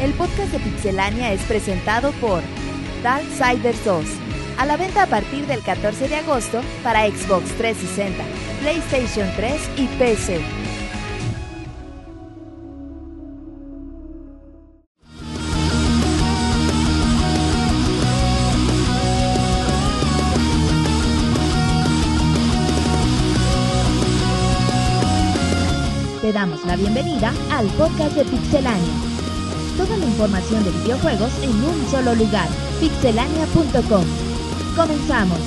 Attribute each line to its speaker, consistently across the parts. Speaker 1: El podcast de Pixelania es presentado por Darksiders 2. A la venta a partir del 14 de agosto para Xbox 360, PlayStation 3 y PC. Te damos la bienvenida al podcast de Pixelania. Toda la información de videojuegos en un solo lugar, pixelania.com. Comenzamos.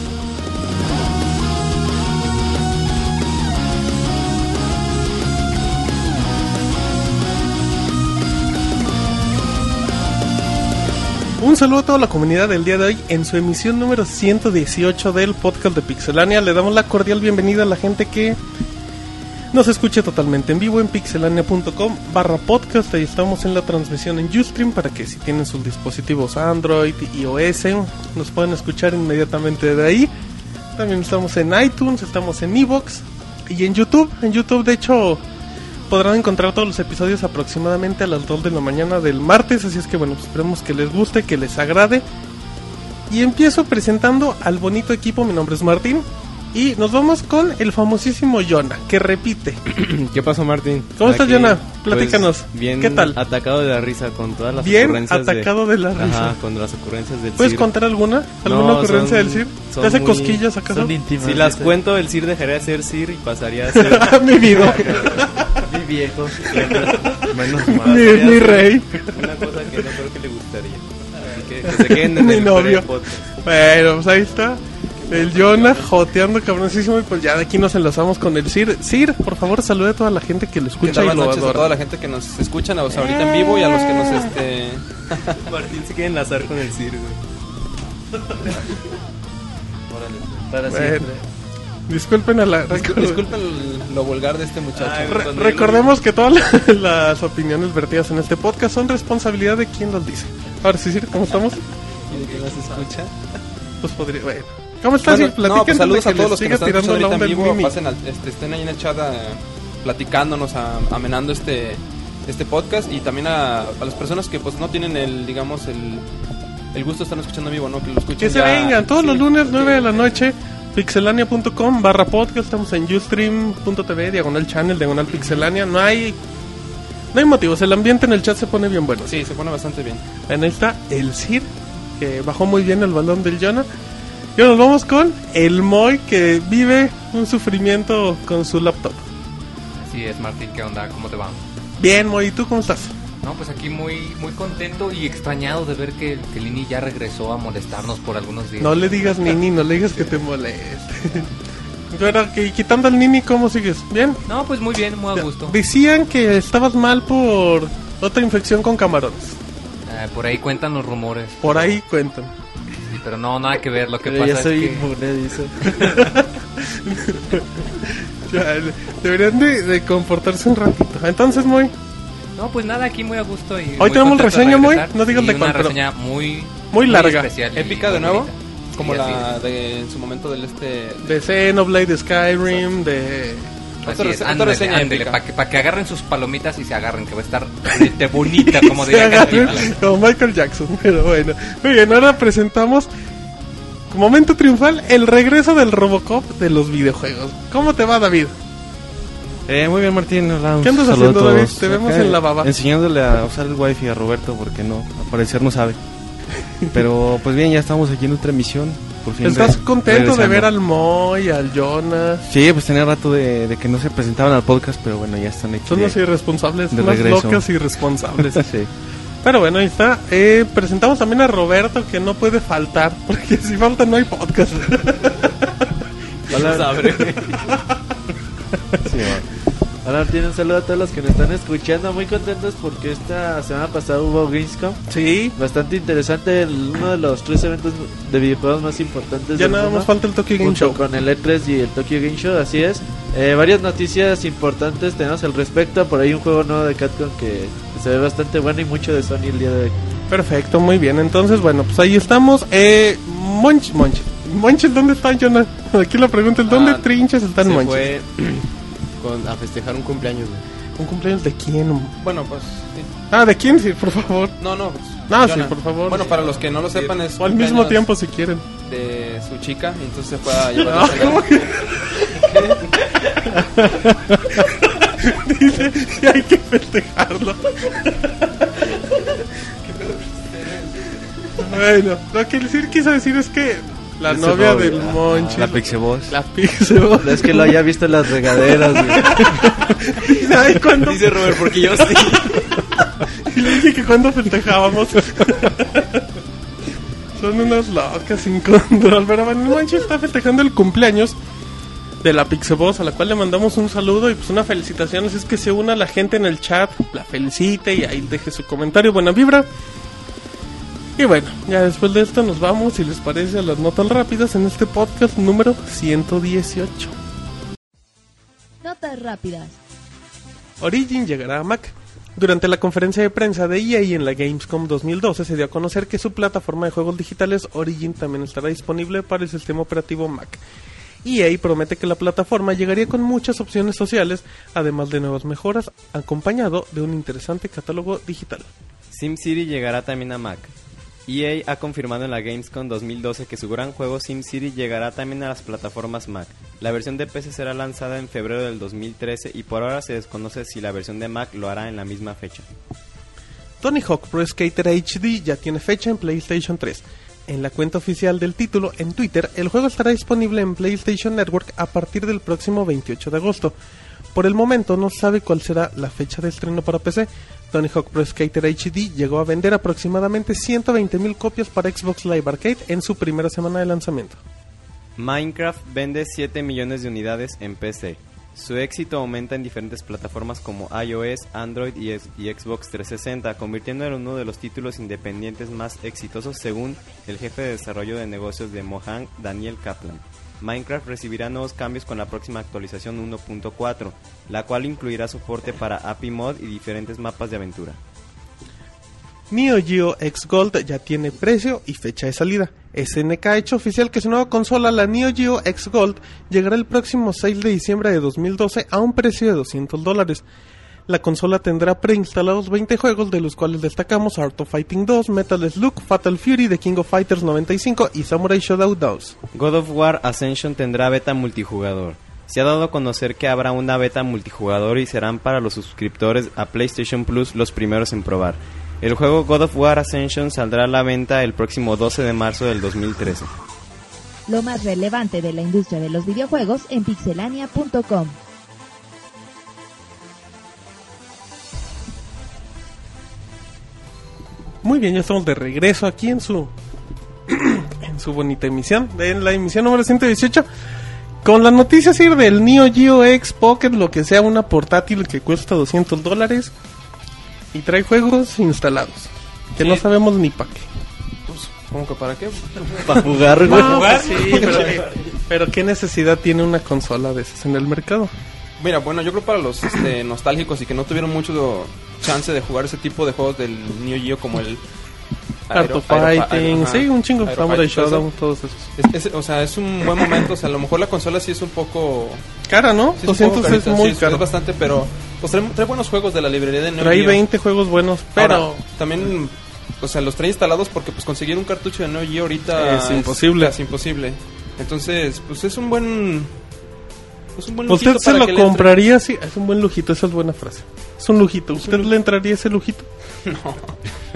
Speaker 2: Un saludo a toda la comunidad del día de hoy en su emisión número 118 del podcast de Pixelania. Le damos la cordial bienvenida a la gente que nos escuche totalmente en vivo en pixelania.com barra podcast. Ahí estamos en la transmisión en Ustream para que si tienen sus dispositivos Android y iOS nos puedan escuchar inmediatamente de ahí. También estamos en iTunes, estamos en Evox y en YouTube. En YouTube de hecho podrán encontrar todos los episodios aproximadamente a las 2 de la mañana del martes. Así es que bueno, pues esperemos que les guste, que les agrade. Y empiezo presentando al bonito equipo. Mi nombre es Martín. Y nos vamos con el famosísimo Yona, que repite.
Speaker 3: ¿Qué pasó, Martín?
Speaker 2: ¿Cómo estás, Yona? Platícanos.
Speaker 3: pues, bien
Speaker 2: ¿Qué tal?
Speaker 3: atacado de la risa con todas las
Speaker 2: Bien
Speaker 3: ocurrencias
Speaker 2: atacado de, la
Speaker 3: de...
Speaker 2: risa.
Speaker 3: Ajá, con las ocurrencias del
Speaker 2: ¿Puedes
Speaker 3: CIR.
Speaker 2: contar alguna? ¿Alguna
Speaker 3: No,
Speaker 2: ocurrencia
Speaker 3: son-
Speaker 2: del CIR?
Speaker 3: son
Speaker 2: ¿Te hace
Speaker 3: muy-
Speaker 2: cosquillas acaso?
Speaker 4: Son íntimas.
Speaker 3: Si las
Speaker 4: dice.
Speaker 3: cuento, el CIR dejaría de ser CIR y pasaría a ser...
Speaker 2: mi vida,
Speaker 4: Muy viejo.
Speaker 3: Menos
Speaker 2: mi, mi rey.
Speaker 3: Una cosa que no creo que le gustaría. Así que, que se queden en
Speaker 2: Mi
Speaker 3: el
Speaker 2: novio.
Speaker 3: podcast.
Speaker 2: Bueno, pues ahí está. El Yona joteando cabroncísimo. Y pues ya de aquí nos enlazamos con el CIR. CIR, por favor, salude a toda la gente que lo
Speaker 5: ¿Qué
Speaker 2: escucha
Speaker 5: tal?
Speaker 2: y
Speaker 5: Buenas
Speaker 2: lo
Speaker 5: noches a toda la
Speaker 2: adora.
Speaker 5: gente que nos escuchan a los ahorita en vivo y a los que nos este
Speaker 3: Martín se quiere enlazar con el CIR, güey.
Speaker 4: Para
Speaker 2: Bueno.
Speaker 4: siempre.
Speaker 2: Disculpen a la.
Speaker 5: discul- disculpen lo vulgar de este muchacho.
Speaker 3: Ay,
Speaker 2: Re-
Speaker 3: Cuando
Speaker 2: recordemos que todas la- las opiniones vertidas en este podcast son responsabilidad de quien las dice. Ahora sí, Sir, ¿cómo estamos?
Speaker 5: ¿Y de quién las escucha?
Speaker 2: Pues podría. Bueno. ¿Cómo estás?
Speaker 5: Bueno,
Speaker 2: Sir?
Speaker 5: no, pues
Speaker 2: Platiquen antes
Speaker 5: saludos a
Speaker 2: de
Speaker 5: todos los que
Speaker 2: les
Speaker 5: nos
Speaker 2: siga
Speaker 5: están escuchando
Speaker 2: tirando la
Speaker 5: ahorita
Speaker 2: onda
Speaker 5: en
Speaker 2: el
Speaker 5: vivo,
Speaker 2: Mimi.
Speaker 5: pasen al- este, estén ahí en el chat eh, platicándonos, a- amenando este este podcast y también a, a las personas que pues no tienen el digamos el, el gusto de estar escuchando en vivo, ¿no? Que lo escuchen
Speaker 2: Que se
Speaker 5: ya-
Speaker 2: vengan todos
Speaker 5: sí,
Speaker 2: los lunes,
Speaker 5: porque-
Speaker 2: 9 de la noche. Pixelania.com barra podcast. Estamos en ustream.tv, diagonal channel, diagonal pixelania. No hay. No hay motivos. El ambiente en el chat se pone bien bueno.
Speaker 5: Sí, se pone bastante bien.
Speaker 2: En ahí está el Sir, que bajó muy bien el balón del Jonah. Y ahora nos vamos con el Moy, que vive un sufrimiento con su laptop.
Speaker 6: Así es, Martín, ¿qué onda? ¿Cómo te va?
Speaker 2: Bien, Moy, ¿y tú cómo estás?
Speaker 6: No, pues aquí muy muy contento y extrañado de ver que, que Lini ya regresó a molestarnos por algunos días.
Speaker 2: No le digas Nini, no le digas que te moleste. Pero que quitando al Nini, ¿cómo sigues? ¿Bien?
Speaker 6: No, pues muy bien, muy a gusto.
Speaker 2: Decían que estabas mal por otra infección con camarones.
Speaker 6: Ah, por ahí cuentan los rumores,
Speaker 2: Por ahí cuentan.
Speaker 6: sí, pero no, nada que ver. Lo que
Speaker 4: Pero ya
Speaker 6: pasa es
Speaker 4: soy
Speaker 6: que...
Speaker 4: inmunedizo.
Speaker 2: Chale, Deberían de, de comportarse un ratito. Entonces, Moy,
Speaker 6: No, pues nada, aquí muy a gusto. Y
Speaker 2: Hoy tenemos reseña, muy,
Speaker 6: muy.
Speaker 2: no digas
Speaker 6: digas
Speaker 2: de
Speaker 6: una
Speaker 2: cuál, pero-
Speaker 6: reseña muy...
Speaker 2: muy larga.
Speaker 6: especial y
Speaker 5: Épica de
Speaker 6: muy
Speaker 5: nuevo,
Speaker 6: bonita. Sí,
Speaker 5: como
Speaker 6: así
Speaker 5: la
Speaker 3: Ah,
Speaker 6: es.
Speaker 5: de en su momento del este
Speaker 2: de Xenoblade, de Skyrim, de...
Speaker 6: Así
Speaker 5: otra
Speaker 6: es,
Speaker 5: rese- otra
Speaker 6: ándale,
Speaker 5: reseña épica.
Speaker 6: para que, pa' que agarren sus palomitas y se agarren, que va a estar de bonita, como
Speaker 2: se
Speaker 6: diría
Speaker 2: agarren
Speaker 6: Cantinflas.
Speaker 2: como Michael Jackson. Pero bueno, muy bien, ahora presentamos como momento triunfal el regreso del Robocop de los videojuegos. ¿Cómo te va, David?
Speaker 3: Eh, muy bien, Martín. hola, un
Speaker 2: ¿Qué andas
Speaker 3: saludo a
Speaker 2: haciendo, David?
Speaker 3: todos.
Speaker 2: Te vemos en la baba.
Speaker 3: Enseñándole a usar el wifi a Roberto porque no, al parecer no sabe. Pero pues bien, ya estamos aquí en otra emisión. Por fin
Speaker 2: ¿Estás
Speaker 3: re-
Speaker 2: contento de
Speaker 3: regresando.
Speaker 2: ver al Moy, al Jonas?
Speaker 3: Sí, pues tenía rato de, de que no se presentaban al podcast, pero bueno, ya están aquí.
Speaker 2: Son
Speaker 3: de-
Speaker 2: los irresponsables,
Speaker 3: de
Speaker 2: más
Speaker 3: regreso.
Speaker 2: locas irresponsables.
Speaker 3: Sí.
Speaker 2: Pero bueno, ahí está. Eh, presentamos también a Roberto, que no puede faltar, porque si falta no hay podcast.
Speaker 4: Hola,
Speaker 3: Sí, va.
Speaker 4: hola, Martín, un saludo a todos los que nos están escuchando. Muy contentos porque esta semana pasada hubo Gamescom.
Speaker 2: sí,
Speaker 4: Bastante interesante, el- uno de los tres eventos de videojuegos más importantes
Speaker 2: ya
Speaker 4: del
Speaker 2: nada
Speaker 4: mundo.
Speaker 2: más falta el Tokyo Game
Speaker 4: junto
Speaker 2: Show.
Speaker 4: con el E3 y el Tokyo Game Show, así es. Eh, varias noticias importantes tenemos al respecto. Por ahí un juego nuevo de Capcom que se ve bastante bueno y mucho de Sony el día de hoy.
Speaker 2: Perfecto, muy bien. Entonces, bueno, pues ahí estamos. Eh, Monch, Monch. Monches, ¿dónde está Jonah? Aquí la pregunta es, ¿dónde
Speaker 5: Ah,
Speaker 2: trinches están
Speaker 5: se
Speaker 2: Monches?
Speaker 5: fue con- a festejar un cumpleaños, güey.
Speaker 2: ¿Un cumpleaños de quién?
Speaker 5: Bueno, pues sí,
Speaker 2: Ah, de 15, por favor.
Speaker 5: No, no.
Speaker 2: Ah, sí, por favor.
Speaker 5: Bueno, para los que no lo sepan, es.
Speaker 2: O al mismo
Speaker 5: cumpleaños
Speaker 2: tiempo si quieren.
Speaker 5: De su chica, y entonces se fue a llevar.
Speaker 2: Ah,
Speaker 5: los regalos.
Speaker 2: ¿cómo que? Dice que hay que festejarlo. bueno, lo que decir quiso decir es que la
Speaker 3: Ese
Speaker 2: novia
Speaker 3: pobre,
Speaker 2: del
Speaker 3: ah,
Speaker 2: Monchi.
Speaker 3: La Pixeboss.
Speaker 2: la Pixebo.
Speaker 4: Es que lo haya visto en las regaderas, güey.
Speaker 2: Ay, cuando
Speaker 5: Dice Robert, porque yo sí.
Speaker 2: Y le dije que cuando festejábamos. Son unas locas sin control. Pero bueno, el Mancho está festejando el cumpleaños de la Pixeboss, a la cual le mandamos un saludo y pues una felicitación. Así es que se una la gente en el chat, la felicite y ahí deje su comentario. Buena vibra. Y bueno, ya después de esto nos vamos, si les parece, a las notas rápidas en este podcast número 118.
Speaker 1: Notas rápidas.
Speaker 2: Origin llegará a Mac. Durante la conferencia de prensa de EA en la Gamescom 2012 se dio a conocer que su plataforma de juegos digitales Origin también estará disponible para el sistema operativo Mac. EA promete que la plataforma llegaría con muchas opciones sociales, además de nuevas mejoras, acompañado de un interesante catálogo digital.
Speaker 7: SimCity llegará también a Mac. EA ha confirmado en la Gamescom 2012 que su gran juego SimCity llegará también a las plataformas Mac. La versión de PC será lanzada en febrero del 2013 y por ahora se desconoce si la versión de Mac lo hará en la misma fecha.
Speaker 2: Tony Hawk Pro Skater HD ya tiene fecha en PlayStation 3. En la cuenta oficial del título en Twitter, el juego estará disponible en PlayStation Network a partir del próximo 28 de agosto. Por el momento no se sabe cuál será la fecha de estreno para PC. Tony Hawk Pro Skater HD llegó a vender aproximadamente 120.000 copias para Xbox Live Arcade en su primera semana de lanzamiento.
Speaker 7: Minecraft vende 7 millones de unidades en PC. Su éxito aumenta en diferentes plataformas como iOS, Android y, ex- y Xbox 360, convirtiéndolo en uno de los títulos independientes más exitosos según el jefe de desarrollo de negocios de Mohan, Daniel Kaplan. Minecraft recibirá nuevos cambios con la próxima actualización 1.4, la cual incluirá soporte para API Mod y diferentes mapas de aventura.
Speaker 2: Neo Geo X Gold ya tiene precio y fecha de salida. SNK ha hecho oficial que su nueva consola, la Neo Geo X Gold, llegará el próximo 6 de diciembre de 2012 a un precio de 200 dólares. La consola tendrá preinstalados 20 juegos, de los cuales destacamos Art of Fighting 2, Metal Slug, Fatal Fury, The King of Fighters 95 y Samurai Shodown 2.
Speaker 7: God of War Ascension tendrá beta multijugador. Se ha dado a conocer que habrá una beta multijugador y serán para los suscriptores a PlayStation Plus los primeros en probar. El juego God of War Ascension saldrá a la venta el próximo 12 de marzo del 2013.
Speaker 1: Lo más relevante de la industria de los videojuegos en pixelania.com.
Speaker 2: Muy bien, ya estamos de regreso aquí en su en su bonita emisión, en la emisión número 118 con las noticias ir del Neo Geo X Pocket, lo que sea una portátil que cuesta 200 dólares y trae juegos instalados que no sabemos ni para qué.
Speaker 5: Pues, ¿Cómo que para qué?
Speaker 4: Para jugar, güey.
Speaker 2: No, pues sí, pero, pero qué necesidad tiene una consola de esas en el mercado.
Speaker 5: Mira, bueno, yo creo para los este, nostálgicos y que no tuvieron mucho chance de jugar ese tipo de juegos del Neo Geo como el...
Speaker 2: Art
Speaker 5: Aero-
Speaker 2: of
Speaker 5: Aero-
Speaker 2: Fighting,
Speaker 5: ajá,
Speaker 2: sí, un chingo de
Speaker 5: Aero
Speaker 2: Samurai
Speaker 5: Fighting, todo eso.
Speaker 2: Shodown, todos esos.
Speaker 5: Es- es- o sea, es un buen momento. O sea, a lo mejor la consola sí es un poco.
Speaker 2: Cara, ¿no?
Speaker 5: sí es un poco
Speaker 2: 200 es
Speaker 5: carita, sí
Speaker 2: muy
Speaker 5: es-
Speaker 2: caro.
Speaker 5: Es bastante, pero. Pues trae, trae buenos juegos de la librería de Neo
Speaker 2: Trae
Speaker 5: Geo.
Speaker 2: 20 juegos buenos, pero
Speaker 5: Ahora, también. O sea, los trae instalados porque pues conseguir un cartucho de Neo Geo ahorita.
Speaker 2: Es imposible.
Speaker 5: Es imposible. Entonces, pues es un buen. Es un buen
Speaker 2: Pues, ¿Usted
Speaker 5: lujito
Speaker 2: se
Speaker 5: para
Speaker 2: lo
Speaker 5: que le entre.
Speaker 2: compraría si... Es un buen lujito, esa es buena frase. Es un lujito. ¿Usted le entraría ese lujito? No.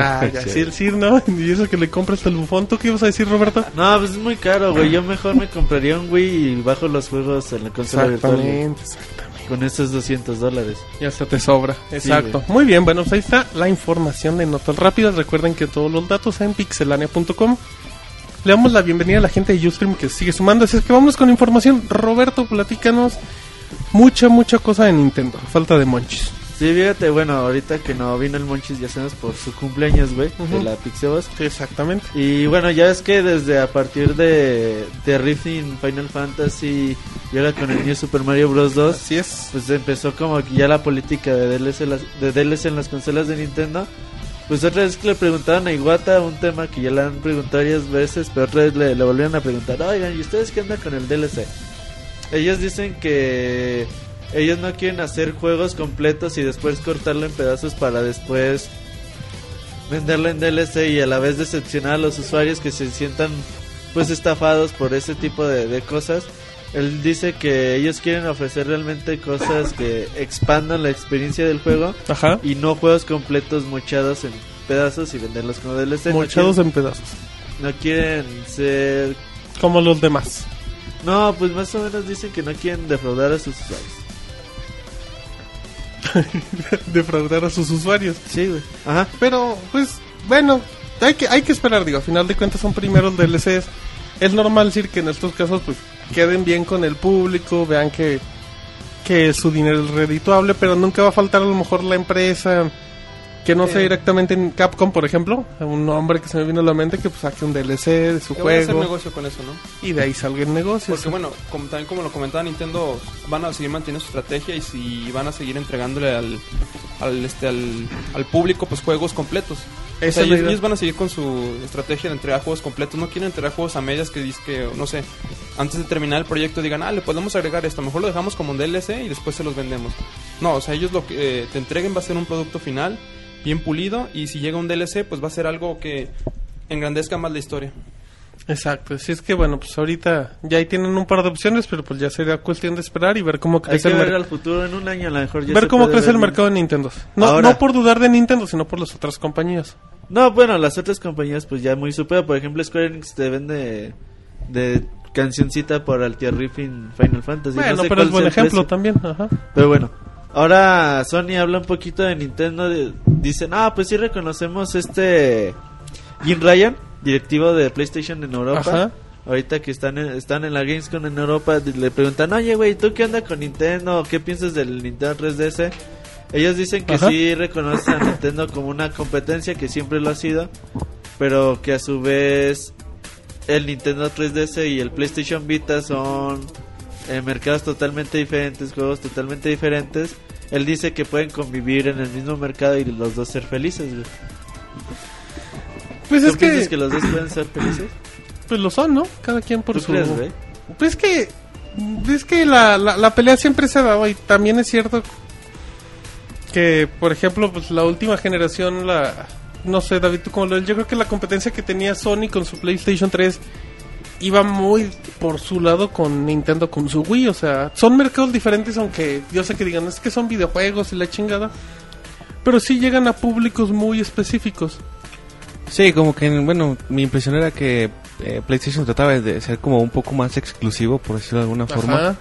Speaker 2: Ah, ya, sí, el sí, no. Y eso que le compras el bufón. ¿Tú qué ibas a decir, Roberto?
Speaker 4: No, pues es muy caro, güey. Yo mejor me compraría un Wii y bajo los juegos en la consola virtual. güey.
Speaker 2: exactamente.
Speaker 4: Con esos 200 dólares.
Speaker 2: Y hasta te sobra. Exacto.
Speaker 4: güey.
Speaker 2: Muy bien, bueno, pues ahí está la información de Notas Rápidas. Recuerden que todos los datos en pixelania.com. Le damos la bienvenida a la gente de Ustream que sigue sumando. Así es que vamos con información. Roberto, platícanos mucha, mucha cosa de Nintendo. a Falta de monchis.
Speaker 4: Sí, fíjate, bueno, ahorita que no vino el Monchis, ya sabemos por su cumpleaños, güey, de
Speaker 2: Ujú.
Speaker 4: la Pixebos.
Speaker 2: Sí, exactamente.
Speaker 4: Y bueno, ya es que desde a partir de, de Rifting Final Fantasy y ahora con el New Super Mario Bros. 2,
Speaker 2: Así es.
Speaker 4: pues empezó como que ya la política de DLC, las- de DLC en las consolas de Nintendo. Pues otra vez que le preguntaron a Iwata un tema que ya le han preguntado varias veces, pero otra vez le, le volvieron a preguntar, oigan, ¿y ustedes qué andan con el DLC? Ellos dicen que ellos no quieren hacer juegos completos y después cortarlo en pedazos para después venderlo en DLC y a la vez decepcionar a los usuarios que se sientan pues estafados por ese tipo de, de cosas. Él dice que ellos quieren ofrecer realmente cosas que expandan la experiencia del juego
Speaker 2: Ajá.
Speaker 4: y no juegos completos mochados en pedazos y venderlos como DLC. No
Speaker 2: Mochados en pedazos.
Speaker 4: no quieren ser.
Speaker 2: Como los demás.
Speaker 4: No, pues más o menos dicen que no quieren defraudar a sus usuarios.
Speaker 2: Defraudar a sus usuarios.
Speaker 4: Sí, güey. Ajá.
Speaker 2: Pero, pues, bueno, hay que, hay que esperar, digo, a final de cuentas son primeros DLCs. Es normal decir que en estos casos, pues, queden bien con el público, vean que, que su dinero es redituable, pero nunca va a faltar a lo mejor la empresa que no sea directamente en Capcom, por ejemplo, un hombre que se me vino a la mente que pues saque un DLC de su
Speaker 5: Que voy a hacer
Speaker 2: juego
Speaker 5: negocio con eso, ¿no?
Speaker 2: y de ahí salga el negocio.
Speaker 5: Porque bueno, como, también como lo comentaba Nintendo, van a seguir manteniendo su estrategia y si van a seguir entregándole al, al, este, al, al público pues juegos completos. O
Speaker 2: Esa
Speaker 5: sea,
Speaker 2: es la
Speaker 5: ellos,
Speaker 2: idea.
Speaker 5: ellos van a seguir con su estrategia de entregar juegos completos. No quieren entregar juegos a medias que dice que, no sé, antes de terminar el proyecto digan, ah, le podemos agregar esto. Mejor lo dejamos como un DLC y después se los vendemos. No, o sea, ellos lo que eh, te entreguen va a ser un producto final, bien pulido. Y si llega un DLC, pues va a ser algo que engrandezca más la historia.
Speaker 2: Exacto, así es que bueno, pues ahorita ya ahí tienen un par de opciones, pero pues ya sería cuestión de esperar y ver cómo
Speaker 4: Hay
Speaker 2: crece
Speaker 4: que
Speaker 2: el
Speaker 4: ver
Speaker 2: mercado.
Speaker 4: al futuro en un año a lo mejor. ya
Speaker 2: ver
Speaker 4: se
Speaker 2: cómo
Speaker 4: puede
Speaker 2: crece el
Speaker 4: bien.
Speaker 2: mercado de Nintendo. No,
Speaker 4: Ahora.
Speaker 2: no por dudar de Nintendo, sino por las otras compañías.
Speaker 4: No, bueno, las otras compañías pues ya muy supera. Por ejemplo, Square Enix te vende de cancioncita para el tier riffing Final Fantasy. pues, No
Speaker 2: bueno,
Speaker 4: sé
Speaker 2: pero
Speaker 4: cuál
Speaker 2: es buen
Speaker 4: sea el precio.
Speaker 2: ejemplo también. Ajá.
Speaker 4: Pero bueno, ahora Sony habla un poquito de Nintendo. de- dicen, ah, pues sí reconocemos este Jim Ryan, directivo de PlayStation en Europa.
Speaker 2: Ajá.
Speaker 4: Ahorita que están en, están en la Gamescom en Europa, di- le preguntan, oye, güey, ¿tú qué onda con Nintendo? ¿Qué piensas del Nintendo 3DS? Ellos dicen que
Speaker 2: Ajá.
Speaker 4: sí reconocen a Nintendo como una competencia, que siempre lo ha sido, pero que a su vez el Nintendo 3DS y el PlayStation Vita son eh, mercados totalmente diferentes, juegos totalmente diferentes. Él dice que pueden convivir en el mismo mercado y los dos ser felices. güey.
Speaker 2: Pues
Speaker 4: ¿Tú
Speaker 2: es que,
Speaker 4: piensas que los dos pueden ser felices?
Speaker 2: pues lo son, ¿no? Cada quien por
Speaker 4: ¿Tú
Speaker 2: su.
Speaker 4: crees, güey?
Speaker 2: Pues es que es que la, la, la pelea siempre se ha dado y también es cierto que, por ejemplo, pues la última generación, la no sé, David, tú cómo lo ves? yo creo que la competencia que tenía Sony con su PlayStation 3 iba muy por su lado con Nintendo con su Wii, o sea, son mercados diferentes aunque yo sé que digan, es que son videojuegos y la chingada, pero sí llegan a públicos muy específicos.
Speaker 3: Sí, como que, bueno, mi impresión era que eh, PlayStation trataba de ser como un poco más exclusivo, por decirlo de alguna forma.
Speaker 2: Ajá.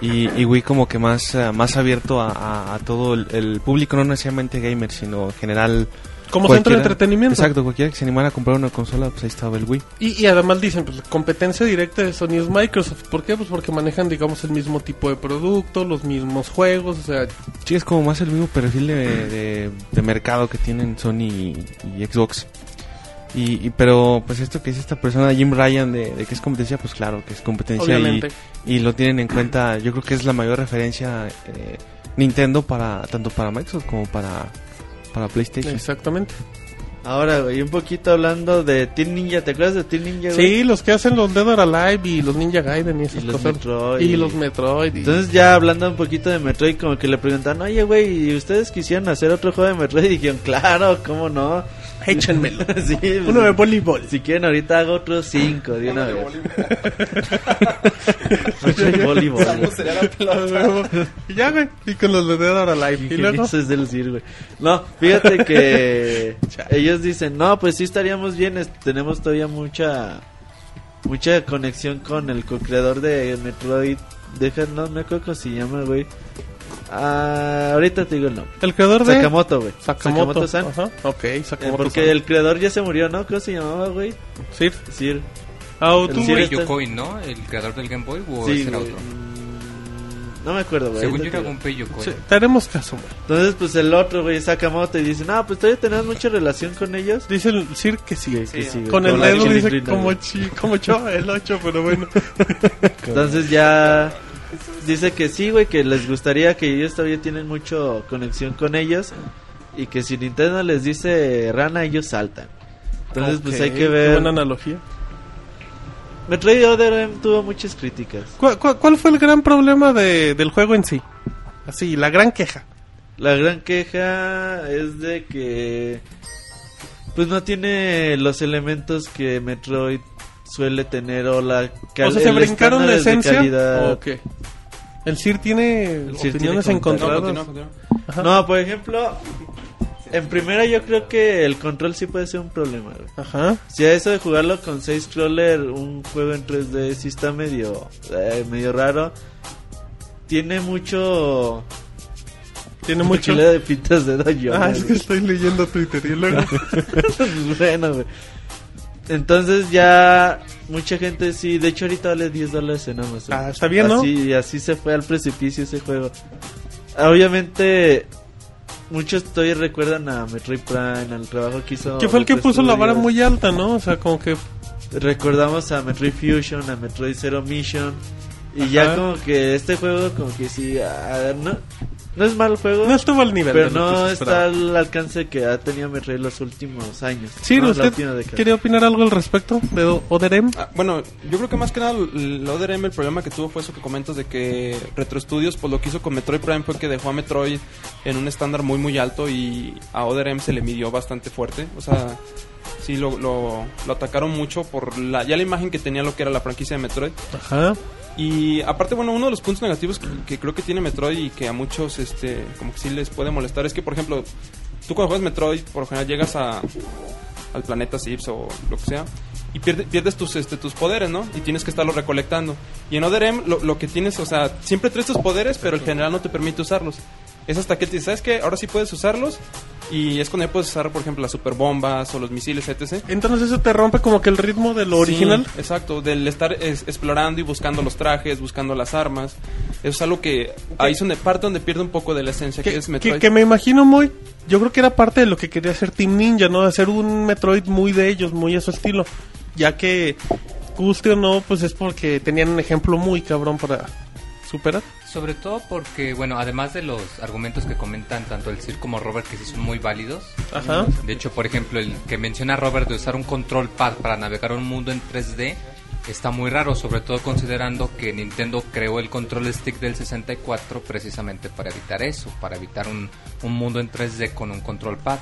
Speaker 3: Y, y Wii como que más, eh, más abierto a, a- a todo el, el público, no necesariamente gamer, sino en general...
Speaker 2: Como centro de
Speaker 3: cualquiera-
Speaker 2: entretenimiento.
Speaker 3: Exacto, cualquiera que se animara a comprar una consola, pues ahí estaba el Wii.
Speaker 2: Y, y además dicen, pues la competencia directa de Sony es Microsoft. ¿Por qué? Pues porque manejan, digamos, el mismo tipo de producto, los mismos juegos, o sea,
Speaker 3: Sí, es como más el mismo perfil de, de- de mercado que tienen Sony y, y Xbox. Y, y- pero pues esto que es esta persona Jim Ryan de, de que es competencia, pues claro que es competencia y,
Speaker 2: obviamente.
Speaker 3: y lo tienen en cuenta. Yo creo que es la mayor referencia eh, Nintendo para tanto para Microsoft como para para PlayStation.
Speaker 2: Exactamente.
Speaker 4: Ahora, güey, un poquito hablando de Teen Ninja. ¿Te acuerdas de Teen Ninja, güey?
Speaker 2: Sí, los que hacen los Dead or Alive y los Ninja Gaiden y esas
Speaker 4: Y los
Speaker 2: cosas.
Speaker 4: Metroid.
Speaker 2: Y los Metroid. y-
Speaker 4: Entonces ya hablando un poquito de Metroid, como que le preguntan, oye, güey, ¿y ustedes quisieran hacer otro juego de Metroid? Y dijeron, claro, ¿cómo no?
Speaker 2: Échenmelo.
Speaker 4: sí, pues,
Speaker 2: Uno de voleibol.
Speaker 4: Si quieren, ahorita hago otros cinco de una vez. Otro de voleibol, güey.
Speaker 2: Y ya, güey. Y con los de Dead or Alive. Y luego.
Speaker 4: Eso es del CIR, güey. No, fíjate que ellos dicen, no, pues sí estaríamos bien, es- tenemos todavía mucha mucha conexión con el co-creador de Metroid. Deja, no me acuerdo cómo se llama, güey. Ah, ahorita te digo el nombre.
Speaker 2: El creador de.
Speaker 4: Sakamoto, güey.
Speaker 2: Sakamoto.
Speaker 4: Sakamoto-san.
Speaker 2: Ajá. Ok,
Speaker 4: Eh,
Speaker 2: Sakamoto.
Speaker 4: porque el creador ya se murió, ¿no? ¿Cómo se llamaba, güey?
Speaker 2: Sir.
Speaker 4: Sir.
Speaker 2: Ah, o
Speaker 4: El
Speaker 2: tú,
Speaker 4: Sir
Speaker 2: güey.
Speaker 4: está-
Speaker 6: Yokoi, ¿no? El creador del Game Boy o
Speaker 4: Sí,
Speaker 6: ese era
Speaker 4: güey.
Speaker 6: otro.
Speaker 4: Mm, No me acuerdo, güey.
Speaker 6: Según yo
Speaker 4: ahorita
Speaker 6: era
Speaker 4: te digo.
Speaker 6: Gunpei Yokoi.
Speaker 2: Sí, Te haremos caso, güey.
Speaker 4: Entonces, pues el otro, güey, Sakamoto y dice, no, pues todavía tenemos mucha relación con ellos.
Speaker 2: Dice el Sir que sí.
Speaker 4: Que sí, güey,
Speaker 2: Con el
Speaker 4: la
Speaker 2: dedo
Speaker 4: Shin
Speaker 2: dice
Speaker 4: Green,
Speaker 2: como
Speaker 4: güey.
Speaker 2: chi, como yo, el 8, pero bueno.
Speaker 4: Entonces ya dice que sí, güey, que les gustaría que ellos todavía tienen mucho conexión con ellos y que si Nintendo les dice rana, ellos saltan. Entonces, pues
Speaker 2: Ok,
Speaker 4: hay que
Speaker 2: qué Buena
Speaker 4: ver.
Speaker 2: analogía.
Speaker 4: Metroid Other M tuvo muchas críticas.
Speaker 2: ¿Cuál, cuál, cuál fue el gran problema de, del juego en sí? Así, la gran queja.
Speaker 4: La gran queja es de que pues no tiene los elementos que Metroid suele tener o la cal-
Speaker 2: o sea, ¿se
Speaker 4: el
Speaker 2: brincaron la
Speaker 4: estándares de
Speaker 2: esencia?
Speaker 4: calidad.
Speaker 2: ¿O qué? El CIR tiene
Speaker 4: Sir tiene
Speaker 2: opiniones
Speaker 4: comentarios.
Speaker 5: No,
Speaker 2: encontradas.
Speaker 5: continúa, continúa.
Speaker 2: Ajá.
Speaker 4: No, por ejemplo, en primera yo creo que el control sí puede ser un problema. güey.
Speaker 2: Ajá.
Speaker 4: Si a eso de jugarlo con 6 crawler, un juego en 3D sí está medio, eh, medio raro. Tiene mucho...
Speaker 2: Tiene mucho.
Speaker 4: tequila de pintas de dojo.
Speaker 2: Ah,
Speaker 4: güey.
Speaker 2: es que estoy leyendo Twitter y luego.
Speaker 4: Pues bueno, güey. Entonces ya mucha gente sí, de hecho ahorita vale 10 dólares en Amazon.
Speaker 2: Ah, está bien, ¿no?
Speaker 4: Así, así se fue al precipicio ese juego. Obviamente muchos todavía recuerdan a Metroid Prime, al trabajo que hizo...
Speaker 2: que fue el que
Speaker 4: Retro
Speaker 2: puso la vara
Speaker 4: Studios.
Speaker 2: muy alta, ¿no? O sea, como que.
Speaker 4: Recordamos a Metroid Fusion, a Metroid Zero Mission. Y
Speaker 2: Ajá.
Speaker 4: ya como que este juego como que sí... ah, no, no es mal juego.
Speaker 2: No estuvo al nivel.
Speaker 4: pero
Speaker 2: de lo que
Speaker 4: no
Speaker 2: se
Speaker 4: está
Speaker 2: esperaba.
Speaker 4: al alcance que ha tenido Metroid los últimos años.
Speaker 2: Sir,
Speaker 4: No, la
Speaker 2: ¿usted
Speaker 4: última década.
Speaker 2: quería opinar algo al respecto de O- Oderem?
Speaker 5: Ah, bueno, yo creo que más que nada el Other M, el problema que tuvo fue eso que comentas de que Retro Studios pues lo que hizo con Metroid Prime fue que dejó a Metroid en un estándar muy muy alto y a Other M se le midió bastante fuerte, o sea, sí lo, lo, lo atacaron mucho por la ya la imagen que tenía lo que era la franquicia de Metroid
Speaker 2: Ajá.
Speaker 5: y aparte bueno, uno de los puntos negativos que, que creo que tiene Metroid y que a muchos este como que sí les puede molestar es que por ejemplo, tú cuando juegas Metroid por lo general llegas a al planeta Sips o lo que sea y pierde- pierdes tus este tus poderes, ¿no? Y tienes que estarlo recolectando. Y en Other M lo, lo que tienes, o sea, siempre traes tus poderes, pero el general no te permite usarlos. Es hasta que te dice, ¿sabes qué? Ahora sí puedes usarlos y es cuando ya puedes usar, por ejemplo, las superbombas o los misiles, etc.
Speaker 2: Entonces eso te rompe como que el ritmo de lo original.
Speaker 5: Sí, exacto, del estar es- explorando y buscando los trajes, buscando las armas. Eso es algo que ahí es donde parte donde pierde un poco de la esencia que,
Speaker 2: Que,
Speaker 5: es Metroid.
Speaker 2: que- que me imagino muy. Yo creo que era parte de lo que quería hacer Team Ninja, ¿no? Hacer un Metroid muy de ellos, muy a su estilo. Ya que, guste o no, pues es porque tenían un ejemplo muy cabrón para superar.
Speaker 6: E. Sobre todo porque, bueno, además de los argumentos que comentan tanto el Sir como Robert, que sí son muy válidos.
Speaker 2: Ajá.
Speaker 6: De hecho, por ejemplo, el que menciona Robert de usar un control pad para navegar un mundo en 3D está muy raro, sobre todo considerando que Nintendo creó el control stick del 64 precisamente para evitar eso, para evitar un, un mundo en 3D con un control pad.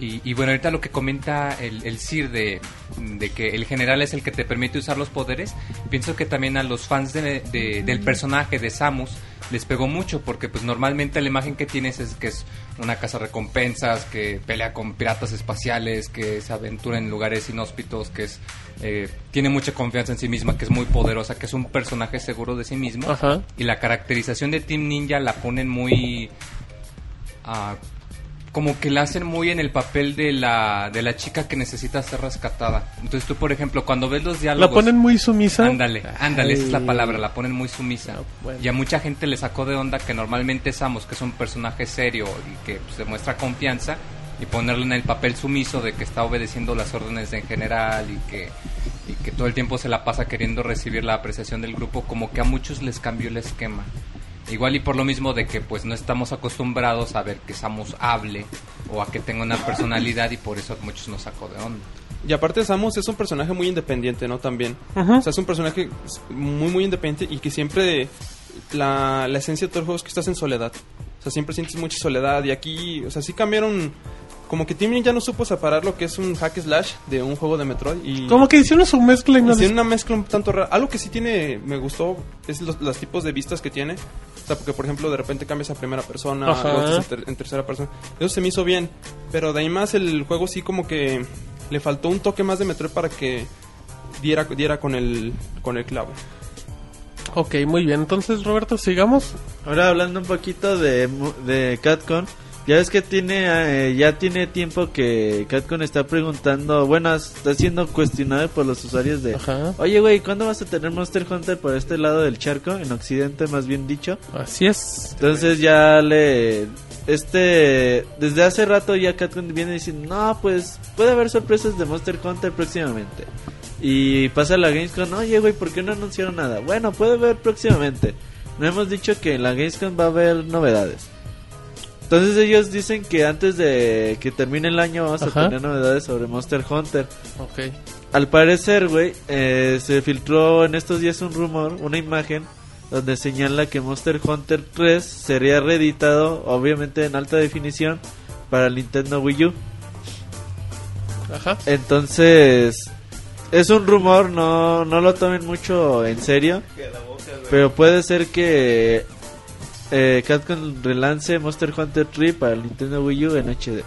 Speaker 6: Y, y bueno, ahorita lo que comenta el, el Sir de, de que el general es el que te permite usar los poderes, pienso que también a los fans de- de- del personaje de Samus les pegó mucho porque pues normalmente la imagen que tienes es que es una casa recompensas, que pelea con piratas espaciales, que se aventura en lugares inhóspitos, que es eh, tiene mucha confianza en sí misma, que es muy poderosa, que es un personaje seguro de sí mismo.
Speaker 2: Ajá.
Speaker 6: Y la caracterización de Team Ninja la ponen muy... ah, como que la hacen muy en el papel de la, de la chica que necesita ser rescatada. Entonces tú, por ejemplo, cuando ves los diálogos...
Speaker 2: La ponen muy sumisa.
Speaker 6: Ándale, ándale, esa es la
Speaker 2: Ay.
Speaker 6: palabra, la ponen muy sumisa.
Speaker 2: Ah, bueno.
Speaker 6: Y a mucha gente le sacó de onda que normalmente Samus, que es un personaje serio y que pues, demuestra confianza, y ponerle en el papel sumiso de que está obedeciendo las órdenes en general y que, y que todo el tiempo se la pasa queriendo recibir la apreciación del grupo, como que a muchos les cambió el esquema. Igual y por lo mismo de que pues no estamos acostumbrados a ver que Samus hable o a que tenga una personalidad y por eso a muchos nos sacó de onda.
Speaker 5: Y aparte Samus es un personaje muy independiente, ¿no? También.
Speaker 2: Ujú.
Speaker 5: O sea, es un personaje muy, muy independiente y que siempre la, la esencia de todo el juego es que estás en soledad. O sea, siempre sientes mucha soledad y aquí, o sea, sí cambiaron... Como que Team ya no supo separar lo que es un hack slash de un juego de Metroid y...
Speaker 2: Como que hicieron su mezcla y no
Speaker 5: Y tiene Pues una mezcla un tanto rara. Algo que sí tiene, me gustó, es los, los tipos de vistas que tiene. O sea, porque por ejemplo de repente cambias a primera persona,
Speaker 2: Ajá.
Speaker 5: luego estás en, ter- en tercera persona. Eso se me hizo bien. Pero de ahí más el juego sí como que le faltó un toque más de Metroid para que diera, diera con el con el clavo.
Speaker 2: Ok, muy bien. Entonces, Roberto, sigamos.
Speaker 4: Ahora hablando un poquito de, mu- de CatCon, ya ves que tiene eh, ya tiene tiempo que CatCon está preguntando, bueno, está siendo cuestionado por los usuarios de,
Speaker 2: Ajá.
Speaker 4: oye güey, ¿cuándo vas a tener Monster Hunter por este lado del charco, en Occidente más bien dicho?
Speaker 2: Así es.
Speaker 4: Entonces ya le, este, desde hace rato ya CatCon viene diciendo, no, pues puede haber sorpresas de Monster Hunter próximamente. Y pasa la Gamescom, oye güey, ¿por qué no anunciaron nada? Bueno, puede haber próximamente. No hemos dicho que en la Gamescom va a haber novedades. Entonces ellos dicen que antes de que termine el año vamos
Speaker 2: Ajá.
Speaker 4: a tener novedades sobre Monster Hunter.
Speaker 2: Ok.
Speaker 4: Al parecer, güey, eh, se filtró en estos días un rumor, una imagen donde señala que Monster Hunter 3 sería reeditado, obviamente en alta definición, para el Nintendo Wii U.
Speaker 2: Ajá.
Speaker 4: Entonces, es un rumor, no, no lo tomen mucho en serio. Pero puede ser que eh, Capcom relance Monster Hunter 3 para el Nintendo Wii U en HD.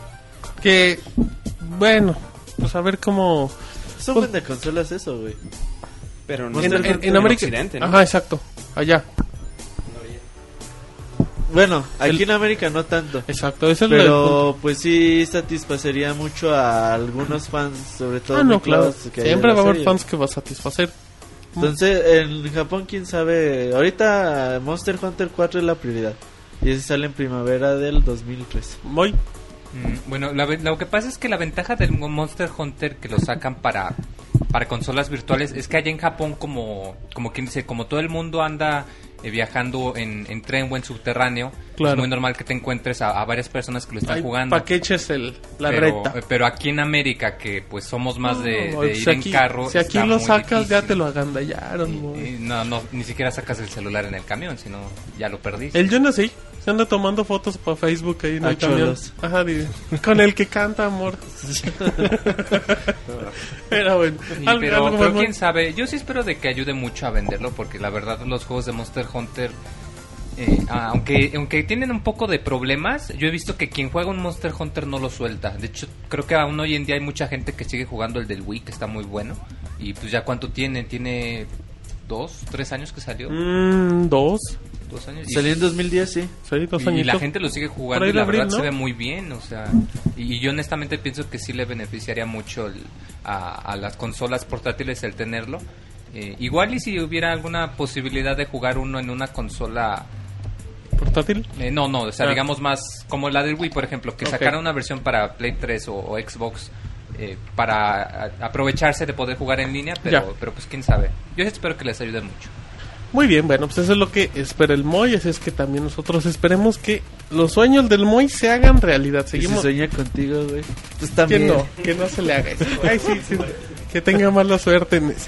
Speaker 2: Que, bueno, pues a ver cómo...
Speaker 4: Son
Speaker 2: Pues-
Speaker 4: de consolas eso, güey.
Speaker 5: Pero no
Speaker 2: En,
Speaker 5: está
Speaker 2: en-
Speaker 5: tanto
Speaker 2: en América...
Speaker 5: Occidente, ¿no?
Speaker 2: Ajá, exacto. Allá.
Speaker 4: Bueno, aquí
Speaker 2: El-
Speaker 4: en América no tanto.
Speaker 2: Exacto. Ese es el punto.
Speaker 4: Pero pues sí satisfacería mucho a algunos fans, sobre todo.
Speaker 2: Ah, no,
Speaker 4: muy
Speaker 2: claro.
Speaker 4: clavos que hay de
Speaker 2: Siempre
Speaker 4: la
Speaker 2: va a haber
Speaker 4: serie.
Speaker 2: fans que va a satisfacer.
Speaker 4: Entonces, en Japón, quién sabe. Ahorita Monster Hunter 4 es la prioridad. Y ese sale en primavera del 2003.
Speaker 2: Voy.
Speaker 6: Mm, Bueno, la ve- lo que pasa es que la ventaja del Mo- Monster Hunter que lo sacan para, para consolas virtuales es que allá en Japón, como, como quien dice, como todo el mundo anda eh, viajando en, en tren o en subterráneo,
Speaker 2: Claro.
Speaker 6: es muy normal que te encuentres a, a varias personas que lo están
Speaker 2: Ay,
Speaker 6: jugando.
Speaker 2: Pa' que eches el, la
Speaker 6: pero,
Speaker 2: recta.
Speaker 6: eh, pero aquí en América, que pues somos más de,
Speaker 2: No,
Speaker 6: de
Speaker 2: si
Speaker 6: ir
Speaker 2: aquí-
Speaker 6: en carro.
Speaker 2: Si aquí
Speaker 6: está
Speaker 2: lo
Speaker 6: muy
Speaker 2: sacas, ya
Speaker 6: difícil.
Speaker 2: te lo agandallaron,
Speaker 6: Y-
Speaker 2: güey.
Speaker 6: y No, no, ni siquiera sacas el celular en el camión, sino ya lo perdiste.
Speaker 2: El Jonas sí, se anda tomando fotos para Facebook ahí en
Speaker 4: A
Speaker 2: el camión.
Speaker 4: cholos.
Speaker 2: Ajá, di- con el que canta amor. Pero bueno,
Speaker 6: Sí,
Speaker 2: algo,
Speaker 6: pero,
Speaker 2: algo
Speaker 6: pero
Speaker 2: más,
Speaker 6: quién sabe, yo sí espero de que ayude mucho a venderlo, porque la verdad los juegos de Monster Hunter, eh, ah, aunque, aunque tienen un poco de problemas, yo he visto que quien juega un Monster Hunter no lo suelta. De hecho, creo que aún hoy en día hay mucha gente que sigue jugando el del Wii, que está muy bueno. Y pues ya cuánto tiene, tiene dos, tres años que salió.
Speaker 2: Mm, dos,
Speaker 6: Dos años. Y-
Speaker 4: Salió en 2010, sí.
Speaker 2: sí, dos
Speaker 6: y la
Speaker 2: añitos.
Speaker 6: gente lo sigue
Speaker 2: Por
Speaker 6: jugando
Speaker 2: ahí
Speaker 6: y
Speaker 2: de
Speaker 6: la
Speaker 2: abril,
Speaker 6: verdad se
Speaker 2: ¿no?
Speaker 6: ve muy bien, o sea, y, y yo honestamente pienso que sí le beneficiaría mucho el- a, a las consolas portátiles el tenerlo. Eh, igual y si hubiera alguna posibilidad de jugar uno en una consola,
Speaker 2: Portátil.
Speaker 6: eh, no, no, o sea,
Speaker 2: Ah.
Speaker 6: digamos más como la del Wii, por ejemplo, que
Speaker 2: Ok.
Speaker 6: sacara una versión para Play 3 o, o Xbox. eh, para a- aprovecharse de poder jugar en línea,
Speaker 2: Ya.
Speaker 6: pero, pero pues quién sabe. Yo espero que les ayude mucho.
Speaker 2: Muy bien, bueno, pues eso es lo que espera el Moy. Así es que también nosotros esperemos que los sueños del Moy se hagan realidad.
Speaker 4: Y Si
Speaker 2: Seguimos.
Speaker 4: sueña contigo, güey. Pues
Speaker 2: Que
Speaker 4: también.
Speaker 2: no, que no se le haga eso. Ay, sí, sí, que tenga mala suerte en eso.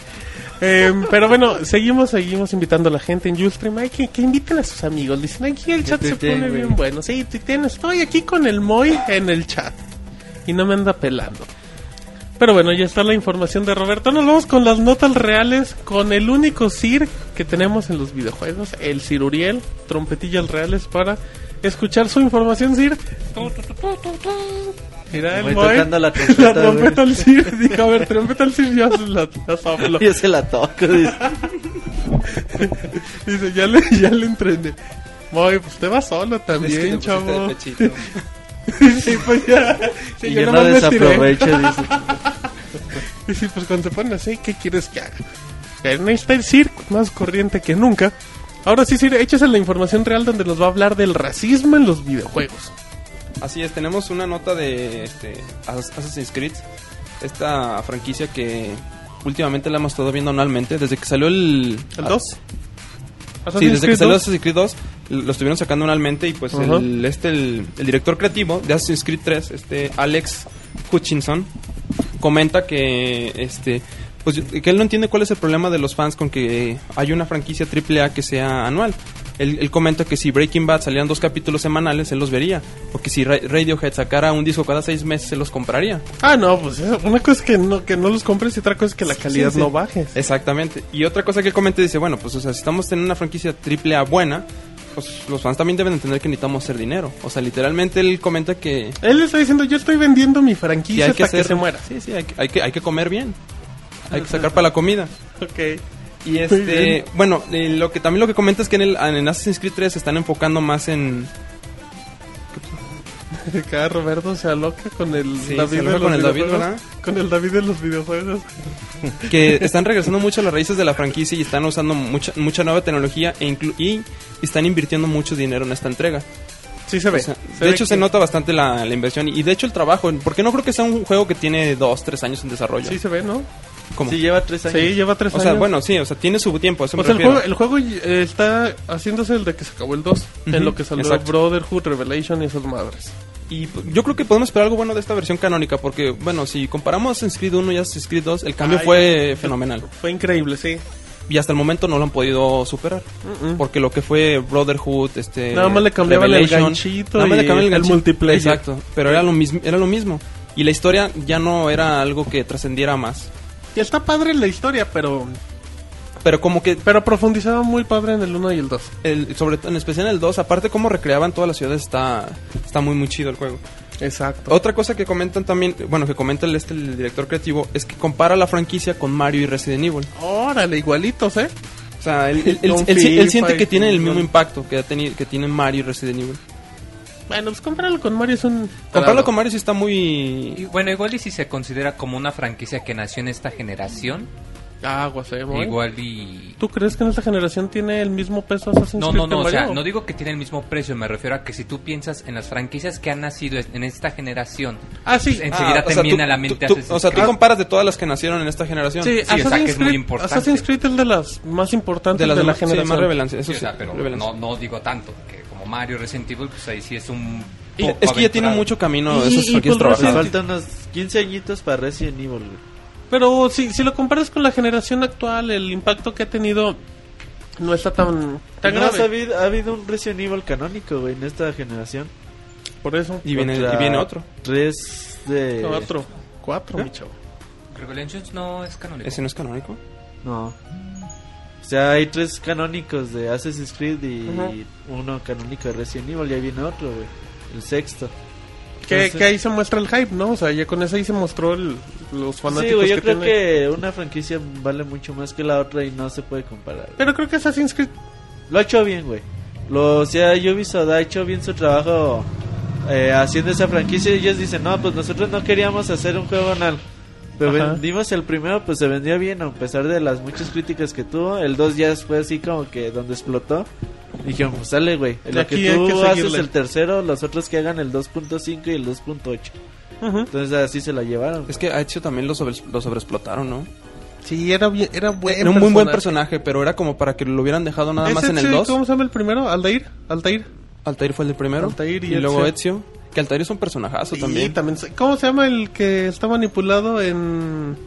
Speaker 2: Eh, pero bueno, seguimos seguimos invitando a la gente en Ustream. Ay, que, que inviten a sus amigos. Dicen, aquí el chat se
Speaker 4: tuiteen,
Speaker 2: pone
Speaker 4: güey.
Speaker 2: bien bueno. Sí, tuiteen, estoy aquí con el Moy en el chat. Y no me anda pelando. Pero bueno, ya está la información de Roberto. Nos vamos con las notas reales, con el único Sir que tenemos en los videojuegos, el Sir Uriel, trompetillas reales para escuchar su información, Sir. Tu, tu, tu, tu, tu, tu. Mira el
Speaker 4: Voy
Speaker 2: boy.
Speaker 4: tocando la trompeta,
Speaker 2: La
Speaker 4: güey.
Speaker 2: trompeta al Sir. Dijo, a ver, trompeta al Sir, ya se la, la soplo.
Speaker 4: Yo se la toco. dice.
Speaker 2: Dice, ya le, ya le entrené. Boy, pues te vas solo también,
Speaker 5: Es que te pusiste
Speaker 2: chavo.
Speaker 5: de pechito.
Speaker 2: sí, pues ya. Sí,
Speaker 4: y
Speaker 2: yo
Speaker 4: yo no
Speaker 2: nomás me estiré.
Speaker 4: desaprovecho, dice.
Speaker 2: Y si pues cuando te ponen así, ¿qué quieres que haga? En está el circo, más corriente que nunca. Ahora sí, Sir, échese la información real donde nos va a hablar del racismo en los videojuegos.
Speaker 5: Así es, tenemos una nota de este, As- Assassin's Creed, esta franquicia que últimamente la hemos estado viendo anualmente, desde que salió el...
Speaker 2: ¿El
Speaker 5: ah,
Speaker 2: 2?
Speaker 5: Sí, desde que salió Assassin's Creed 2, lo estuvieron sacando anualmente y pues
Speaker 2: Ajá.
Speaker 5: el, este, el, el director creativo de Assassin's Creed 3, este Alex Hutchinson, comenta que este pues que él no entiende cuál es el problema de los fans con que hay una franquicia AAA que sea anual. Él, él comenta que si Breaking Bad salían dos capítulos semanales, él los vería. O que si Ra- Radiohead sacara un disco cada seis meses, se los compraría.
Speaker 2: Ah, no, pues eso, una cosa es que no, que no los compres y otra cosa es que la calidad
Speaker 5: sí, sí.
Speaker 2: no baje.
Speaker 5: Exactamente. Y otra cosa que él comenta dice, bueno, pues o sea, si estamos en una franquicia triple A buena, pues los fans también deben entender que necesitamos hacer dinero. O sea, literalmente él comenta que,
Speaker 2: Él le está diciendo, yo estoy vendiendo mi
Speaker 5: que
Speaker 2: franquicia
Speaker 5: hay
Speaker 2: hasta
Speaker 5: que hacer,
Speaker 2: que se muera.
Speaker 5: Sí, sí, hay que, hay que, hay que comer bien. Hay que sacar para la comida.
Speaker 2: Ok.
Speaker 5: Y
Speaker 2: Muy bien.
Speaker 5: este, bueno, eh, lo que también lo que comenta es que en, el, en Assassin's Creed 3 se están enfocando más en
Speaker 2: Acá Roberto se aloca con el
Speaker 5: Sí,
Speaker 2: David
Speaker 5: se aloca
Speaker 2: de los
Speaker 5: con el David,
Speaker 2: videojuegos.
Speaker 5: ¿verdad?
Speaker 2: Con el David de los videojuegos.
Speaker 5: que están regresando mucho a las raíces de la franquicia y están usando mucha mucha nueva tecnología e inclu- y están invirtiendo mucho dinero en esta entrega.
Speaker 2: Sí se ve.
Speaker 5: O sea,
Speaker 2: Se
Speaker 5: de
Speaker 2: ve
Speaker 5: hecho,
Speaker 2: que-
Speaker 5: se nota bastante la, la inversión y de hecho el trabajo. Porque no creo que sea un juego que tiene dos, tres años en desarrollo.
Speaker 2: Sí se ve, ¿no?
Speaker 5: ¿Cómo?
Speaker 4: Sí, lleva tres años.
Speaker 2: Sí, lleva tres
Speaker 5: o
Speaker 2: años.
Speaker 5: sea, bueno, sí, o sea, tiene su tiempo. a Eso
Speaker 2: O
Speaker 5: me
Speaker 2: sea, el
Speaker 5: refiero.
Speaker 2: juego, el juego eh, está haciéndose el de que se acabó el 2, en
Speaker 5: Ujú,
Speaker 2: lo que salió
Speaker 5: exacto.
Speaker 2: Brotherhood, Revelation y esas madres.
Speaker 5: Y p- yo creo que podemos esperar algo bueno de esta versión canónica. Porque, bueno, si comparamos Assassin's Creed 1 y Assassin's Creed 2, el cambio
Speaker 2: Ay,
Speaker 5: fue fenomenal.
Speaker 2: Fue increíble, sí.
Speaker 5: Y hasta el momento no lo han podido superar. Porque lo que fue Brotherhood, este.
Speaker 2: Nada más le cambiaban el
Speaker 5: Revelation,
Speaker 2: ganchito
Speaker 5: nada más le
Speaker 2: y
Speaker 5: cambiaban
Speaker 2: el
Speaker 5: ganchito.
Speaker 2: multiplayer.
Speaker 5: Exacto. Pero era lo, mismo, era lo mismo. Y la historia ya no era algo que trascendiera más.
Speaker 2: Y está padre la historia, pero
Speaker 5: Pero como que
Speaker 2: pero profundizaba muy padre en el 1 y el 2.
Speaker 5: el, sobre en especial en el 2, aparte cómo recreaban todas las ciudades está está muy muy chido el juego.
Speaker 2: Exacto.
Speaker 5: Otra cosa que comentan también, bueno, que comenta el, este, el director creativo es que compara la franquicia con Mario y Resident Evil.
Speaker 2: Órale, igualitos, ¿eh?
Speaker 5: O sea, él, él- él-
Speaker 2: Con
Speaker 5: él si- él
Speaker 2: FIFA
Speaker 5: siente
Speaker 2: y
Speaker 5: que tienen el
Speaker 2: con-
Speaker 5: mismo impacto que ha tenido que tienen Mario y Resident Evil.
Speaker 2: Bueno, pues comprarlo con Mario es un...
Speaker 5: Compararlo
Speaker 6: Claro.
Speaker 5: con Mario sí está
Speaker 6: Y
Speaker 5: muy
Speaker 6: bueno, igual y si se considera como una franquicia que nació en esta generación,
Speaker 2: Aguas, eh, boy.
Speaker 6: igual y...
Speaker 2: ¿Tú crees que en esta generación tiene el mismo peso Assassin's
Speaker 6: No,
Speaker 2: Creed
Speaker 6: no,
Speaker 2: que
Speaker 6: no, o
Speaker 2: Mario?
Speaker 6: sea, no digo que tiene el mismo precio, me refiero a que si tú piensas en las franquicias que han nacido en esta generación,
Speaker 2: Ah, sí.
Speaker 6: En- Enseguida
Speaker 5: o sea,
Speaker 6: te
Speaker 5: tú-
Speaker 6: viene a la
Speaker 5: tú-
Speaker 6: mente
Speaker 5: tú-
Speaker 6: Assassin's
Speaker 5: O sea, tú
Speaker 6: Creed.
Speaker 5: comparas de todas las que nacieron en esta generación.
Speaker 2: Ah. Sí,
Speaker 5: Sí,
Speaker 6: sea, que
Speaker 2: Assassin's,
Speaker 6: es muy
Speaker 2: Creed,
Speaker 6: importante.
Speaker 2: Assassin's Creed es de las más importantes de,
Speaker 5: de las
Speaker 2: la
Speaker 5: sí,
Speaker 2: generación.
Speaker 5: más revelancia, eso
Speaker 6: o
Speaker 5: sí,
Speaker 6: sea, pero
Speaker 5: revelancia.
Speaker 6: no, no digo tanto, que como Mario Resident Evil, pues ahí sí es un...
Speaker 5: Y-
Speaker 6: poco
Speaker 5: es que ya tiene
Speaker 6: aventurado.
Speaker 5: mucho camino
Speaker 2: Y-
Speaker 5: esas
Speaker 2: y
Speaker 5: franquicias
Speaker 2: pues, Resident-
Speaker 4: Me
Speaker 5: trabajadas.
Speaker 4: faltan unos 15 añitos para Resident Evil, güey.
Speaker 2: Pero si, si lo comparas con la generación actual, el impacto que ha tenido no está tan, tan
Speaker 4: No
Speaker 2: grave.
Speaker 4: ha habido, ha habido un Resident Evil canónico, güey, en esta generación.
Speaker 2: Por eso.
Speaker 5: Y viene,
Speaker 4: Contra
Speaker 5: y viene otro.
Speaker 4: Tres
Speaker 2: Eh,
Speaker 4: de...
Speaker 2: Cuatro. Cuatro, mi chavo.
Speaker 6: Revelations no es canónico.
Speaker 5: ¿Ese no es canónico?
Speaker 4: No. O sea, hay tres canónicos de Assassin's Creed y
Speaker 2: Ajá.
Speaker 4: uno canónico de Resident Evil y ahí viene otro, güey. El sexto.
Speaker 2: Que,
Speaker 4: Entonces-
Speaker 2: que ahí se muestra el hype, ¿no? O sea, ya con eso ahí se mostró el- los fanáticos
Speaker 4: Sí, güey, yo
Speaker 2: que
Speaker 4: creo
Speaker 2: tiene.
Speaker 4: que una franquicia vale mucho más que la otra y no se puede comparar. güey.
Speaker 2: Pero creo que Assassin's Creed...
Speaker 4: Lo ha hecho bien, güey. Lo, o sea, Ubisoft ha hecho bien su trabajo eh, haciendo esa franquicia. Y ellos dicen, no, pues nosotros no queríamos hacer un juego anal. Pero
Speaker 2: Ajá.
Speaker 4: vendimos el primero, pues se vendió bien, a pesar de las muchas críticas que tuvo. El 2 ya fue así como que donde explotó. Dijeron, pues sale, güey. En
Speaker 2: De
Speaker 4: Lo que
Speaker 2: aquí hay
Speaker 4: tú
Speaker 2: que
Speaker 4: haces
Speaker 2: seguirle.
Speaker 4: el tercero, los otros que hagan el 2.5 y el 2.8.
Speaker 2: Ujú.
Speaker 4: Entonces así se la llevaron.
Speaker 5: Es que a Ezio también lo, sobre, lo sobreexplotaron, ¿no?
Speaker 2: Sí, era, bien- era buen
Speaker 5: era un muy buen
Speaker 2: personaje.
Speaker 5: personaje, pero era como para que lo hubieran dejado nada más
Speaker 2: ¿Es
Speaker 5: en el
Speaker 2: Ezio?
Speaker 5: 2.
Speaker 2: ¿Cómo se llama el primero? Aldair. Aldair.
Speaker 5: Altair fue el primero.
Speaker 2: Altair y
Speaker 5: luego
Speaker 2: Ezio.
Speaker 5: Ezio. Que Altair es un personajazo
Speaker 2: Sí,
Speaker 5: también.
Speaker 2: se- ¿Cómo se llama el que está manipulado en...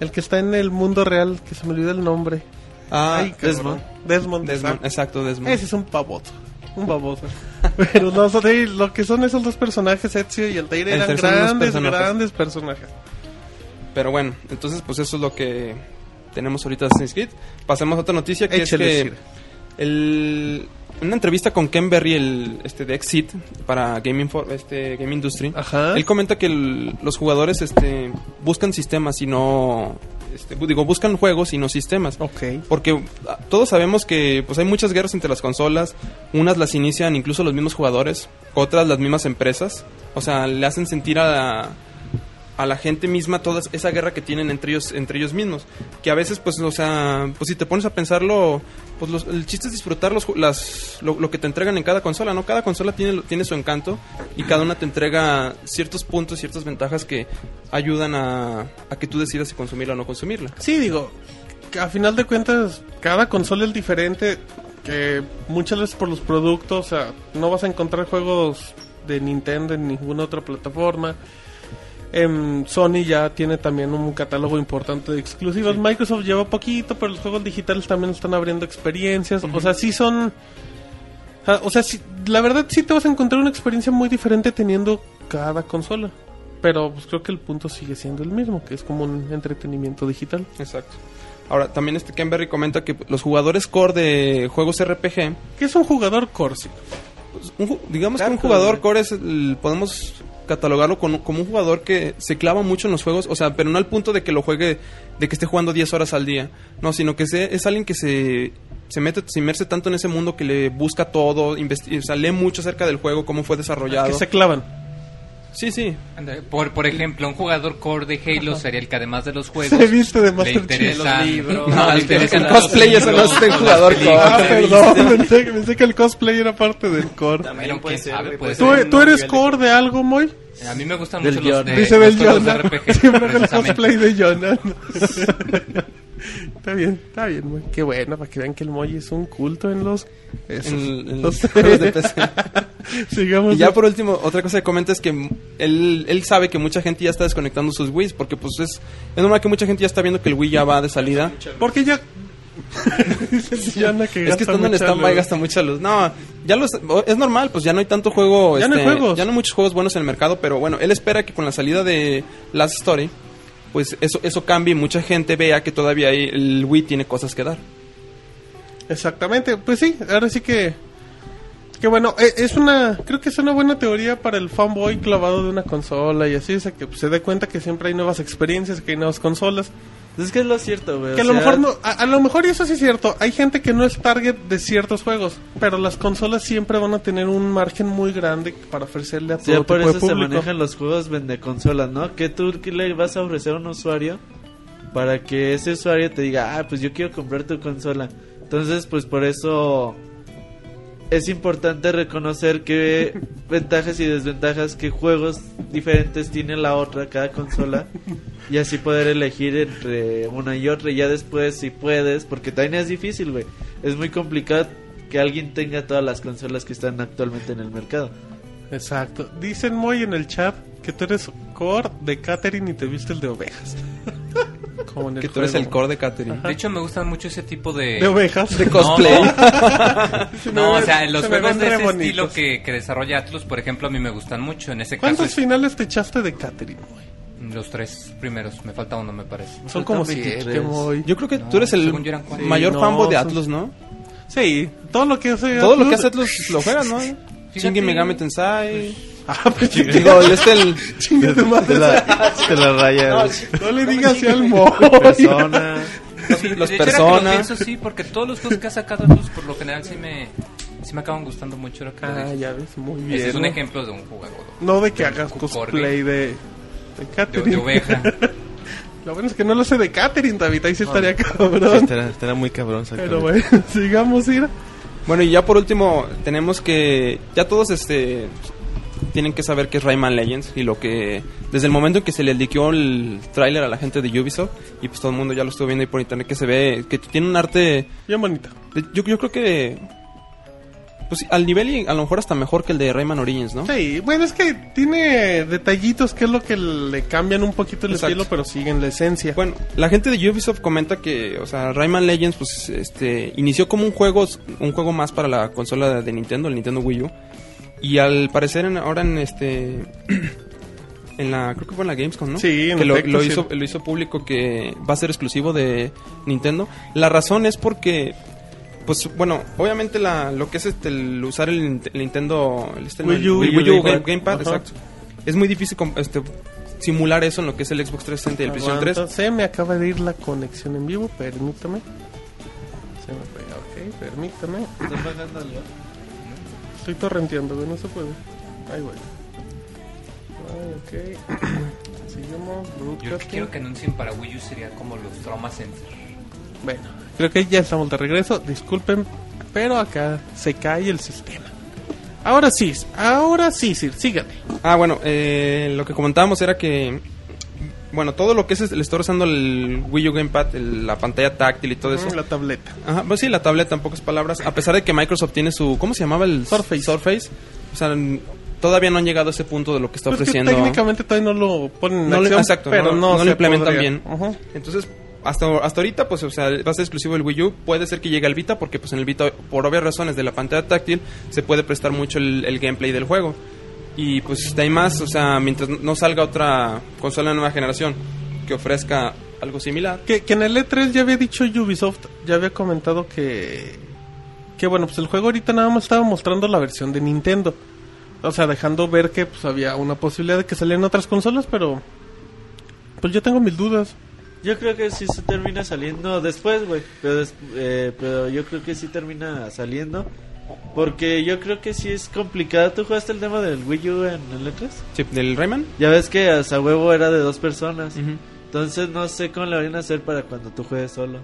Speaker 2: El que está en el mundo real, que se me olvida el nombre.
Speaker 5: Ah,
Speaker 2: cabrón.
Speaker 5: Desmond.
Speaker 2: Desmond.
Speaker 5: Desmond,
Speaker 2: exacto.
Speaker 5: exacto, Desmond.
Speaker 2: Ese es un pavoso. Un baboso. Pero no, son- sí, lo que son esos dos personajes, Ezio y Altair,
Speaker 5: El
Speaker 2: eran
Speaker 5: tercero son unos
Speaker 2: grandes,
Speaker 5: personajes.
Speaker 2: grandes personajes.
Speaker 5: Pero bueno, entonces pues eso es lo que tenemos ahorita de Assassin's Creed. Pasemos a otra noticia que
Speaker 2: Échale,
Speaker 5: es que
Speaker 2: Sir.
Speaker 5: el, en una entrevista con Ken Berry, el este de Exit para Game, Info- este, Game Industry,
Speaker 2: Ajá.
Speaker 5: él comenta que el- los jugadores este, buscan sistemas y no este, bu- digo buscan juegos y no sistemas.
Speaker 2: Ok.
Speaker 5: Porque ah, todos sabemos que pues hay muchas guerras entre las consolas, unas las inician incluso los mismos jugadores, otras las mismas empresas, o sea, le hacen sentir a la, a la gente misma toda esa guerra que tienen entre ellos entre ellos mismos, que a veces pues o sea, pues si te pones a pensarlo, pues los- el chiste es disfrutar los ju- las lo, lo que te entregan en cada consola, ¿no? Cada consola tiene lo- tiene su encanto y cada una te entrega ciertos puntos, ciertas ventajas que ayudan a, a que tú decidas si consumirla o no consumirla.
Speaker 2: Sí, digo, que a final de cuentas, cada consola es diferente. Que muchas veces por los productos, o sea, no vas a encontrar juegos de Nintendo en ninguna otra plataforma. Em, Sony ya tiene también un catálogo importante de exclusivos. Microsoft lleva poquito, pero los juegos digitales también están abriendo experiencias. O sea, sí son. ah, O sea, sí- la verdad sí te vas a encontrar una experiencia muy diferente teniendo cada consola. Pero pues creo que el punto sigue siendo el mismo, que es como un entretenimiento digital.
Speaker 5: Exacto. Ahora, también este Ken Berry comenta que los jugadores core de juegos RPG,
Speaker 2: ¿Qué es un jugador corsi?
Speaker 5: pues, un ju- digamos
Speaker 4: Claro,
Speaker 5: que un jugador
Speaker 4: claro.
Speaker 5: core es el- podemos catalogarlo con- como un jugador que se clava mucho en los juegos, o sea, pero no al punto de que lo juegue, de que esté jugando 10 horas al día, no, sino que se- es alguien que se, se mete, se inmerse tanto en ese mundo que le busca todo, investi- o sea, lee mucho acerca del juego, cómo fue desarrollado.
Speaker 2: Ah, Que se clavan.
Speaker 5: Sí, sí,
Speaker 6: Ándale, Por, por ejemplo, un jugador core de Halo sería el que además de los juegos...
Speaker 2: Se viste de
Speaker 6: le
Speaker 2: Master Chief.
Speaker 6: interesan-
Speaker 2: Los
Speaker 5: No, el
Speaker 6: le
Speaker 5: que-
Speaker 6: interesan
Speaker 5: el
Speaker 6: los
Speaker 5: cosplay, eso no
Speaker 6: libros,
Speaker 5: es de
Speaker 6: las
Speaker 5: jugador core.
Speaker 6: películas.
Speaker 2: Ah, perdón, pensé, pensé que el cosplay era parte del core.
Speaker 6: Bueno, quién sabe, puede
Speaker 2: ¿Tú,
Speaker 6: ser. Eh,
Speaker 2: tú eres core de algo, Moy?
Speaker 6: A mí me gustan
Speaker 4: Del
Speaker 6: mucho los de,
Speaker 4: John.
Speaker 2: Dice
Speaker 6: los
Speaker 2: del
Speaker 6: juegos de
Speaker 2: Jonan.
Speaker 6: RPG.
Speaker 2: Siempre con el
Speaker 6: precisamente.
Speaker 2: cosplay de Jonan. está bien, está bien, Moy. Qué bueno, para que vean que el Moy es un culto en los... esos-
Speaker 5: en, en
Speaker 2: los-
Speaker 5: los juegos de PC.
Speaker 2: Sigamos.
Speaker 5: Y ya por último, otra cosa que comenta es que él, él sabe que mucha gente ya está desconectando sus Wii's porque pues es, es normal que mucha gente ya está viendo que el Wii ya va de salida.
Speaker 2: Porque ya Diana que
Speaker 5: Es que
Speaker 2: gasta
Speaker 5: estando en
Speaker 2: mucha
Speaker 5: stand-by
Speaker 2: luz.
Speaker 5: gasta mucha luz. No, ya los, es normal, pues ya no hay tanto juego.
Speaker 2: Ya no hay
Speaker 5: este,
Speaker 2: juegos.
Speaker 5: Ya no hay muchos juegos buenos en el mercado, pero bueno, él espera que con la salida de Last Story, pues eso, eso cambie y mucha gente vea que todavía hay- el Wii tiene cosas que dar.
Speaker 2: Exactamente, pues sí, ahora sí que. Que bueno, e- es una. Creo que es una buena teoría para el fanboy clavado de una consola y así, o sea, que pues, se dé cuenta que siempre hay nuevas experiencias, que hay nuevas consolas.
Speaker 4: Es que es lo cierto, güey. o
Speaker 2: que a lo
Speaker 4: sea,
Speaker 2: mejor no. A, a lo mejor, y eso sí es cierto, hay gente que no es target de ciertos juegos, pero las consolas siempre van a tener un margen muy grande para ofrecerle a
Speaker 4: Sí,
Speaker 2: todo
Speaker 4: ya
Speaker 2: tipo
Speaker 4: por
Speaker 2: de
Speaker 4: eso se
Speaker 2: público.
Speaker 4: manejan los juegos vende consolas, ¿no? Que tú le vas a ofrecer a un usuario para que ese usuario te diga, ah, pues yo quiero comprar tu consola. Entonces, pues por eso es importante reconocer qué ventajas y desventajas, qué juegos diferentes tiene la otra, cada consola, y así poder elegir entre una y otra. Y ya después, si puedes, porque también es difícil, güey. Es muy complicado que alguien tenga todas las consolas que están actualmente en el mercado.
Speaker 2: Exacto. Dicen muy en el chat que tú eres core de Catherine y te viste el de ovejas. Como en el
Speaker 5: Que tú eres
Speaker 2: juego.
Speaker 5: el core de Catherine.
Speaker 6: De hecho, me gustan mucho ese tipo de...
Speaker 2: De ovejas.
Speaker 5: De cosplay.
Speaker 2: Se me
Speaker 6: No, o
Speaker 2: ven-
Speaker 6: sea, en los
Speaker 2: se me
Speaker 6: juegos
Speaker 2: ven
Speaker 6: de
Speaker 2: re
Speaker 6: ese
Speaker 2: bonitos.
Speaker 6: estilo que, que desarrolla Atlus, por ejemplo, a mí me gustan mucho. En ese caso,
Speaker 2: ¿Cuántos
Speaker 6: es-
Speaker 2: finales te echaste de Catherine, güey?
Speaker 6: los tres primeros. Me falta uno, me parece.
Speaker 2: Son como
Speaker 4: Faltan
Speaker 2: si
Speaker 4: 23.
Speaker 5: Yo creo que
Speaker 6: No,
Speaker 5: tú eres
Speaker 6: según
Speaker 5: el
Speaker 6: yo eran cuatro.
Speaker 5: mayor
Speaker 2: Sí, no,
Speaker 5: fanboy de
Speaker 2: son-
Speaker 5: Atlus, ¿no?
Speaker 2: Sí, todo lo que hace.
Speaker 5: Todo lo que
Speaker 2: Atlus-
Speaker 5: hace Atlus lo juega, ¿no? Shingin Megami Tensei.
Speaker 2: Ah, pues chingue-
Speaker 5: Digo, el este el...
Speaker 2: chingue tu madre.
Speaker 7: Te la, te la
Speaker 2: No,
Speaker 7: rayas.
Speaker 2: no le digas así al mo.
Speaker 7: Persona.
Speaker 6: Sí,
Speaker 5: los
Speaker 6: de hecho, ahora que
Speaker 5: Persona.
Speaker 6: lo pienso, sí, porque todos los juegos que ha sacado Atlus, por lo general, sí me, sí me acaban gustando mucho. ahora que lo
Speaker 2: Ah,
Speaker 6: dices.
Speaker 2: ya ves, muy bien.
Speaker 6: Ese es un
Speaker 2: ¿no?
Speaker 6: ejemplo de un juego
Speaker 2: No de que hagas
Speaker 6: Corgi.
Speaker 2: cosplay de. De
Speaker 6: de,
Speaker 2: Catherine.
Speaker 6: de oveja.
Speaker 2: Lo bueno es que no lo sé de Catherine, David. Ahí sí estaría
Speaker 3: Sí,
Speaker 2: cabrón.
Speaker 3: estará, estará muy cabrón.
Speaker 2: Pero
Speaker 3: exactamente.
Speaker 2: bueno, sigamos ir.
Speaker 5: Bueno, y ya por último, tenemos que. Ya todos este tienen que saber qué es Rayman Legends y lo que. Desde el momento en que se le liqueó el tráiler a la gente de Ubisoft, y pues todo el mundo ya lo estuvo viendo ahí por internet, que se ve que tiene un arte.
Speaker 2: Bien bonita.
Speaker 5: de- yo, yo creo que. Pues al nivel y a lo mejor hasta mejor que el de Rayman Origins, ¿no?
Speaker 2: Sí, bueno, es que tiene detallitos que es lo que le cambian un poquito el
Speaker 5: Exacto.
Speaker 2: estilo, pero siguen la esencia.
Speaker 5: Bueno, la gente de Ubisoft comenta que, o sea, Rayman Legends, pues, este, inició como un juego, un juego más para la consola de Nintendo, el Nintendo Wii U, y al parecer en- ahora en este, en la, creo que fue en la Gamescom, ¿no?
Speaker 2: Sí, en
Speaker 5: que lo,
Speaker 2: efecto,
Speaker 5: lo
Speaker 2: sí.
Speaker 5: hizo, lo hizo público que va a ser exclusivo de Nintendo. La razón es porque, pues, bueno, obviamente la, lo que es este, el usar el, Nint- el Nintendo, el, este,
Speaker 2: Wii U,
Speaker 5: el
Speaker 2: Wii U
Speaker 5: Game-
Speaker 2: Gamepad.
Speaker 5: Gamepad,
Speaker 2: Ajá.
Speaker 5: exacto. Es muy difícil, com- este, simular eso en lo que es el Xbox 360 y el PlayStation 3.
Speaker 2: Aguanta, Se me acaba de ir la conexión en vivo, permítame. Se me pega, ok, permítame.
Speaker 4: ¿Están bajando algo?
Speaker 2: Estoy torrenteando, güey, no se puede. Ahí, güey. Ay, ok. Sigamos.
Speaker 6: Yo
Speaker 2: broadcasting.
Speaker 6: quiero que anuncien para Wii U sería como los Trauma Center.
Speaker 2: Bueno, creo que ya estamos de regreso. Disculpen, pero acá se cae el sistema. Ahora sí, ahora sí, Sir, sígane.
Speaker 5: Ah, bueno, eh, lo que comentábamos era que. Bueno, todo lo que es. Le estoy usando el Wii U Gamepad, el- la pantalla táctil y todo eso.
Speaker 2: La tableta.
Speaker 5: Ajá, pues sí, la tableta, en pocas palabras. A pesar de que Microsoft tiene su. ¿Cómo se llamaba el
Speaker 2: Surface.
Speaker 5: O sea, n- todavía no han llegado a ese punto de lo que está
Speaker 2: Pues que
Speaker 5: ofreciendo.
Speaker 2: técnicamente todavía no lo ponen en
Speaker 5: No lo-
Speaker 2: acción,
Speaker 5: exacto,
Speaker 2: pero
Speaker 5: no-
Speaker 2: no,
Speaker 5: no lo
Speaker 2: se
Speaker 5: implementan
Speaker 2: podría.
Speaker 5: bien.
Speaker 2: Ujú.
Speaker 5: Entonces, hasta, hasta ahorita, pues, o sea, va a ser exclusivo el Wii U. Puede ser que llegue al Vita, porque, pues, en el Vita, por obvias razones de la pantalla táctil, se puede prestar mucho el, el gameplay del juego. Y, pues, de ahí más, o sea, mientras no salga otra consola de nueva generación que ofrezca algo similar.
Speaker 2: Que, que en el E3 ya había dicho Ubisoft, ya había comentado que. Que bueno, pues el juego ahorita nada más estaba mostrando la versión de Nintendo. O sea, dejando ver que pues había una posibilidad de que salieran otras consolas, pero. Pues yo tengo mis dudas.
Speaker 4: Yo creo que sí se termina saliendo después, güey. Pero, des- eh, pero yo creo que sí termina saliendo. Porque yo creo que sí es complicado. ¿Tú jugaste el tema del Wii U en el E3?
Speaker 5: Sí, ¿Del Rayman?
Speaker 4: Ya ves que hasta huevo era de dos personas. Entonces no sé cómo le van a hacer para cuando tú juegues solo.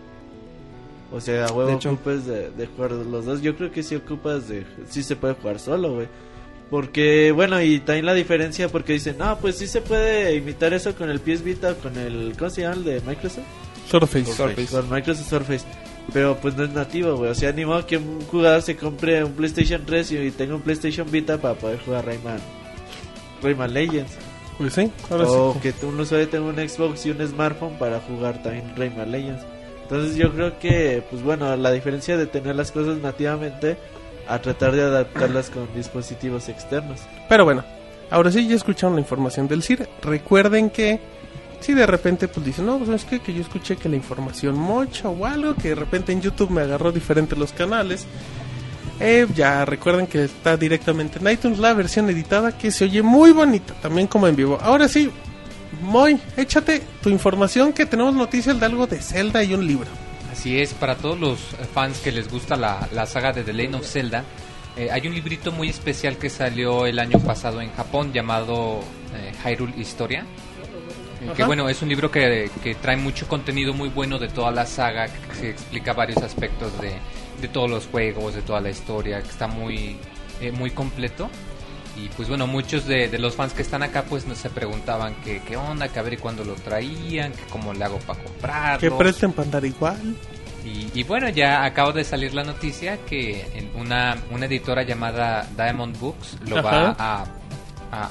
Speaker 4: O sea, a huevo
Speaker 5: De hecho.
Speaker 4: ocupes de, de jugar los dos. Yo creo que sí ocupas de... Sí se puede jugar solo, güey. Porque, bueno, y también la diferencia porque dicen, no, pues sí se puede imitar eso con el PS Vita o con el... ¿Cómo se llama el de Microsoft?
Speaker 2: Surface.
Speaker 5: Surface.
Speaker 4: Con Microsoft Surface. Pero pues no es nativo, güey. O sea, ni modo que un jugador se compre un PlayStation 3 y tenga un PlayStation Vita para poder jugar Rayman. Rayman Legends.
Speaker 2: Pues sí, ahora
Speaker 4: o
Speaker 2: sí.
Speaker 4: que un usuario tenga un Xbox y un smartphone para jugar también Rayman Legends. Entonces yo creo que, pues bueno, la diferencia de tener las cosas nativamente a tratar de adaptarlas con dispositivos externos.
Speaker 2: Pero bueno, ahora sí ya escucharon la información del CIR. Recuerden que si de repente pues dicen, no, pues es que, que yo escuché que la información mocha o algo, que de repente en YouTube me agarró diferente los canales. Eh, ya recuerden que está directamente en iTunes la versión editada que se oye muy bonita, también como en vivo. Ahora sí, Moy, échate tu información que tenemos noticias de algo de Zelda y un libro.
Speaker 6: Así es, para todos los fans que les gusta la, la saga de The Legend of Zelda, eh, hay un librito muy especial que salió el año pasado en Japón llamado eh, Hyrule Historia. Eh, Que
Speaker 2: Ajá.
Speaker 6: bueno, es un libro que, que trae mucho contenido muy bueno de toda la saga, que se explica varios aspectos de, de todos los juegos, de toda la historia, que está muy, eh, muy completo. Y pues bueno, muchos de, de los fans que están acá pues nos se preguntaban que, qué onda, que a ver cuándo lo traían, que cómo le hago para comprarlo.
Speaker 2: Que presten para andar igual.
Speaker 6: Y, y bueno, ya acaba de salir la noticia que en una, una editora llamada Diamond Books lo
Speaker 2: Ajá.
Speaker 6: va a, a-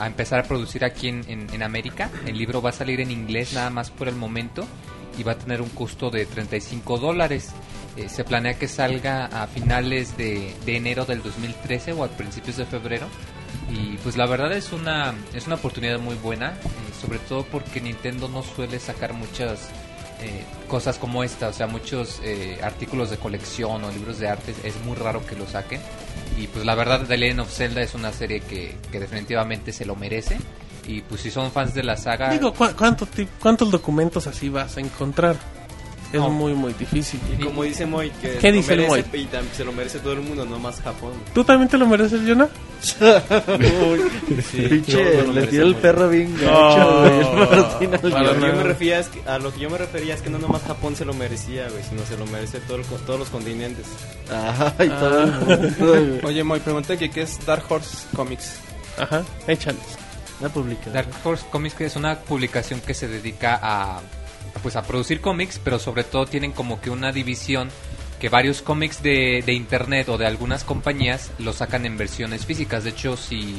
Speaker 6: a empezar a producir aquí en, en- en América. El libro va a salir en inglés nada más por el momento y va a tener un costo de 35 dólares. Eh, se planea que salga a finales de, de enero del 2013 o a principios de febrero. Y pues la verdad es una, es una oportunidad muy buena, eh, sobre todo porque Nintendo no suele sacar muchas eh, cosas como esta, o sea, muchos eh, artículos de colección o libros de arte, es muy raro que lo saquen. Y pues la verdad, The Legend of Zelda es una serie que, que definitivamente se lo merece. Y pues si son fans de la saga,
Speaker 2: Digo, ¿cu- cuánto ti- ¿cuántos documentos así vas a encontrar? Es
Speaker 6: No.
Speaker 2: muy, muy difícil.
Speaker 7: Y como dice Moy, que
Speaker 2: ¿Qué dice el
Speaker 7: merece, y tam- se lo merece todo el mundo, no más Japón.
Speaker 2: ¿Tú también te lo mereces, Jonah?
Speaker 4: Uy, pinche,
Speaker 7: yo no lo
Speaker 4: le
Speaker 7: merece
Speaker 4: tiró el
Speaker 7: mucho.
Speaker 4: perro bien gacho, güey, el Martín al
Speaker 7: A lo, que yo
Speaker 4: guión.
Speaker 7: me refería es que, a lo que yo me refería es que no nomás Japón se lo merecía, güey, sino se lo merece todo el co- todos los continentes.
Speaker 4: Ay, todo el
Speaker 2: Ah.
Speaker 4: mundo, güey.
Speaker 5: Oye, Moy, pregunté que qué es Dark Horse Comics.
Speaker 2: Ajá, échales.
Speaker 4: Una publicación.
Speaker 6: Dark Horse Comics que es una publicación que se dedica a pues a producir cómics, pero sobre todo tienen como que una división que varios cómics de, de internet o de algunas compañías los sacan en versiones físicas. De hecho, si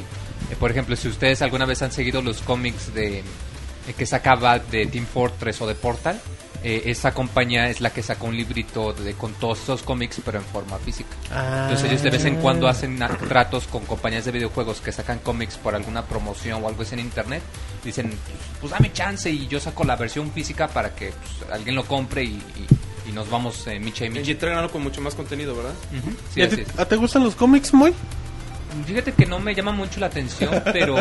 Speaker 6: eh, por ejemplo, si ustedes alguna vez han seguido los cómics de eh, que sacaba de Team Fortress o de Portal, eh, esa compañía es la que sacó un librito de, con todos esos cómics pero en forma física. Entonces ellos de vez en cuando hacen a- tratos con compañías de videojuegos que sacan cómics por alguna promoción o algo así en internet. Dicen, pues dame chance y yo saco la versión física para que pues, alguien lo compre y, y- y nos vamos eh, micha y
Speaker 5: Y
Speaker 6: micha.
Speaker 5: entregan algo con mucho más contenido, ¿verdad?
Speaker 6: Ujú, sí,
Speaker 2: ¿Y a
Speaker 6: así
Speaker 2: ti-
Speaker 6: es.
Speaker 2: a te gustan los cómics, Moy?
Speaker 6: Fíjate que no me llama mucho la atención, pero,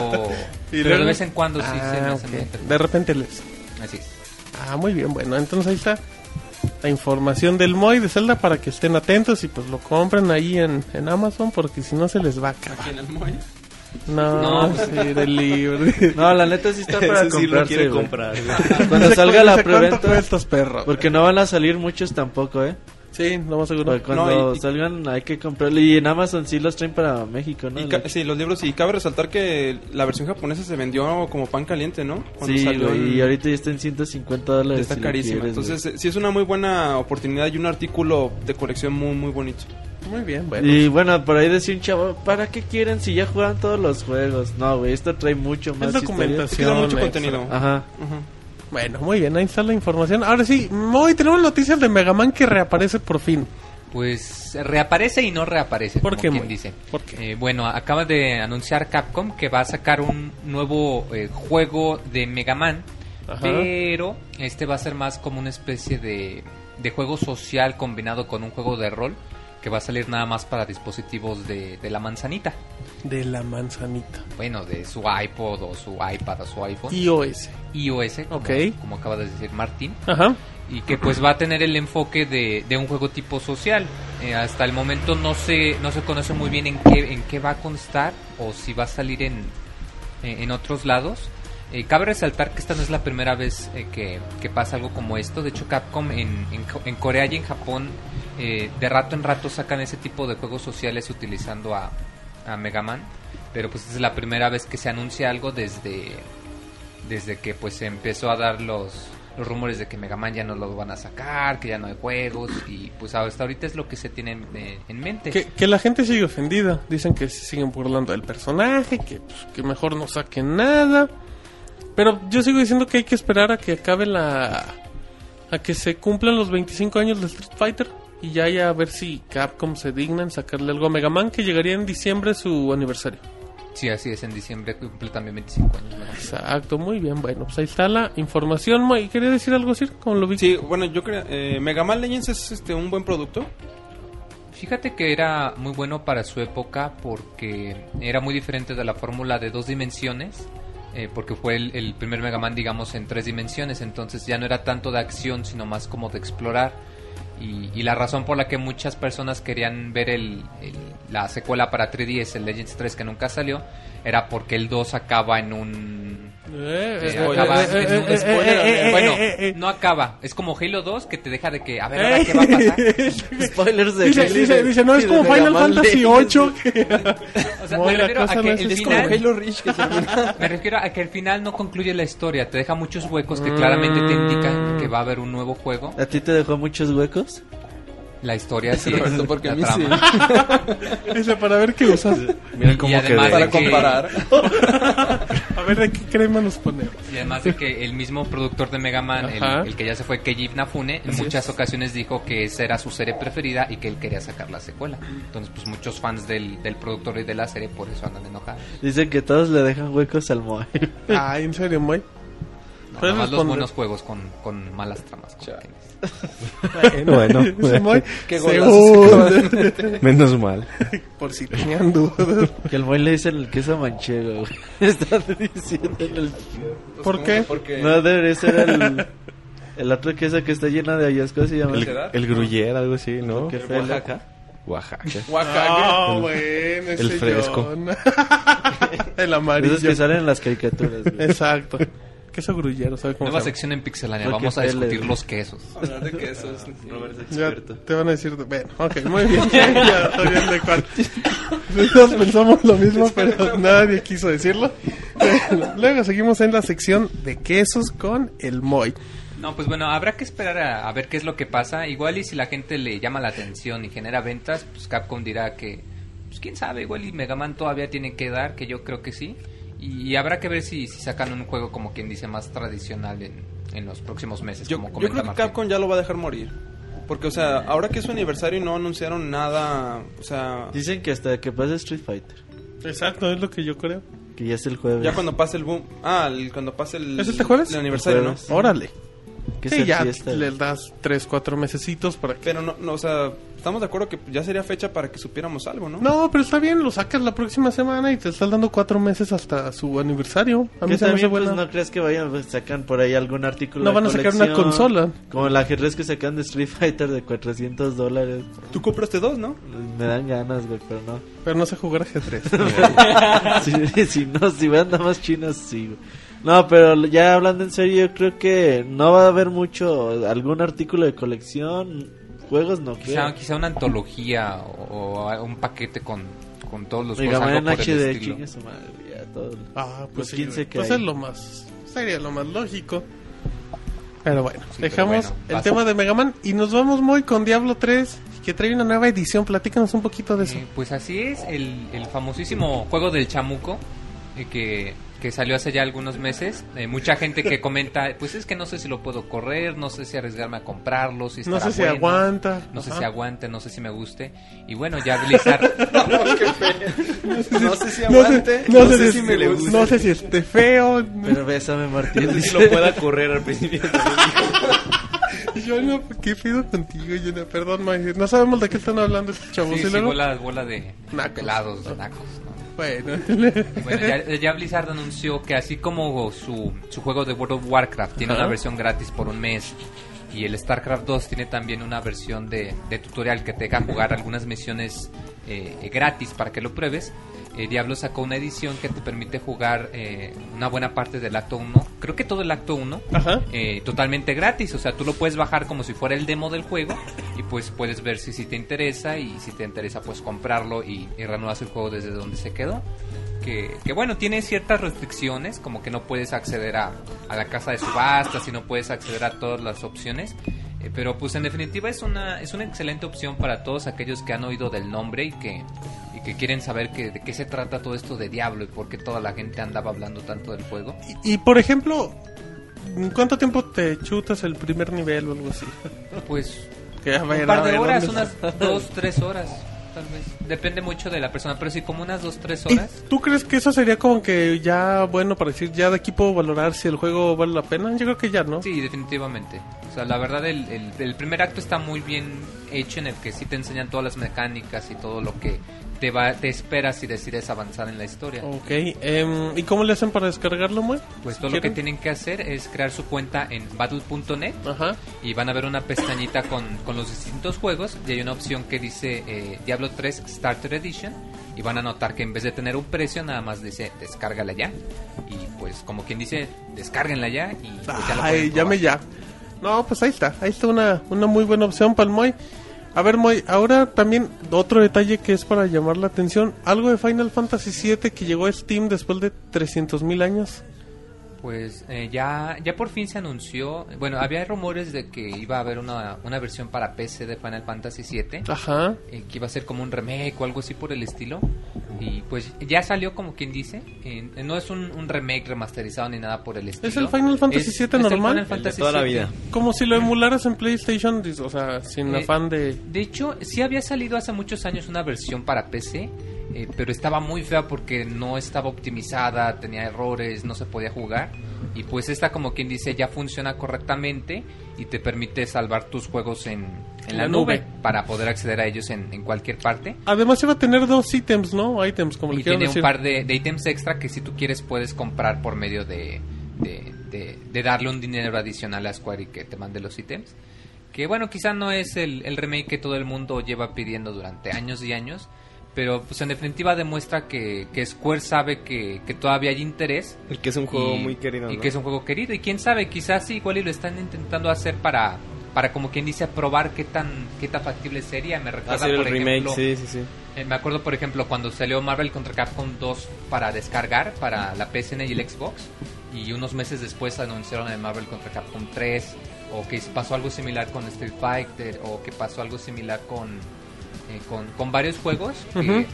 Speaker 2: Y
Speaker 6: pero de
Speaker 2: luego-
Speaker 6: vez en cuando sí se me
Speaker 2: Ah,
Speaker 6: hacen muy
Speaker 2: ok.
Speaker 6: interesantes.
Speaker 2: De repente les...
Speaker 6: Así es.
Speaker 2: Ah, muy bien, bueno, entonces ahí está la información del Moy de Zelda para que estén atentos y pues lo compren ahí en, en Amazon porque si no se les va a acabar.
Speaker 5: En el Moy.
Speaker 2: No,
Speaker 6: No, pues-
Speaker 2: sí, del libro.
Speaker 4: No, la neta sí está para
Speaker 7: Ese sí lo
Speaker 4: comprarse,
Speaker 7: quiere
Speaker 4: güey.
Speaker 7: comprar.
Speaker 4: Cuando salga la
Speaker 2: ¿Cuánto
Speaker 4: preventa,
Speaker 2: cuesta, perro?
Speaker 4: porque no Pues, van a salir muchos tampoco, eh.
Speaker 2: Sí, lo más seguro.
Speaker 4: Para cuando
Speaker 5: No, y- y-
Speaker 4: salgan hay que comprarlo y en Amazon sí los traen para México, ¿no?
Speaker 5: Y ca- sí, los libros. Y cabe resaltar que la versión japonesa se vendió como pan caliente, ¿no?
Speaker 4: Sí,
Speaker 5: salió
Speaker 4: güey,
Speaker 5: en-
Speaker 4: y ahorita ya está en 150 dólares.
Speaker 5: Está
Speaker 4: si lo
Speaker 5: carísima.
Speaker 4: quieres, güey.
Speaker 5: Entonces, eh, sí es una muy buena oportunidad y un artículo de colección muy, muy bonito.
Speaker 2: Muy bien, bueno.
Speaker 4: Y bueno, por ahí decía un chavo, ¿para qué quieren si ya juegan todos los juegos? No, güey, esto trae mucho más
Speaker 2: Es
Speaker 4: historia.
Speaker 5: Te
Speaker 2: documentación.
Speaker 5: queda mucho
Speaker 2: extra.
Speaker 5: contenido.
Speaker 4: Ajá.
Speaker 5: Ajá.
Speaker 2: Bueno, muy bien, ahí está la información. Ahora sí, Moy, tenemos noticias de Megaman que reaparece por fin.
Speaker 6: Pues reaparece y no reaparece,
Speaker 2: ¿Por
Speaker 6: como
Speaker 2: qué,
Speaker 6: quien
Speaker 2: Moy?
Speaker 6: dice.
Speaker 2: ¿Por qué?
Speaker 6: Eh, bueno, acaba de anunciar Capcom que va a sacar un nuevo eh, juego de Mega Man,
Speaker 2: Ajá.
Speaker 6: pero este va a ser más como una especie de, de juego social combinado con un juego de rol que va a salir nada más para dispositivos de, de la manzanita.
Speaker 2: De la manzanita.
Speaker 6: Bueno, de su iPod o su iPad o su iPhone.
Speaker 2: iOS.
Speaker 6: iOS, como,
Speaker 2: Ok.
Speaker 6: como acaba de decir Martín
Speaker 2: Ajá.
Speaker 6: y que pues va a tener el enfoque de, de un juego tipo social. Eh, hasta el momento no se, no se conoce muy bien en qué, en qué va a constar o si va a salir en, en- en otros lados. Eh, cabe resaltar que esta no es la primera vez eh, que, que pasa algo como esto. De hecho, Capcom en, en, Co- en Corea y en Japón eh, de rato en rato sacan ese tipo de juegos sociales utilizando a, a Mega Man. Pero pues es la primera vez que se anuncia algo desde, desde que pues se empezó a dar los, los rumores de que Mega Man ya no lo van a sacar, que ya no hay juegos y pues hasta ahorita es lo que se tiene en, eh, en mente.
Speaker 2: Que, que la gente sigue ofendida. Dicen que se siguen burlando del personaje, que, pues, que mejor no saquen nada. Pero yo sigo diciendo que hay que esperar a que acabe la, a que se cumplan los 25 años de Street Fighter y ya ya a ver si Capcom se digna en sacarle algo a Mega Man que llegaría en diciembre su aniversario.
Speaker 6: Sí, así es, en diciembre cumple también 25 años. ¿no?
Speaker 2: Exacto, muy bien. Bueno, pues ahí está la información. Mo, ¿Y quería decir algo, Sir? Como lo vi.
Speaker 5: Sí, bueno, yo creo. Eh, Mega Man Legends es este, un buen producto.
Speaker 6: Fíjate que era muy bueno para su época porque era muy diferente de la fórmula de dos dimensiones, eh, porque fue el, el primer Mega Man, digamos, en tres dimensiones, entonces ya no era tanto de acción, sino más como de explorar. Y, y la razón por la que muchas personas querían ver el, el- la secuela para 3DS, el Legends 3, que nunca salió, era porque el 2 acaba en un...
Speaker 2: Eh,
Speaker 6: eh,
Speaker 2: eh,
Speaker 6: acaba-
Speaker 2: eh,
Speaker 6: es
Speaker 2: eh,
Speaker 6: un
Speaker 2: eh,
Speaker 6: spoiler,
Speaker 2: eh, eh,
Speaker 6: bueno,
Speaker 2: eh, eh, eh.
Speaker 6: no acaba. Es como Halo 2 que te deja de que, a ver, ahora qué va a pasar.
Speaker 4: Spoilers de
Speaker 2: eh, Dice,
Speaker 4: Halo
Speaker 2: dice,
Speaker 4: de-
Speaker 2: dice, no, es
Speaker 4: y de
Speaker 2: como
Speaker 4: Mega
Speaker 2: Final
Speaker 4: Man
Speaker 2: Fantasy
Speaker 4: Legends.
Speaker 2: 8. que-
Speaker 6: O sea,
Speaker 2: Mola,
Speaker 6: me refiero a
Speaker 2: cosa
Speaker 6: que
Speaker 2: más.
Speaker 6: el
Speaker 2: Es
Speaker 5: Como
Speaker 6: final...
Speaker 5: Halo Reach que termina.
Speaker 6: Me refiero a que el final no concluye la historia, te deja muchos huecos que
Speaker 2: Mm.
Speaker 6: claramente te indican que va a haber un nuevo juego.
Speaker 4: ¿A ti te dejó muchos huecos?
Speaker 6: La historia sí es
Speaker 5: Roberto, porque a
Speaker 6: la
Speaker 5: mí sí.
Speaker 6: trama.
Speaker 2: Dice, para ver qué usas.
Speaker 3: Mira
Speaker 6: Y
Speaker 3: cómo
Speaker 6: además
Speaker 3: quedé.
Speaker 6: de
Speaker 5: Para
Speaker 6: que-
Speaker 5: comparar.
Speaker 2: A ver de qué crema nos ponemos.
Speaker 6: Y además de que el mismo productor de Mega Man, el,
Speaker 2: Ajá.
Speaker 6: el que ya se fue, Keiji Nafune, en
Speaker 2: Así
Speaker 6: muchas
Speaker 2: es.
Speaker 6: ocasiones dijo que esa era su serie preferida y que él quería sacar la secuela. Entonces, pues muchos fans del, del productor y de la serie por eso andan enojados.
Speaker 4: Dicen que todos le dejan huecos al Moe.
Speaker 2: Ay, en serio, Moy.
Speaker 6: No,
Speaker 2: Pero
Speaker 6: nada
Speaker 2: los
Speaker 6: más los
Speaker 2: pondré.
Speaker 6: buenos juegos con, con malas tramas. como
Speaker 5: Chale.
Speaker 6: que-
Speaker 3: Bueno.
Speaker 2: Dice Moy,
Speaker 5: Qué
Speaker 2: según-
Speaker 3: Menos mal.
Speaker 2: Por si tenían dudas.
Speaker 4: Que el Moe le dicen el queso manchego, güey. Están diciendo en el...
Speaker 2: ¿Por qué?
Speaker 5: Pues, Porque
Speaker 4: No, debería ser el... El otro queso que está lleno de hallazgos se llama...
Speaker 5: ¿El
Speaker 3: El,
Speaker 5: quedar?
Speaker 3: el gruyer, algo así, ¿no?
Speaker 4: ¿Qué fue el acá?
Speaker 3: Oaxaca.
Speaker 5: Oaxaca.
Speaker 2: Ah, bueno,
Speaker 3: el
Speaker 2: ese
Speaker 3: fresco.
Speaker 2: John. el
Speaker 4: Esos
Speaker 2: amarillo.
Speaker 4: que salen en las caricaturas, güey.
Speaker 2: Exacto. Queso grullero, ¿sabes cómo
Speaker 6: Nueva
Speaker 2: se
Speaker 6: sección en Pixelania,
Speaker 4: Porque
Speaker 6: vamos a
Speaker 4: Pele-
Speaker 6: discutir los quesos.
Speaker 5: Hablar de quesos.
Speaker 2: llama? Ya te van a decir, bueno, ok, muy bien, ya estoy bien de cuál. Todos pensamos lo mismo, pero nadie quiso decirlo. Bueno, Luego seguimos en la sección de quesos con el Moy.
Speaker 6: No, pues bueno, habrá que esperar a, a ver qué es lo que pasa. Igual y si la gente le llama la atención y genera ventas, pues Capcom dirá que, pues quién sabe, igual y Mega Man todavía tiene que dar, que yo creo que sí. Y, habrá que ver si, si sacan un juego como quien dice más tradicional en, en los próximos meses,
Speaker 5: Yo,
Speaker 6: como
Speaker 5: yo
Speaker 6: comenta
Speaker 5: creo que
Speaker 6: Martín.
Speaker 5: Capcom ya lo va a dejar morir. Porque, o sea, ahora que es su aniversario y no anunciaron nada, o sea,
Speaker 4: Dicen que hasta que pase Street Fighter.
Speaker 2: Exacto, es lo que yo creo.
Speaker 4: Que ya es el jueves.
Speaker 5: ya cuando pase el boom. Ah, el- cuando pase el,
Speaker 2: ¿Es este jueves?
Speaker 5: el aniversario, ¿no?
Speaker 4: Jueves.
Speaker 2: Órale.
Speaker 4: Que
Speaker 2: sí,
Speaker 4: es
Speaker 2: ya
Speaker 4: fiesta.
Speaker 2: le das 3, 4 mesecitos para que...
Speaker 5: Pero no, no, o sea, estamos de acuerdo que ya sería fecha para que supiéramos algo, ¿no?
Speaker 2: No, pero está bien, lo sacas la próxima semana y te estás dando 4 meses hasta su aniversario. A mí
Speaker 4: Que
Speaker 2: se me hace
Speaker 4: también,
Speaker 2: buena.
Speaker 4: pues, no crees que vayan, pues, sacan por ahí algún artículo
Speaker 2: No
Speaker 4: de
Speaker 2: van a sacar una
Speaker 4: colección,
Speaker 2: consola.
Speaker 4: Como el ajedrez que sacan de Street Fighter de 400 dólares.
Speaker 5: Tú compraste dos, ¿no?
Speaker 4: Me dan ganas, güey, pero no.
Speaker 2: Pero no sé jugar ajedrez.
Speaker 4: si, si no, si vean nada más chinos, sí. güey. No, pero ya hablando en serio, yo creo que no va a haber mucho. Algún artículo de colección, juegos no
Speaker 6: Quizá,
Speaker 4: creo.
Speaker 6: quizá una antología o, o un paquete con, con todos los
Speaker 4: Mega
Speaker 6: juegos,
Speaker 4: Man
Speaker 6: algo
Speaker 4: en
Speaker 6: por el
Speaker 4: HD,
Speaker 6: estilo.
Speaker 4: chingue su madre, ya todo.
Speaker 2: Ah,
Speaker 4: Los
Speaker 2: pues sí,
Speaker 4: 15
Speaker 2: güey.
Speaker 4: que
Speaker 2: pues
Speaker 4: hay.
Speaker 2: es lo más. Sería lo más lógico. Pero bueno,
Speaker 6: Sí, pero
Speaker 2: dejamos
Speaker 6: bueno,
Speaker 2: el
Speaker 6: vas.
Speaker 2: tema de Mega Man y nos vamos muy con Diablo 3, que trae una nueva edición. Platícanos un poquito de eso.
Speaker 6: Eh, pues así es, el, el famosísimo juego del chamuco eh, que, que salió hace ya algunos meses. Eh, mucha gente que comenta, pues es que no sé si lo puedo correr, no sé si arriesgarme a comprarlo, si
Speaker 2: no sé
Speaker 6: estará
Speaker 2: si
Speaker 6: bueno,
Speaker 2: aguanta.
Speaker 6: No sé
Speaker 2: Ajá.
Speaker 6: si aguante, no sé si me guste. Y bueno, ya Blizzard,
Speaker 5: No sé si
Speaker 2: No sé,
Speaker 5: aguante,
Speaker 2: no sé si,
Speaker 5: me gusta.
Speaker 2: no sé si esté feo.
Speaker 4: Pero bésame, Martín.
Speaker 8: si lo pueda correr al principio.
Speaker 2: Yo no, ¿qué pido contigo, Jenna? Perdón, May, no sabemos de qué están hablando estos chavos.
Speaker 6: sí,
Speaker 2: Y
Speaker 6: sí,
Speaker 2: luego-
Speaker 6: bola, bola de
Speaker 2: Nacos.
Speaker 6: pelados, de nacos. ¿no?
Speaker 2: Bueno,
Speaker 6: Bueno, ya, ya Blizzard anunció que así como su, su juego de World of Warcraft tiene
Speaker 2: Ajá.
Speaker 6: una versión gratis por un mes y el StarCraft 2 tiene también una versión de, de tutorial que te deja jugar algunas misiones eh, eh, gratis para que lo pruebes, eh, Diablo sacó una edición que te permite jugar eh, una buena parte del acto 1, creo que todo el acto 1,
Speaker 2: Ajá.
Speaker 6: eh, totalmente gratis. O sea, tú lo puedes bajar como si fuera el demo del juego y pues puedes ver si, si te interesa y si te interesa pues comprarlo y, y reanudas el juego desde donde se quedó. Que, que, bueno, tiene ciertas restricciones, como que no puedes acceder a, a la casa de subastas y no puedes acceder a todas las opciones. Eh, pero pues en definitiva es una, es una excelente opción para todos aquellos que han oído del nombre y que, y que quieren saber que- de qué se trata todo esto de Diablo y por qué toda la gente andaba hablando tanto del juego.
Speaker 2: Y, y, por ejemplo, ¿en ¿Cuánto tiempo te chutas el primer nivel o algo así?
Speaker 6: Pues
Speaker 2: Que a ver,
Speaker 6: un par
Speaker 2: a
Speaker 6: de
Speaker 2: ver,
Speaker 6: horas,
Speaker 2: ¿dónde
Speaker 6: unas dos, tres horas, tal vez. Depende mucho de la persona, pero sí, como unas dos, tres
Speaker 2: ¿Y
Speaker 6: horas.
Speaker 2: tú crees que eso sería como que ya bueno para decir ya de aquí puedo valorar si el juego vale la pena? Yo creo que ya, ¿no?
Speaker 6: Sí, definitivamente. O sea, la verdad, el, el- el primer acto está muy bien hecho en el que sí te enseñan todas las mecánicas y todo lo que te, va, te espera si decides avanzar en la historia.
Speaker 2: Ok, em, ¿y cómo le hacen para descargarlo, Mue?
Speaker 6: Pues
Speaker 2: Si
Speaker 6: todo lo que
Speaker 2: quieren.
Speaker 6: tienen que hacer es crear su cuenta en battle.net
Speaker 2: Ajá.
Speaker 6: y van a ver una pestañita con, con los distintos juegos y hay una opción que dice eh, Diablo 3 Starter Edition y van a notar que en vez de tener un precio nada más dice descárgala ya y pues como quien dice descárguenla ya y pues, ya la
Speaker 2: Ay,
Speaker 6: pueden probar.
Speaker 2: Ah, llame ya. No, pues ahí está. Ahí está una, una muy buena opción para el Moy. A ver, Moy, ahora también otro detalle que es para llamar la atención. Algo de Final Fantasy VII que llegó a Steam después de 300.000 años.
Speaker 6: Pues eh, ya, ya por fin se anunció, bueno, había rumores de que iba a haber una, una versión para PC de Final Fantasy
Speaker 2: Ah.
Speaker 6: VII
Speaker 2: Ajá.
Speaker 6: eh, que iba a ser como un remake o algo así por el estilo. Y pues ya salió como quien dice. eh, no es un, un remake remasterizado ni nada por el estilo.
Speaker 2: el Final Fantasy VII normal?
Speaker 6: Final
Speaker 2: El de
Speaker 6: Fantasy
Speaker 7: toda la
Speaker 6: VII.
Speaker 7: vida.
Speaker 2: Como si lo emularas en PlayStation, dis- o sea, sin
Speaker 6: Eh,
Speaker 2: afán de...
Speaker 6: De hecho, sí había salido hace muchos años una versión para PC, eh, pero estaba muy fea porque no estaba optimizada, tenía errores, no se podía jugar. Y pues esta, como quien dice, ya funciona correctamente y te permite salvar tus juegos en, en la,
Speaker 2: La nube.
Speaker 6: nube, para poder acceder a ellos en, en cualquier parte.
Speaker 2: Además iba a tener dos ítems, ¿no? Items, como le
Speaker 6: Y
Speaker 2: quieran
Speaker 6: tiene
Speaker 2: decir.
Speaker 6: un par de, de ítems extra que si tú quieres puedes comprar por medio de, de, de- de darle un dinero adicional a Square y que te mande los ítems. Que bueno, quizá no es el, el remake que todo el mundo lleva pidiendo durante años y años. Pero pues en definitiva demuestra que, que Square sabe que, que todavía hay interés.
Speaker 7: El que es un juego muy querido.
Speaker 6: Y
Speaker 7: ¿no?
Speaker 6: que es un juego querido. Y quién sabe, quizás sí, igual y lo están intentando hacer para, para como quien dice, probar qué tan, qué tan factible sería. Me recuerda,
Speaker 7: Hacer el
Speaker 6: por
Speaker 7: remake,
Speaker 6: ejemplo,
Speaker 7: sí, sí, sí.
Speaker 6: eh, me acuerdo, por ejemplo, cuando salió Marvel contra Capcom 2 para descargar para la PSN y el Xbox. Y unos meses después anunciaron el Marvel contra Capcom 3. O que pasó algo similar con Street Fighter. O que pasó algo similar con, eh, con, con varios juegos. que,
Speaker 2: Ujú.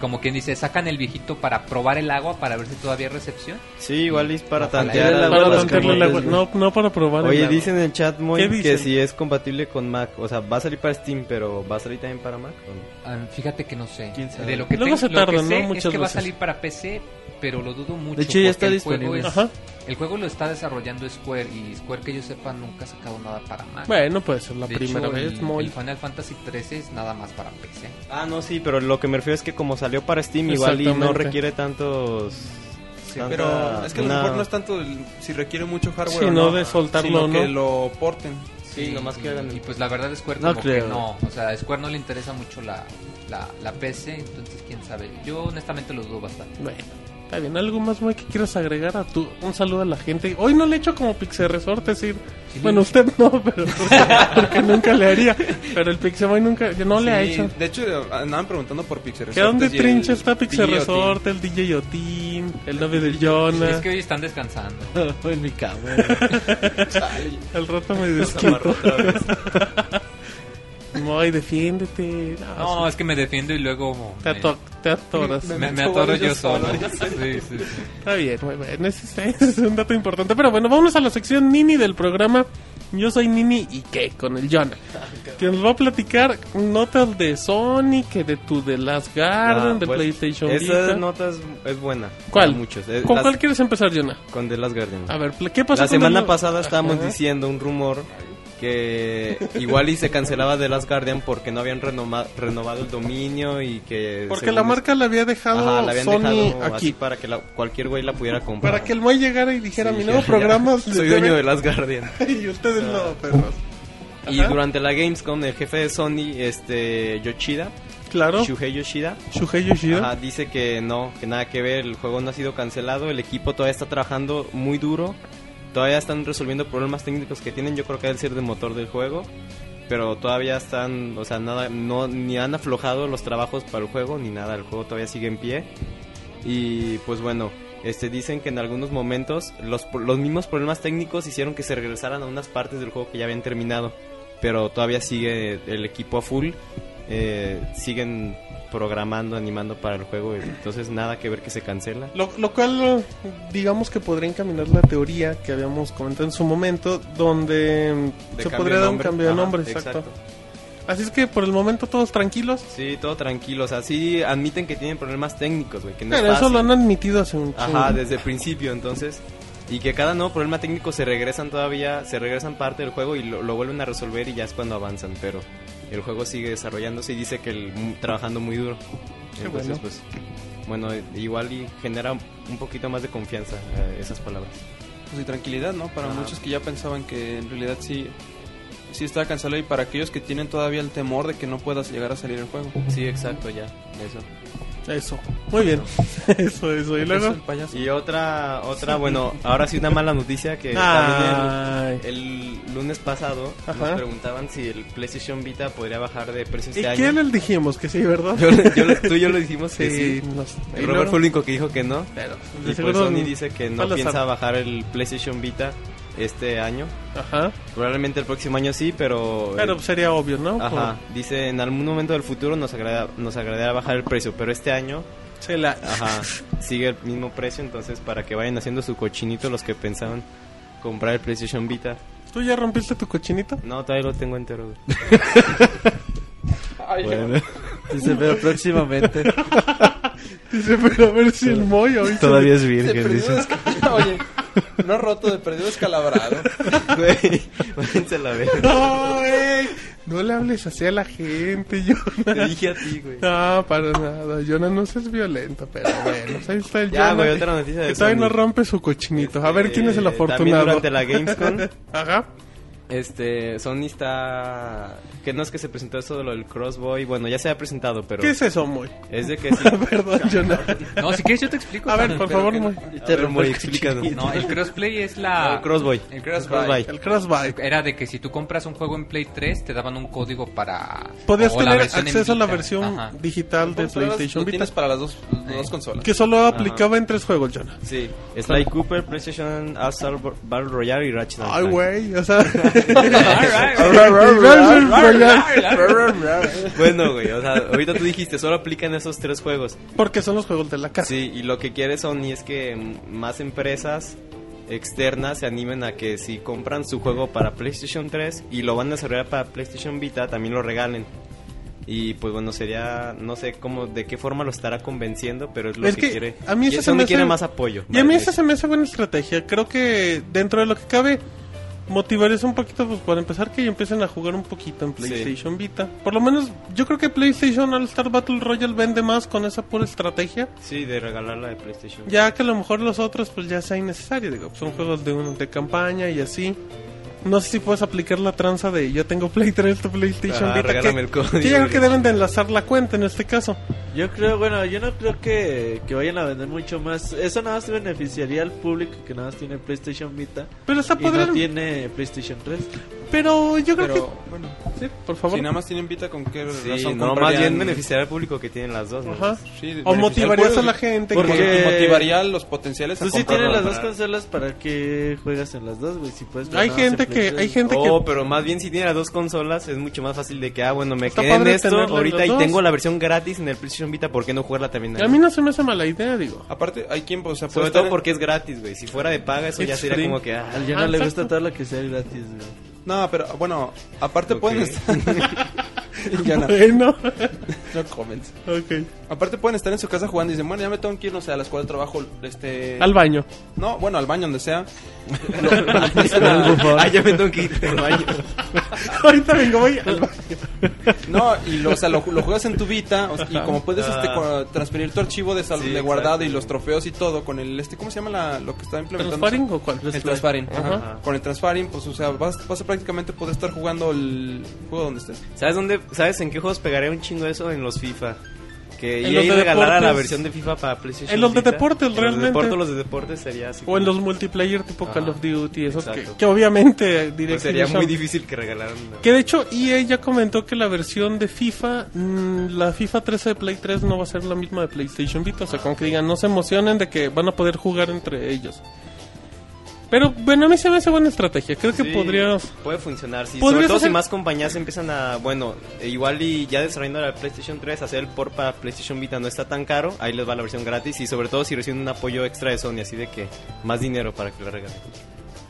Speaker 6: como quien dice, sacan el viejito para probar el agua para ver si todavía hay recepción.
Speaker 7: Sí, igual es para
Speaker 6: Ojalá.
Speaker 7: tantear
Speaker 4: Para
Speaker 7: a
Speaker 2: Para
Speaker 4: de
Speaker 7: las
Speaker 2: tantearle la-
Speaker 7: carnitas, güey.
Speaker 2: No, no para probar.
Speaker 7: Oye,
Speaker 2: el-
Speaker 7: dicen en el chat,
Speaker 2: ¿Qué
Speaker 7: Moy,
Speaker 2: dicen?
Speaker 7: que si es compatible con Mac. O sea, va a salir para Steam, pero ¿va a salir también para Mac? ¿o no?
Speaker 6: Ah, fíjate que no sé.
Speaker 7: ¿Quién sabe?
Speaker 6: De lo que,
Speaker 2: Luego
Speaker 6: tengo-
Speaker 2: se
Speaker 6: lo que
Speaker 2: tardan,
Speaker 6: sé
Speaker 2: ¿no?
Speaker 6: es
Speaker 2: Muchas
Speaker 6: que va a
Speaker 2: veces.
Speaker 6: salir para PC, pero lo dudo mucho.
Speaker 4: De hecho,
Speaker 6: porque
Speaker 4: ya está
Speaker 6: el juego es-
Speaker 4: disponible.
Speaker 2: Ajá.
Speaker 6: El juego lo está desarrollando Square y Square que yo sepa nunca ha sacado nada para Mac.
Speaker 2: Bueno, puede ser la
Speaker 6: De
Speaker 2: primera
Speaker 6: hecho,
Speaker 2: vez,
Speaker 6: el,
Speaker 2: Moy.
Speaker 6: el Final Fantasy 13 es nada más para PC.
Speaker 7: Ah, no, sí, pero lo que me refiero es que como salió para Steam, igual y no
Speaker 2: Exactamente.
Speaker 7: requiere tantos... tanta-
Speaker 5: Pero es que a lo
Speaker 7: una-
Speaker 5: mejor no es tanto el- si requiere mucho hardware.
Speaker 2: Sí,
Speaker 5: o
Speaker 2: no,
Speaker 5: no,
Speaker 2: de soltarlo,
Speaker 5: sino que
Speaker 2: ¿no?
Speaker 5: lo porten.
Speaker 7: Sí, nomás que hagan
Speaker 6: y,
Speaker 7: el-
Speaker 6: y pues la verdad Square
Speaker 4: No
Speaker 6: como
Speaker 4: creo.
Speaker 6: que no, o sea, a Square no le interesa mucho la, la, la PC, entonces quién sabe. Yo honestamente lo dudo bastante.
Speaker 2: Bueno, está bien. ¿Algo más, Moy, que quieras agregar a tu... Un saludo a la gente. Hoy no le he hecho como Pixel Resort, es decir...
Speaker 6: Sí.
Speaker 2: Bueno, usted no, pero... Porque, porque nunca le haría. Pero el Pixel Moy nunca... No le ha
Speaker 5: Sí,
Speaker 2: hecho.
Speaker 5: De hecho, andaban preguntando por Pixel
Speaker 2: ¿Qué
Speaker 5: Resort.
Speaker 2: dónde
Speaker 5: y el
Speaker 2: trincha está Pixel
Speaker 5: DJ Otin.
Speaker 2: Resort, el DJ Otín, el novio de
Speaker 6: Sí,
Speaker 2: Jonah?
Speaker 6: es que hoy están descansando.
Speaker 2: Ah,
Speaker 4: en mi cama.
Speaker 2: Al rato me desquito. Moy, defiéndete. No,
Speaker 6: No, es que me defiendo y luego
Speaker 2: te, ato- te atoras.
Speaker 6: me, me atoro yo solo. Sí, sí, sí.
Speaker 2: Está bien, muy bien. Ese es, ese es un dato importante. Pero bueno, vamos a la sección Nini del programa. Yo soy Nini y qué, con el Jonah.
Speaker 7: Ah,
Speaker 2: Que nos va a platicar notas de Sony, que de tu The Last Garden,
Speaker 7: Ah,
Speaker 2: de
Speaker 7: pues,
Speaker 2: PlayStation
Speaker 7: Esa
Speaker 2: Vita.
Speaker 7: nota es, es buena.
Speaker 2: ¿Cuál?
Speaker 7: Para Muchos. Es-
Speaker 2: ¿Con
Speaker 7: Eh, las-
Speaker 2: cuál quieres empezar, Jonah?
Speaker 7: Con The Last Guardian.
Speaker 2: A ver, pl- ¿qué pasó
Speaker 7: La
Speaker 2: con
Speaker 7: semana
Speaker 2: el-
Speaker 7: pasada estábamos
Speaker 2: Ajá.
Speaker 7: diciendo un rumor que igual y se cancelaba The Last Guardian porque no habían renoma- renovado el dominio y que...
Speaker 2: Porque
Speaker 7: según
Speaker 2: la
Speaker 7: es-
Speaker 2: marca la había dejado
Speaker 7: Ajá, la habían
Speaker 2: Sony
Speaker 7: dejado
Speaker 2: aquí.
Speaker 7: así para que la- cualquier güey la pudiera comprar.
Speaker 2: Para que el Moy llegara y dijera,
Speaker 7: Sí,
Speaker 2: mi nuevo
Speaker 7: ya,
Speaker 2: programa...
Speaker 7: ya.
Speaker 2: de
Speaker 7: Soy
Speaker 2: TV".
Speaker 7: dueño de Ah. Last Guardian.
Speaker 2: y ustedes no, perros.
Speaker 7: Y
Speaker 2: Ajá.
Speaker 7: durante la Gamescom, el jefe de Sony, este Yoshida,
Speaker 2: Claro,
Speaker 7: Shuhei Yoshida,
Speaker 2: Shuhei Yoshida.
Speaker 7: ajá, dice que no, que nada que ver, el juego no ha sido cancelado, el equipo todavía está trabajando muy duro, todavía están resolviendo problemas técnicos que tienen, yo creo que debe ser de motor del juego, pero todavía están, o sea, nada, no, ni han aflojado los trabajos para el juego, ni nada, el juego todavía sigue en pie. Y pues bueno, este, dicen que en algunos momentos los, pro- los mismos problemas técnicos hicieron que se regresaran a unas partes del juego que ya habían terminado. Pero todavía sigue el equipo a full eh, siguen programando, animando para el juego. Entonces nada que ver que se cancela.
Speaker 2: Lo, lo cual, digamos que podría encaminar la teoría que habíamos comentado en su momento, donde mm,
Speaker 7: De
Speaker 2: se
Speaker 7: cambio
Speaker 2: podría
Speaker 7: de
Speaker 2: dar un
Speaker 7: nombre.
Speaker 2: cambio de
Speaker 7: Ajá,
Speaker 2: nombre, exacto.
Speaker 7: exacto.
Speaker 2: Así es que por el momento todos tranquilos.
Speaker 7: Sí, todo tranquilo. O sea, sí admiten que tienen problemas técnicos, güey. Que no es
Speaker 2: Pero eso
Speaker 7: fácil.
Speaker 2: lo han admitido hace un
Speaker 7: Ajá,
Speaker 2: chingo.
Speaker 7: desde el principio, entonces. Y que cada nuevo problema técnico se regresan todavía, se regresan parte del juego y lo, lo vuelven a resolver y ya es cuando avanzan, pero el juego sigue desarrollándose y dice que el, mu- trabajando muy duro.
Speaker 2: Qué
Speaker 7: Entonces,
Speaker 2: bueno.
Speaker 7: pues, bueno, igual y genera un poquito más de confianza eh, esas palabras.
Speaker 5: pues, y tranquilidad, ¿no? Para
Speaker 7: Ajá.
Speaker 5: muchos que ya pensaban que en realidad sí, sí estaba cancelado y para aquellos que tienen todavía el temor de que no puedas llegar a salir el juego.
Speaker 7: Sí, exacto, ya, eso.
Speaker 2: Eso. Muy bien. eso, eso. Y
Speaker 5: Eso,
Speaker 2: luego.
Speaker 5: el payaso.
Speaker 7: Y otra, otra, bueno, ahora sí Ah. una mala noticia
Speaker 2: Ay.
Speaker 7: que eh, también el, el lunes pasado
Speaker 2: Ajá.
Speaker 7: nos preguntaban si el PlayStation Vita podría bajar de precio
Speaker 2: ¿Y
Speaker 7: este año.
Speaker 2: qué le dijimos? Que sí, ¿verdad?
Speaker 7: Yo, yo lo- tú y yo lo dijimos que sí.
Speaker 2: nos- y
Speaker 7: El
Speaker 2: luego-
Speaker 7: Robert fue el único que dijo que no.
Speaker 2: Pero,
Speaker 7: Y
Speaker 2: de
Speaker 7: pues
Speaker 2: seguro
Speaker 7: Sony dice que no
Speaker 2: Salazar.
Speaker 7: piensa bajar el PlayStation Vita este año.
Speaker 2: Ajá.
Speaker 7: Probablemente el próximo año sí, pero... eh,
Speaker 2: Pero sería obvio, ¿no?
Speaker 7: Ajá. Dice, en algún momento del futuro nos, agrada, nos agradará bajar el precio, pero este año...
Speaker 2: Por- Se la.
Speaker 7: Ajá. sigue el mismo precio, entonces para que vayan haciendo su cochinito los que pensaban comprar el PlayStation Vita.
Speaker 2: ¿Tú ya rompiste tu cochinito?
Speaker 7: No, todavía lo tengo entero. güey.
Speaker 4: Dice, pero próximamente.
Speaker 2: Dice, pero a ver si el Moy hoy se-
Speaker 7: Todavía es
Speaker 5: De
Speaker 7: virgen,
Speaker 5: perdido
Speaker 7: dice.
Speaker 5: desca- Oye, no roto, de perdido descalabrado.
Speaker 7: Güey, váyanse a la verga.
Speaker 2: No, güey. No le hables así a la gente,
Speaker 7: Te
Speaker 2: Jonah.
Speaker 7: dije a ti, güey.
Speaker 2: No, para nada. Jonah no seas violento, pero bueno. pues Ahí está el
Speaker 7: Ya,
Speaker 2: Jonah
Speaker 7: güey,
Speaker 2: que-
Speaker 7: otra noticia de
Speaker 2: Que todavía no
Speaker 7: Sony.
Speaker 2: rompe su cochinito. A ver quién es el
Speaker 7: Eh, También
Speaker 2: afortunado.
Speaker 7: durante la Gamescom,
Speaker 2: Ajá.
Speaker 7: este, Sony está... Que no es que se presentó eso de lo del Crossboy, bueno, ya se ha presentado, pero...
Speaker 2: ¿Qué es eso, Moy?
Speaker 7: Es de que sí.
Speaker 2: Perdón, Jonah.
Speaker 6: No, si quieres yo te explico.
Speaker 2: A ver,
Speaker 6: Tony,
Speaker 2: por
Speaker 6: pero
Speaker 2: favor,
Speaker 6: que-
Speaker 2: Moy.
Speaker 7: Te muy explicado.
Speaker 6: No, el crossplay es la...
Speaker 7: No, crossbuy.
Speaker 6: El crossbuy.
Speaker 7: Crossbuy.
Speaker 2: El crossbuy.
Speaker 6: Era de que si tú compras un juego en Play 3, te daban un código para...
Speaker 2: Podías
Speaker 6: o la
Speaker 2: tener
Speaker 6: versión en
Speaker 2: acceso a la
Speaker 6: Vita.
Speaker 2: versión
Speaker 6: Ajá.
Speaker 2: digital de
Speaker 7: Pues,
Speaker 5: Consolas,
Speaker 2: PlayStation
Speaker 5: lo
Speaker 2: Vita.
Speaker 5: tienes para las dos, las dos consolas.
Speaker 2: Que solo aplicaba en tres juegos, Jonah.
Speaker 7: Sí. Sly Cooper, PlayStation, Assault Battle Royale y Ratchet and
Speaker 2: Ay,
Speaker 7: Clank.
Speaker 2: güey, o sea.
Speaker 7: Bueno, güey, o sea, ahorita tú dijiste, solo aplican esos tres juegos.
Speaker 2: Porque son los juegos de la casa.
Speaker 7: Sí, y lo que quiere Sony es que mm, más empresas externas se animen a que si compran su juego para PlayStation 3 y lo van a desarrollar para PlayStation Vita, también lo regalen. Y pues bueno, sería, no sé cómo, de qué forma lo estará convenciendo, pero es lo
Speaker 2: Es
Speaker 7: que,
Speaker 2: que
Speaker 7: quiere.
Speaker 2: a mí
Speaker 7: Y
Speaker 2: ese se
Speaker 7: Sony
Speaker 2: me hace-
Speaker 7: quiere más apoyo.
Speaker 2: Y a mí
Speaker 7: vale.
Speaker 2: esa se me hace buena estrategia. Creo que dentro de lo que cabe, motivarles un poquito, pues para empezar, que empiecen a jugar un poquito en PlayStation Vita. Por lo menos, yo creo que PlayStation All Star Battle Royale vende más con esa pura estrategia.
Speaker 7: Sí, de regalarla de PlayStation.
Speaker 2: Ya que a lo mejor los otros, pues ya sea innecesario. Digo, pues, son juegos de, un- de campaña y así. No sé si puedes aplicar la tranza de yo tengo Play 3, tu PlayStation
Speaker 7: Ah,
Speaker 2: Vita.
Speaker 7: regálame
Speaker 2: Que,
Speaker 7: el código.
Speaker 2: que yo creo que deben de enlazar la cuenta en este caso.
Speaker 4: Yo creo, bueno, yo no creo que, que vayan a vender mucho más. Eso nada más beneficiaría al público que nada más tiene PlayStation Vita
Speaker 2: Pero hasta
Speaker 4: y no
Speaker 2: podrían.
Speaker 4: tiene PlayStation 3.
Speaker 2: Pero yo creo
Speaker 5: Pero, bueno,
Speaker 2: que. Sí, por favor.
Speaker 5: si nada más tienen Vita, ¿con qué
Speaker 7: Sí,
Speaker 5: razón
Speaker 7: no, más
Speaker 5: comprarían?
Speaker 7: bien beneficiar al público que tienen las dos, ¿no?
Speaker 2: Ajá.
Speaker 5: Sí,
Speaker 2: O
Speaker 5: beneficiar
Speaker 2: motivarías
Speaker 5: al
Speaker 2: a la
Speaker 5: pueblo.
Speaker 2: gente.
Speaker 4: Porque-
Speaker 2: que-
Speaker 5: Porque motivaría a los potenciales a
Speaker 7: Pues
Speaker 4: Tú sí
Speaker 5: comprarlo.
Speaker 4: tienes las dos consolas, ¿para qué juegas en las dos, güey? Si puedes jugar
Speaker 2: Hay
Speaker 4: nada más en
Speaker 2: gente que.
Speaker 4: PlayStation.
Speaker 2: Hay gente
Speaker 7: Oh,
Speaker 2: que.
Speaker 7: pero más bien si tiene las dos consolas es mucho más fácil de que, ah, bueno, me
Speaker 2: Está
Speaker 7: quedé en
Speaker 2: padre
Speaker 7: esto
Speaker 2: tenerlas
Speaker 7: ahorita
Speaker 2: las
Speaker 7: y
Speaker 2: dos.
Speaker 7: tengo la versión gratis en el PlayStation Vita, ¿por qué no jugarla también? ahí?
Speaker 2: A mí no se me ¿eh? hace mala idea, digo.
Speaker 5: Aparte, hay quien, o sea, puede
Speaker 7: Sobre
Speaker 5: estar
Speaker 7: todo porque es gratis, güey. Si fuera de paga, eso ya
Speaker 2: It's
Speaker 7: sería
Speaker 2: free.
Speaker 7: como que, ah,
Speaker 4: Al Jonah
Speaker 2: Ah,
Speaker 4: le
Speaker 2: exacto.
Speaker 4: gusta todo lo que sea gratis, güey.
Speaker 5: No, pero bueno, aparte
Speaker 7: Ok.
Speaker 5: pueden estar... Ya no,
Speaker 2: Bueno,
Speaker 5: no comments.
Speaker 2: ok.
Speaker 5: Aparte pueden estar en su casa jugando y dicen, bueno, ya me tengo que ir, no sé, a las cuatro trabajo, este...
Speaker 2: Al baño.
Speaker 5: No, bueno, al baño, donde sea.
Speaker 7: ah, ya me tengo que ir al baño.
Speaker 2: Ahorita vengo, voy al baño.
Speaker 5: No, y lo, o sea, lo, lo juegas en tu Vita o- y como puedes este, co- transferir tu archivo de, sal-
Speaker 7: Sí,
Speaker 5: de guardado
Speaker 7: exacto.
Speaker 5: y los trofeos y todo con el este, ¿cómo se llama la- lo que está implementando?
Speaker 2: ¿Transparing o cuál?
Speaker 5: El transfaring.
Speaker 2: Ajá.
Speaker 5: Con el transfaring, pues, o sea, vas, vas a prácticamente poder estar jugando el juego donde estés.
Speaker 7: ah, ¿Sabes dónde, sabes en qué juegos pegaría un chingo eso? En los FIFA. Que
Speaker 2: En
Speaker 7: EA
Speaker 2: los de
Speaker 7: regalara la
Speaker 2: deportes.
Speaker 7: versión de FIFA para PlayStation
Speaker 2: En los de
Speaker 7: Vita.
Speaker 2: deportes, realmente.
Speaker 7: En los deportes, los de deportes sería así.
Speaker 2: O en
Speaker 7: como-
Speaker 2: los multiplayer tipo
Speaker 7: Ajá.
Speaker 2: Call of Duty, esos que,
Speaker 7: Exacto.
Speaker 2: que obviamente
Speaker 7: pues
Speaker 2: DirectX
Speaker 7: sería muy
Speaker 2: Shock.
Speaker 7: difícil que regalaran. una-
Speaker 2: Que de hecho EA ya comentó que la versión de FIFA, mm, la FIFA 13 de Play 3 no va a ser la misma de PlayStation Vita, o sea, con que digan, no se emocionen de que van a poder jugar entre ellos. Pero bueno, a mí se me hace buena estrategia. Creo que
Speaker 7: Sí,
Speaker 2: podrías.
Speaker 7: Puede funcionar, sí.
Speaker 2: ¿Podrías
Speaker 7: Sobre todo
Speaker 2: hacer-
Speaker 7: si más compañías empiezan a. Bueno, eh, igual y ya desarrollando la PlayStation 3, hacer el port para PlayStation Vita no está tan caro. Ahí les va la versión gratis. Y sobre todo si reciben un apoyo extra de Sony, así de que más dinero para que lo regalen.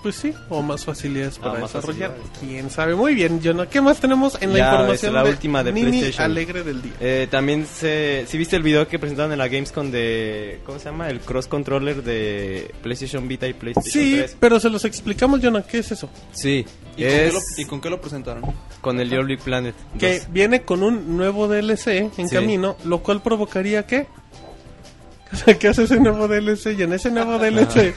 Speaker 2: Pues sí, o más facilidades para
Speaker 7: Ah, más
Speaker 2: desarrollar.
Speaker 7: facilidades.
Speaker 2: Quién sabe. Muy bien, Jonah. ¿Qué más tenemos en la
Speaker 7: Ya,
Speaker 2: información?
Speaker 7: es la última de
Speaker 2: Nini
Speaker 7: PlayStation.
Speaker 2: Alegre del día.
Speaker 7: Eh, también se. Si viste el video que presentaron en la Gamescom de. ¿Cómo se llama? El cross controller de PlayStation Vita y PlayStation
Speaker 2: Sí,
Speaker 7: 3.
Speaker 2: pero se los explicamos, Jonah. ¿Qué es eso?
Speaker 7: Sí.
Speaker 5: ¿Y, con qué
Speaker 7: Es
Speaker 5: lo, y con qué lo presentaron?
Speaker 7: con el Little Big Planet.
Speaker 2: Que
Speaker 7: 2.
Speaker 2: viene con un nuevo DLC en
Speaker 7: Sí.
Speaker 2: camino, lo cual provocaría que. O sea, que hace ese nuevo DLC y en ese nuevo DLC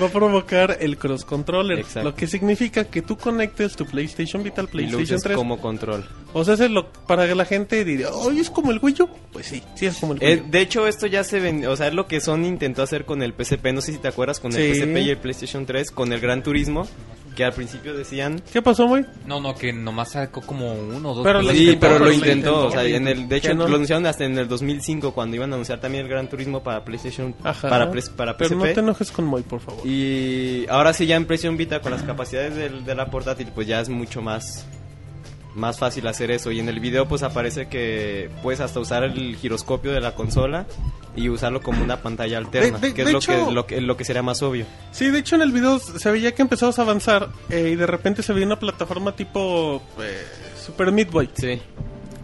Speaker 2: va a provocar el cross controller.
Speaker 7: Exacto.
Speaker 2: Lo que significa que tú conectes tu PlayStation Vita al
Speaker 7: Y lo
Speaker 2: PlayStation
Speaker 7: usas
Speaker 2: 3.
Speaker 7: como control.
Speaker 2: O sea, ese lo, para que la gente diría, ¡Oye, es como el Wii U! Pues sí, sí es como el Wii
Speaker 7: Eh,
Speaker 2: U.
Speaker 7: de hecho, esto ya se vendió. O sea, es lo que Sony intentó hacer con el PSP. No sé si te acuerdas, con el
Speaker 2: Sí.
Speaker 7: PSP y el PlayStation 3, con el Gran Turismo, que al principio decían.
Speaker 2: ¿Qué pasó, güey?
Speaker 6: No, no, que nomás sacó como uno o dos.
Speaker 2: Pero
Speaker 6: pero
Speaker 2: lo
Speaker 7: sí,
Speaker 2: intentó,
Speaker 7: pero lo
Speaker 2: lo
Speaker 7: intentó.
Speaker 2: intentó,
Speaker 7: O sea,
Speaker 2: lo
Speaker 7: en el, de hecho,
Speaker 2: Que no.
Speaker 7: lo anunciaron hasta en el 2005, cuando iban a anunciar también el Gran Turismo para PlayStation.
Speaker 2: Ajá.
Speaker 7: Para, pres- para PSP.
Speaker 2: Pero no te enojes con Moy, por favor.
Speaker 7: Y ahora sí, ya en PlayStation Vita, con las capacidades del- de la portátil, pues ya es mucho más. Más fácil hacer eso. Y en el video, pues aparece que puedes hasta usar el giroscopio de la consola y usarlo como una pantalla alterna,
Speaker 2: de-
Speaker 7: que
Speaker 2: de
Speaker 7: es lo,
Speaker 2: hecho-
Speaker 7: que, lo, que, lo que sería más obvio.
Speaker 2: Sí, de hecho en el video se veía que empezabas a avanzar eh, y de repente se veía una plataforma tipo eh, Super Meat Boy.
Speaker 7: Sí.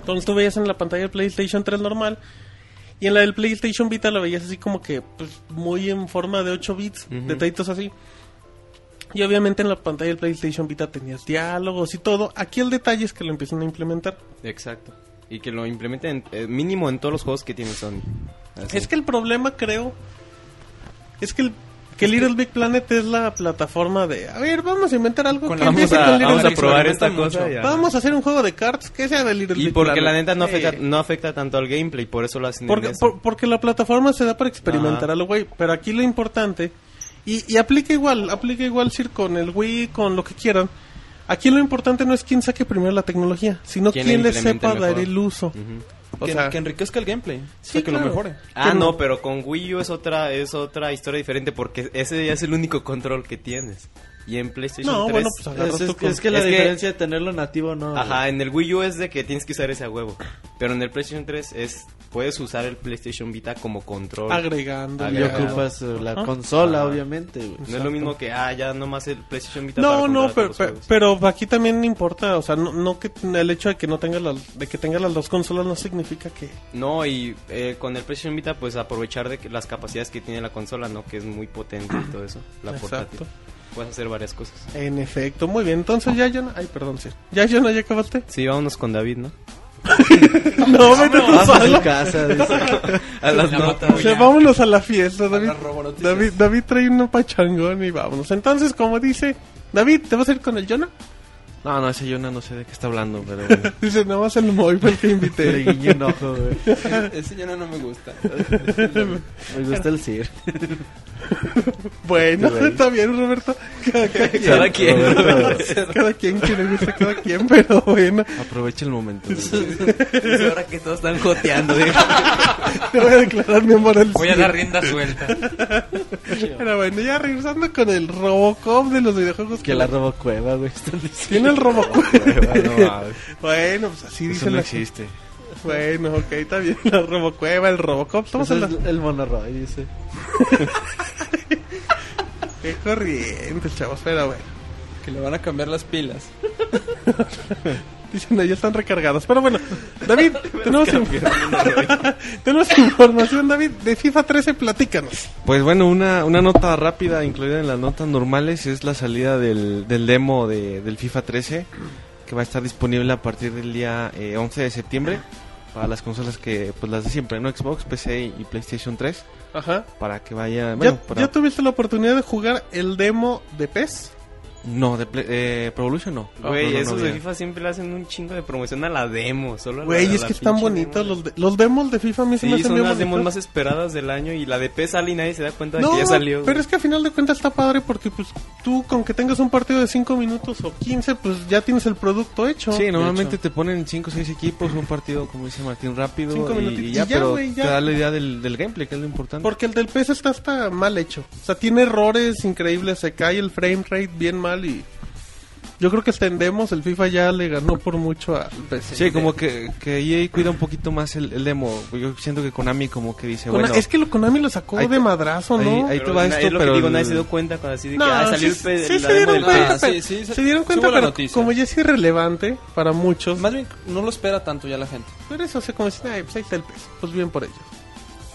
Speaker 2: Entonces tú veías en la pantalla del PlayStation 3 normal y en la del PlayStation Vita la veías así como que pues, muy en forma de 8 bits,
Speaker 7: Ujú.
Speaker 2: detallitos así. Y obviamente en la pantalla del PlayStation Vita tenías diálogos y todo. Aquí el detalle es que lo empiezan a implementar.
Speaker 7: Exacto. Y que lo implementen eh, mínimo en todos los juegos que tiene Sony. Así.
Speaker 2: Es que el problema, creo, es que el que Little Big Planet es la plataforma de, a ver, vamos a inventar algo
Speaker 5: Con
Speaker 2: que
Speaker 5: la-
Speaker 7: vamos
Speaker 2: empiece
Speaker 7: a,
Speaker 2: con Little
Speaker 7: vamos a
Speaker 2: Big
Speaker 7: probar
Speaker 2: Planet.
Speaker 7: esta
Speaker 5: mucho.
Speaker 7: cosa. ya.
Speaker 2: Vamos a hacer un juego de cartas que sea de Little
Speaker 7: Y
Speaker 2: Big
Speaker 7: porque
Speaker 2: Planet.
Speaker 7: la neta no afecta,
Speaker 2: Eh,
Speaker 7: no afecta tanto al gameplay, por eso lo hacen en
Speaker 2: porque,
Speaker 7: eso.
Speaker 2: por- porque la plataforma se da para experimentar
Speaker 7: Ajá.
Speaker 2: a lo güey. Pero aquí lo importante. Y, y aplica igual, aplica igual, Sir, con el Wii, con lo que quieran. Aquí lo importante no es quién saque primero la tecnología, sino
Speaker 7: Quién
Speaker 2: quién,
Speaker 7: la
Speaker 2: le
Speaker 7: implemente
Speaker 2: sepa dar
Speaker 7: mejor.
Speaker 2: el uso.
Speaker 7: Ujú.
Speaker 2: O
Speaker 5: que,
Speaker 2: sea,
Speaker 5: que enriquezca el gameplay. o sea,
Speaker 2: Sí,
Speaker 5: que
Speaker 2: claro.
Speaker 5: lo mejore.
Speaker 7: Ah, no, pero con Wii U es otra, es otra historia diferente porque ese ya es el único control que tienes. Y en PlayStation
Speaker 2: No,
Speaker 7: 3...
Speaker 2: bueno, pues agarras
Speaker 4: Es, es-
Speaker 2: tu con-
Speaker 4: es que la
Speaker 7: Es que-
Speaker 4: diferencia de tenerlo nativo no.
Speaker 7: Ajá, en el Wii U es de que tienes que usar ese a huevo. Pero en el PlayStation 3 es... Puedes usar el PlayStation Vita como control.
Speaker 2: agregando.
Speaker 4: güey. Y
Speaker 7: agregado.
Speaker 4: ocupas eh, la
Speaker 2: Ajá.
Speaker 4: consola,
Speaker 7: Ajá.
Speaker 4: obviamente, güey.
Speaker 7: no es lo mismo que, ah, ya nomás el PlayStation Vita para
Speaker 2: No, no,
Speaker 7: controlar
Speaker 2: pero,
Speaker 7: todos los
Speaker 2: pero,
Speaker 7: juegos.
Speaker 2: pero aquí también importa, o sea, no, no que el hecho de que no tenga las, de que tenga las dos consolas no significa que
Speaker 7: No, y eh, con el PlayStation Vita, pues aprovechar de que- las capacidades que tiene la consola, ¿no? Que es muy potente y todo eso. La
Speaker 2: Exacto.
Speaker 7: portátil. Puedes hacer varias cosas.
Speaker 2: en efecto, muy bien. Entonces ya Jonah, ay, perdón, Sir. Ya Jonah, ya acabaste.
Speaker 7: Sí, vámonos con David, ¿no?
Speaker 2: No, vete tú
Speaker 4: Vamos a
Speaker 2: solo.
Speaker 4: su casa, dice.
Speaker 7: A las
Speaker 2: O sea, vámonos a la fiesta, David.
Speaker 5: Ah,
Speaker 2: David, David trae un pachangón y vámonos. Entonces, como dice, David, ¿te vas a ir con el Jonah?
Speaker 3: No, no, ese Yona no sé de qué está hablando, pero...
Speaker 2: Dice, no vas el móvil el que
Speaker 4: Le
Speaker 2: invité.
Speaker 4: guiñé un ojo, güey.
Speaker 5: Ese ya no, no me gusta.
Speaker 4: Me gusta el CIR.
Speaker 2: bueno, está bien, Roberto. Cada, cada quien,
Speaker 7: Cada quien,
Speaker 2: cada quien que le guste, cada quien, pero bueno.
Speaker 3: Aprovecha el momento. güey.
Speaker 8: Ahora que todos están joteando, digo.
Speaker 2: Te voy a declarar mi amor al
Speaker 6: Voy a
Speaker 2: cine.
Speaker 6: dar rienda suelta.
Speaker 2: Pero bueno, ya regresando con el Robocop de los videojuegos.
Speaker 4: Que la robo cueva, güey. Están
Speaker 2: Tiene el Robocop.
Speaker 3: ah, No, mames,
Speaker 2: bueno, pues así
Speaker 3: eso
Speaker 2: dice
Speaker 3: no
Speaker 2: la
Speaker 3: existe.
Speaker 2: Bueno, ok, está bien. La Robocueva, el Robocop. Estamos en la...
Speaker 4: el, el monoroy, dice.
Speaker 2: Qué corriente, chavos, pero bueno.
Speaker 5: Que le van a cambiar las pilas.
Speaker 2: Dicen, ya están recargadas. Pero bueno, David, tenemos, tenemos información, David, de FIFA 13, platícanos.
Speaker 3: Pues bueno, una, una nota rápida incluida en las notas normales es la salida del, del demo de, del FIFA 13 que va a estar disponible a partir del día eh, 11 de septiembre para las consolas que, pues las de siempre, ¿no? Xbox, PC y PlayStation 3
Speaker 2: Ajá.
Speaker 3: para que vaya... Bueno,
Speaker 2: ¿Ya,
Speaker 3: para-
Speaker 2: ya tuviste la oportunidad de jugar el demo de PES?
Speaker 3: No, de Play- eh, Pro Evolution no.
Speaker 7: Güey,
Speaker 3: No, no, no
Speaker 7: esos de
Speaker 3: había.
Speaker 7: FIFA siempre le hacen un chingo de promoción a la demo. Solo a la- a
Speaker 2: Güey,
Speaker 7: la
Speaker 2: es que están
Speaker 7: pinche
Speaker 2: bonitos
Speaker 7: demo.
Speaker 2: los, de- los demos de FIFA. A mí se me
Speaker 7: Sí,
Speaker 2: hacen
Speaker 7: son
Speaker 2: bien
Speaker 7: las demos
Speaker 2: bonitos.
Speaker 7: más esperadas del año y la de PES sale y nadie se da cuenta de
Speaker 2: No,
Speaker 7: que ya salió.
Speaker 2: pero
Speaker 7: güey.
Speaker 2: es que a final de cuentas está padre porque pues tú con que tengas un partido de 5 minutos o 15, pues ya tienes el producto hecho.
Speaker 3: Sí, normalmente te ponen 5 o 6 equipos, un partido, como dice Martín, rápido.
Speaker 2: Cinco
Speaker 3: y-
Speaker 2: minutitos,
Speaker 3: y,
Speaker 2: y
Speaker 3: ya,
Speaker 2: ya,
Speaker 3: pero
Speaker 2: güey, ya.
Speaker 3: te da la idea del, del gameplay, que es lo importante.
Speaker 2: Porque el del PS está hasta mal hecho. O sea, tiene errores increíbles, se cae el frame rate bien mal y yo creo que extendemos el FIFA ya le ganó por mucho al PC.
Speaker 3: Sí, como que, que EA cuida un poquito más el, el demo. Yo siento que Konami como que dice,
Speaker 2: Kona-
Speaker 3: bueno...
Speaker 2: Es que lo Konami lo sacó
Speaker 3: ahí-
Speaker 2: de madrazo, ¿no?
Speaker 3: ahí- ahí-
Speaker 7: Pero
Speaker 3: te va
Speaker 7: na-
Speaker 3: esto,
Speaker 7: es lo
Speaker 3: pero
Speaker 7: que digo, nadie
Speaker 3: el-
Speaker 7: se dio cuenta cuando así de que
Speaker 2: No,
Speaker 7: ah, salió
Speaker 2: sí-
Speaker 7: el PES.
Speaker 2: sí
Speaker 7: la
Speaker 2: se
Speaker 7: demo
Speaker 2: dieron
Speaker 7: del
Speaker 2: cuenta,
Speaker 7: PES.
Speaker 5: Ah,
Speaker 2: pero-
Speaker 5: sí, sí, sí.
Speaker 2: se dieron
Speaker 5: Sí
Speaker 2: cuenta,
Speaker 5: hubo la
Speaker 2: pero
Speaker 5: noticia.
Speaker 2: como ya es irrelevante para muchos,
Speaker 5: Más bien, no lo espera tanto ya la gente.
Speaker 2: pero eso se como dicen, "Ay, pues ahí está el PS, pues bien por ellos.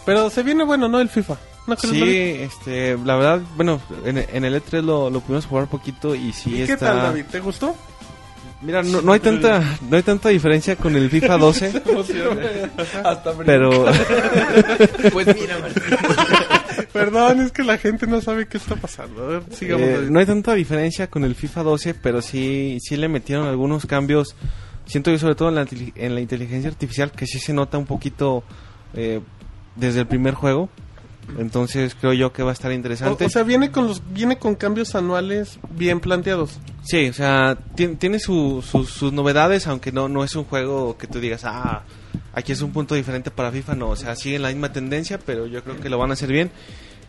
Speaker 2: Pero se viene bueno, ¿no? El FIFA. ¿No crees,
Speaker 3: Sí,
Speaker 2: David?
Speaker 3: este, la verdad, bueno, en, en el E3 lo, lo pudimos jugar poquito y sí
Speaker 2: ¿Y
Speaker 3: está...
Speaker 2: qué tal, David? ¿Te gustó?
Speaker 3: Mira, no, no hay tanta no hay tanta diferencia con el FIFA 12,
Speaker 5: Hasta
Speaker 3: pero
Speaker 8: Pues mira, Martín.
Speaker 2: Perdón, es que la gente no sabe qué está pasando. A ver, sigamos.
Speaker 3: eh,
Speaker 2: David.
Speaker 3: no hay tanta diferencia con el FIFA 12, pero sí sí le metieron algunos cambios. Siento yo sobre todo en la, inteli- en la inteligencia artificial que sí se nota un poquito eh, desde el primer juego. Entonces creo yo que va a estar
Speaker 2: O,
Speaker 3: interesante.
Speaker 2: o sea, viene con los viene con cambios anuales bien planteados.
Speaker 3: Sí, o sea, tien- tiene su- su- sus novedades, aunque no, no es un juego que tú digas, ah, aquí es un punto diferente para FIFA, no, o sea, sigue la misma tendencia, pero yo creo que lo van a hacer bien.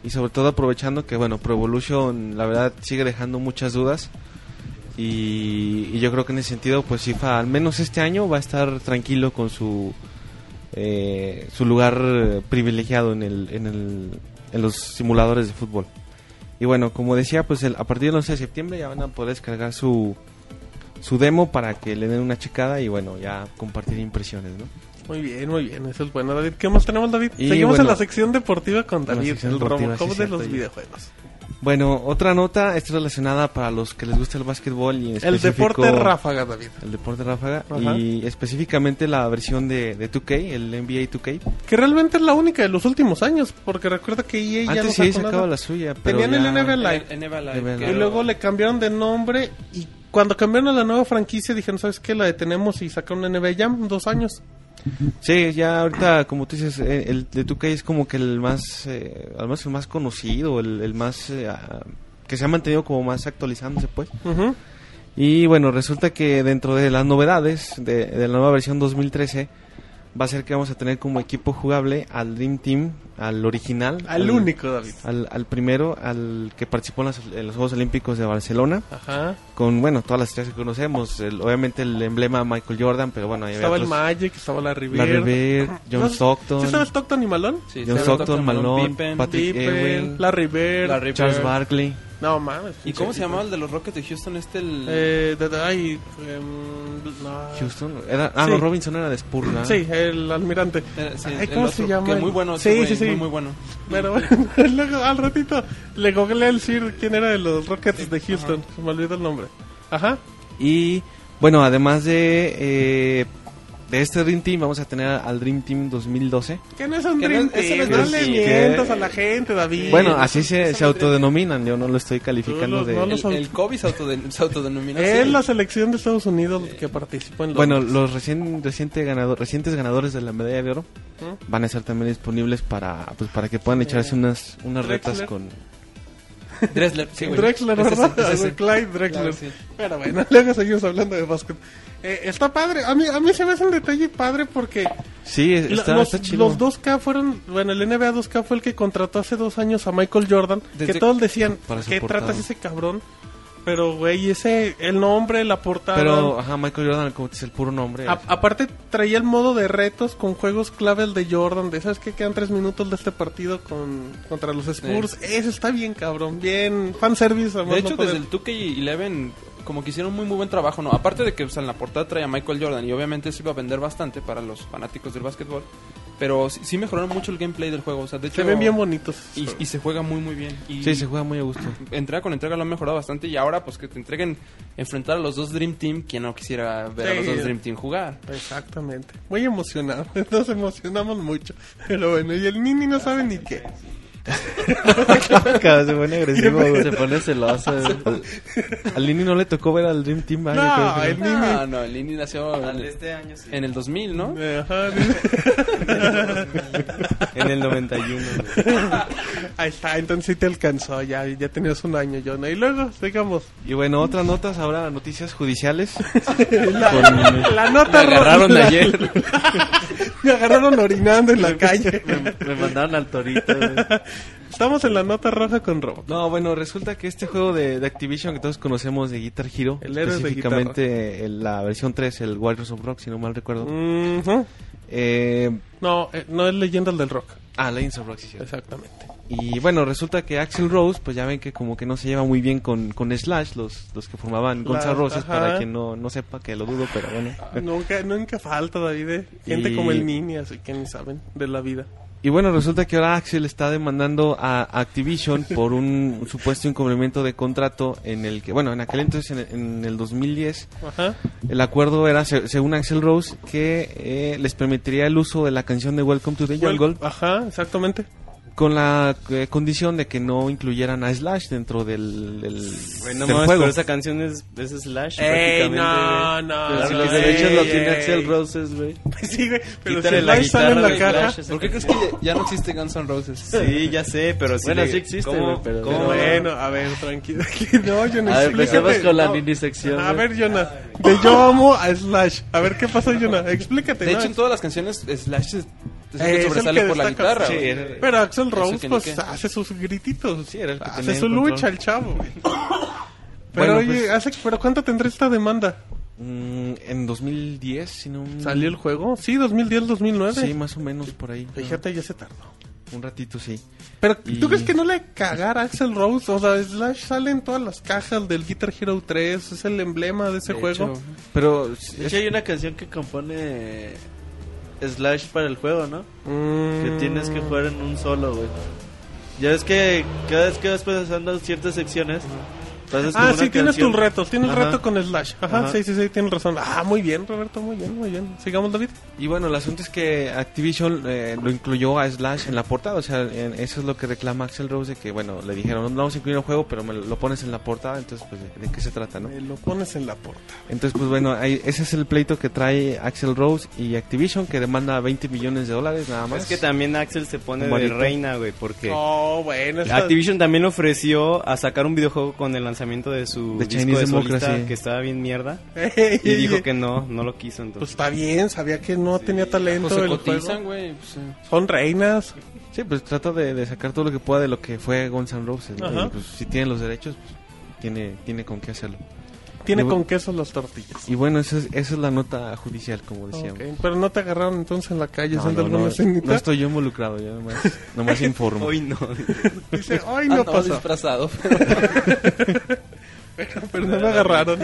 Speaker 3: Y sobre todo aprovechando que, bueno, Pro Evolution, la verdad, sigue dejando muchas dudas. Y, y yo creo que en ese sentido, pues FIFA, al menos este año, va a estar tranquilo con su, eh, su lugar eh, privilegiado en, el, en, el, en los simuladores de fútbol. Y bueno, como decía, pues el- a partir del 11 de septiembre ya van a poder descargar su, su demo para que le den una checada y bueno, ya compartir impresiones, ¿no?
Speaker 2: Muy bien, muy bien. Eso es bueno, David. ¿Qué más tenemos, David?
Speaker 3: Y
Speaker 2: Seguimos en
Speaker 3: bueno,
Speaker 2: la sección deportiva con
Speaker 3: la
Speaker 2: David,
Speaker 3: sección
Speaker 2: el
Speaker 3: deportiva,
Speaker 2: Robocop
Speaker 3: sí,
Speaker 2: de
Speaker 3: cierto,
Speaker 2: los
Speaker 3: ya.
Speaker 2: videojuegos.
Speaker 3: Bueno, otra nota es relacionada para los que les gusta el básquetbol y en
Speaker 2: El
Speaker 3: específico-
Speaker 2: deporte ráfaga, David.
Speaker 3: El deporte ráfaga
Speaker 2: Ajá.
Speaker 3: y específicamente la versión de, de 2K, el NBA 2K.
Speaker 2: Que realmente es la única de los últimos años, porque recuerda que EA ya no
Speaker 3: Antes sí
Speaker 2: sacó
Speaker 3: sacaba
Speaker 2: nada.
Speaker 3: la suya, pero
Speaker 2: Tenían
Speaker 3: ya-
Speaker 2: el NBA Live
Speaker 5: NBA
Speaker 3: NBA
Speaker 5: Live.
Speaker 3: Live.
Speaker 5: que
Speaker 2: y luego le cambiaron de nombre y cuando cambiaron a la nueva franquicia dijeron, ¿sabes qué? La detenemos y sacaron NBA Jam dos años.
Speaker 3: Sí, ya ahorita, como tú dices, eh, el de 2K es como que el más, eh, al menos el más conocido, el, el más... eh, ah, que se ha mantenido como más actualizándose, pues.
Speaker 2: Ujú.
Speaker 3: Y bueno, resulta que dentro de las novedades de, de la nueva versión 2013 va a ser que vamos a tener como equipo jugable al Dream Team, al original.
Speaker 2: Al único, David.
Speaker 3: Al, al primero, al que participó en, las- en los Juegos Olímpicos de Barcelona,
Speaker 2: Ajá.
Speaker 3: con, bueno, todas las estrellas que conocemos. el- obviamente el emblema Michael Jordan, pero bueno, ahí había
Speaker 2: Estaba el
Speaker 3: otros-
Speaker 2: Magic, estaba la Rivera.
Speaker 3: Larry Bird, John
Speaker 2: No sé-
Speaker 3: Stockton,
Speaker 2: ¿Sí estaba Stockton y Malón?
Speaker 5: Sí,
Speaker 3: John
Speaker 5: Stockton,
Speaker 3: Stockton, Malone,
Speaker 5: Pippen,
Speaker 3: Patrick
Speaker 2: Pippen,
Speaker 3: Ewing,
Speaker 2: la Rivera.
Speaker 5: Larry
Speaker 3: Charles
Speaker 5: Bird.
Speaker 3: Barkley.
Speaker 2: No mames.
Speaker 5: ¿Y cómo se llamaba el de los Rockets de Houston? Este el...
Speaker 2: Eh, de, de- ay, em, no.
Speaker 3: Houston, era, ah, no,
Speaker 2: Sí.
Speaker 3: Robinson era de Spurs, ¿verdad?
Speaker 2: Sí, el almirante.
Speaker 5: eh, sí,
Speaker 2: Ay,
Speaker 5: el
Speaker 2: ¿Cómo
Speaker 5: otro,
Speaker 2: se llama?
Speaker 5: Que
Speaker 2: el-
Speaker 5: muy bueno. ese
Speaker 2: Sí,
Speaker 5: güey,
Speaker 2: sí, sí.
Speaker 5: Muy, muy bueno.
Speaker 2: Pero bueno, luego al ratito le googleé el Sir quién era de los Rockets de Houston. Se me olvidó el nombre. Ajá.
Speaker 3: Y bueno, además de, eh, de este Dream Team, vamos a tener al Dream Team 2012.
Speaker 2: Que no es un
Speaker 5: Que no-
Speaker 2: Dream
Speaker 5: ese no es
Speaker 2: Team, No
Speaker 5: Dream
Speaker 2: le
Speaker 5: Team.
Speaker 2: mientas a la gente, David.
Speaker 3: Bueno, así se,
Speaker 5: es
Speaker 3: se
Speaker 5: un
Speaker 3: autodenominan, yo no lo estoy
Speaker 2: No
Speaker 3: calificando
Speaker 2: lo-
Speaker 3: de...
Speaker 2: no lo-
Speaker 5: El, el Kobe se, autoden- se autodenominó.
Speaker 2: Es
Speaker 5: así.
Speaker 2: la selección de Estados Unidos que participó en los.
Speaker 3: Bueno, los recién, reciente ganado- recientes ganadores de la medalla de oro van a ser también disponibles para pues, para que puedan echarse unas unas
Speaker 2: Drexler.
Speaker 3: retas con...
Speaker 5: Drexler. sí, güey.
Speaker 2: Drexler,
Speaker 5: Ese sí,
Speaker 2: ¿verdad?
Speaker 5: ese sí.
Speaker 2: Güey, Clyde Drexler.
Speaker 5: Claro, sí.
Speaker 2: Pero bueno, luego seguimos hablando de básquet. Eh, está padre. A mí, a mí se me hace un detalle padre porque
Speaker 3: Sí, es-
Speaker 2: la-
Speaker 3: está,
Speaker 2: los,
Speaker 3: está chido.
Speaker 2: los 2K fueron. Bueno, el NBA 2K fue el que contrató hace dos años a Michael Jordan.
Speaker 5: Desde-
Speaker 2: que todos decían:
Speaker 3: Para su
Speaker 2: ¿Qué
Speaker 3: portada.
Speaker 2: tratas ese cabrón? Pero, güey, ese. El nombre, la portada.
Speaker 3: Pero, ajá, Michael Jordan, como es el puro nombre.
Speaker 2: A- aparte traía el modo de retos con juegos clave el de Jordan, de sabes que quedan tres minutos de este partido con contra los Spurs, eso está bien cabrón, bien fanservice a más
Speaker 5: De
Speaker 2: no
Speaker 5: hecho,
Speaker 2: poder.
Speaker 5: desde el 2K11 como que hicieron muy muy buen trabajo, ¿no? Aparte de que pues, en la portada traía a Michael Jordan y obviamente se iba a vender bastante para los fanáticos del básquetbol, pero sí, sí mejoraron mucho el gameplay del juego, o sea, de hecho...
Speaker 2: se ven bien bonitos.
Speaker 5: y, y se juega muy muy bien. Y
Speaker 3: sí, se juega muy a gusto.
Speaker 5: Entrega con entrega lo han mejorado bastante y ahora pues que te entreguen enfrentar a los dos Dream Team, quien no quisiera ver a los
Speaker 2: Sí.
Speaker 5: dos Dream Team jugar.
Speaker 2: Exactamente. Muy emocionado. Nos emocionamos mucho. Pero bueno, y el Nini no sabe ni qué.
Speaker 3: Cabrón, se pone agresivo, güey.
Speaker 4: Se pone celoso, güey.
Speaker 3: Al- Al Lini no le tocó ver al Dream Team.
Speaker 5: No,
Speaker 3: año, creo
Speaker 5: el
Speaker 3: que
Speaker 5: Nini. No, Ah, no, el Nini nació
Speaker 7: Al de
Speaker 5: en,
Speaker 7: este año sí.
Speaker 5: en el 2000, ¿no?
Speaker 2: Ajá.
Speaker 7: En el 91. güey.
Speaker 2: Ahí está, entonces sí te alcanzó, ya, ya tenías un año, John. Y luego, digamos,
Speaker 3: Y bueno, otras notas, ahora noticias judiciales.
Speaker 2: la nota
Speaker 5: Me agarraron
Speaker 2: roja-
Speaker 5: ayer.
Speaker 2: Me agarraron orinando en la calle.
Speaker 4: Me mandaron al torito, güey.
Speaker 2: Estamos en la nota roja con Robocop.
Speaker 3: No, bueno, resulta que este juego de, de Activision que todos conocemos de Guitar Hero,
Speaker 2: El héroe de
Speaker 3: específicamente el- la versión 3, el Warriors of Rock, si no mal recuerdo.
Speaker 2: Mm. Ujú.
Speaker 3: Eh,
Speaker 2: No, eh, no es leyenda del rock.
Speaker 3: ah, Legends of Rock, sí, sí.
Speaker 2: Exactamente.
Speaker 3: Y bueno, resulta que Axel Rose, pues ya ven que como que no se lleva muy bien con, con Slash, los, los que formaban Guns N'
Speaker 2: Slash,
Speaker 3: Roses,
Speaker 2: ajá.
Speaker 3: para quien no, no sepa, que lo dudo, pero bueno.
Speaker 2: Nunca, nunca falta, David. eh. Gente
Speaker 3: Y-
Speaker 2: como el Nini, así que ni saben de la vida.
Speaker 3: Y bueno, resulta que ahora Axel está demandando a Activision por un supuesto incumplimiento de contrato en el que, bueno, en aquel entonces, en el, en el 2010,
Speaker 2: Ajá.
Speaker 3: el acuerdo era, se- según Axel Rose, que eh, les permitiría el uso de la canción de Welcome to the Jungle
Speaker 2: Ajá, exactamente.
Speaker 3: con la eh, condición de que no incluyeran a Slash dentro del, del-
Speaker 7: Güey, no
Speaker 3: del
Speaker 7: mames,
Speaker 3: juego.
Speaker 7: pero esa canción es, es Slash
Speaker 2: Ey,
Speaker 7: prácticamente.
Speaker 2: no,
Speaker 7: güey.
Speaker 2: no.
Speaker 4: Pero si
Speaker 2: no,
Speaker 4: los derechos
Speaker 2: ey,
Speaker 4: lo tiene
Speaker 2: ey.
Speaker 4: Axel Roses, güey.
Speaker 2: Sí, güey, pero si
Speaker 4: Quítale
Speaker 2: el
Speaker 4: la
Speaker 2: Slash sale en
Speaker 4: guitarra
Speaker 2: la
Speaker 4: de
Speaker 2: caja.
Speaker 4: Slash, esa
Speaker 5: ¿Por qué crees
Speaker 4: canción.
Speaker 5: que ya, ya no existe Guns N' Roses?
Speaker 7: Sí, ya sé, pero sí.
Speaker 4: Bueno,
Speaker 7: le-
Speaker 4: sí existe,
Speaker 7: ¿cómo-
Speaker 4: güey, pero-
Speaker 7: cómo-
Speaker 4: No.
Speaker 2: Bueno, a ver, tranquilo. que No, yo no
Speaker 4: A ver,
Speaker 2: sé,
Speaker 4: empecemos
Speaker 2: yo-
Speaker 4: con la
Speaker 2: no.
Speaker 4: mini sección.
Speaker 2: A ver, Jonah, de yo amo a Slash. A ver, ¿qué pasó, Jonah? Explícate.
Speaker 5: De
Speaker 2: ¿no?
Speaker 5: hecho, en todas las canciones eh, Slash es, es el
Speaker 2: Eh,
Speaker 5: que
Speaker 2: es el
Speaker 5: sobresale
Speaker 2: que
Speaker 5: por la
Speaker 2: destaca.
Speaker 5: guitarra.
Speaker 2: Sí,
Speaker 5: güey. Ah,
Speaker 2: era- Pero Axel Rose,
Speaker 5: que ni
Speaker 2: pues,
Speaker 5: qué.
Speaker 2: hace sus grititos.
Speaker 3: Sí, era el que tenía
Speaker 2: hace
Speaker 3: el
Speaker 2: su
Speaker 3: control.
Speaker 2: lucha el chavo, güey. Pero,
Speaker 3: Bueno,
Speaker 2: oye,
Speaker 3: pues-
Speaker 2: hace- ¿pero cuánto tendrá esta demanda?
Speaker 3: Mm, en 2010, si no...
Speaker 2: ¿Salió el juego? Sí, 2010, 2009.
Speaker 3: Mm. Sí, más o menos por ahí.
Speaker 2: Fíjate, ya se tardó.
Speaker 3: Un ratito, sí.
Speaker 2: Pero, ¿tú
Speaker 3: Y-
Speaker 2: crees que no le cagara a Axel Rose? O sea, Slash sale en todas las cajas del Guitar Hero 3. Es el emblema de ese
Speaker 5: De
Speaker 2: juego.
Speaker 5: hecho,
Speaker 3: Pero...
Speaker 4: De hecho, hay una canción que compone Slash para el juego, ¿no?
Speaker 2: Mm.
Speaker 4: Que tienes que jugar en un solo, güey. Ya ves que cada vez que vas pasando ciertas secciones, pasas como
Speaker 2: Ah,
Speaker 4: una
Speaker 2: sí, tienes
Speaker 4: canción.
Speaker 2: tus retos. Tienes
Speaker 4: Ajá.
Speaker 2: reto con Slash. Ajá,
Speaker 4: Ajá.
Speaker 2: sí, sí, sí, tienes razón. Ah, muy bien, Roberto, muy bien, muy bien. Sigamos, David.
Speaker 3: Y bueno, el asunto es que Activision eh, lo incluyó a Slash en la portada. O sea, en- eso es lo que reclama Axel Rose, de que, bueno, le dijeron, no vamos a incluir el juego, pero me lo pones en la portada. Entonces, pues, ¿de, de qué se trata, no?
Speaker 2: Me lo pones en la puerta.
Speaker 3: Entonces, pues bueno, ahí- ese es el pleito que trae Axel Rose y Activision, que demanda 20 millones de dólares nada más.
Speaker 7: Es que también Axel se pone de
Speaker 3: Bonito.
Speaker 7: reina, güey, porque...
Speaker 2: Oh, bueno.
Speaker 5: pues,
Speaker 2: esa-
Speaker 7: Activision también le ofreció a sacar un videojuego con el lanzamiento de su
Speaker 3: The
Speaker 7: disco
Speaker 3: Chinese
Speaker 7: de solista,
Speaker 3: Democracy.
Speaker 7: que estaba bien mierda
Speaker 2: Ey,
Speaker 7: y dijo que no, no lo quiso
Speaker 2: Pues
Speaker 7: entonces.
Speaker 2: está bien, sabía que no tenía talento
Speaker 5: pues se
Speaker 2: el
Speaker 5: cotizan,
Speaker 2: juego.
Speaker 5: güey. pues, eh.
Speaker 2: Son reinas.
Speaker 3: Sí, pues trata de, de sacar todo lo que pueda de lo que fue Guns N' Roses. ¿no?
Speaker 2: Ajá.
Speaker 3: Y, pues, si tiene los derechos, pues, tiene, tiene con qué hacerlo.
Speaker 2: Tiene
Speaker 3: Yo-
Speaker 2: con queso las tortillas.
Speaker 3: Y bueno, esa es, esa es la nota judicial, como decíamos.
Speaker 2: Ok, Pero no te agarraron entonces en la calle,
Speaker 3: No,
Speaker 2: son de
Speaker 3: no,
Speaker 2: alguna
Speaker 3: no,
Speaker 2: escenita.
Speaker 3: no estoy yo involucrado, yo nomás, nomás informo.
Speaker 7: Hoy no.
Speaker 2: Dice, ay, no
Speaker 5: Ah, no,
Speaker 2: pasó.
Speaker 5: disfrazado.
Speaker 2: Pero no me agarraron.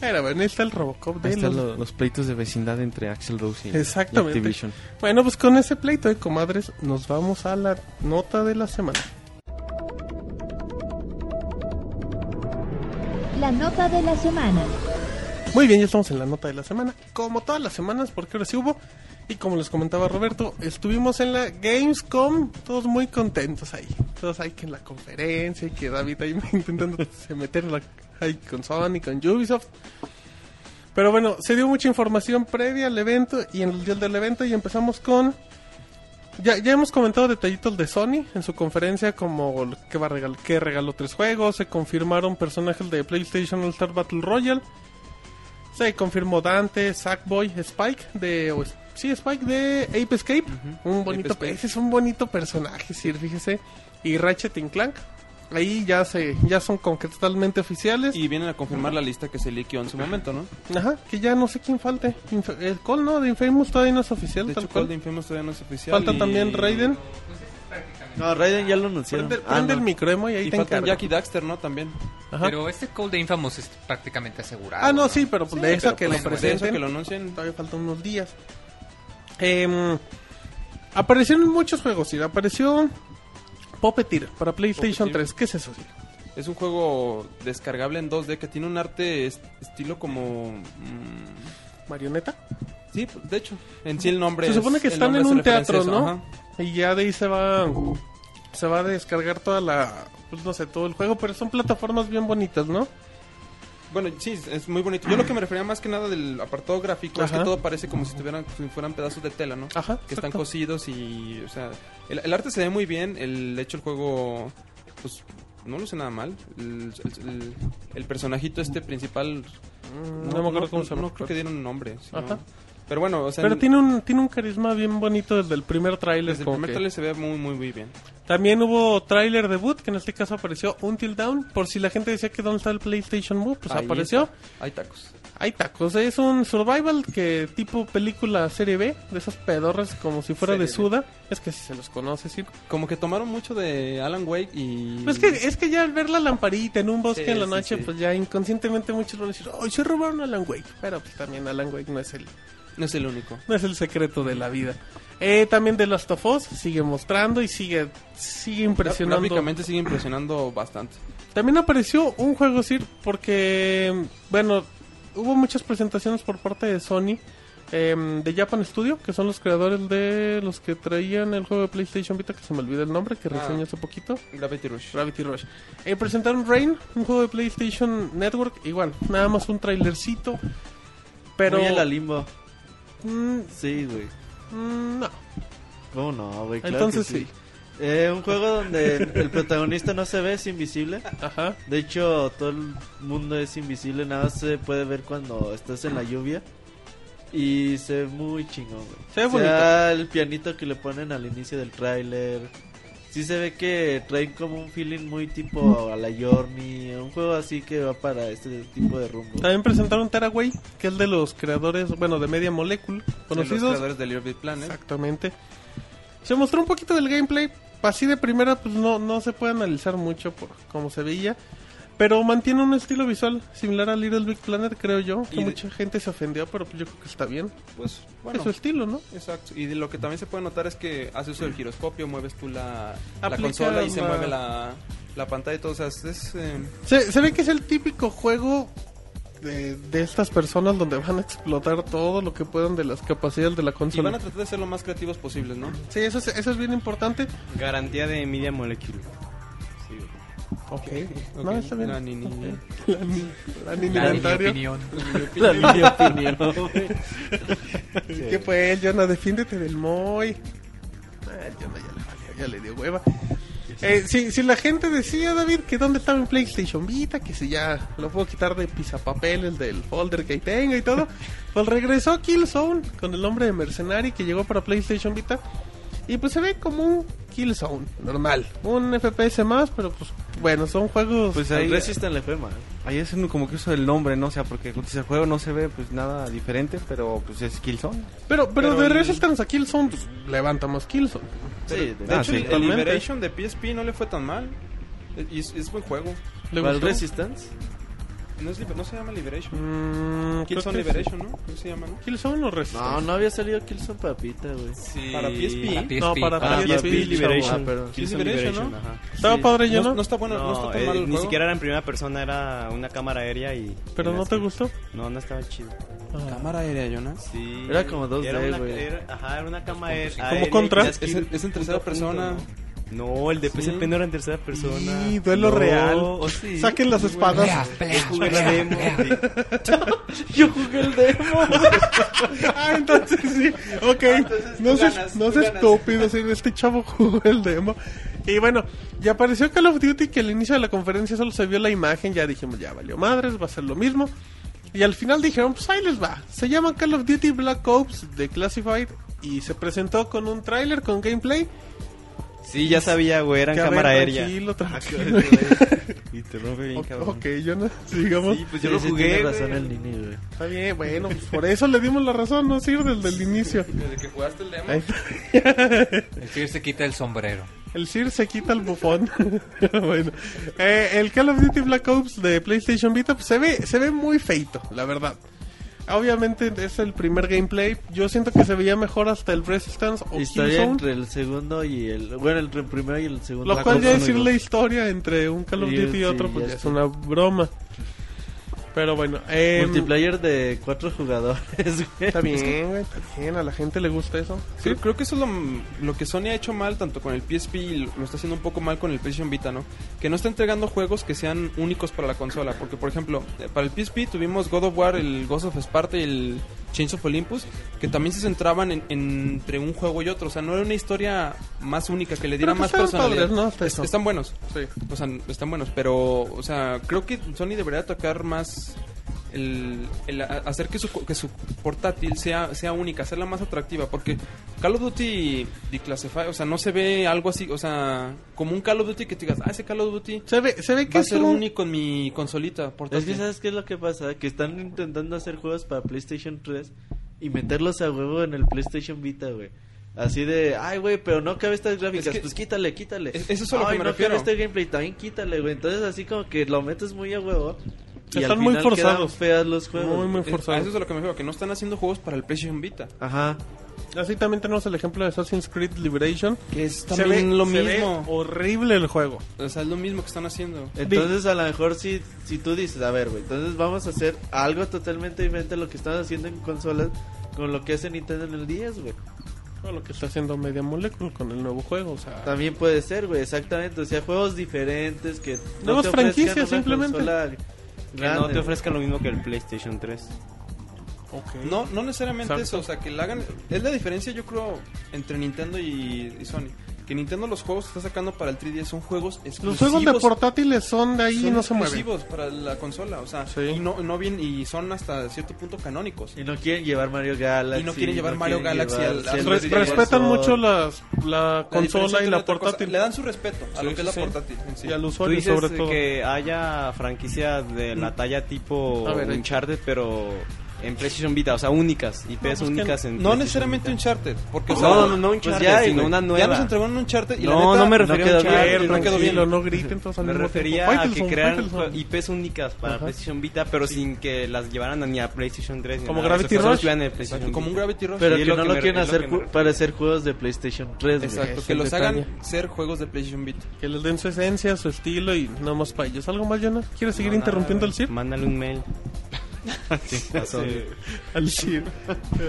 Speaker 2: Pero bueno, ahí está el Robocop de
Speaker 3: Ahí están
Speaker 2: los-
Speaker 3: lo- los pleitos de vecindad entre Axel Rose y,
Speaker 2: Exactamente.
Speaker 3: y Activision.
Speaker 2: Bueno, pues con ese pleito de comadres, nos vamos a la nota de la semana.
Speaker 1: La nota de la semana.
Speaker 2: Muy bien, ya estamos en la nota de la semana. Como todas las semanas, porque ahora sí hubo. Y como les comentaba Roberto, estuvimos en la Gamescom, todos muy contentos ahí. Todos ahí que en la conferencia, y que David ahí intentando se meter en la- ahí con Sony, con Ubisoft. Pero bueno, se dio mucha información previa al evento y en el día del evento y empezamos con... Ya, ya hemos comentado detallitos de Sony en su conferencia como el que, va a regal- que regaló tres juegos, se confirmaron personajes de PlayStation All Star Battle Royale, se confirmó Dante, Sackboy, Spike de. o es- sí, Spike de Ape Escape. Un bonito.
Speaker 5: Ape Escape.
Speaker 2: Ese es un bonito personaje, sí, fíjese. Y Ratchet y Clank. Ahí ya se, ya son como que totalmente oficiales.
Speaker 5: Y vienen a confirmar la lista que se liqueó en su momento, ¿no?
Speaker 2: Ajá, que ya no sé quién falte. Inf- el Call no, de Infamous todavía no es oficial.
Speaker 5: De
Speaker 2: tal
Speaker 5: hecho,
Speaker 2: cual.
Speaker 5: Cold Infamous todavía no es oficial.
Speaker 2: Falta
Speaker 5: y-
Speaker 2: también Raiden.
Speaker 4: No, Raiden ya lo anunciaron.
Speaker 2: Prende,
Speaker 4: Ah,
Speaker 2: prende
Speaker 4: no.
Speaker 2: el microemo y ahí
Speaker 5: Y
Speaker 2: te
Speaker 5: faltan
Speaker 2: encargo.
Speaker 5: Jack y Daxter, ¿no? También.
Speaker 2: Ajá.
Speaker 6: Pero este Call de Infamous es prácticamente asegurado.
Speaker 2: Ah, no, sí, pero pues, de eso
Speaker 5: Pero,
Speaker 2: que lo
Speaker 5: pues, de
Speaker 2: presenten.
Speaker 5: eso que lo anuncien.
Speaker 2: todavía faltan unos días. Em, aparecieron muchos juegos, sí. Apareció Puppeteer para PlayStation
Speaker 5: Puppeteer.
Speaker 2: 3. ¿Qué es eso? sí?
Speaker 5: Es un juego descargable en 2D que tiene un arte est- estilo como... mm,
Speaker 2: ¿Marioneta?
Speaker 5: Sí, de hecho, en sí el nombre
Speaker 2: Se
Speaker 5: es-
Speaker 2: supone que
Speaker 5: el
Speaker 2: están
Speaker 5: nombre
Speaker 2: en
Speaker 5: hace
Speaker 2: un
Speaker 5: referencia a
Speaker 2: teatro,
Speaker 5: eso,
Speaker 2: ¿no?
Speaker 5: ajá.
Speaker 2: Y ya de ahí se va se va a descargar toda la, pues no sé, todo el juego, pero son plataformas bien bonitas, ¿no?
Speaker 5: Bueno, sí, es- es muy bonito. Yo lo que me refería más que nada del apartado gráfico es que
Speaker 2: Ajá.
Speaker 5: todo parece como si tuvieran, si fueran pedazos de tela, ¿no?
Speaker 2: Ajá,
Speaker 5: Que están
Speaker 2: exacto.
Speaker 5: cosidos y, o sea, el, el arte se ve muy bien. El de hecho el juego, pues, no luce nada mal. El, el- el- el personajito este principal,
Speaker 2: Mm, No, me acuerdo cómo se llama.
Speaker 5: No creo que dieron un nombre. sino-
Speaker 2: Ajá.
Speaker 5: Pero bueno, o sea,
Speaker 2: Pero
Speaker 5: en-
Speaker 2: tiene un, tiene un carisma bien bonito desde el primer tráiler.
Speaker 5: desde el
Speaker 2: como
Speaker 5: primer
Speaker 2: que-
Speaker 5: trailer se ve muy, muy, muy bien.
Speaker 2: También hubo tráiler debut, que en este caso apareció Until Down. Por si la gente decía que dónde está el PlayStation Move, pues
Speaker 5: Ahí
Speaker 2: apareció.
Speaker 5: está. Hay tacos.
Speaker 2: Hay tacos, es un survival que tipo película serie B, de esas pedorras como si fuera de
Speaker 5: Serie B.
Speaker 2: Suda. Es que si se los conoce, sí.
Speaker 5: Como que tomaron mucho de Alan Wake y...
Speaker 2: Pues es que, es que ya al ver la lamparita en un bosque
Speaker 5: Sí,
Speaker 2: en la
Speaker 5: sí,
Speaker 2: noche,
Speaker 5: sí.
Speaker 2: pues ya inconscientemente muchos van a decir, ¡ay, se robaron a Alan Wake! Pero pues también Alan Wake no es el,
Speaker 5: No es el único.
Speaker 2: no es el secreto de la vida. Eh, también The Last of Us sigue mostrando y sigue, sigue impresionando.
Speaker 5: Gráficamente sigue impresionando bastante.
Speaker 2: También apareció un juego Sir porque, bueno, hubo muchas presentaciones por parte de Sony em, de Japan Studio, que son los creadores de los que traían el juego de PlayStation Vita, que se me olvida el nombre, que
Speaker 5: Ah.
Speaker 2: reseñó hace poquito.
Speaker 5: Gravity Rush.
Speaker 2: Gravity Rush. Eh, presentaron Rain, un juego de PlayStation Network, igual, nada más un trailercito. Pero...
Speaker 4: Muy en la limbo.
Speaker 2: Mm,
Speaker 4: Sí, güey.
Speaker 2: mm, no.
Speaker 4: ¿Cómo no, güey? Claro
Speaker 2: Entonces
Speaker 4: que sí.
Speaker 2: sí.
Speaker 4: Eh, un juego donde el protagonista no se ve, es invisible.
Speaker 2: Ajá.
Speaker 4: De hecho, todo el mundo es invisible, nada más se puede ver cuando estás en la lluvia. Y se ve muy chingón, güey.
Speaker 2: Se ve
Speaker 4: O sea, el pianito que le ponen al inicio del tráiler. Sí se ve que traen como un feeling muy tipo a la Journey, un juego así que va para este tipo de rumbo.
Speaker 2: También presentaron Tearaway, que es de los creadores, bueno, de Media Molecule,
Speaker 5: Los
Speaker 2: conocidos.
Speaker 5: creadores de Little Big Planet.
Speaker 2: Exactamente. Se mostró un poquito del gameplay. Así de primera, pues no, no se puede analizar mucho por cómo se veía. Pero mantiene un estilo visual similar a Little Big Planet, creo yo. Que
Speaker 5: Y de-
Speaker 2: mucha gente se ofendió, pero pues yo creo que está bien.
Speaker 5: Pues bueno.
Speaker 2: Es su estilo, ¿no?
Speaker 5: Exacto. Y de lo que también se puede notar es que hace uso del giroscopio, mueves tú la, la
Speaker 2: Aplica
Speaker 5: consola y se
Speaker 2: la-
Speaker 5: mueve la, la pantalla y todo. O sea, es. eh,
Speaker 2: Se, se ve que es el típico juego de, de estas personas donde van a explotar todo lo que puedan de las capacidades de la
Speaker 5: y van a
Speaker 2: consola.
Speaker 5: tratar de ser lo más creativos posibles, ¿no?
Speaker 2: Sí, eso es, eso es bien importante.
Speaker 7: Garantía de Media Molecule.
Speaker 2: Ok.
Speaker 5: Ok,
Speaker 2: No, está bien.
Speaker 5: la ni- ni-
Speaker 2: Ok. Ah,
Speaker 5: ni-
Speaker 2: La ni- la ni-
Speaker 6: La
Speaker 2: ni-
Speaker 6: opinión.
Speaker 2: La línea ¿Qué fue el Jonah? Defiéndete del Moy. Ah, el Jonah ya le valió, ya le dio hueva. Eh, si, si la gente decía, David, que dónde estaba mi PlayStation Vita, que si ya lo puedo quitar de pisapapeles del folder que ahí tengo y todo, pues regresó Killzone con el nombre de Mercenary que llegó para PlayStation Vita. Y pues se ve como un Killzone, normal. Un FPS más, pero pues bueno, son juegos.
Speaker 3: Pues
Speaker 4: Al
Speaker 3: ahí,
Speaker 4: Resistance
Speaker 2: E
Speaker 4: le fue
Speaker 2: ¿eh?
Speaker 4: mal.
Speaker 3: ahí es un- como que uso del nombre, ¿no? O sea, porque pues, el juego no se ve pues nada diferente, pero pues es Killzone.
Speaker 2: pero, pero,
Speaker 5: pero
Speaker 2: de
Speaker 5: el-
Speaker 2: Resistance a Killzone, pues levantamos Killzone.
Speaker 4: Sí, de-
Speaker 5: De
Speaker 3: Ah,
Speaker 5: hecho,
Speaker 3: sí.
Speaker 5: el- el
Speaker 2: Totalmente.
Speaker 5: Liberation de PSP no le fue tan mal. Y es, es buen juego.
Speaker 2: ¿Le
Speaker 4: ¿Cuál
Speaker 2: gustó?
Speaker 4: Resistance?
Speaker 5: No, es liber- no se llama Liberation.
Speaker 2: Mm, creo
Speaker 5: Killzone
Speaker 2: que sí.
Speaker 5: Liberation, ¿no? ¿Cómo se llama, no?
Speaker 2: Killzone o Resistance.
Speaker 4: No, no había salido Killzone Papita, güey.
Speaker 5: Para PSP.
Speaker 6: Para PSP.
Speaker 2: No, para
Speaker 6: para
Speaker 4: Ah,
Speaker 2: PSP,
Speaker 4: Papita,
Speaker 7: Liberation.
Speaker 4: chavo, ah, perdón.
Speaker 5: Sí, es Liberation, ¿no?
Speaker 2: Estaba
Speaker 4: Sí.
Speaker 2: padre yo,
Speaker 5: No,
Speaker 2: ¿no?
Speaker 5: no está bueno, no,
Speaker 7: No,
Speaker 5: está tan
Speaker 7: eh,
Speaker 5: mal el
Speaker 7: ni
Speaker 5: juego.
Speaker 7: siquiera era en primera persona, era una cámara aérea y...
Speaker 2: Pero
Speaker 7: y
Speaker 2: no
Speaker 7: las-
Speaker 2: te gustó.
Speaker 7: No, no estaba chido.
Speaker 2: Ah.
Speaker 5: Cámara aérea, Jonas.
Speaker 7: Sí.
Speaker 4: Era como 2D,
Speaker 7: Era una-
Speaker 4: güey.
Speaker 7: era- Ajá, era una cámara aérea.
Speaker 2: Como Pues, Contra.
Speaker 7: y las-
Speaker 5: Es, en- es en tercera persona.
Speaker 7: No, el de PSP no era en tercera persona.
Speaker 2: Y duelo
Speaker 7: No,
Speaker 2: real.
Speaker 7: o sí.
Speaker 2: Saquen las
Speaker 6: Vea,
Speaker 2: espadas.
Speaker 6: vea,
Speaker 7: Jugué la
Speaker 6: vea,
Speaker 7: demo.
Speaker 6: vea.
Speaker 4: Yo jugué el demo.
Speaker 2: ah, entonces sí. Ok. no
Speaker 5: tú
Speaker 2: seas,
Speaker 5: ganas,
Speaker 2: no
Speaker 5: tú
Speaker 2: seas
Speaker 5: ganas.
Speaker 2: estúpido. sí, Este chavo jugó el demo. Y bueno, ya apareció Call of Duty que al inicio de la conferencia solo se vio la imagen. Ya dijimos, ya valió madres, va a ser lo mismo. Y al final dijeron, pues ahí les va. Se llama Call of Duty Black Ops The Classified. Y se presentó con un tráiler con gameplay.
Speaker 7: Sí, ya sabía, güey, era en
Speaker 2: Que, a ver,
Speaker 7: cámara aérea.
Speaker 2: Tranquilo, tranquilo.
Speaker 7: Y te rompe bien,
Speaker 2: O- Ok, yo no. Sigamos.
Speaker 7: Sí, pues yo lo jugué.
Speaker 4: Tiene
Speaker 7: güey.
Speaker 4: razón el niño, güey.
Speaker 2: Está bien, bueno, pues por eso le dimos la razón, ¿no? Sí, desde el inicio.
Speaker 5: Desde que jugaste el demo.
Speaker 2: Ahí está.
Speaker 6: El Sir se quita el sombrero.
Speaker 2: El Sir se quita el bufón. bueno, eh, el Call of Duty Black Ops de PlayStation Vita pues, se ve se ve muy feito, la verdad. Obviamente es el primer gameplay. Yo siento que se veía mejor hasta el Resistance o
Speaker 4: Historia
Speaker 2: Killzone.
Speaker 4: entre el segundo y el. Bueno, entre el primero y el segundo. Ah,
Speaker 2: Lo cual ya
Speaker 4: Cosa,
Speaker 2: decir
Speaker 4: ¿no?
Speaker 2: la historia entre un Call of
Speaker 4: Sí,
Speaker 2: Duty y
Speaker 4: sí,
Speaker 2: otro,
Speaker 4: ya
Speaker 2: pues ya
Speaker 4: está.
Speaker 2: es una broma. Pero bueno,
Speaker 5: Em,
Speaker 2: eh,
Speaker 4: Multiplayer de cuatro jugadores, güey.
Speaker 2: Está bien, güey, está bien. A la gente le gusta eso.
Speaker 5: Creo, creo que eso es lo, lo que Sony ha hecho mal, tanto con el PSP y lo, lo está haciendo un poco mal con el PlayStation Vita, ¿no? Que no está entregando juegos que sean únicos para la consola. Porque, por ejemplo, eh, para el PSP tuvimos God of War, el Ghost of Sparta y el Chains of Olympus, que también se centraban en- en- entre un juego y otro. O sea, no era una historia más única, que le diera
Speaker 2: Pero que
Speaker 5: más
Speaker 2: estaban
Speaker 5: personalidad.
Speaker 2: padres, ¿no? Hasta
Speaker 5: Es-
Speaker 2: eso.
Speaker 5: están buenos.
Speaker 2: Sí.
Speaker 5: O sea, están buenos, pero, o sea, creo que Sony debería tocar más el, el a- hacer que su, co- que su portátil sea, sea única, hacerla más atractiva, porque Call of Duty Declassified, o sea, no se ve algo así, o sea, como un Call of Duty que te digas, ah, ese Call of Duty
Speaker 2: Se ve, se ve que
Speaker 5: va a
Speaker 2: es
Speaker 5: ser
Speaker 2: un-
Speaker 5: único en mi consolita
Speaker 4: Es
Speaker 5: portátil.
Speaker 4: que sabes qué es lo que pasa, que están intentando hacer juegos para PlayStation 3 y meterlos a huevo en el PlayStation Vita, güey. Así de, ay, güey, pero no cabe estas gráficas,
Speaker 5: Es que-
Speaker 4: pues quítale, quítale.
Speaker 5: Es- eso es a lo
Speaker 4: ay,
Speaker 5: que me
Speaker 4: no
Speaker 5: refiero.
Speaker 4: cabe este gameplay, también quítale, güey. Entonces así como que lo metes muy a huevo. Y
Speaker 2: Están
Speaker 4: al
Speaker 2: muy
Speaker 4: final
Speaker 2: forzados.
Speaker 4: quedan feas los juegos.
Speaker 2: Muy, muy
Speaker 5: Eh,
Speaker 2: forzado.
Speaker 5: a eso es a lo que me refiero, que no están haciendo juegos para el PlayStation Vita.
Speaker 4: Ajá.
Speaker 2: Así también tenemos el ejemplo de Assassin's Creed Liberation.
Speaker 5: Que es
Speaker 2: Se
Speaker 5: también
Speaker 2: ve-
Speaker 5: lo
Speaker 2: se ve
Speaker 5: mismo.
Speaker 2: horrible el juego.
Speaker 5: O sea, es lo mismo que están haciendo.
Speaker 4: Entonces a lo mejor si, si tú dices, a ver, güey, entonces vamos a hacer algo totalmente diferente a lo que están haciendo en consolas con lo que hace Nintendo en el 10, güey.
Speaker 2: Todo lo que está haciendo Media Molecule con el nuevo juego. O sea,
Speaker 4: También puede ser, güey, exactamente. O sea, juegos diferentes que.
Speaker 2: Nuevas
Speaker 4: te ofrezcan
Speaker 2: franquicias,
Speaker 4: una
Speaker 2: simplemente.
Speaker 4: consola
Speaker 7: Que
Speaker 4: grande,
Speaker 7: no te
Speaker 4: güey.
Speaker 7: ofrezca lo mismo que el PlayStation 3.
Speaker 2: ok.
Speaker 5: No, no necesariamente
Speaker 2: Samsung.
Speaker 5: eso, o sea, que la hagan... Es la diferencia, yo creo, entre Nintendo y, y Sony. Que Nintendo los juegos que está sacando para el 3DS son juegos
Speaker 2: Los
Speaker 5: exclusivos.
Speaker 2: juegos de portátiles son de ahí y
Speaker 5: son
Speaker 2: no se mueven.
Speaker 5: exclusivos para la consola, o sea,
Speaker 2: Sí.
Speaker 5: y no, no bien, y son hasta cierto punto canónicos.
Speaker 4: Y no quieren llevar Mario Galaxy.
Speaker 5: Y no quieren llevar Mario
Speaker 4: quieren
Speaker 5: Galaxy
Speaker 4: llevar
Speaker 5: al-
Speaker 4: Zelda
Speaker 5: al-
Speaker 2: Res-
Speaker 5: Sí,
Speaker 2: respetan
Speaker 4: Mario.
Speaker 2: mucho las, la
Speaker 5: La diferencia
Speaker 2: consola y
Speaker 5: entre
Speaker 2: la
Speaker 5: una otra cosa,
Speaker 2: portátil.
Speaker 5: Le dan su respeto a
Speaker 2: Sí,
Speaker 5: lo que es la
Speaker 2: sí, sí.
Speaker 5: portátil en sí.
Speaker 2: Y al
Speaker 7: Tú
Speaker 2: usuario,
Speaker 7: dices
Speaker 2: sobre todo. Mm.
Speaker 7: que haya franquicias de la talla tipo
Speaker 2: A ver, ahí.
Speaker 7: Uncharted, pero en PlayStation Vita, o sea, únicas,
Speaker 2: No,
Speaker 7: IPs
Speaker 2: pues que
Speaker 7: únicas en
Speaker 5: No
Speaker 7: PlayStation
Speaker 5: necesariamente
Speaker 7: Vita.
Speaker 5: Uncharted, porque o sea,
Speaker 7: No, no, no Uncharted,
Speaker 5: pues ya, hay,
Speaker 7: sino
Speaker 5: güey.
Speaker 7: una
Speaker 5: Ya nos
Speaker 7: nueva.
Speaker 5: entregaron un Uncharted y la
Speaker 7: No,
Speaker 5: neta,
Speaker 7: no me refería
Speaker 4: quedó
Speaker 7: a
Speaker 2: A ver,
Speaker 7: Uncharted.
Speaker 5: no quedó
Speaker 2: tranquilo,
Speaker 5: bien.
Speaker 2: Ah, no griten todos al
Speaker 7: Me
Speaker 2: mismo tiempo.
Speaker 7: refería a que
Speaker 2: Faitelson,
Speaker 7: crearan
Speaker 2: Faitelson.
Speaker 7: IPs únicas para
Speaker 2: Ajá.
Speaker 7: PlayStation Vita, pero sin que las llevaran ni a PlayStation 3. ni
Speaker 2: Como
Speaker 7: nada.
Speaker 2: Gravity
Speaker 7: O sea, solo
Speaker 2: Rush.
Speaker 7: estuvieran en el
Speaker 5: Exacto,
Speaker 7: PlayStation
Speaker 5: como un
Speaker 7: Vita.
Speaker 5: Gravity Rush.
Speaker 7: Sí,
Speaker 4: Pero que
Speaker 7: es lo
Speaker 4: no
Speaker 7: que
Speaker 4: lo
Speaker 7: me-
Speaker 4: quieren
Speaker 7: es lo
Speaker 4: hacer
Speaker 7: que me-
Speaker 4: ju- para hacer juegos de PlayStation 3, güey.
Speaker 5: Exacto,
Speaker 2: Ese
Speaker 5: que los
Speaker 2: detalle.
Speaker 5: hagan ser juegos de PlayStation Vita.
Speaker 2: Que les den su esencia, su estilo y no más para ellos. ¿Algo más, Jonah? ¿Quieres seguir
Speaker 7: No, nada,
Speaker 2: interrumpiendo al
Speaker 7: güey.
Speaker 2: CIR?
Speaker 7: Mándale un mail.
Speaker 2: Al CIR.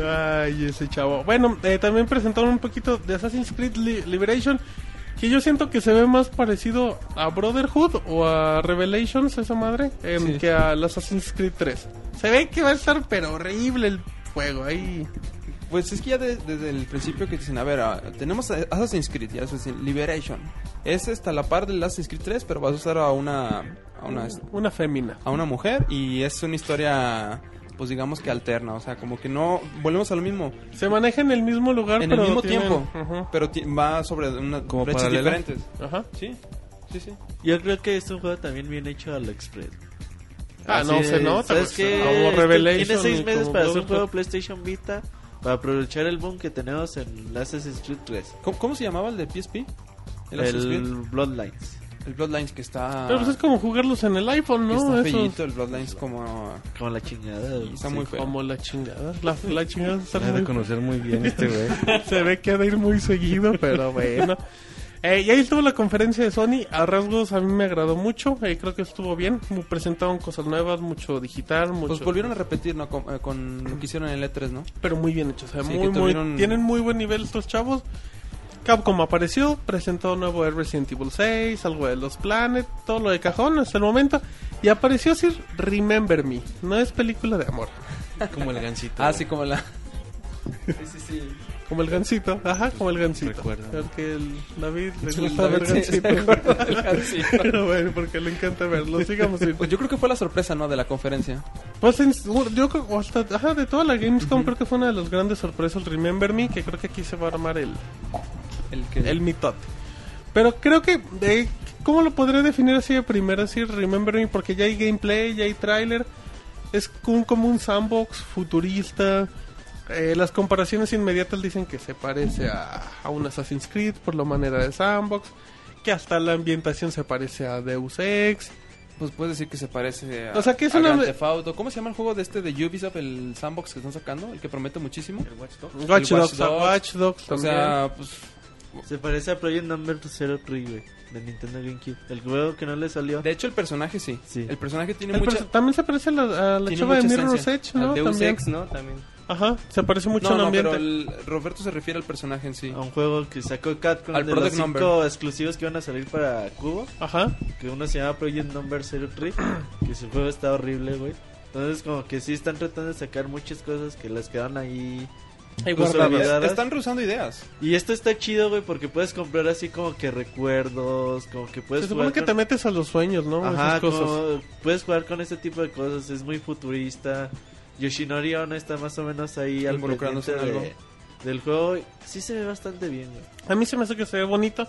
Speaker 2: Ay, ese chavo. Bueno, eh, también presentaron un poquito de Assassin's Creed Li- Liberation. Que yo siento que se ve más parecido a Brotherhood o a Revelations, esa madre, em,
Speaker 5: Sí.
Speaker 2: que a Assassin's Creed 3. Se ve que va a estar, pero horrible el juego. Ahí.
Speaker 5: Pues es que ya de- desde el principio que dicen, a ver, ah, tenemos a- Assassin's Creed y Assassin's Liberation. Es hasta la par del Assassin's Creed 3, pero vas a usar a una a una
Speaker 2: Una fémina.
Speaker 5: a una mujer y es una historia pues digamos que alterna, o sea, como que no volvemos a lo mismo
Speaker 2: Se maneja en el mismo lugar,
Speaker 5: en el
Speaker 2: pero
Speaker 5: mismo
Speaker 2: tienen-
Speaker 5: tiempo,
Speaker 2: Ajá.
Speaker 5: pero ti- va sobre una
Speaker 3: Como
Speaker 5: brechas
Speaker 3: paralela.
Speaker 5: diferentes.
Speaker 2: Ajá.
Speaker 5: Sí. Sí, sí.
Speaker 4: Yo creo que es un juego también bien hecho a lo express.
Speaker 2: Ah,
Speaker 4: Así
Speaker 2: no,
Speaker 4: de,
Speaker 2: se nota.
Speaker 4: ¿Sabes
Speaker 2: pues,
Speaker 4: qué?
Speaker 2: como
Speaker 4: Este,
Speaker 2: Revelation
Speaker 4: Tiene
Speaker 2: y
Speaker 4: seis meses
Speaker 2: como
Speaker 4: para hacer un
Speaker 2: Brotherhood.
Speaker 4: juego PlayStation Vita para aprovechar el boom que tenemos en Assassin's Creed 3.
Speaker 5: ¿Cómo, cómo se llamaba el de PSP?
Speaker 4: El,
Speaker 5: Assassin's Creed?
Speaker 4: Bloodlines.
Speaker 5: el Bloodlines que está
Speaker 2: Pero pues es como jugarlos en el iPhone,
Speaker 5: que
Speaker 2: ¿no?
Speaker 5: está
Speaker 2: Eso
Speaker 5: feíto, el Bloodlines como
Speaker 4: Como la chingada. güey.
Speaker 5: y está
Speaker 4: Sí.
Speaker 5: muy feo.
Speaker 2: Como la chingada. La, la chingada está
Speaker 3: Voy a
Speaker 2: muy-
Speaker 3: reconocer muy bien este güey.
Speaker 2: Se ve que ha de ir muy seguido, pero bueno. Eh, y ahí estuvo la conferencia de Sony. A rasgos a mí me agradó mucho. eh, creo que estuvo bien. Me Presentaron cosas nuevas, mucho digital, mucho.
Speaker 5: Pues volvieron a repetir ¿no? con, eh, con lo que hicieron en el E3, ¿no?
Speaker 2: Pero muy bien hecho. O sea,
Speaker 5: Sí,
Speaker 2: muy,
Speaker 5: que tuvieron-
Speaker 2: muy, tienen muy buen nivel estos chavos. Capcom apareció, presentó un nuevo de Resident Evil 6, algo de los Planet, todo lo de cajón hasta el momento. Y apareció Sir Remember Me. No es película de amor.
Speaker 3: Como el gancito.
Speaker 5: Ah, sí, como la. Sí, sí, sí.
Speaker 2: Como el gancito, ajá, como el gancito.
Speaker 3: Recuerda.
Speaker 2: Porque el David le
Speaker 5: Sí,
Speaker 2: gusta
Speaker 5: David
Speaker 2: ver
Speaker 5: se- se
Speaker 2: gancito.
Speaker 5: acuerda del gancito.
Speaker 2: Pero bueno, porque le encanta verlo. Sigamos. Sir.
Speaker 5: Pues yo creo que fue la sorpresa, ¿no? De la conferencia.
Speaker 2: Pues en- yo creo, o hasta, ajá, de toda la Gamescom creo que fue una de las grandes sorpresas Remember Me, que creo que aquí se va a armar el,
Speaker 5: El que.
Speaker 2: el mitote. Pero creo que, eh, ¿cómo lo podré definir así de primero? Así, Remember Me, porque ya hay gameplay, ya hay tráiler. Es un- como un sandbox futurista. Eh, las comparaciones inmediatas dicen que se parece a, a un Assassin's Creed por la manera de sandbox. Que hasta la ambientación se parece a Deus Ex.
Speaker 5: Pues puedes decir que se parece a.
Speaker 2: O sea, que es
Speaker 5: a
Speaker 2: una-
Speaker 5: Grand Theft Auto. ¿Cómo se llama el juego de este de Ubisoft, el sandbox que están sacando? El que promete muchísimo.
Speaker 2: Watch
Speaker 5: El
Speaker 2: Dogs,
Speaker 5: Watch
Speaker 2: Watch Dogs
Speaker 5: O
Speaker 2: también.
Speaker 5: sea, pues.
Speaker 4: Se parece a Project Number 03, güey, de Nintendo GameCube. El juego que no le salió.
Speaker 5: De hecho, el personaje sí.
Speaker 4: Sí.
Speaker 5: El personaje tiene
Speaker 2: El
Speaker 5: mucha...
Speaker 2: perso- También se parece a la, a la
Speaker 5: Tiene
Speaker 2: chava de
Speaker 5: mucha
Speaker 2: Mirror's Edge,
Speaker 5: esencia.
Speaker 2: ¿no?
Speaker 7: Al Deus
Speaker 2: También.
Speaker 7: Ex, ¿no? También.
Speaker 2: Ajá, se parece mucho
Speaker 5: no,
Speaker 2: al
Speaker 5: no,
Speaker 2: ambiente.
Speaker 5: pero el- Roberto se refiere al personaje en sí.
Speaker 4: A un juego que sacó Capcom
Speaker 5: Al
Speaker 4: de los
Speaker 5: Project
Speaker 4: cinco
Speaker 5: Number.
Speaker 4: exclusivos que iban a salir para Cubo.
Speaker 2: Ajá.
Speaker 4: Que uno se llama Project Number 03. que su juego está horrible, güey. Entonces, como que sí están tratando de sacar muchas cosas que las quedan ahí. incluso
Speaker 5: Es-
Speaker 4: olvidadas.
Speaker 5: Pues, Están rehusando ideas.
Speaker 4: Y esto está chido, güey, porque puedes comprar así como que recuerdos, como que puedes
Speaker 2: Se supone
Speaker 4: jugar
Speaker 2: que
Speaker 4: con-
Speaker 2: te metes a los sueños, ¿no?
Speaker 4: Pues, Ajá,
Speaker 2: Esas cosas.
Speaker 4: como puedes jugar con este tipo de cosas, es muy futurista. Yoshinori Ono está más o menos ahí al
Speaker 5: Involucrándose
Speaker 4: pendiente
Speaker 5: en
Speaker 4: de- del juego. Sí se ve bastante bien, güey.
Speaker 2: A mí se me hace que se ve bonito.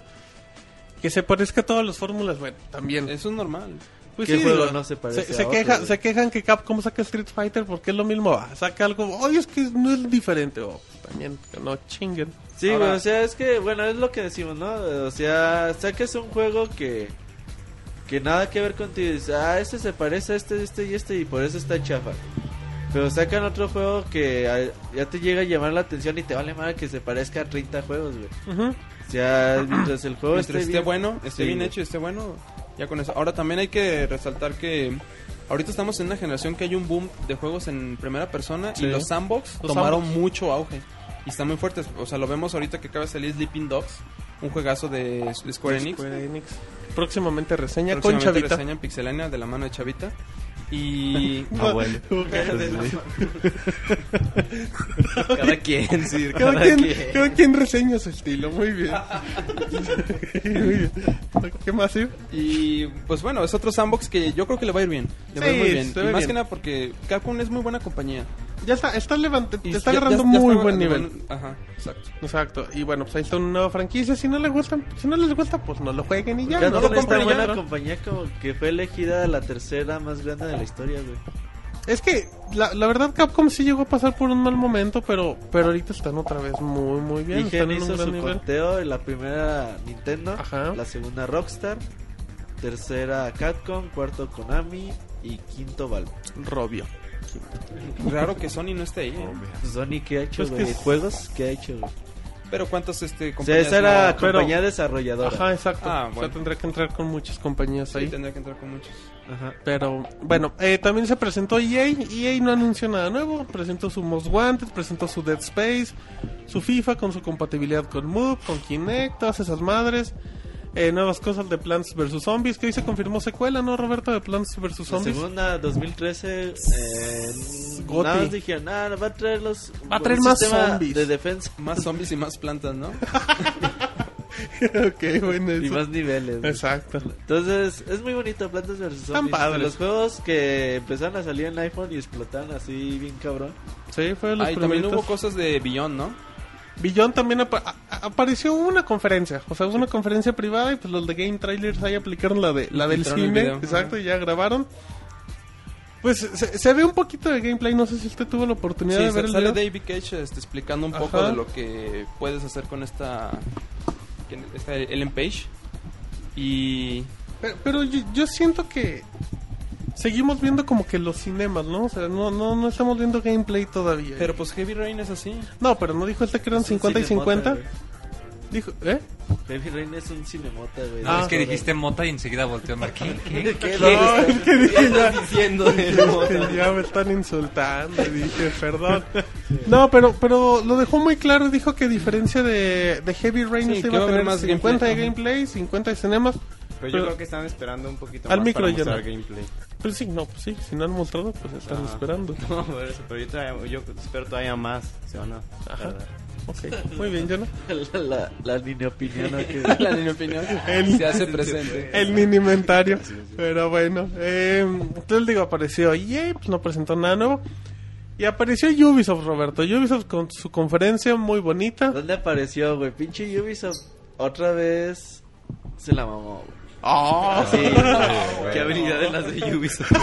Speaker 2: Que se parezca a todas las fórmulas, bueno, también.
Speaker 5: Eso es normal.
Speaker 2: Pues
Speaker 4: ¿Qué
Speaker 2: sí,
Speaker 4: juego
Speaker 2: digo,
Speaker 4: no se parece
Speaker 2: Se,
Speaker 4: a
Speaker 2: se
Speaker 4: otro,
Speaker 2: queja-
Speaker 4: güey?
Speaker 2: se quejan que Capcom saca Street Fighter porque es lo mismo. ah, saca algo, oye, es que no es diferente. Oh, pues también, que no chinguen.
Speaker 4: Sí,
Speaker 5: Ahora-
Speaker 4: güey, o sea, es que, bueno, es lo que decimos, ¿no? O sea, saques un juego que que nada que ver contigo y dices, ah, este se parece a este, este y este, y por eso está chafa. Pero sacan otro juego que ah, ya te llega a llamar la atención y te vale mal que se parezca a 30 juegos, güey.
Speaker 2: Ujú.
Speaker 4: O sea, mientras el juego
Speaker 5: Mientras esté
Speaker 4: bien-
Speaker 5: bueno, esté
Speaker 4: Sí,
Speaker 5: bien
Speaker 4: güey.
Speaker 5: hecho y esté bueno, ya con eso. Ahora también hay que resaltar que ahorita estamos en una generación que hay un boom de juegos en primera persona
Speaker 2: Sí.
Speaker 5: y los sandbox
Speaker 2: Los
Speaker 5: tomaron
Speaker 2: sandbox.
Speaker 5: mucho auge y están muy fuertes. O sea, lo vemos ahorita que acaba de salir Sleeping Dogs, un juegazo de, de Square Enix.
Speaker 2: Square Enix. Próximamente reseña con
Speaker 5: Próximamente
Speaker 2: Chavita.
Speaker 5: reseña en Pixelania de la mano de Chavita. Y
Speaker 7: Abuelo. Cada quien, sí,
Speaker 2: Cada,
Speaker 7: cada
Speaker 2: quien,
Speaker 7: quien.
Speaker 2: cada quien reseña su estilo, muy bien. Muy bien. ¿Qué más, Sir?
Speaker 5: Y pues bueno, es otro sandbox que yo creo que le va a ir bien. Le va a ir
Speaker 2: Sí,
Speaker 5: muy bien.
Speaker 2: se
Speaker 5: Y
Speaker 2: ve
Speaker 5: más
Speaker 2: bien.
Speaker 5: que nada porque Capcom es muy buena compañía.
Speaker 2: Ya está, está, levant-
Speaker 5: Y
Speaker 2: está
Speaker 5: ya-
Speaker 2: agarrando
Speaker 5: ya- ya
Speaker 2: muy
Speaker 5: está
Speaker 2: buen
Speaker 5: agarrando
Speaker 2: nivel.
Speaker 5: buen- Ajá, exacto.
Speaker 2: Exacto. Y bueno, pues ahí está una nueva franquicia. Si no les gusta, si no les gusta, pues no lo jueguen y ya.
Speaker 4: Ya
Speaker 2: no
Speaker 4: no
Speaker 2: lo
Speaker 4: esta
Speaker 2: compren y ya,
Speaker 4: buena
Speaker 2: ¿no?
Speaker 4: compañía como que fue elegida la tercera más grande de la historia, güey.
Speaker 2: Es que la, la verdad Capcom sí llegó a pasar por un mal momento, pero pero ahorita están otra vez muy muy bien. Están en
Speaker 4: IGN
Speaker 2: un
Speaker 4: hizo su
Speaker 2: gran nivel.
Speaker 4: conteo, la primera Nintendo,
Speaker 2: Ajá.
Speaker 4: la segunda Rockstar, tercera Capcom, cuarto Konami y quinto Valve.
Speaker 2: Robio.
Speaker 5: Raro que Sony no esté ahí. ¿eh?
Speaker 4: Sony que ha hecho,
Speaker 2: Pues que
Speaker 4: güey,
Speaker 2: es-
Speaker 4: juegos que ha hecho, güey.
Speaker 5: Pero cuántas este
Speaker 4: O sea,
Speaker 5: compañías
Speaker 4: esa era
Speaker 5: no-
Speaker 2: pero-
Speaker 4: compañía desarrolladora.
Speaker 2: Ajá, exacto.
Speaker 5: Ah,
Speaker 2: O sea,
Speaker 5: bueno.
Speaker 2: tendría que entrar con muchas compañías
Speaker 5: Sí,
Speaker 2: ahí.
Speaker 5: tendría que entrar con muchos.
Speaker 4: Ajá.
Speaker 2: Pero bueno, eh, también se presentó EA. EA no anunció nada nuevo. Presentó su Most Wanted, presentó su Dead Space, su FIFA con su compatibilidad con Move, con Kinect, todas esas madres. Eh, nuevas cosas de Plants vs. Zombies, que hoy se confirmó secuela, ¿no, Roberto? De Plants vs.
Speaker 4: La
Speaker 2: Zombies.
Speaker 4: segunda, 2013, eh,
Speaker 2: Goti.
Speaker 4: nada más dijeron, ah, va a traer los...
Speaker 2: Va a traer
Speaker 4: un
Speaker 2: más
Speaker 4: sistema
Speaker 2: zombies.
Speaker 4: De defensa
Speaker 5: Más zombies y más plantas, ¿no?
Speaker 2: ok, bueno,
Speaker 4: y
Speaker 2: eso.
Speaker 4: más niveles. güey.
Speaker 2: Exacto.
Speaker 4: Entonces, es muy bonito Plantas vs.
Speaker 2: Están
Speaker 4: Zombies.
Speaker 2: padres.
Speaker 4: Los juegos que empezaron a salir en iPhone y explotaron así bien cabrón.
Speaker 2: Sí, fue de los
Speaker 5: Ah, y también
Speaker 2: primeritos.
Speaker 5: hubo cosas de Beyond, ¿no?
Speaker 2: Billón también apa- a- a- apareció una conferencia, o sea, hubo una conferencia privada y pues los de Game Trailers ahí aplicaron la de la del
Speaker 5: Filtraron el
Speaker 2: cine,
Speaker 5: video.
Speaker 2: exacto, y ya grabaron. Pues se, se ve un poquito de gameplay, no sé si usted tuvo la oportunidad
Speaker 5: Sí,
Speaker 2: de ver
Speaker 5: sa-
Speaker 2: el
Speaker 5: sale
Speaker 2: video.
Speaker 5: David Cage este, explicando un poco
Speaker 2: Ajá.
Speaker 5: de lo que puedes hacer con esta, que- esta Ellen Page. Y
Speaker 2: Pero, pero yo, yo siento que seguimos viendo como que los cinemas, ¿no? O sea, no no no estamos viendo gameplay todavía.
Speaker 5: pero pues Heavy Rain es así.
Speaker 2: no, pero no dijo este que eran
Speaker 4: Es un
Speaker 2: 50 y
Speaker 4: cinemota,
Speaker 2: 50. Dijo, ¿eh?
Speaker 4: güey. Heavy Rain es un cinemota, güey.
Speaker 2: Ah,
Speaker 6: es que dijiste mota y enseguida volteó a Marquín.
Speaker 4: ¿Qué? ¿Qué?
Speaker 2: No,
Speaker 4: ¿Dónde
Speaker 2: es que dije ya.
Speaker 7: Diciendo
Speaker 2: ya me están insultando, dije, perdón. No, pero pero lo dejó muy claro, dijo que a diferencia de, de Heavy Rain
Speaker 5: Sí,
Speaker 2: este
Speaker 5: que
Speaker 2: iba
Speaker 5: va
Speaker 2: a
Speaker 5: a haber
Speaker 2: tener
Speaker 5: más
Speaker 2: 50 de
Speaker 5: gameplay, ajá.
Speaker 2: gameplay, 50 de cinemas.
Speaker 7: Pero
Speaker 2: Pero-
Speaker 7: yo creo que están esperando un poquito
Speaker 2: Al
Speaker 7: más
Speaker 2: micro
Speaker 7: para
Speaker 2: ya no.
Speaker 7: mostrar gameplay.
Speaker 2: Pero sí, no, pues sí, si no han mostrado, pues están
Speaker 7: Ajá.
Speaker 2: esperando.
Speaker 7: No, por eso, pero yo, todavía- yo espero todavía más. Se van a tardar.
Speaker 2: Ok, muy bien, Jonah.
Speaker 4: La, la, la línea opinión. ¿no? Que-
Speaker 5: La de mi opinión.
Speaker 2: El-
Speaker 5: Se hace presente.
Speaker 2: El mini inventario. Pero bueno, eh, entonces digo, apareció EA, pues no presentó nada nuevo. Y apareció Ubisoft, Roberto. Ubisoft con su conferencia muy bonita.
Speaker 4: ¿Dónde apareció, güey? Pinche Ubisoft. Otra vez se la mamó, güey.
Speaker 2: ¡Oh!
Speaker 5: Ah,
Speaker 4: Sí,
Speaker 7: Qué habilidades las de Ubisoft.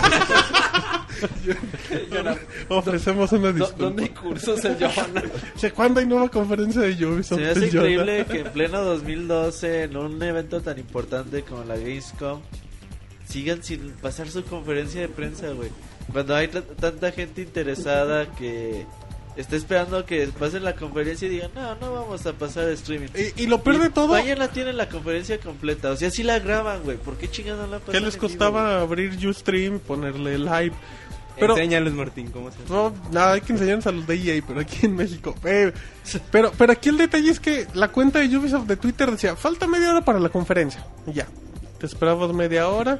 Speaker 2: Ofrecemos una
Speaker 5: ¿Dó-
Speaker 2: disculpa.
Speaker 5: ¿Dónde hay cursos el Johanna?
Speaker 2: O sea, ¿Cuándo hay nueva conferencia de Ubisoft?
Speaker 4: Se me hace
Speaker 2: Yo-
Speaker 4: increíble que en pleno 2012, en un evento tan importante como la Gamescom, sigan sin pasar su conferencia de prensa, güey. Cuando hay t- tanta gente interesada que está esperando que pasen la conferencia y digan, no, no vamos a pasar a streaming.
Speaker 2: Y- y lo peor de todo-
Speaker 4: Mañana tienen la conferencia completa. O sea, sí la graban, güey. ¿Por qué chingados no la pasan?
Speaker 2: ¿Qué les
Speaker 4: en vivo,
Speaker 2: costaba abrir YouStream, ponerle live? Pero,
Speaker 7: Enséñales, Martín, cómo se hace.
Speaker 2: no, nada, hay que enseñarnos a los de EA, pero aquí en México. eh, pero, pero aquí el detalle es que la cuenta de Ubisoft de Twitter decía, falta media hora para la conferencia. Y ya, te esperabas media hora.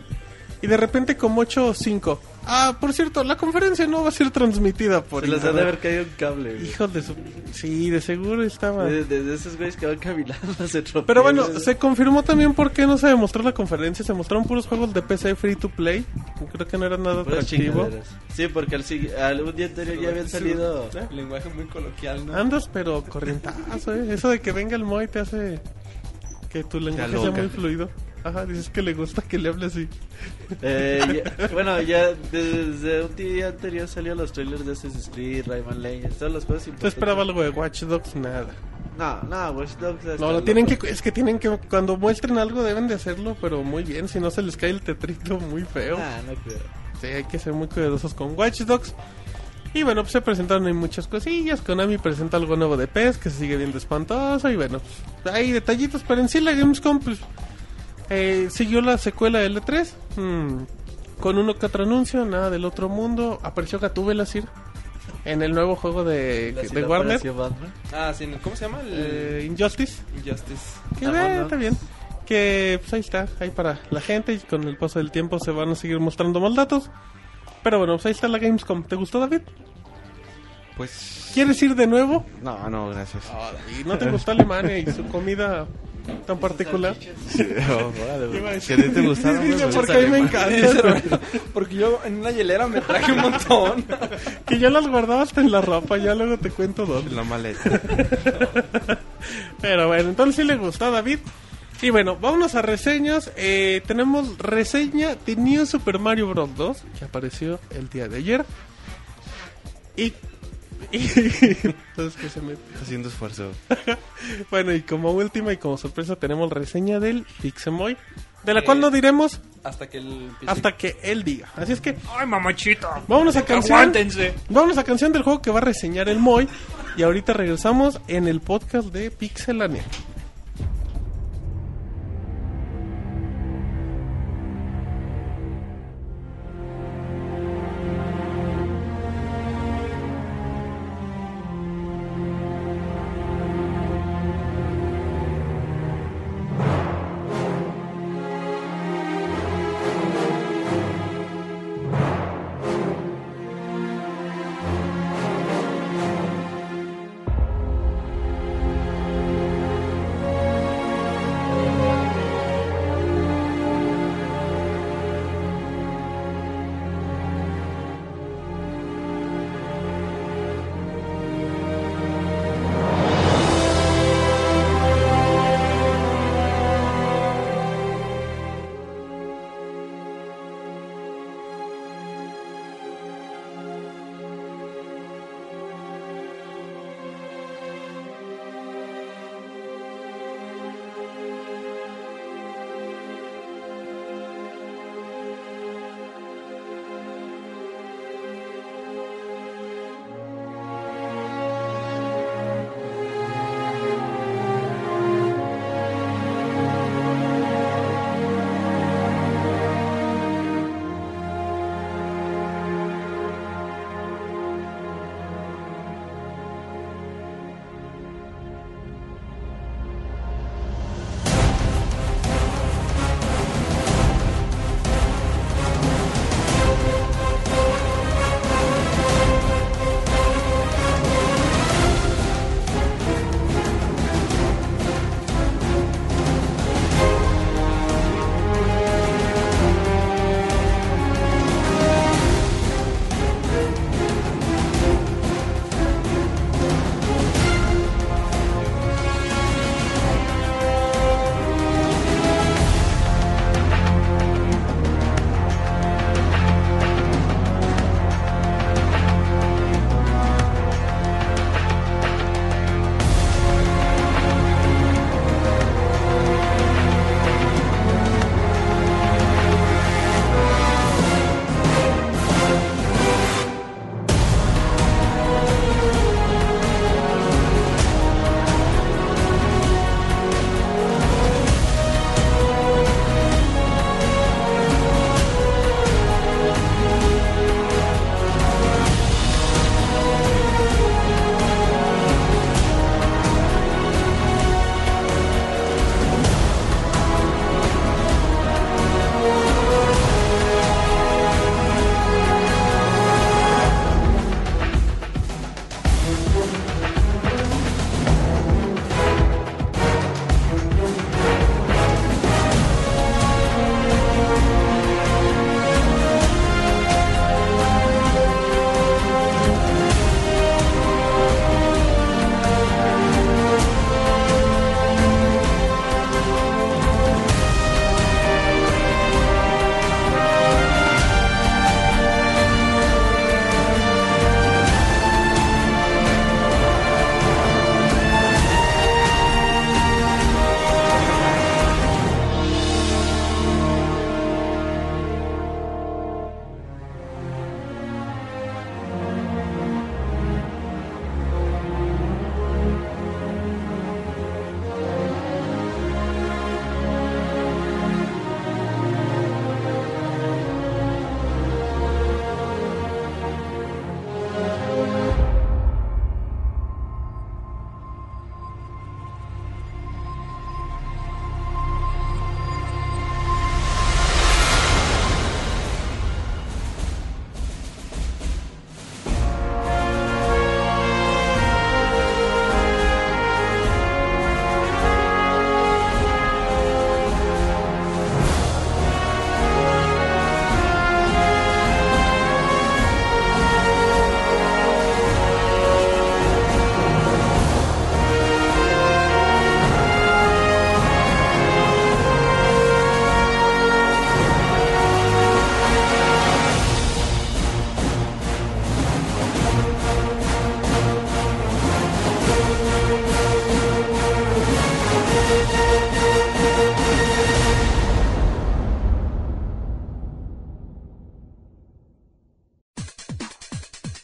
Speaker 2: Y de repente como 8 o 5. Ah, por cierto, la conferencia no va a ser transmitida por
Speaker 4: Se les ha de
Speaker 2: internet".
Speaker 4: haber caído un cable, güey.
Speaker 2: Hijos de su... Sí, de seguro estaba...
Speaker 4: De, de- de esos güeyes que van caminando, se tropiezan.
Speaker 2: Pero bueno, se confirmó también por qué no se demostró la conferencia. Se mostraron puros juegos de PC free to play. que Creo que no era nada
Speaker 4: Puras
Speaker 2: atractivo.
Speaker 4: chingaderas. Sí, porque al, sigui- al un día anterior ya habían salido.
Speaker 5: Su Lenguaje muy coloquial, ¿no?
Speaker 2: Andas, pero corrientazo, ¿eh? Eso de que venga el Moy te hace que tu lenguaje sea
Speaker 3: loca.
Speaker 2: muy fluido. Ajá, dices que le gusta que le hable así.
Speaker 4: Eh, ya- bueno, ya desde un día anterior salieron los trailers de Assassin's Creed, Rayman Legends, todas las cosas
Speaker 2: Tú
Speaker 4: importantes.
Speaker 2: esperaba algo de Watch Dogs, nada.
Speaker 4: No, no, Watch Dogs. está
Speaker 2: No, lo
Speaker 4: loco.
Speaker 2: tienen que. Es que tienen que. Cuando muestren algo, deben de hacerlo, pero muy bien. Si no, se les cae el tetrito muy feo.
Speaker 4: Nah, Ah, no creo.
Speaker 2: Sí, hay que ser muy cuidadosos con Watch Dogs. Y bueno, pues se presentaron ahí muchas cosillas. Konami presenta algo nuevo de PES que se sigue viendo espantoso. Y bueno, pues, hay detallitos. Pero en sí, la Gamescom pues, eh, siguió la secuela de L3. mm, con uno que otro anuncio, nada del otro mundo. Apareció Gatúbela, Sir. En el nuevo juego de,
Speaker 4: La
Speaker 2: de
Speaker 4: ciudad
Speaker 2: Warner,
Speaker 4: parecía Batman.
Speaker 5: Ah, sí, ¿no? ¿cómo se llama? El...
Speaker 2: eh, Injustice.
Speaker 5: Injustice.
Speaker 2: Que
Speaker 4: Ah,
Speaker 2: eh,
Speaker 4: bueno.
Speaker 2: está bien. Que pues ahí está, ahí para la gente. Y con el paso del tiempo se van a seguir mostrando más datos. Pero bueno, pues ahí está la Gamescom. ¿Te gustó, David?
Speaker 3: Pues.
Speaker 2: ¿Quieres ir de nuevo?
Speaker 3: No, no, gracias.
Speaker 2: ¿Y no te gustó Alemania y su comida tan particular?
Speaker 3: Si a ti te gustaron,
Speaker 2: Dice,
Speaker 3: güey, pues,
Speaker 2: porque a mí me encanta.
Speaker 5: Porque yo en una hielera me traje un montón.
Speaker 2: que yo las guardaba hasta en la ropa, ya luego te cuento dónde.
Speaker 3: en la maleta.
Speaker 2: Pero bueno, entonces sí le gustó a David. Y bueno, vámonos a reseñas. Eh, tenemos reseña de New Super Mario Bros. 2, que apareció el día de ayer. Y... y- entonces que se me...
Speaker 3: Haciendo esfuerzo.
Speaker 2: Bueno, y como última y como sorpresa tenemos reseña del Pixemoy, de la cual no diremos
Speaker 5: Hasta que el...
Speaker 2: hasta que él diga. Así es que. ¡Ay, mamachita! Vámonos a canción. Vámonos a canción del juego que va a reseñar el Moy. Y ahorita regresamos en el podcast de Pixelania.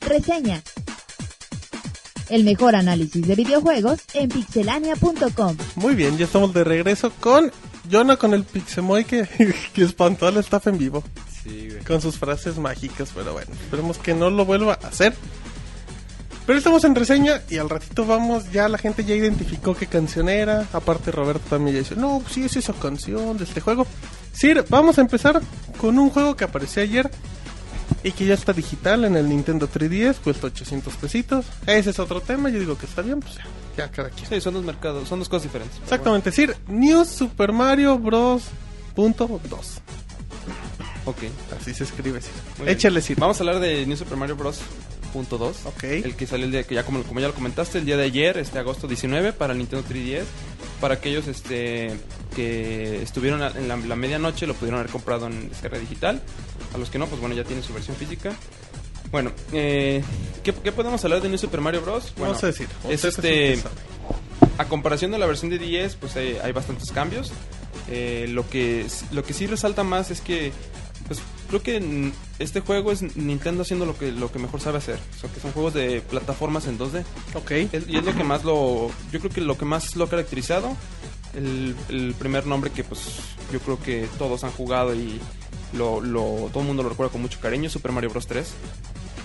Speaker 1: reseña. El mejor análisis de videojuegos en pixelania.com.
Speaker 2: Muy bien, ya estamos de regreso con Jonah con el Pixemoy que, que espantó al staff en vivo.
Speaker 7: Sí, güey.
Speaker 2: Con sus frases mágicas, pero bueno, esperemos que no lo vuelva a hacer. Pero estamos en reseña y al ratito vamos, ya la gente ya identificó qué canción era. Aparte Roberto también ya dice, no, pues sí es esa canción de este juego. Sí, vamos a empezar con un juego que apareció ayer y que ya está digital en el Nintendo 3DS, cuesta 800 pesitos. Ese es otro tema, yo digo que está bien, pues ya, ya cada quien.
Speaker 5: Sí, son dos mercados, son dos cosas diferentes. pero
Speaker 2: Exactamente, Sir, New Super Mario Bros. Punto 2.
Speaker 5: bueno, ok.
Speaker 2: Así se escribe, Sir.
Speaker 5: Muy bien.
Speaker 2: Échale, Sir.
Speaker 5: Vamos a hablar de New Super Mario Bros. Punto 2.
Speaker 2: Ok.
Speaker 5: El que salió el día que ya como, como ya lo comentaste, el día de ayer, este agosto 19 para el Nintendo 3DS, para aquellos este que estuvieron a- en la, la medianoche lo pudieron haber comprado en descarga digital. A los que no, pues bueno, ya tienen su versión física. Bueno, eh, ¿qué, qué podemos hablar de New Super Mario Bros? Bueno,
Speaker 2: vamos a decir.
Speaker 5: es
Speaker 2: usted
Speaker 5: este
Speaker 2: el que sabe.
Speaker 5: a comparación de la versión de 10, pues hay, hay bastantes cambios. Eh, lo, que, s- lo que sí resalta más es que, pues creo que n- este juego es Nintendo haciendo lo que, lo que mejor sabe hacer. O sea, que son juegos de plataformas en 2D.
Speaker 2: Ok.
Speaker 5: Es- y es lo que más lo. Yo creo que lo que más lo ha caracterizado. El, el primer nombre que, pues, yo creo que todos han jugado y lo, lo- todo el mundo lo recuerda con mucho cariño: Super Mario Bros. 3.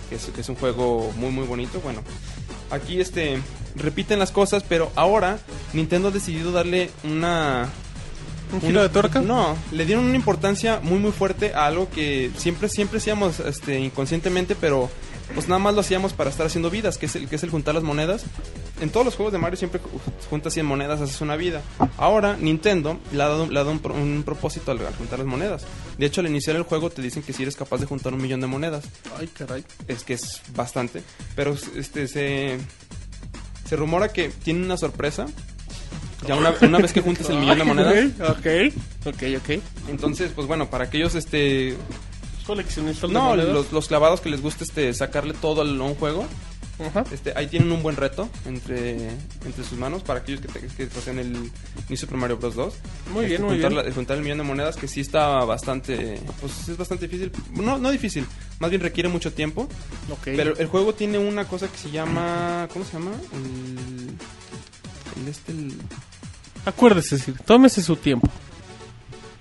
Speaker 5: Que es, que es un juego muy, muy bonito. Bueno, aquí este repiten las cosas, pero ahora Nintendo ha decidido darle una.
Speaker 2: ¿Un giro de tuerca?
Speaker 5: No, le dieron una importancia muy muy fuerte a algo que siempre siempre hacíamos este inconscientemente, pero pues nada más lo hacíamos para estar haciendo vidas, que es el que es el juntar las monedas. En todos los juegos de Mario siempre ju- juntas 100 monedas, haces una vida. Ahora Nintendo le ha dado, le ha dado un, pro- un propósito al, al juntar las monedas. De hecho, al iniciar el juego te dicen que si eres capaz de juntar un millón de monedas
Speaker 2: Ay, caray.
Speaker 5: es que es bastante. Pero este se. Se rumora que tiene una sorpresa. Ya una, una vez que juntas el millón de monedas.
Speaker 2: Ok, ok, ok.
Speaker 5: Entonces, pues bueno, para aquellos este.
Speaker 2: Coleccionista de
Speaker 5: No,
Speaker 2: monedas.
Speaker 5: los, los clavados que les gusta este sacarle todo al- a un juego.
Speaker 2: Ajá.
Speaker 5: Este, ahí tienen un buen reto entre, entre sus manos para aquellos que, te- que hacen el New Super Mario Bros. 2.
Speaker 2: Muy bien,
Speaker 5: Este,
Speaker 2: muy
Speaker 5: juntar
Speaker 2: bien.
Speaker 5: la- juntar el millón de monedas que sí está bastante, pues es bastante difícil. No, no difícil, más bien requiere mucho tiempo.
Speaker 2: Ok.
Speaker 5: Pero el juego tiene una cosa que se llama. ¿Cómo se llama? El. el este. el-
Speaker 2: Acuérdese, Sir, tómese su tiempo.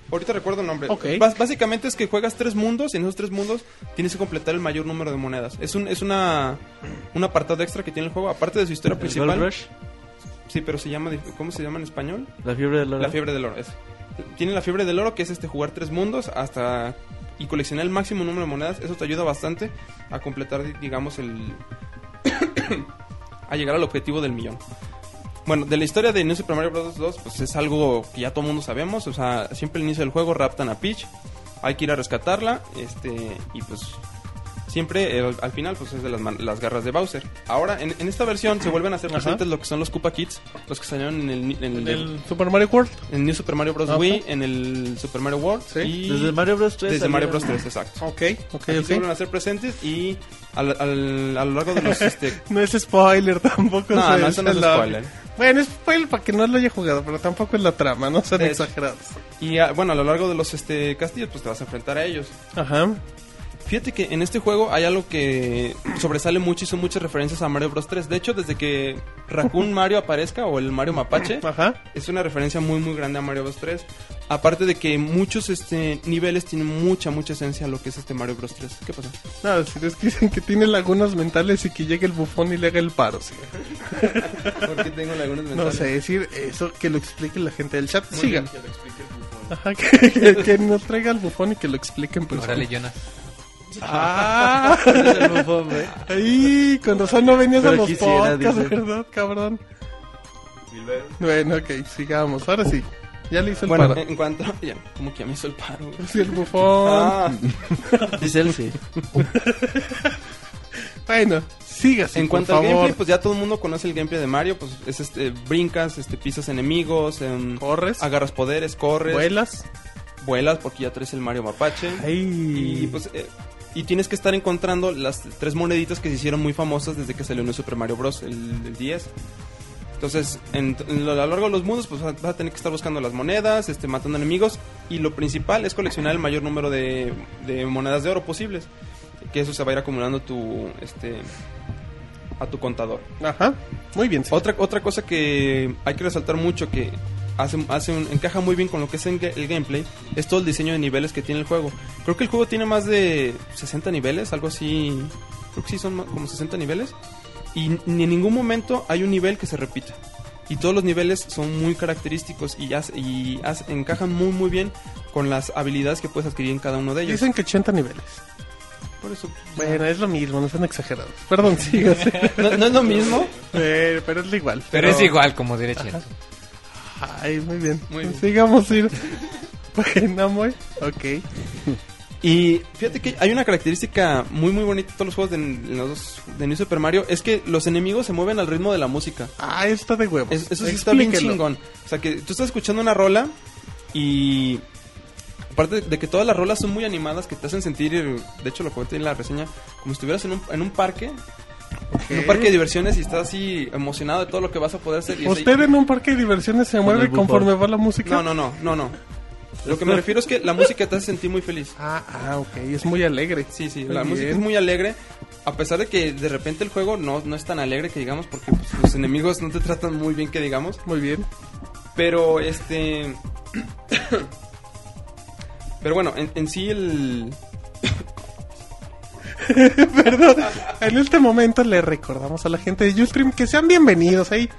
Speaker 5: ahorita recuerdo el nombre.
Speaker 2: Ok.
Speaker 5: Bas- básicamente es que juegas tres mundos y en esos tres mundos tienes que completar el mayor número de monedas. Es un, es una. Un apartado extra que tiene el juego, aparte de su historia
Speaker 4: Gold
Speaker 5: principal.
Speaker 4: Rush?
Speaker 5: Sí, pero se llama. dif- ¿Cómo se llama en español?
Speaker 4: La fiebre del oro.
Speaker 5: La fiebre del oro. es. Tiene la fiebre del oro, que es este jugar tres mundos hasta y coleccionar el máximo número de monedas. Eso te ayuda bastante a completar, di- digamos, el. a llegar al objetivo del millón. Bueno, de la historia de New Super Mario Bros. 2, pues es algo que ya todo el mundo sabemos. O sea, siempre al inicio del juego raptan a Peach. Hay que ir a rescatarla. Este. Y pues. Siempre eh, al- al final, pues es de las, man- las garras de Bowser. Ahora, en, en esta versión se vuelven a hacer
Speaker 2: Ajá.
Speaker 5: presentes lo que son los Koopa Kids, los que salieron en el, en el-
Speaker 2: El Super Mario World.
Speaker 5: en New Super Mario Bros.
Speaker 2: Ajá.
Speaker 5: Wii, en el Super Mario World.
Speaker 2: Sí.
Speaker 5: y
Speaker 4: Desde Mario Bros 3.
Speaker 5: desde Mario Bros.
Speaker 4: salieron.
Speaker 5: 3, exacto.
Speaker 2: Ok, ok,
Speaker 5: Aquí se vuelven
Speaker 2: ok.
Speaker 5: a ser presentes y al, al- a lo largo de los. Este,
Speaker 2: No es spoiler tampoco.
Speaker 5: No,
Speaker 2: o sea,
Speaker 5: no, eso no es
Speaker 2: la-
Speaker 5: spoiler.
Speaker 2: Bueno, es spoiler para que no lo haya jugado, pero tampoco es la trama, no sean
Speaker 5: Es-
Speaker 2: exagerados.
Speaker 5: y a- bueno, a lo largo de los este, castillos, pues te vas a enfrentar a ellos.
Speaker 2: Ajá.
Speaker 5: Fíjate que en este juego hay algo que sobresale mucho y son muchas referencias a Mario Bros. 3. De hecho, desde que Raccoon Mario aparezca o el Mario Mapache,
Speaker 2: Ajá.
Speaker 5: es una referencia muy muy grande a Mario Bros 3. Aparte de que muchos este niveles tienen mucha mucha esencia a lo que es este Mario Bros 3. ¿Qué pasa?
Speaker 2: No, si es que dicen que tiene lagunas mentales y que llegue el bufón y le haga el paro. sí.
Speaker 5: Porque tengo algunos
Speaker 2: No sé, decir eso que lo explique la gente del chat. Sigan.
Speaker 5: bien,
Speaker 2: Ajá, que, que- que nos traiga el bufón y que lo expliquen. Pues,
Speaker 6: Órale, Jonas.
Speaker 2: Ah,
Speaker 4: Desde el bufón, güey.
Speaker 2: ahí, con razón no venías
Speaker 4: Pero
Speaker 2: a los
Speaker 4: quisiera,
Speaker 2: podcasts,
Speaker 4: dice.
Speaker 2: ¿verdad, cabrón? Bueno, ok, sigamos. Ahora sí, ya le hizo el
Speaker 5: Bueno, eh.
Speaker 2: paro.
Speaker 5: en cuanto ya, como que ya me hizo el paro. güey.
Speaker 2: Sí, el bufón.
Speaker 5: Ah,
Speaker 4: Dice él, sí.
Speaker 2: Bueno, sígase,
Speaker 5: en
Speaker 2: por
Speaker 5: cuanto al
Speaker 2: favor.
Speaker 5: gameplay, pues ya todo el mundo conoce el gameplay de Mario, pues es este brincas, este pisas enemigos, em,
Speaker 2: Corres,
Speaker 5: agarras poderes, corres,
Speaker 2: vuelas.
Speaker 5: vuelas porque ya traes el Mario Mapache.
Speaker 2: Ahí.
Speaker 5: Y pues eh, y tienes que estar encontrando las tres moneditas que se hicieron muy famosas desde que salió en el Super Mario Bros. el, el 10. Entonces, en, en lo- a lo largo de los mundos, pues vas a tener que estar buscando las monedas, este, matando enemigos. Y lo principal es coleccionar el mayor número de, de monedas de oro posibles. que eso se va a ir acumulando tu este a tu contador.
Speaker 2: Ajá, muy bien.
Speaker 5: Otra, otra cosa que hay que resaltar mucho que hace, hace un- encaja muy bien con lo que es en ga- el gameplay es todo el diseño de niveles que tiene el juego. Creo que el juego tiene más de 60 niveles, algo así. Creo que sí son ma- como 60 niveles. Y n- ni en ningún momento hay un nivel que se repita. Y todos los niveles son muy característicos y, hace- y hace- encajan muy muy bien con las habilidades que puedes adquirir en cada uno de ellos.
Speaker 2: Dicen que 80 niveles.
Speaker 5: Por eso, pues,
Speaker 2: Bueno, es lo mismo, no sean exagerados. Perdón, sigas.
Speaker 5: no, no es lo mismo.
Speaker 2: Eh, pero es lo igual.
Speaker 6: Pero es igual, como diría Chet.
Speaker 2: Ay, muy bien.
Speaker 5: Muy bien.
Speaker 2: Sigamos ir. Página muy. Ok.
Speaker 5: Y fíjate que hay una característica muy muy bonita de todos los juegos de, en los, de New Super Mario, es que los enemigos se mueven al ritmo de la música.
Speaker 2: Ah, está de huevos.
Speaker 5: Es- eso sí está bien
Speaker 2: Explíquelo.
Speaker 5: chingón. O sea, que tú estás escuchando una rola y... Aparte de que todas las rolas son muy animadas, que te hacen sentir, eh, de hecho lo comenté en la reseña, como si estuvieras en un, en un parque, en un parque de diversiones y estás así emocionado de todo lo que vas a poder hacer. y es ahí-
Speaker 2: ¿Usted en un parque de diversiones se mueve
Speaker 4: el bufón.
Speaker 2: conforme va la música?
Speaker 5: No, no, no, no, no. Lo que me refiero es que la música te hace sentir muy feliz.
Speaker 2: Ah, ah, ok. Es muy alegre.
Speaker 5: Sí, sí,
Speaker 2: Muy
Speaker 5: la música es
Speaker 2: bien.
Speaker 5: muy alegre. A pesar de que de repente el juego no, no es tan alegre que digamos, porque pues, los enemigos no te tratan muy bien que digamos.
Speaker 2: Muy bien.
Speaker 5: Pero este. Pero bueno, en, en sí el.
Speaker 2: Perdón. En este momento le recordamos a la gente de Ustream que sean bienvenidos ahí.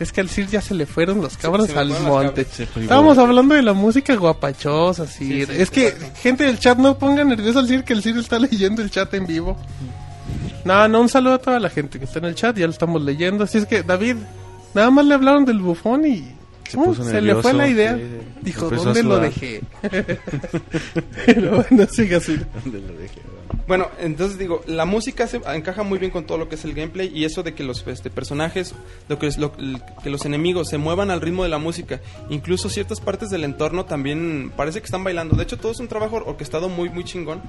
Speaker 2: Es que al Sir ya se le fueron los cabras
Speaker 5: se me
Speaker 2: al
Speaker 5: fueron las
Speaker 2: monte.
Speaker 5: cabras.
Speaker 2: Estábamos hablando de la música guapachosa, Sir.
Speaker 5: Sí, sí,
Speaker 2: es que, gente del chat, no pongan nervioso al Sir que el Sir está leyendo el chat en vivo. No, no, un saludo a toda la gente que está en el chat, ya lo estamos leyendo. Así es que, David, nada más le hablaron del bufón y
Speaker 3: Se
Speaker 2: uh,
Speaker 3: puso
Speaker 2: le fue
Speaker 3: nervioso,
Speaker 2: la idea.
Speaker 3: sí, sí.
Speaker 2: Dijo,
Speaker 3: Empezó a
Speaker 2: ¿dónde lo
Speaker 3: sudar.
Speaker 2: dejé? Pero bueno, siga Sir.
Speaker 5: Bueno, entonces digo, la música se encaja muy bien con todo lo que es el gameplay y eso de que los este, personajes, lo que, es, lo- que los enemigos se muevan al ritmo de la música. Incluso ciertas partes del entorno también parece que están bailando. De hecho, todo es un trabajo orquestado muy, muy chingón.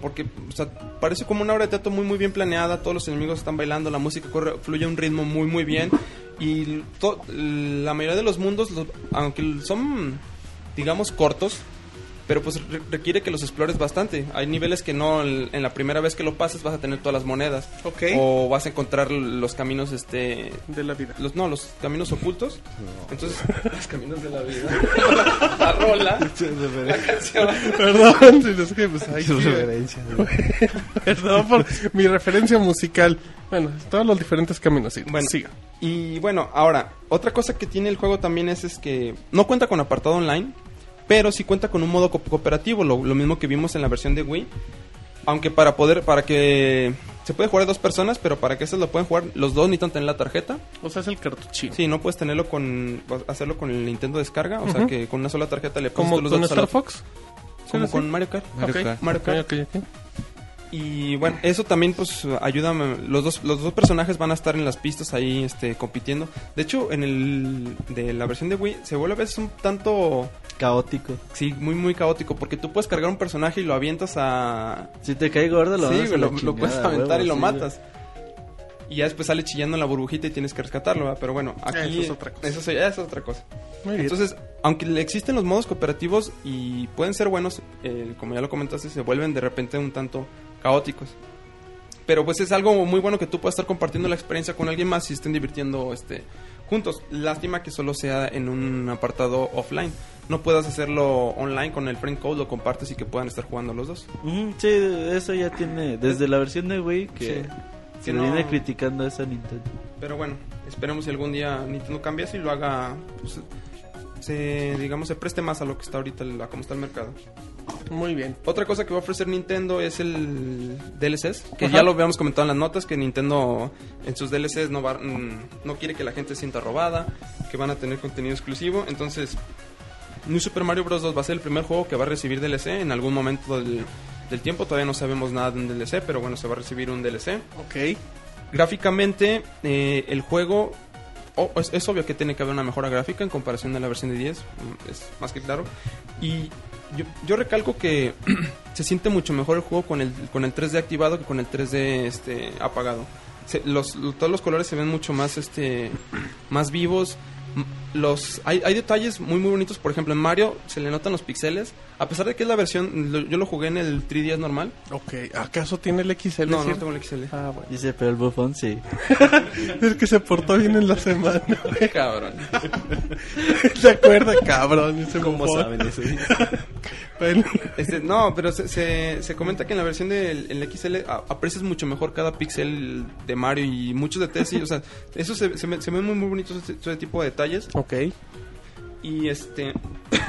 Speaker 5: Porque o sea, parece como una obra de teatro muy, muy bien planeada. Todos los enemigos están bailando, la música corre, fluye a un ritmo muy, muy bien. Y to- la mayoría de los mundos, los- aunque son, digamos, cortos, pero pues re- requiere que los explores bastante. Hay niveles que no, el- en la primera vez que lo pases vas a tener todas las monedas.
Speaker 2: Ok.
Speaker 5: O vas a encontrar los caminos, este...
Speaker 2: De la vida.
Speaker 5: Los, no, los caminos ocultos. Entonces, los caminos de la vida. la rola. la canción.
Speaker 2: Perdón, si los que, pues, ay, sí,
Speaker 3: Pues,
Speaker 2: Perdón por mi referencia musical. Bueno, todos los diferentes caminos, sí.
Speaker 5: Bueno,
Speaker 2: siga.
Speaker 5: Y bueno, ahora, otra cosa que tiene el juego también es, es que no cuenta con apartado online, pero sí cuenta con un modo co- cooperativo, lo, lo mismo que vimos en la versión de Wii. Aunque para poder, para que se puede jugar a dos personas, pero para que esas lo pueden jugar los dos necesitan tener la tarjeta.
Speaker 2: O sea, es el cartuchino.
Speaker 5: Sí, no puedes tenerlo con, hacerlo con el Nintendo descarga, o sea
Speaker 2: Ujú.
Speaker 5: que con una sola tarjeta le pones
Speaker 2: Como
Speaker 5: tú los
Speaker 2: con
Speaker 5: datos a la-
Speaker 2: Star Fox.
Speaker 5: como
Speaker 2: ¿Sí?
Speaker 5: con Mario Kart.
Speaker 2: Ok,
Speaker 5: Ok, Mario
Speaker 2: ok,
Speaker 5: Kart.
Speaker 2: ok, ok.
Speaker 5: Y bueno, eso también pues ayuda, los dos, los dos personajes van a estar en las pistas ahí este, compitiendo. De hecho, en el de la versión de Wii se vuelve a veces un tanto,
Speaker 4: Caótico.
Speaker 5: sí, muy muy caótico, porque tú puedes cargar un personaje y lo avientas a...
Speaker 4: Si te cae gordo, lo
Speaker 5: sí,
Speaker 4: mandas a
Speaker 5: güey,
Speaker 4: la
Speaker 5: lo, lo
Speaker 4: chingada,
Speaker 5: puedes aventar
Speaker 4: huevo,
Speaker 5: y lo
Speaker 4: sí,
Speaker 5: matas. Y ya después sale chillando en la burbujita y tienes que rescatarlo, ¿verdad? Pero bueno,
Speaker 2: Eso
Speaker 5: aquí...
Speaker 2: es otra cosa.
Speaker 5: Eso, sí, eso es otra cosa.
Speaker 2: Muy bien.
Speaker 5: Entonces, aunque le existen los modos cooperativos y pueden ser buenos, eh, como ya lo comentaste, se vuelven de repente un tanto caóticos. Pero pues es algo muy bueno que tú puedas estar compartiendo la experiencia con alguien más y estén divirtiendo este juntos. Lástima que solo sea en un apartado offline. No puedas hacerlo online con el friend code, lo compartes y que puedan estar jugando los dos.
Speaker 4: Mm, sí, eso ya tiene. Desde la versión de Wii que
Speaker 5: Sí.
Speaker 4: se
Speaker 5: Que
Speaker 4: le
Speaker 5: no-
Speaker 4: viene criticando eso a Nintendo.
Speaker 5: Pero bueno, esperemos si algún día Nintendo cambie eso y lo haga, pues, se, digamos, se preste más a lo que está ahorita, a cómo está el mercado.
Speaker 2: Muy bien.
Speaker 5: Otra cosa que va a ofrecer Nintendo es el DLCs, que
Speaker 2: Ajá.
Speaker 5: ya lo habíamos comentado en las notas, que Nintendo en sus DLCs no, va, mm, no quiere que la gente se sienta robada, que van a tener contenido exclusivo, entonces New Super Mario Bros. 2 va a ser el primer juego que va a recibir DLC en algún momento del, del tiempo, todavía no sabemos nada de un DLC, pero bueno, se va a recibir un DLC.
Speaker 2: Ok.
Speaker 5: Gráficamente, eh, el juego. oh, es, es obvio que tiene que haber una mejora gráfica en comparación de la versión de 10. mm, Es más que claro. Y yo, yo recalco que se siente mucho mejor el juego con el, con el 3D activado que con el 3D este, apagado. Se- los, lo- todos los colores se ven mucho más, este, más vivos. los hay, hay detalles muy muy bonitos por ejemplo en Mario se le notan los pixeles a pesar de que es la versión lo- yo lo jugué en el 3DS normal
Speaker 2: Ok, ¿acaso tiene el XL?
Speaker 5: no no, no
Speaker 2: cierto?
Speaker 5: tengo el XL
Speaker 2: Ah, bueno.
Speaker 4: Dice, pero el bufón sí.
Speaker 2: Es que se portó bien en la semana.
Speaker 5: cabrón
Speaker 2: ¿Se acuerda, cabrón? Ese
Speaker 7: ¿Cómo
Speaker 2: bufón?
Speaker 7: saben eso?
Speaker 2: Bueno,
Speaker 5: Este, no, pero se, se, se comenta que en la versión del en la XL a- aprecias mucho mejor cada pixel de Mario y muchos detalles. y, o sea, eso se, se, me- se ven muy, muy bonitos ese, ese tipo de detalles.
Speaker 2: ok.
Speaker 5: Y este.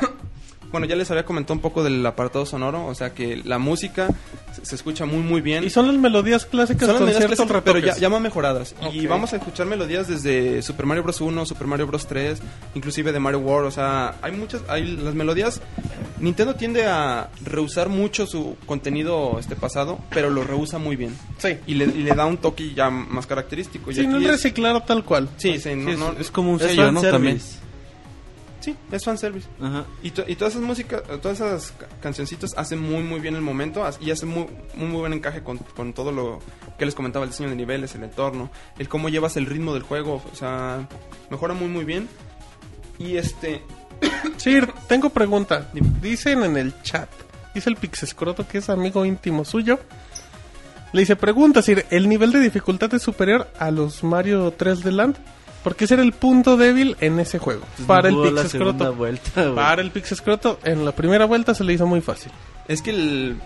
Speaker 5: bueno, ya les había comentado un poco del apartado sonoro. O sea, que la música se, se escucha muy, muy bien.
Speaker 2: Y son las melodías clásicas
Speaker 5: Son las
Speaker 2: con
Speaker 5: medidas
Speaker 2: ciertos
Speaker 5: clásicas, pero ya,
Speaker 2: retoques.
Speaker 5: ya más mejoradas. Y
Speaker 2: Ok.
Speaker 5: vamos a escuchar melodías desde Super Mario Bros. 1, Super Mario Bros. 3, inclusive de Mario World. O sea, hay muchas, hay las melodías. Nintendo tiende a rehusar mucho su contenido este pasado, pero lo rehúsa muy bien.
Speaker 2: Sí.
Speaker 5: Y le, y le da un toque ya más característico. Y
Speaker 2: Sí, no
Speaker 5: aquí
Speaker 2: es
Speaker 5: es-
Speaker 2: reciclar tal cual.
Speaker 5: sí, sí, no-
Speaker 3: Sí, es,
Speaker 5: no-
Speaker 3: es como un
Speaker 4: Es
Speaker 3: sello, ¿no?
Speaker 4: fanservice.
Speaker 3: También.
Speaker 5: sí, es fanservice.
Speaker 3: Ajá.
Speaker 5: Y, to- y todas esas músicas, todas esas ca- cancioncitas hacen muy muy bien el momento as- y hacen muy, muy, muy buen encaje con, con todo lo que les comentaba, el diseño de niveles, el entorno, el cómo llevas el ritmo del juego, o sea, mejora muy muy bien. Y este,
Speaker 2: Sir, tengo pregunta. Dicen en el chat, dice el Pixescroto que es amigo íntimo suyo. Le dice, pregunta, Sir, ¿el nivel de dificultad es superior a los Mario 3 de Land? Porque ese era el punto débil en ese juego.
Speaker 4: Pues
Speaker 2: para,
Speaker 4: no
Speaker 2: el
Speaker 4: jugó la segunda
Speaker 2: Pixescroto,
Speaker 4: vuelta, güey.
Speaker 2: para el Pixescroto, en la primera vuelta se le hizo muy fácil.
Speaker 5: es que el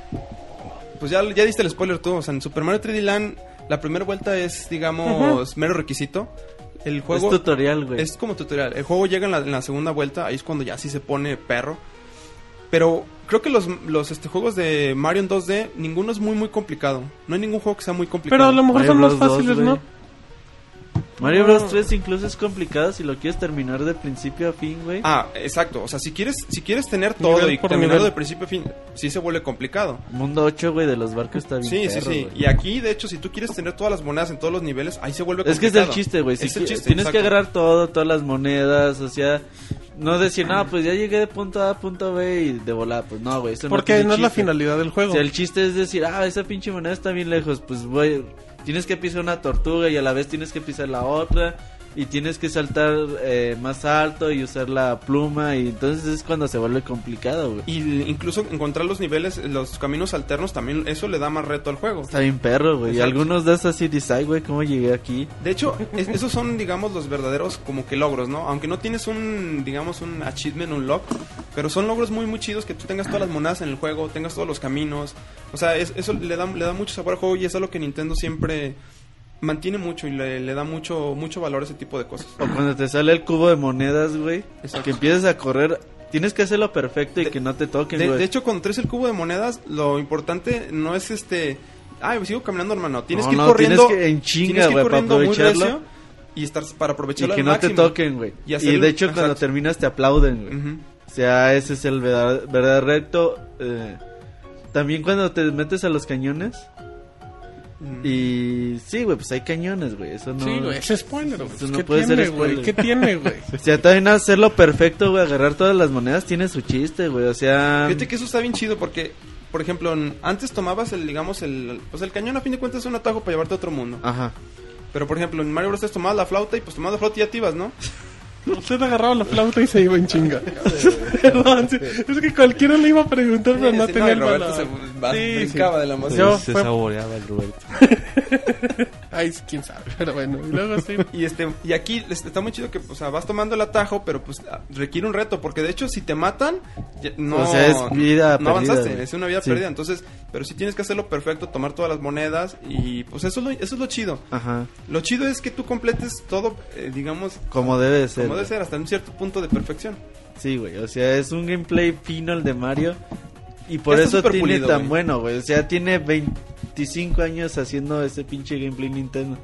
Speaker 5: pues ya, ya diste el spoiler tú, o sea, en Super Mario 3D Land la primera vuelta es digamos mero requisito. El
Speaker 4: Es
Speaker 5: juego
Speaker 4: tutorial, güey.
Speaker 5: Es como tutorial. El juego llega en la, en la segunda vuelta, ahí es cuando ya sí se pone perro. Pero creo que los, los este, juegos de Mario en 2D, ninguno es muy, muy complicado. No hay ningún juego que sea muy
Speaker 2: Pero a
Speaker 5: complicado.
Speaker 2: lo mejor son más
Speaker 4: Mario Bros.
Speaker 2: fáciles,
Speaker 4: 2,
Speaker 2: ¿no?
Speaker 4: güey. Mario Bros.
Speaker 2: No.
Speaker 4: 3 incluso es complicado si lo quieres terminar de principio a fin, güey.
Speaker 5: Ah, exacto. O sea, si quieres, si quieres tener
Speaker 2: Nivel
Speaker 5: todo y
Speaker 2: por
Speaker 5: terminarlo
Speaker 2: nivel.
Speaker 5: de principio a fin, sí se vuelve complicado.
Speaker 4: Mundo 8, güey, de los barcos está bien.
Speaker 5: Sí, sí,
Speaker 4: perro,
Speaker 5: sí.
Speaker 4: güey.
Speaker 5: Y aquí, de hecho, si tú quieres tener todas las monedas en todos los niveles, ahí se vuelve
Speaker 4: Es que
Speaker 5: complicado.
Speaker 4: es el chiste, güey. Si
Speaker 5: Es el
Speaker 4: qui-
Speaker 5: chiste,
Speaker 4: tienes que
Speaker 5: exacto.
Speaker 4: agarrar todo, todas las monedas, o sea, no decir, no, pues ya llegué de punto A a punto B y de volada, pues no, güey. eso
Speaker 2: Porque
Speaker 4: tiene
Speaker 2: no es la
Speaker 4: chiste.
Speaker 2: finalidad del
Speaker 4: O
Speaker 2: juego.
Speaker 4: sea, el chiste es decir, ah, esa pinche moneda está bien lejos, pues güey, tienes que pisar una tortuga y a la vez tienes que pisar la otra y tienes que saltar eh, más alto y usar la pluma y entonces es cuando se vuelve complicado, güey.
Speaker 5: Y incluso encontrar los niveles, los caminos alternos, también eso le da más reto al juego.
Speaker 4: Está bien perro, güey. Y
Speaker 5: Exacto.
Speaker 4: algunos de esas sí dices, ay, güey, ¿cómo llegué aquí?
Speaker 5: De hecho, es- esos son, digamos, los verdaderos como que logros, ¿no? Aunque no tienes un, digamos, un achievement, un log, pero son logros muy, muy chidos que tú tengas todas las monedas en el juego, tengas todos los caminos. O sea, es- eso le da, le da mucho sabor al juego y es algo que Nintendo siempre mantiene mucho y le, le da mucho, mucho valor a ese tipo de cosas.
Speaker 4: O cuando te sale el cubo de monedas, güey,
Speaker 5: Exacto.
Speaker 4: que empiezas a correr, tienes que hacerlo perfecto y que no te toquen,
Speaker 5: De,
Speaker 4: güey.
Speaker 5: de hecho, cuando traes el cubo de monedas, lo importante no es este. Ay, pues sigo caminando, hermano. Tienes
Speaker 4: No,
Speaker 5: que ir
Speaker 4: no,
Speaker 5: corriendo.
Speaker 4: tienes que en chinga,
Speaker 5: tienes que ir
Speaker 4: güey, para
Speaker 5: corriendo muy
Speaker 4: aprovecharlo.
Speaker 5: recio y estar para
Speaker 4: y
Speaker 5: aprovecharlo
Speaker 4: que
Speaker 5: al
Speaker 4: no te
Speaker 5: máximo.
Speaker 4: toquen, güey.
Speaker 5: Y
Speaker 4: Y,
Speaker 5: hacerlo-
Speaker 4: de hecho, cuando
Speaker 5: exacto.
Speaker 4: terminas te aplauden, güey.
Speaker 5: Ujú.
Speaker 4: O sea, ese es el verdad- verdadero reto. eh, también cuando te metes a los cañones.
Speaker 5: Mm.
Speaker 4: Y sí, güey, pues hay cañones, güey. Eso no.
Speaker 2: Sí, güey, es spoiler, güey.
Speaker 4: Eso no
Speaker 2: ¿Qué
Speaker 4: puede ser
Speaker 2: tiene, güey?
Speaker 4: spoiler.
Speaker 2: ¿Qué tiene, güey?
Speaker 4: O sea, también hacerlo perfecto, güey. Agarrar todas las monedas tiene su chiste, güey. O sea.
Speaker 5: Fíjate que eso está bien chido porque, por ejemplo, en- antes tomabas el, digamos, el, pues el cañón a fin de cuentas es un atajo para llevarte a otro mundo.
Speaker 4: Ajá.
Speaker 5: Pero, por ejemplo, en Mario Bros. 3 tomabas la flauta y pues tomabas la flauta y ya te ibas, ¿no?
Speaker 2: Usted agarraba la flauta y se iba en chinga. Perdón, sí, es que cualquiera le iba a preguntar, pero no
Speaker 5: Sí,
Speaker 2: tenía
Speaker 5: y
Speaker 2: el
Speaker 5: Roberto
Speaker 2: valor.
Speaker 5: se va-
Speaker 2: Sí,
Speaker 5: brincaba
Speaker 2: sí.
Speaker 5: de la emoción.
Speaker 2: Yo
Speaker 3: se
Speaker 2: fue-
Speaker 3: saboreaba el Roberto.
Speaker 2: Ay, sí, quién sabe, pero bueno. Y luego sí.
Speaker 5: Y, este, y aquí este, está muy chido que, o sea, vas tomando el atajo, pero pues ah, requiere un reto, porque de hecho si te matan, ya- no,
Speaker 4: O sea, es vida
Speaker 5: no avanzaste,
Speaker 4: perdida, güey.
Speaker 5: es una vida
Speaker 4: Sí.
Speaker 5: perdida. Entonces, pero si tienes que hacerlo perfecto, tomar todas las monedas y pues eso es lo, eso es lo chido.
Speaker 4: Ajá.
Speaker 5: Lo chido es que tú completes todo, eh, digamos,
Speaker 4: Como debe de ser.
Speaker 5: como debe
Speaker 4: güey.
Speaker 5: ser, hasta un cierto punto de perfección.
Speaker 4: Sí, güey. O sea, es un gameplay fino el de Mario. Y por
Speaker 5: Está
Speaker 4: eso
Speaker 5: súper
Speaker 4: tiene
Speaker 5: pulido,
Speaker 4: tan
Speaker 5: güey.
Speaker 4: bueno, güey. O sea, tiene 25 años haciendo ese pinche gameplay Nintendo.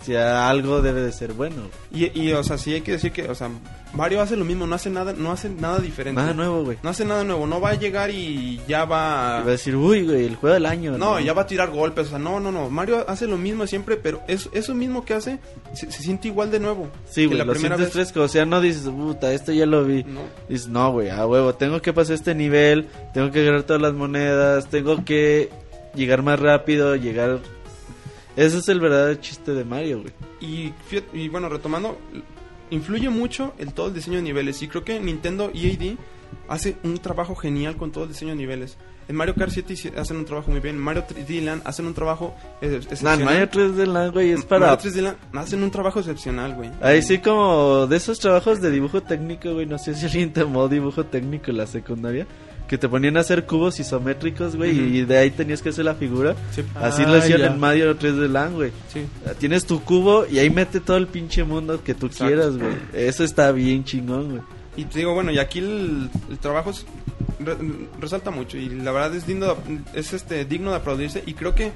Speaker 4: O sea, algo debe de ser bueno. güey.
Speaker 5: Y, y, o sea, sí hay que decir que, o sea, Mario hace lo mismo, no hace nada, no hace nada diferente.
Speaker 4: Nada nuevo, güey.
Speaker 5: No hace nada nuevo, no va a llegar y ya va.
Speaker 4: Y va a decir, uy, güey, el juego del año.
Speaker 5: Ah. No, ya va a tirar golpes, o sea, no, no, no. Mario hace lo mismo siempre, pero es, eso mismo que hace se, se siente igual de nuevo.
Speaker 4: Sí,
Speaker 5: que
Speaker 4: güey,
Speaker 5: la
Speaker 4: lo
Speaker 5: primera
Speaker 4: sientes
Speaker 5: vez. Mm.
Speaker 4: fresco. O sea, no dices, puta, esto ya lo vi.
Speaker 5: No.
Speaker 4: Dices, no, güey, a huevo, tengo que pasar este nivel, tengo que agarrar todas las monedas, tengo que llegar más rápido, llegar... Ese es el verdadero chiste de Mario, güey.
Speaker 5: Y, fíjate- y bueno, retomando, influye mucho el todo el diseño de niveles. Y creo que Nintendo EAD hace un trabajo genial con todo el diseño de niveles. En Mario Kart 7 hici- hacen un trabajo muy bien. En Mario 3D Land hacen un trabajo ex-
Speaker 4: No,
Speaker 5: excepcional.
Speaker 4: en Mario 3 de la, güey, es para...
Speaker 5: Mario 3D Land hacen un trabajo excepcional, güey.
Speaker 4: Ahí sí como de esos trabajos de dibujo técnico, güey, no sé si alguien te amó dibujo técnico en la secundaria. Que te ponían a hacer cubos isométricos, güey,
Speaker 5: Ujú.
Speaker 4: y de ahí tenías que hacer la figura.
Speaker 5: Sí.
Speaker 4: Así
Speaker 5: Ah,
Speaker 4: lo hacían
Speaker 5: ya.
Speaker 4: en Mario 3 de Land, güey. Ah,
Speaker 5: Sí.
Speaker 4: Tienes tu cubo y ahí mete todo el pinche mundo que tú
Speaker 5: Exacto.
Speaker 4: quieras, güey. Eso está bien chingón, güey.
Speaker 5: Y te digo, bueno, y aquí el, el trabajo es- re- resalta mucho y la verdad es digno de, es este digno de aplaudirse y creo que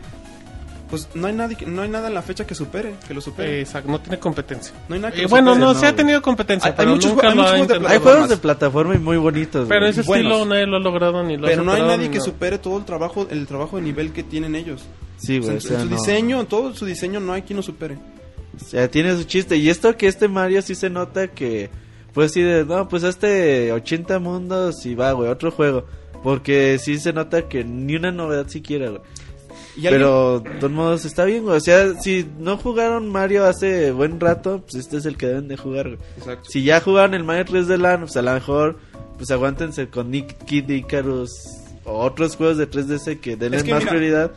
Speaker 5: pues no hay nadie que- no hay nada en la fecha que supere, que lo supere.
Speaker 2: eh, Exacto, no tiene competencia.
Speaker 5: no hay nada que
Speaker 2: Eh,
Speaker 5: lo
Speaker 2: bueno,
Speaker 5: supere.
Speaker 2: no,
Speaker 4: no,
Speaker 2: se ha
Speaker 4: güey.
Speaker 2: tenido competencia,
Speaker 5: Hay- hay
Speaker 2: pero
Speaker 5: muchos
Speaker 2: nunca
Speaker 5: jue-
Speaker 2: lo
Speaker 5: hay
Speaker 2: ha
Speaker 5: muchos de
Speaker 2: intentado.
Speaker 4: Hay
Speaker 5: Plataformas.
Speaker 4: juegos de plataforma y muy bonitos,
Speaker 2: Pero
Speaker 4: güey.
Speaker 2: ese
Speaker 5: buenos.
Speaker 2: estilo nadie lo ha logrado ni lo ha
Speaker 5: Pero no hay
Speaker 2: superado,
Speaker 5: nadie
Speaker 2: ni
Speaker 5: que
Speaker 2: nada.
Speaker 5: supere todo el trabajo el trabajo de nivel que tienen ellos.
Speaker 4: Sí,
Speaker 5: O sea,
Speaker 4: güey,
Speaker 5: en
Speaker 4: o
Speaker 5: su-
Speaker 4: sea,
Speaker 5: en su
Speaker 4: no.
Speaker 5: diseño, en todo su diseño no hay quien lo supere.
Speaker 4: O sea, tiene su chiste. Y esto que este Mario sí se nota que. Pues sí, de, no, pues este 80 mundos y va, güey, otro juego. Porque sí se nota que ni una novedad siquiera, güey.
Speaker 5: Y alguien-
Speaker 4: Pero de todos modos está bien, güey. O sea, si no jugaron Mario hace buen rato, pues este es el que deben de jugar, güey.
Speaker 5: Exacto.
Speaker 4: Si ya jugaron el Mario 3 de LAN, pues a lo mejor, pues aguántense con Nick Kid Icarus o otros juegos de 3DS que denle
Speaker 5: Es que
Speaker 4: más
Speaker 5: mira,
Speaker 4: prioridad.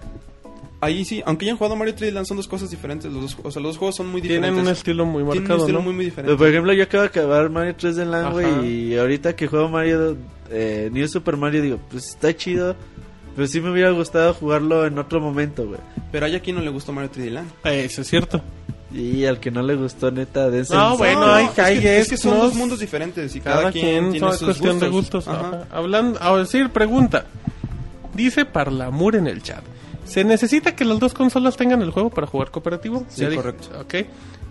Speaker 5: Ahí sí, aunque hayan jugado Mario 3D Land son dos cosas diferentes, los dos, o sea, los dos juegos son muy diferentes.
Speaker 2: Tienen un estilo muy
Speaker 5: Tienen un
Speaker 2: marcado,
Speaker 5: estilo
Speaker 2: ¿no?
Speaker 5: muy muy diferente.
Speaker 4: Pero, Pues, por ejemplo, yo acabo de acabar Mario 3 de LAN,
Speaker 2: Ajá.
Speaker 4: güey, y ahorita que juego Mario, eh, New Super Mario, digo, pues está chido, pero sí me hubiera gustado jugarlo en otro momento, güey.
Speaker 5: Pero hay a quien no le gustó Mario 3D Land.
Speaker 2: Eh, Eso es cierto.
Speaker 4: Y al que no le gustó, neta, dense
Speaker 2: No,
Speaker 4: un-
Speaker 2: bueno,
Speaker 5: No,
Speaker 2: hay-
Speaker 5: es que,
Speaker 2: hay
Speaker 5: es que son
Speaker 2: gustos.
Speaker 5: dos mundos diferentes y
Speaker 2: Cada, quien,
Speaker 5: tiene
Speaker 2: es
Speaker 5: sus
Speaker 2: cuestión de
Speaker 5: gustos.
Speaker 2: gustos.
Speaker 5: Ajá.
Speaker 2: ajá. Hablando, a decir, pregunta. Dice Parlamur en el chat. ¿Se necesita que las dos consolas tengan el juego para jugar cooperativo?
Speaker 5: Sí,
Speaker 2: dije,
Speaker 5: correcto.
Speaker 2: Ok.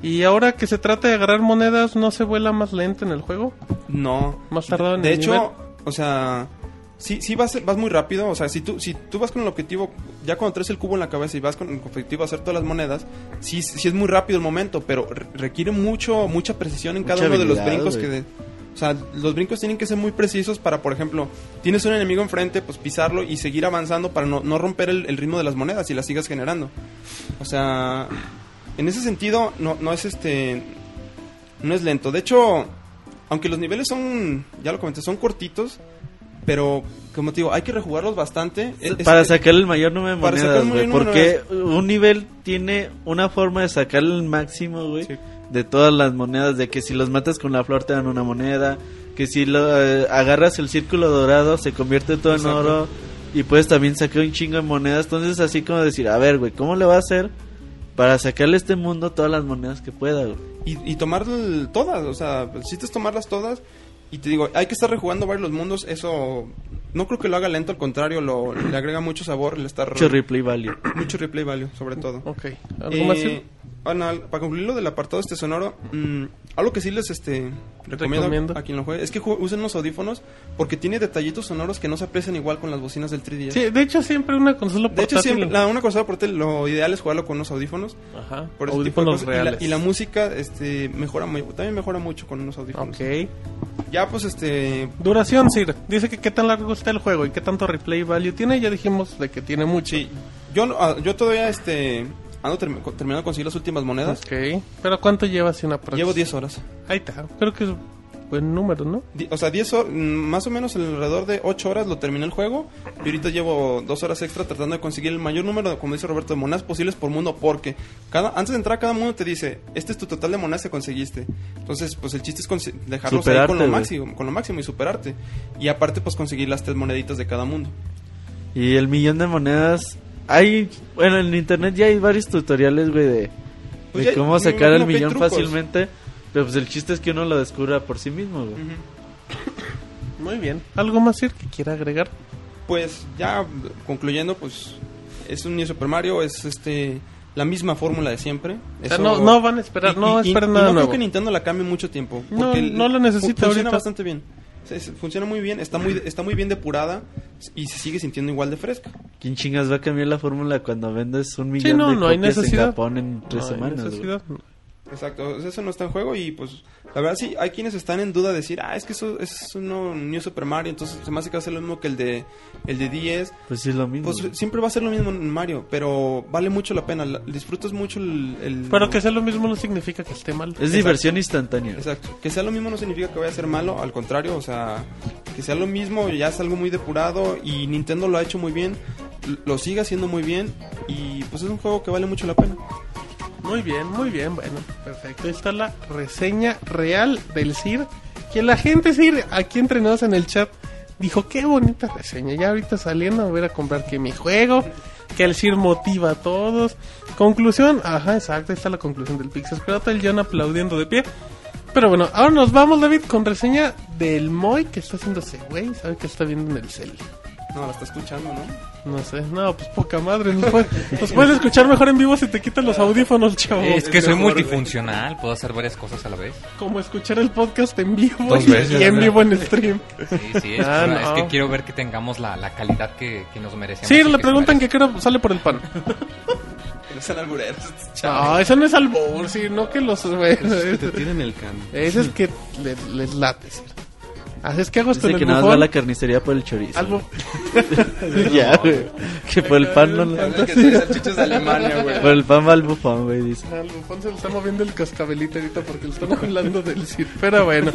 Speaker 2: Y ahora que se trata de agarrar monedas, ¿no se vuela más lento en el juego?
Speaker 5: No.
Speaker 2: Más tardado en
Speaker 5: De
Speaker 2: el
Speaker 5: hecho,
Speaker 2: nivel.
Speaker 5: o sea, sí, sí vas, vas muy rápido. O sea, si tú, si tú vas con el objetivo, ya cuando traes el cubo en la cabeza y vas con el objetivo a hacer todas las monedas, sí, sí es muy rápido el momento, pero re- requiere mucho, mucha precisión en cada
Speaker 4: Mucha
Speaker 5: uno de los
Speaker 4: habilidad,
Speaker 5: brincos que...
Speaker 4: güey.
Speaker 5: de- o sea, los brincos tienen que ser muy precisos para, por ejemplo, tienes un enemigo enfrente, pues pisarlo y seguir avanzando para no, no romper el, el ritmo de las monedas y las sigas generando. O sea, en ese sentido, no, no es este. No es lento. De hecho, aunque los niveles son. Ya lo comenté, son cortitos. Pero, como te digo, hay que rejugarlos bastante. Es- es-
Speaker 4: para sacar el mayor número de
Speaker 5: para sacar el
Speaker 4: monedas, güey,
Speaker 5: mayor número de
Speaker 4: porque un nivel tiene una forma de sacar el máximo, güey,
Speaker 5: Sí.
Speaker 4: de todas las monedas, de que si los matas con la flor te dan una moneda, que si lo, eh, agarras el círculo dorado se convierte todo
Speaker 5: Exacto.
Speaker 4: en oro y puedes también sacar un chingo de monedas, entonces así como decir, a ver, güey, ¿cómo le va a hacer para sacarle a este mundo todas las monedas que pueda, güey?
Speaker 5: y, y tomar el- todas, o sea, el chiste es tomarlas todas. Y te digo, hay que estar rejugando varios los mundos, eso no creo que lo haga lento, al contrario, lo, le agrega mucho sabor, le está
Speaker 4: Mucho replay value.
Speaker 5: mucho replay value, sobre todo.
Speaker 2: Ok. ¿Algo más?
Speaker 5: Eh,
Speaker 2: Sir?
Speaker 5: ah, no, al- para concluir lo del apartado este sonoro, mm, algo que sí les este, recomiendo,
Speaker 2: Recomiendo.
Speaker 5: a quien lo juegue es que ju- usen unos audífonos porque tiene detallitos sonoros que no se aprecian igual con las bocinas del 3DS.
Speaker 2: Sí, de hecho siempre una consola
Speaker 5: De
Speaker 2: portátil.
Speaker 5: hecho, siempre, la, una cosa aparte, lo ideal es jugarlo con unos audífonos.
Speaker 2: Ajá.
Speaker 5: Por ese tipo de
Speaker 2: Audífonos
Speaker 5: cosas. Y la-
Speaker 2: reales.
Speaker 5: Y, la, música este, mejora muy, también mejora mucho con unos audífonos.
Speaker 2: Ok.
Speaker 5: Ya pues este...
Speaker 2: Duración, Sir. Dice que qué tan largo está el juego y qué tanto replay value tiene. Ya dijimos de que tiene mucho.
Speaker 5: Sí, yo, no- ah, yo todavía este, ando termi- co- terminando de conseguir las últimas monedas.
Speaker 2: Ok. Pero ¿cuánto llevas sin aprox?
Speaker 5: Llevo 10 horas.
Speaker 2: Ahí está. Creo que es buen número, ¿no?
Speaker 5: Di- O sea, 10 hor- mm, más o menos alrededor de 8 horas lo terminé el juego. Y ahorita llevo 2 horas extra tratando de conseguir el mayor número, como dice Roberto, de monedas posibles por mundo. Porque cada, antes de entrar, cada mundo te dice: Este es tu total de monedas que conseguiste. Entonces, pues el chiste es consi- dejarlos ahí con
Speaker 4: Superarte,
Speaker 5: lo,
Speaker 4: güey.
Speaker 5: máximo, con lo máximo y superarte. Y aparte, pues conseguir las 3 moneditas de cada mundo.
Speaker 4: Y el millón de monedas. Hay, bueno, en internet ya hay varios tutoriales, güey, de,
Speaker 5: Pues
Speaker 4: de
Speaker 5: ya-
Speaker 4: cómo
Speaker 5: me
Speaker 4: sacar el
Speaker 5: imagino que hay
Speaker 4: millón
Speaker 5: trucos.
Speaker 4: fácilmente. Pero pues el chiste es que uno lo descubra por sí mismo, güey.
Speaker 2: Mm. Muy bien. ¿Algo más, Sir, que quiera agregar?
Speaker 5: Pues ya concluyendo, pues es un New Super Mario, es este. La misma fórmula de siempre.
Speaker 2: O sea,
Speaker 5: Eso-
Speaker 2: no, no van a esperar,
Speaker 5: Y-
Speaker 2: no
Speaker 5: y- y-
Speaker 2: esperan
Speaker 5: y
Speaker 2: nada
Speaker 5: no
Speaker 2: nuevo.
Speaker 5: creo que Nintendo la cambie mucho tiempo.
Speaker 2: No,
Speaker 5: porque
Speaker 2: no la necesita
Speaker 5: funciona
Speaker 2: ahorita.
Speaker 5: bastante bien. Se- se- Funciona muy bien, está muy, está muy bien depurada y se sigue sintiendo igual de fresca.
Speaker 4: ¿Quién chingas va a cambiar la fórmula cuando vendes un millón
Speaker 2: Sí, no,
Speaker 4: de
Speaker 2: no hay
Speaker 4: copias en
Speaker 2: necesidad.
Speaker 4: Japón en tres
Speaker 2: No hay
Speaker 4: semanas, güey?
Speaker 2: necesidad.
Speaker 5: Exacto, eso no está en juego y pues la verdad sí, hay quienes están en duda de decir, ah, es que eso, eso es uno New Super Mario, entonces se me hace que va a ser lo mismo que el de el de 10.
Speaker 4: Pues sí, es lo mismo.
Speaker 5: Pues siempre va a ser lo mismo en Mario, pero vale mucho la pena, la- disfrutas mucho el... el-
Speaker 2: Pero que sea lo mismo no significa que esté mal.
Speaker 4: es diversión instantánea.
Speaker 5: Exacto, que sea lo mismo no significa que vaya a ser malo, al contrario, o sea, que sea lo mismo ya es algo muy depurado y Nintendo lo ha hecho muy bien, lo sigue haciendo muy bien y pues es un juego que vale mucho la pena.
Speaker 2: Muy bien, muy bien, bueno, perfecto. Ahí está la reseña real del CIR. Que la gente CIR, aquí entre nos en el chat, dijo, qué bonita reseña. Ya ahorita saliendo me voy a ir a comprar que mi juego, que el CIR motiva a todos. Conclusión, ajá, exacto, ahí está la conclusión del Pixel Pirata, el John aplaudiendo de pie. Pero bueno, ahora nos vamos, David, con reseña del Moy que está haciéndose, güey, sabe que está viendo en el cel.
Speaker 5: No, la está escuchando, ¿no?
Speaker 2: No sé, no, pues poca madre, nos puedes, nos puedes escuchar mejor en vivo si te quitas los audífonos, chavo.
Speaker 6: Es que
Speaker 5: es
Speaker 6: soy
Speaker 5: mejor,
Speaker 6: multifuncional, puedo hacer varias cosas a la vez.
Speaker 2: Como escuchar el podcast en vivo
Speaker 6: Dos
Speaker 2: y,
Speaker 6: veces,
Speaker 2: y en
Speaker 6: ¿no?
Speaker 2: vivo en stream.
Speaker 6: Sí, sí, es,
Speaker 2: Ah,
Speaker 6: una- es
Speaker 2: no.
Speaker 6: que quiero ver que tengamos la, la calidad que, que nos merecemos.
Speaker 2: Sí,
Speaker 6: y
Speaker 2: le
Speaker 6: se
Speaker 2: preguntan que
Speaker 6: merece.
Speaker 2: qué hora sale por el pan.
Speaker 5: Que no sean albureros.
Speaker 2: No, eso no es albur, sí, no que los...
Speaker 3: Te tienen el can.
Speaker 2: Ese es que le- les late, sí. Así es que hago esto
Speaker 4: Dice
Speaker 2: en
Speaker 4: que
Speaker 2: el
Speaker 4: nada más va a
Speaker 2: bufón.
Speaker 4: la carnicería por el chorizo.
Speaker 2: Algo-
Speaker 4: ya, güey. Que por el pan no
Speaker 5: Habla que trae salchichas de Alemania, güey.
Speaker 2: Pues,
Speaker 4: Por el pan va al bufón, güey, dice.
Speaker 2: Al bufón se le está moviendo el cascabelito ahorita porque le están hablando del CIR. Pero bueno.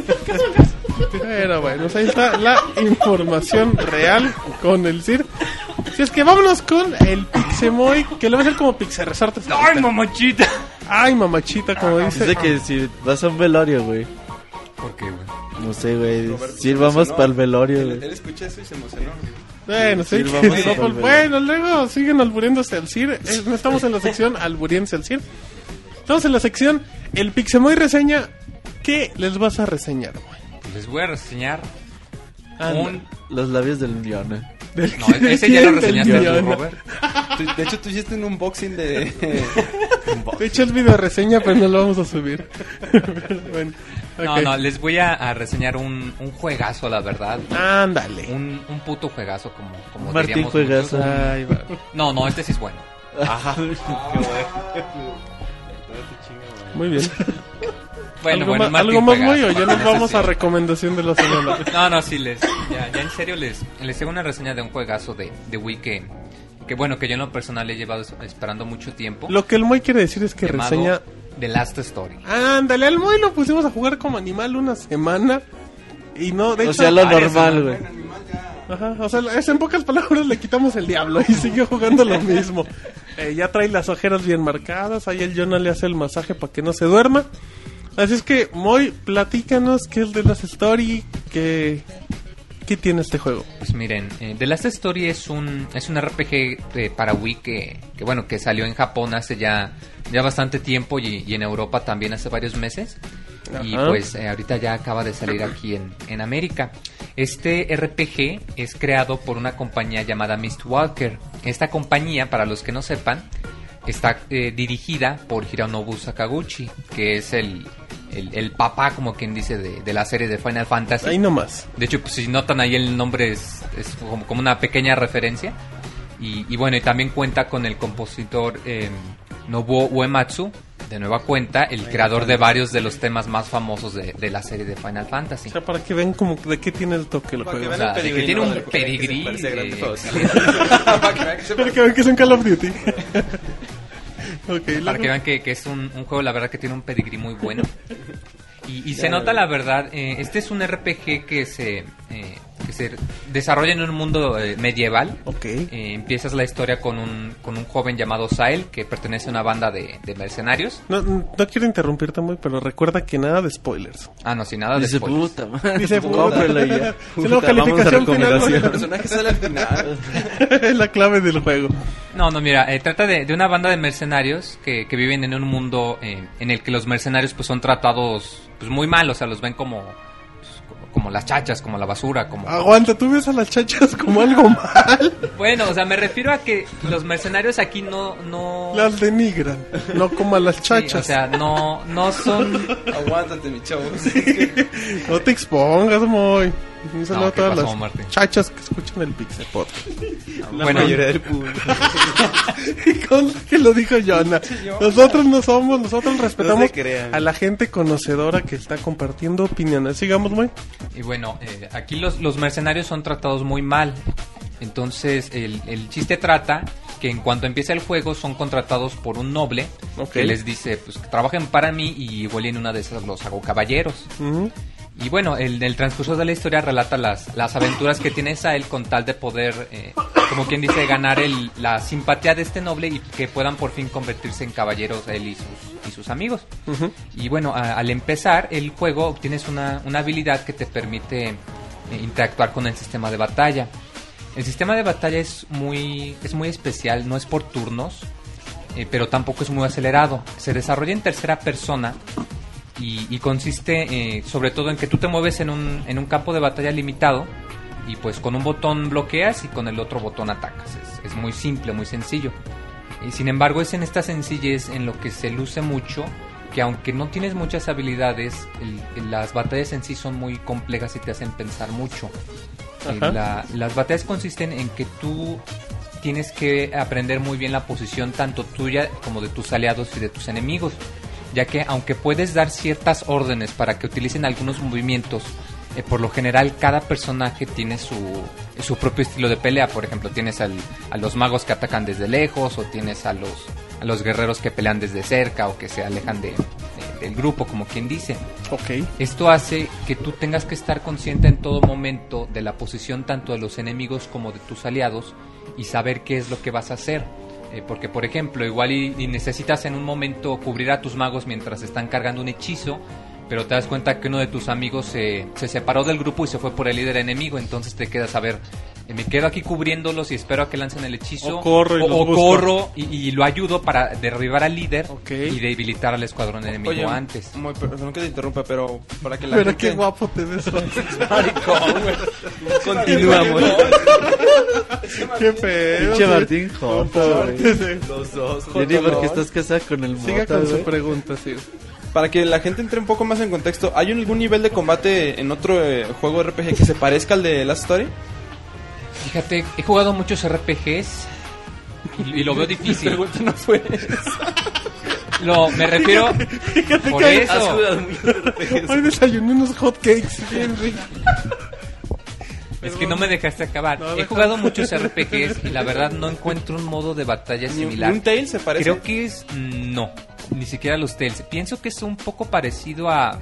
Speaker 2: Pero bueno, pues ahí está la información real con el CIR. Si es que vámonos con el Pixemoy, que lo va a hacer como Pixerresortes.
Speaker 6: ¡Ay, mamachita!
Speaker 2: Ay, mamachita, como dice.
Speaker 4: Ah, Dice que si vas a un velorio, güey.
Speaker 6: ¿Por qué, güey?
Speaker 4: No sé, güey.
Speaker 5: Roberto pues, se
Speaker 4: Sirvamos
Speaker 5: emocionó.
Speaker 4: para el velorio,
Speaker 5: Él,
Speaker 4: güey.
Speaker 5: él escucha eso y se emocionó.
Speaker 2: Bueno, sí,
Speaker 4: Sí,
Speaker 2: que-
Speaker 4: vamos a
Speaker 2: no,
Speaker 4: volver.
Speaker 2: bueno, luego siguen alburiéndose al CIR. Eh, no estamos en la sección alburiéndose al CIR. Estamos en la sección El Pixemoy reseña. ¿Qué les vas a reseñar, güey?
Speaker 6: Pues Les voy a reseñar
Speaker 2: Anda.
Speaker 6: un...
Speaker 4: Los labios del millón,
Speaker 6: No, ese ya lo
Speaker 2: ¿Quién
Speaker 6: reseñaste
Speaker 2: entendió?
Speaker 6: tú, Robert.
Speaker 5: Tú- De hecho, tú hiciste un unboxing de.
Speaker 2: De hecho, es video reseña, pero no lo vamos a subir. Pero bueno,
Speaker 6: No,
Speaker 2: ok.
Speaker 6: no, les voy a, a reseñar un, un juegazo, la verdad.
Speaker 2: Ándale.
Speaker 6: Un, un puto juegazo, como, como
Speaker 4: Martín
Speaker 6: diríamos
Speaker 4: Juegazo.
Speaker 6: muchos.
Speaker 4: Ay, va.
Speaker 6: No, no, este sí es bueno.
Speaker 2: Muy bien.
Speaker 6: Bueno,
Speaker 2: ¿Algo,
Speaker 6: bueno,
Speaker 2: más,
Speaker 6: Martín
Speaker 2: ¿algo más,
Speaker 6: Juegazo,
Speaker 2: güey, o ya nos
Speaker 6: Martín
Speaker 2: vamos a
Speaker 6: Asesino.
Speaker 2: recomendación de la semana?
Speaker 6: No, no, sí, les, ya, ya en serio les, les hago una reseña de un juegazo de, de Wii que, que, bueno, que yo en lo personal he llevado es- esperando mucho tiempo.
Speaker 2: Lo que el Moy quiere decir es que
Speaker 6: llamado
Speaker 2: reseña.
Speaker 6: The Last Story.
Speaker 2: Ándale, al Moy lo pusimos a jugar como animal una semana. Y no, de
Speaker 4: O
Speaker 2: hecho.
Speaker 4: sea, lo normal, güey.
Speaker 2: Ajá, o sea, es en pocas palabras le quitamos el diablo y sigue jugando lo mismo. Eh, ya trae las ojeras bien marcadas, ahí el Jonah le hace el masaje para que no se duerma. Así es que, Moy, platícanos qué es de las story, qué, qué tiene este juego.
Speaker 6: Pues miren, eh, The Last Story es un, es un RPG de eh, para Wii que, que, bueno, que salió en Japón hace ya, ya bastante tiempo y, y en Europa también hace varios meses. Y
Speaker 2: Ajá.
Speaker 6: pues eh, ahorita ya acaba de salir aquí en, en América. Este RPG es creado por una compañía llamada Mistwalker. Esta compañía, para los que no sepan, está eh, dirigida por Hironobu Sakaguchi, que es el, el, el papá, como quien dice, de, de la serie de Final Fantasy.
Speaker 2: Ahí nomás.
Speaker 6: De hecho, pues, si notan ahí el nombre es, es como, como una pequeña referencia. Y, y bueno, y también cuenta con el compositor eh, Nobuo Uematsu, de nueva cuenta, el creador de varios de los temas más famosos de, de la serie de Final
Speaker 2: O
Speaker 6: Fantasy.
Speaker 2: sea, para que vean como de qué tiene el toque el
Speaker 5: Para que
Speaker 2: juego.
Speaker 6: O
Speaker 5: vean
Speaker 6: sea, de que
Speaker 5: pedigrí,
Speaker 6: tiene
Speaker 5: ¿no?
Speaker 6: un
Speaker 5: Del-
Speaker 6: pedigrí.
Speaker 5: que se parece a Grand
Speaker 6: eh,
Speaker 5: Theft Auto.
Speaker 6: excelente.
Speaker 2: Para que vean que es un Call of Duty. ok,
Speaker 6: Para
Speaker 2: luego-
Speaker 6: que vean que, que es un, un juego, la verdad, que tiene un pedigrí muy bueno. Y, y se nota, la verdad, eh, este es un RPG que se, eh, que se desarrolla en un mundo eh, medieval.
Speaker 2: Ok.
Speaker 6: Eh, empiezas la historia con un, con un joven llamado Sael que pertenece a una banda de, de mercenarios.
Speaker 2: No, no quiero interrumpirte, Moy, pero recuerda que nada de spoilers.
Speaker 6: Ah, no, sin nada de
Speaker 4: Dice,
Speaker 6: spoilers.
Speaker 4: puta madre.
Speaker 2: Dice,
Speaker 4: Cómpralo y ya.
Speaker 2: Sí, luego
Speaker 4: Puta, vamos a
Speaker 2: calificación final,
Speaker 5: El
Speaker 4: recomendación.
Speaker 5: personaje sale al final.
Speaker 2: Es la clave del juego.
Speaker 6: No, no, mira, eh, trata de, de una banda de mercenarios que, que viven en un mundo eh, en el que los mercenarios pues son tratados pues muy mal, o sea, los ven como pues, co- como las chachas, como la basura, como...
Speaker 2: Aguanta, tú ves a las chachas como algo mal.
Speaker 6: Bueno, o sea, me refiero a que los mercenarios aquí no... no...
Speaker 2: Las denigran. No como a las
Speaker 6: sí,
Speaker 2: chachas.
Speaker 6: o sea, no, no son...
Speaker 5: Aguántate, mi chavo.
Speaker 2: No te expongas, Moy. Un
Speaker 6: No,
Speaker 2: saludo a
Speaker 6: ¿qué
Speaker 2: todas
Speaker 6: pasó,
Speaker 2: las
Speaker 6: Martín?
Speaker 2: chachas que escuchan el Pixel Podcast.
Speaker 6: La Bueno. mayoría del
Speaker 2: público. Con que lo dijo Jonah. Nosotros no somos, nosotros respetamos
Speaker 3: crean.
Speaker 2: a la gente conocedora que está compartiendo opiniones. Sigamos, güey.
Speaker 6: Y bueno, eh, aquí los, los mercenarios son tratados muy mal. Entonces, el, el chiste trata que en cuanto empieza el juego son contratados por un noble
Speaker 2: Ok.
Speaker 6: que les dice, pues que trabajen para mí y igual y en una de esas los hago caballeros.
Speaker 2: Ujú.
Speaker 6: Y bueno, el, en el transcurso de la historia relata las, las aventuras que tiene Sael con tal de poder, eh, como quien dice, ganar el- la simpatía de este noble y que puedan por fin convertirse en caballeros él y sus, y sus amigos.
Speaker 2: Ujú.
Speaker 6: Y bueno, a- al empezar el juego obtienes una, una habilidad que te permite eh, interactuar con el sistema de batalla. El sistema de batalla es muy, es muy especial, no es por turnos, eh, pero tampoco es muy acelerado. Se desarrolla en tercera persona y, y consiste eh, sobre todo en que tú te mueves en un, en un campo de batalla limitado y pues con un botón bloqueas y con el otro botón atacas. Es, es muy simple, muy sencillo. Y sin embargo es en esta sencillez en lo que se luce mucho que aunque no tienes muchas habilidades, el- el- las batallas en sí son muy complejas y te hacen pensar mucho. Eh,
Speaker 2: Ajá.
Speaker 6: la- las batallas consisten en que tú tienes que aprender muy bien la posición tanto tuya como de tus aliados y de tus enemigos, ya que aunque puedes dar ciertas órdenes para que utilicen algunos movimientos, eh, por lo general cada personaje tiene su, su propio estilo de pelea, por ejemplo tienes al- a los magos que atacan desde lejos o tienes a los, a los guerreros que pelean desde cerca o que se alejan de- de- del grupo, como quien dice.
Speaker 2: Ok.
Speaker 6: Esto hace que tú tengas que estar consciente en todo momento de la posición tanto de los enemigos como de tus aliados y saber qué es lo que vas a hacer. Eh, porque, por ejemplo, igual y, y necesitas en un momento cubrir a tus magos mientras están cargando un hechizo, pero te das cuenta que uno de tus amigos se, se separó del grupo y se fue por el líder enemigo, entonces te quedas a ver. eh, Me quedo aquí cubriéndolos y espero a que lancen el hechizo.
Speaker 2: O corro y los
Speaker 6: o
Speaker 2: busco.
Speaker 6: corro y, y lo ayudo para derribar al líder
Speaker 2: Ok.
Speaker 6: y debilitar al escuadrón enemigo
Speaker 5: Oye,
Speaker 6: antes.
Speaker 5: Muy, perdón que te interrumpa, pero para que la
Speaker 2: Pero
Speaker 5: gente...
Speaker 2: qué guapo te ves, Francisco.
Speaker 4: Continuamos.
Speaker 2: Qué feo.
Speaker 4: Pinche
Speaker 2: güey.
Speaker 4: Martín Jota, güey.
Speaker 5: Los dos.
Speaker 4: Jenny, porque estás casada con el
Speaker 2: Siga
Speaker 4: Mota,
Speaker 2: con su
Speaker 4: güey.
Speaker 2: pregunta, sí.
Speaker 5: Para que la gente entre un poco más en contexto, ¿hay algún nivel de combate en otro eh, juego RPG que se parezca al de Last Story?
Speaker 6: Fíjate, he jugado muchos RPGs y, y lo veo difícil.
Speaker 5: no fue.
Speaker 6: Lo, me refiero por
Speaker 2: que
Speaker 8: Has
Speaker 6: eso.
Speaker 8: jugado mucho
Speaker 2: Hoy desayuné unos hotcakes bien ricos.
Speaker 6: Es que no me dejaste acabar.
Speaker 2: No,
Speaker 6: he
Speaker 2: deja-
Speaker 6: jugado muchos RPGs y la verdad no encuentro un modo de batalla similar.
Speaker 5: ¿Un Tail se parece?
Speaker 6: Creo que es mm, no, ni siquiera los Tales. Pienso que es un poco parecido a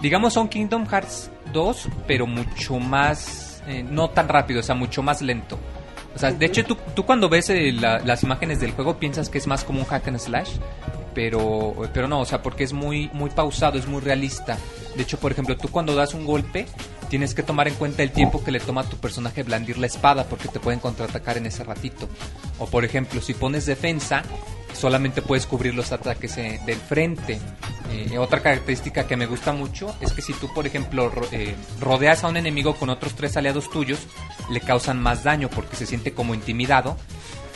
Speaker 6: digamos son Kingdom Hearts 2, pero mucho más eh, no tan rápido, o sea, mucho más lento. O sea, de hecho tú, tú cuando ves eh, la- las imágenes del juego piensas que es más como un hack and slash, pero pero no, o sea, porque es muy muy pausado, es muy realista. De hecho, por ejemplo, tú cuando das un golpe Tienes que tomar en cuenta el tiempo que le toma a tu personaje blandir la espada porque te pueden contraatacar en ese ratito. O por ejemplo, si pones defensa, solamente puedes cubrir los ataques eh, del frente. Eh, otra característica que me gusta mucho es que si tú, por ejemplo, ro- eh, rodeas a un enemigo con otros tres aliados tuyos, le causan más daño porque se siente como intimidado.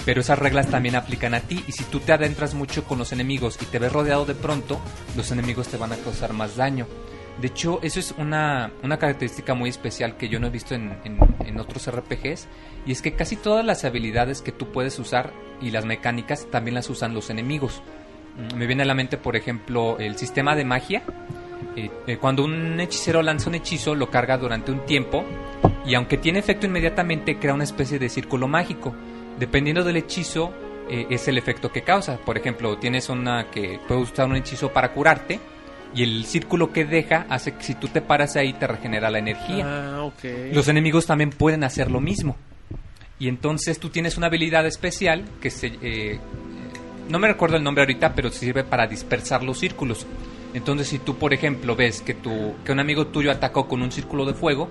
Speaker 6: Pero esas reglas también aplican a ti y si tú te adentras mucho con los enemigos y te ves rodeado de pronto, los enemigos te van a causar más daño. De hecho, eso es una, una característica muy especial que yo no he visto en, en- en otros RPGs y es que casi todas las habilidades que tú puedes usar y las mecánicas también las usan los enemigos. Mm, Me viene a la mente, por ejemplo, el sistema de magia. Eh, eh, cuando un hechicero lanza un hechizo, lo carga durante un tiempo y aunque tiene efecto inmediatamente, crea una especie de círculo mágico. Dependiendo del hechizo, eh, es el efecto que causa. Por ejemplo, tienes una que puede usar un hechizo para curarte y el círculo que deja hace que si tú te paras ahí te regenera la energía.
Speaker 2: Ah, ok.
Speaker 6: Los enemigos también pueden hacer lo mismo. Y entonces tú tienes una habilidad especial que se... eh, no me recuerdo el nombre ahorita, pero sirve para dispersar los círculos. Entonces si tú, por ejemplo, ves que, tu, que un amigo tuyo atacó con un círculo de fuego,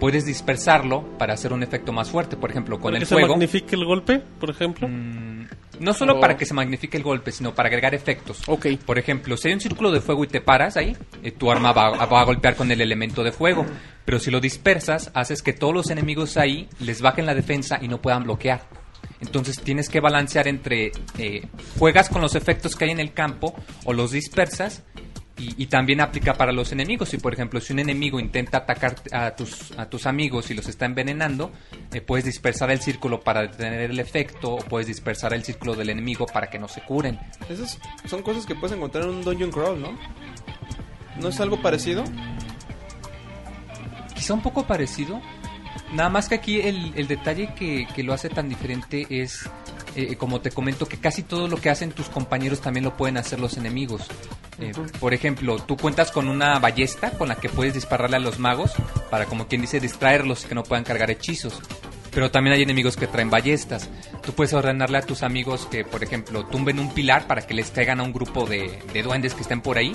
Speaker 6: puedes dispersarlo para hacer un efecto más fuerte. Por ejemplo, con
Speaker 2: ¿Para
Speaker 6: el
Speaker 2: que se
Speaker 6: fuego...
Speaker 2: magnifique el golpe, por ejemplo?
Speaker 6: Mm, No solo
Speaker 2: O-
Speaker 6: para que se magnifique el golpe, sino para agregar efectos.
Speaker 2: Ok.
Speaker 6: Por ejemplo, si hay un círculo de fuego y te paras ahí, eh, tu arma va, va a golpear con el elemento de fuego. Pero si lo dispersas, haces que todos los enemigos ahí les bajen la defensa y no puedan bloquear. Entonces tienes que balancear entre eh, juegas con los efectos que hay en el campo o los dispersas Y, y también aplica para los enemigos. Si, por ejemplo, si un enemigo intenta atacar a tus, a tus amigos y los está envenenando, eh, puedes dispersar el círculo para detener el efecto o puedes dispersar el círculo del enemigo para que no se curen.
Speaker 5: Esas son cosas que puedes encontrar en un dungeon crawl, ¿no? ¿No es algo parecido?
Speaker 6: Quizá un poco parecido. Nada más que aquí el, el detalle que, que lo hace tan diferente es, eh, como te comento, que casi todo lo que hacen tus compañeros también lo pueden hacer los enemigos. Eh, Por ejemplo, tú cuentas con una ballesta con la que puedes dispararle a los magos para, como quien dice, distraerlos y que no puedan cargar hechizos. Pero también hay enemigos que traen ballestas. Tú puedes ordenarle a tus amigos que, por ejemplo, tumben un pilar para que les caigan a un grupo de, de duendes que estén por ahí.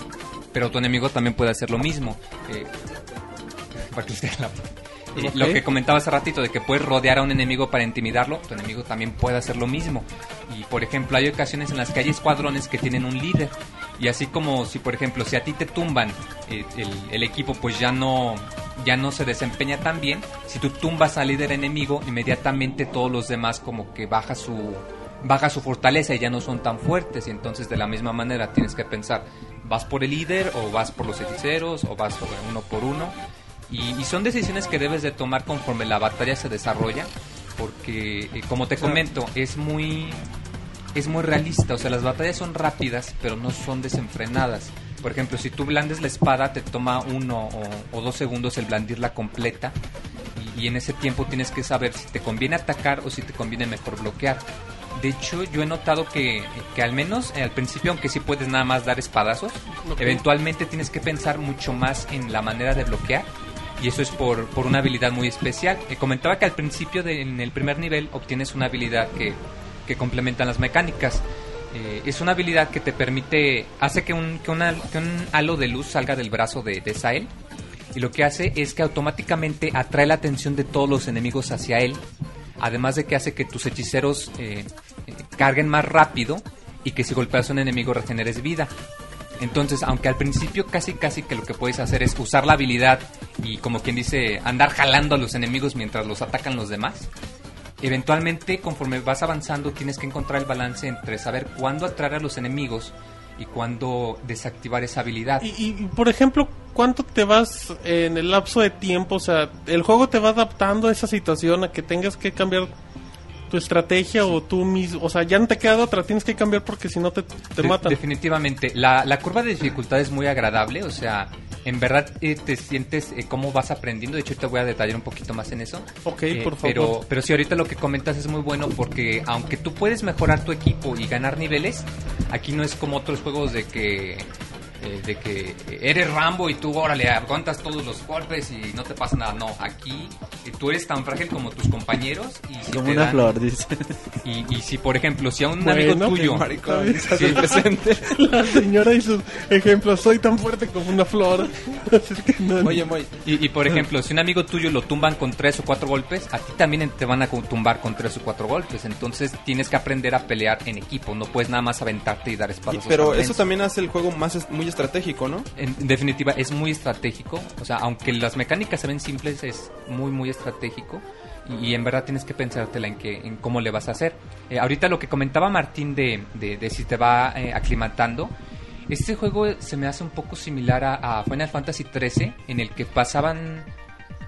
Speaker 6: Pero tu enemigo también puede hacer lo mismo. Eh, para que les caiga la- y
Speaker 5: Ok.
Speaker 6: Lo que comentaba hace ratito de que puedes rodear a un enemigo para intimidarlo, tu enemigo también puede hacer lo mismo. Y por ejemplo, hay ocasiones en las que hay escuadrones que tienen un líder. Y así como si, por ejemplo, si a ti te tumban, eh, el, el equipo pues ya no, ya no se desempeña tan bien. Si tú tumbas al líder enemigo, inmediatamente todos los demás como que baja su, baja su fortaleza y ya no son tan fuertes. Y entonces de la misma manera tienes que pensar, ¿vas por el líder o vas por los hechiceros o vas por uno por uno? Y, y son decisiones que debes de tomar conforme la batalla se desarrolla, porque eh, como te comento, es muy es muy realista, o sea, las batallas son rápidas, pero no son desenfrenadas. Por ejemplo, si tú blandes la espada, te toma uno o, o dos segundos el blandirla completa, y, y en ese tiempo tienes que saber si te conviene atacar o si te conviene mejor bloquear. De hecho, yo he notado que, que al menos eh, al principio, aunque sí puedes nada más dar espadazos, eventualmente tienes que pensar mucho más en la manera de bloquear. Y eso es por, por una habilidad muy especial. Eh, comentaba que al principio, de- en el primer nivel, obtienes una habilidad que, que complementan las mecánicas. Eh, es una habilidad que te permite, hace que un, que, una- que un halo de luz salga del brazo de, de Sael. Y lo que hace es que automáticamente atrae la atención de todos los enemigos hacia él. Además de que hace que tus hechiceros eh, eh, carguen más rápido y que si golpeas a un enemigo regeneres vida. Entonces, aunque al principio casi casi que lo que puedes hacer es usar la habilidad y como quien dice andar jalando a los enemigos mientras los atacan los demás, Eventualmente, conforme vas avanzando, tienes que encontrar el balance entre saber cuándo atraer a los enemigos y cuándo desactivar esa habilidad.
Speaker 2: Y, y, por ejemplo, ¿cuánto te vas eh, en el lapso de tiempo? O sea, ¿el juego te va adaptando a esa situación a que tengas que cambiar tu estrategia o tú mismo? O sea, ya no te queda de otra, tienes que cambiar porque si no te, te
Speaker 6: De-
Speaker 2: matan.
Speaker 6: Definitivamente. La, la curva de dificultad es muy agradable, o sea, en verdad eh, te sientes eh, cómo vas aprendiendo. De hecho, te voy a detallar un poquito más en eso.
Speaker 2: Ok,
Speaker 6: Eh,
Speaker 2: por favor.
Speaker 6: Pero, pero sí, ahorita lo que comentas es muy bueno porque aunque tú puedes mejorar tu equipo y ganar niveles, aquí no es como otros juegos de que... eh, de que eres Rambo y tú, órale, aguantas todos los golpes y no te pasa nada. No, aquí eh, tú eres tan frágil como tus compañeros y si
Speaker 4: Como
Speaker 6: te
Speaker 4: una
Speaker 6: dan-
Speaker 4: flor, dice.
Speaker 6: Y, y si, por ejemplo, si a un
Speaker 2: Bueno,
Speaker 6: amigo tuyo...
Speaker 5: Estás en presente.
Speaker 2: La señora y sus ejemplos, soy tan fuerte como una flor. Así es que no-
Speaker 5: Oye, Moy,
Speaker 6: Y, y, por ejemplo, si un amigo tuyo lo tumban con tres o cuatro golpes, a ti también te van a co- tumbar con tres o cuatro golpes. Entonces tienes que aprender a pelear en equipo. No puedes nada más aventarte y dar
Speaker 5: y-
Speaker 6: espadas.
Speaker 5: pero eso también hace el juego más es- muy estratégico, ¿no?
Speaker 6: En, en definitiva, es muy estratégico. O sea, aunque las mecánicas se ven simples, es muy, muy estratégico. Y, y en verdad tienes que pensártela en, que, en cómo le vas a hacer. Eh, ahorita lo que comentaba Martín de, de- de si te va eh, aclimatando. Este juego se me hace un poco similar a, a Final Fantasy XIII, en el que pasaban.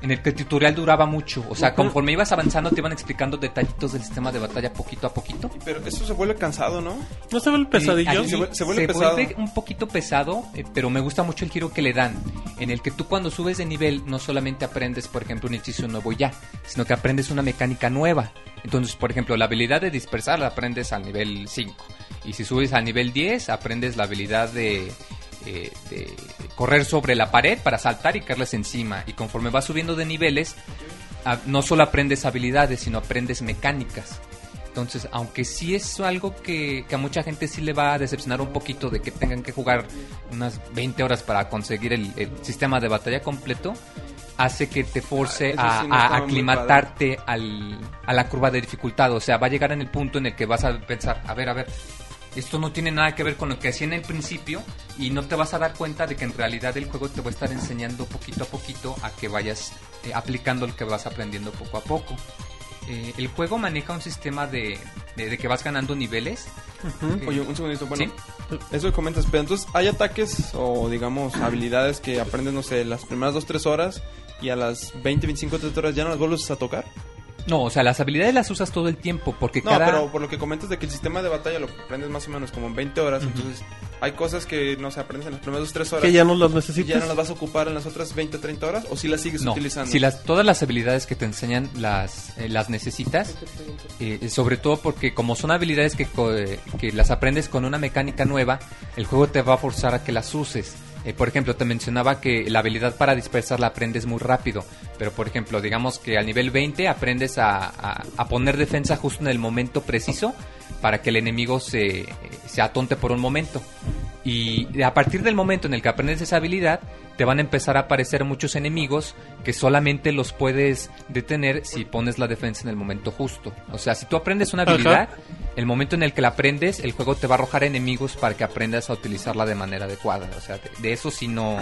Speaker 6: En el que el tutorial duraba mucho. O sea, conforme ibas avanzando, te iban explicando detallitos del sistema de batalla poquito a poquito.
Speaker 5: Pero eso se vuelve cansado, ¿no?
Speaker 2: ¿No se ve el pesadillo?
Speaker 5: Se
Speaker 6: Aquí se,
Speaker 5: vuel-
Speaker 6: vuelve,
Speaker 5: se vuelve pesado.
Speaker 6: un poquito pesado, eh, pero me gusta mucho el giro que le dan. En el que tú cuando subes de nivel no solamente aprendes, por ejemplo, un hechizo nuevo ya, sino que aprendes una mecánica nueva. Entonces, por ejemplo, la habilidad de dispersar la aprendes al nivel 5. Y si subes al nivel 10, aprendes la habilidad de, eh, de correr sobre la pared para saltar y caerles encima. Y conforme vas subiendo de niveles, a- no solo aprendes habilidades, sino aprendes mecánicas. Entonces, aunque sí es algo que, que a mucha gente sí le va a decepcionar un poquito de que tengan que jugar unas 20 horas para conseguir el, el sistema de batalla completo, hace que te force
Speaker 5: Ah, eso sí
Speaker 6: a-
Speaker 5: no
Speaker 6: a,
Speaker 5: estaba muy
Speaker 6: aclimatarte al- a la curva de dificultad. O sea, va a llegar en el punto en el que vas a pensar, a ver, a ver, esto no tiene nada que ver con lo que hacía en el principio y no te vas a dar cuenta de que en realidad el juego te va a estar enseñando poquito a poquito a que vayas eh, aplicando lo que vas aprendiendo poco a poco. Eh, el juego maneja un sistema de, de, de que vas ganando niveles.
Speaker 5: Ujú. Oye, un segundito, bueno.
Speaker 6: Sí.
Speaker 5: Eso que comentas, pero entonces hay ataques o digamos habilidades que aprendes, no sé, las primeras 2-3 horas y a las 20, 25, 30 horas ya no las vuelves a tocar.
Speaker 6: No, o sea, las habilidades las usas todo el tiempo porque
Speaker 5: No,
Speaker 6: cada...
Speaker 5: pero por lo que comentas de que el sistema de batalla lo aprendes más o menos como en 20 horas, entonces hay cosas que no se aprendes en las primeras 2-3 horas.
Speaker 2: Que ya no las
Speaker 5: y
Speaker 2: necesitas.
Speaker 5: ya no las vas a ocupar en las otras 20, 30 horas o si las sigues
Speaker 6: No,
Speaker 5: utilizando.
Speaker 6: si las, todas las habilidades que te enseñan las, eh, las necesitas, eh, sobre todo porque como son habilidades que, co- eh, que las aprendes con una mecánica nueva, el juego te va a forzar a que las uses. Eh, por ejemplo, te mencionaba que la habilidad para dispersar la aprendes muy rápido, pero por ejemplo, digamos que al nivel 20 aprendes a, a- a poner defensa justo en el momento preciso para que el enemigo se, eh, se atonte por un momento. Y a partir del momento en el que aprendes esa habilidad, te van a empezar a aparecer muchos enemigos que solamente los puedes detener si pones la defensa en el momento justo. O sea, si tú aprendes una
Speaker 2: Ajá.
Speaker 6: habilidad, el momento en el que la aprendes, el juego te va a arrojar enemigos para que aprendas a utilizarla de manera adecuada. O sea, de, de eso sí no,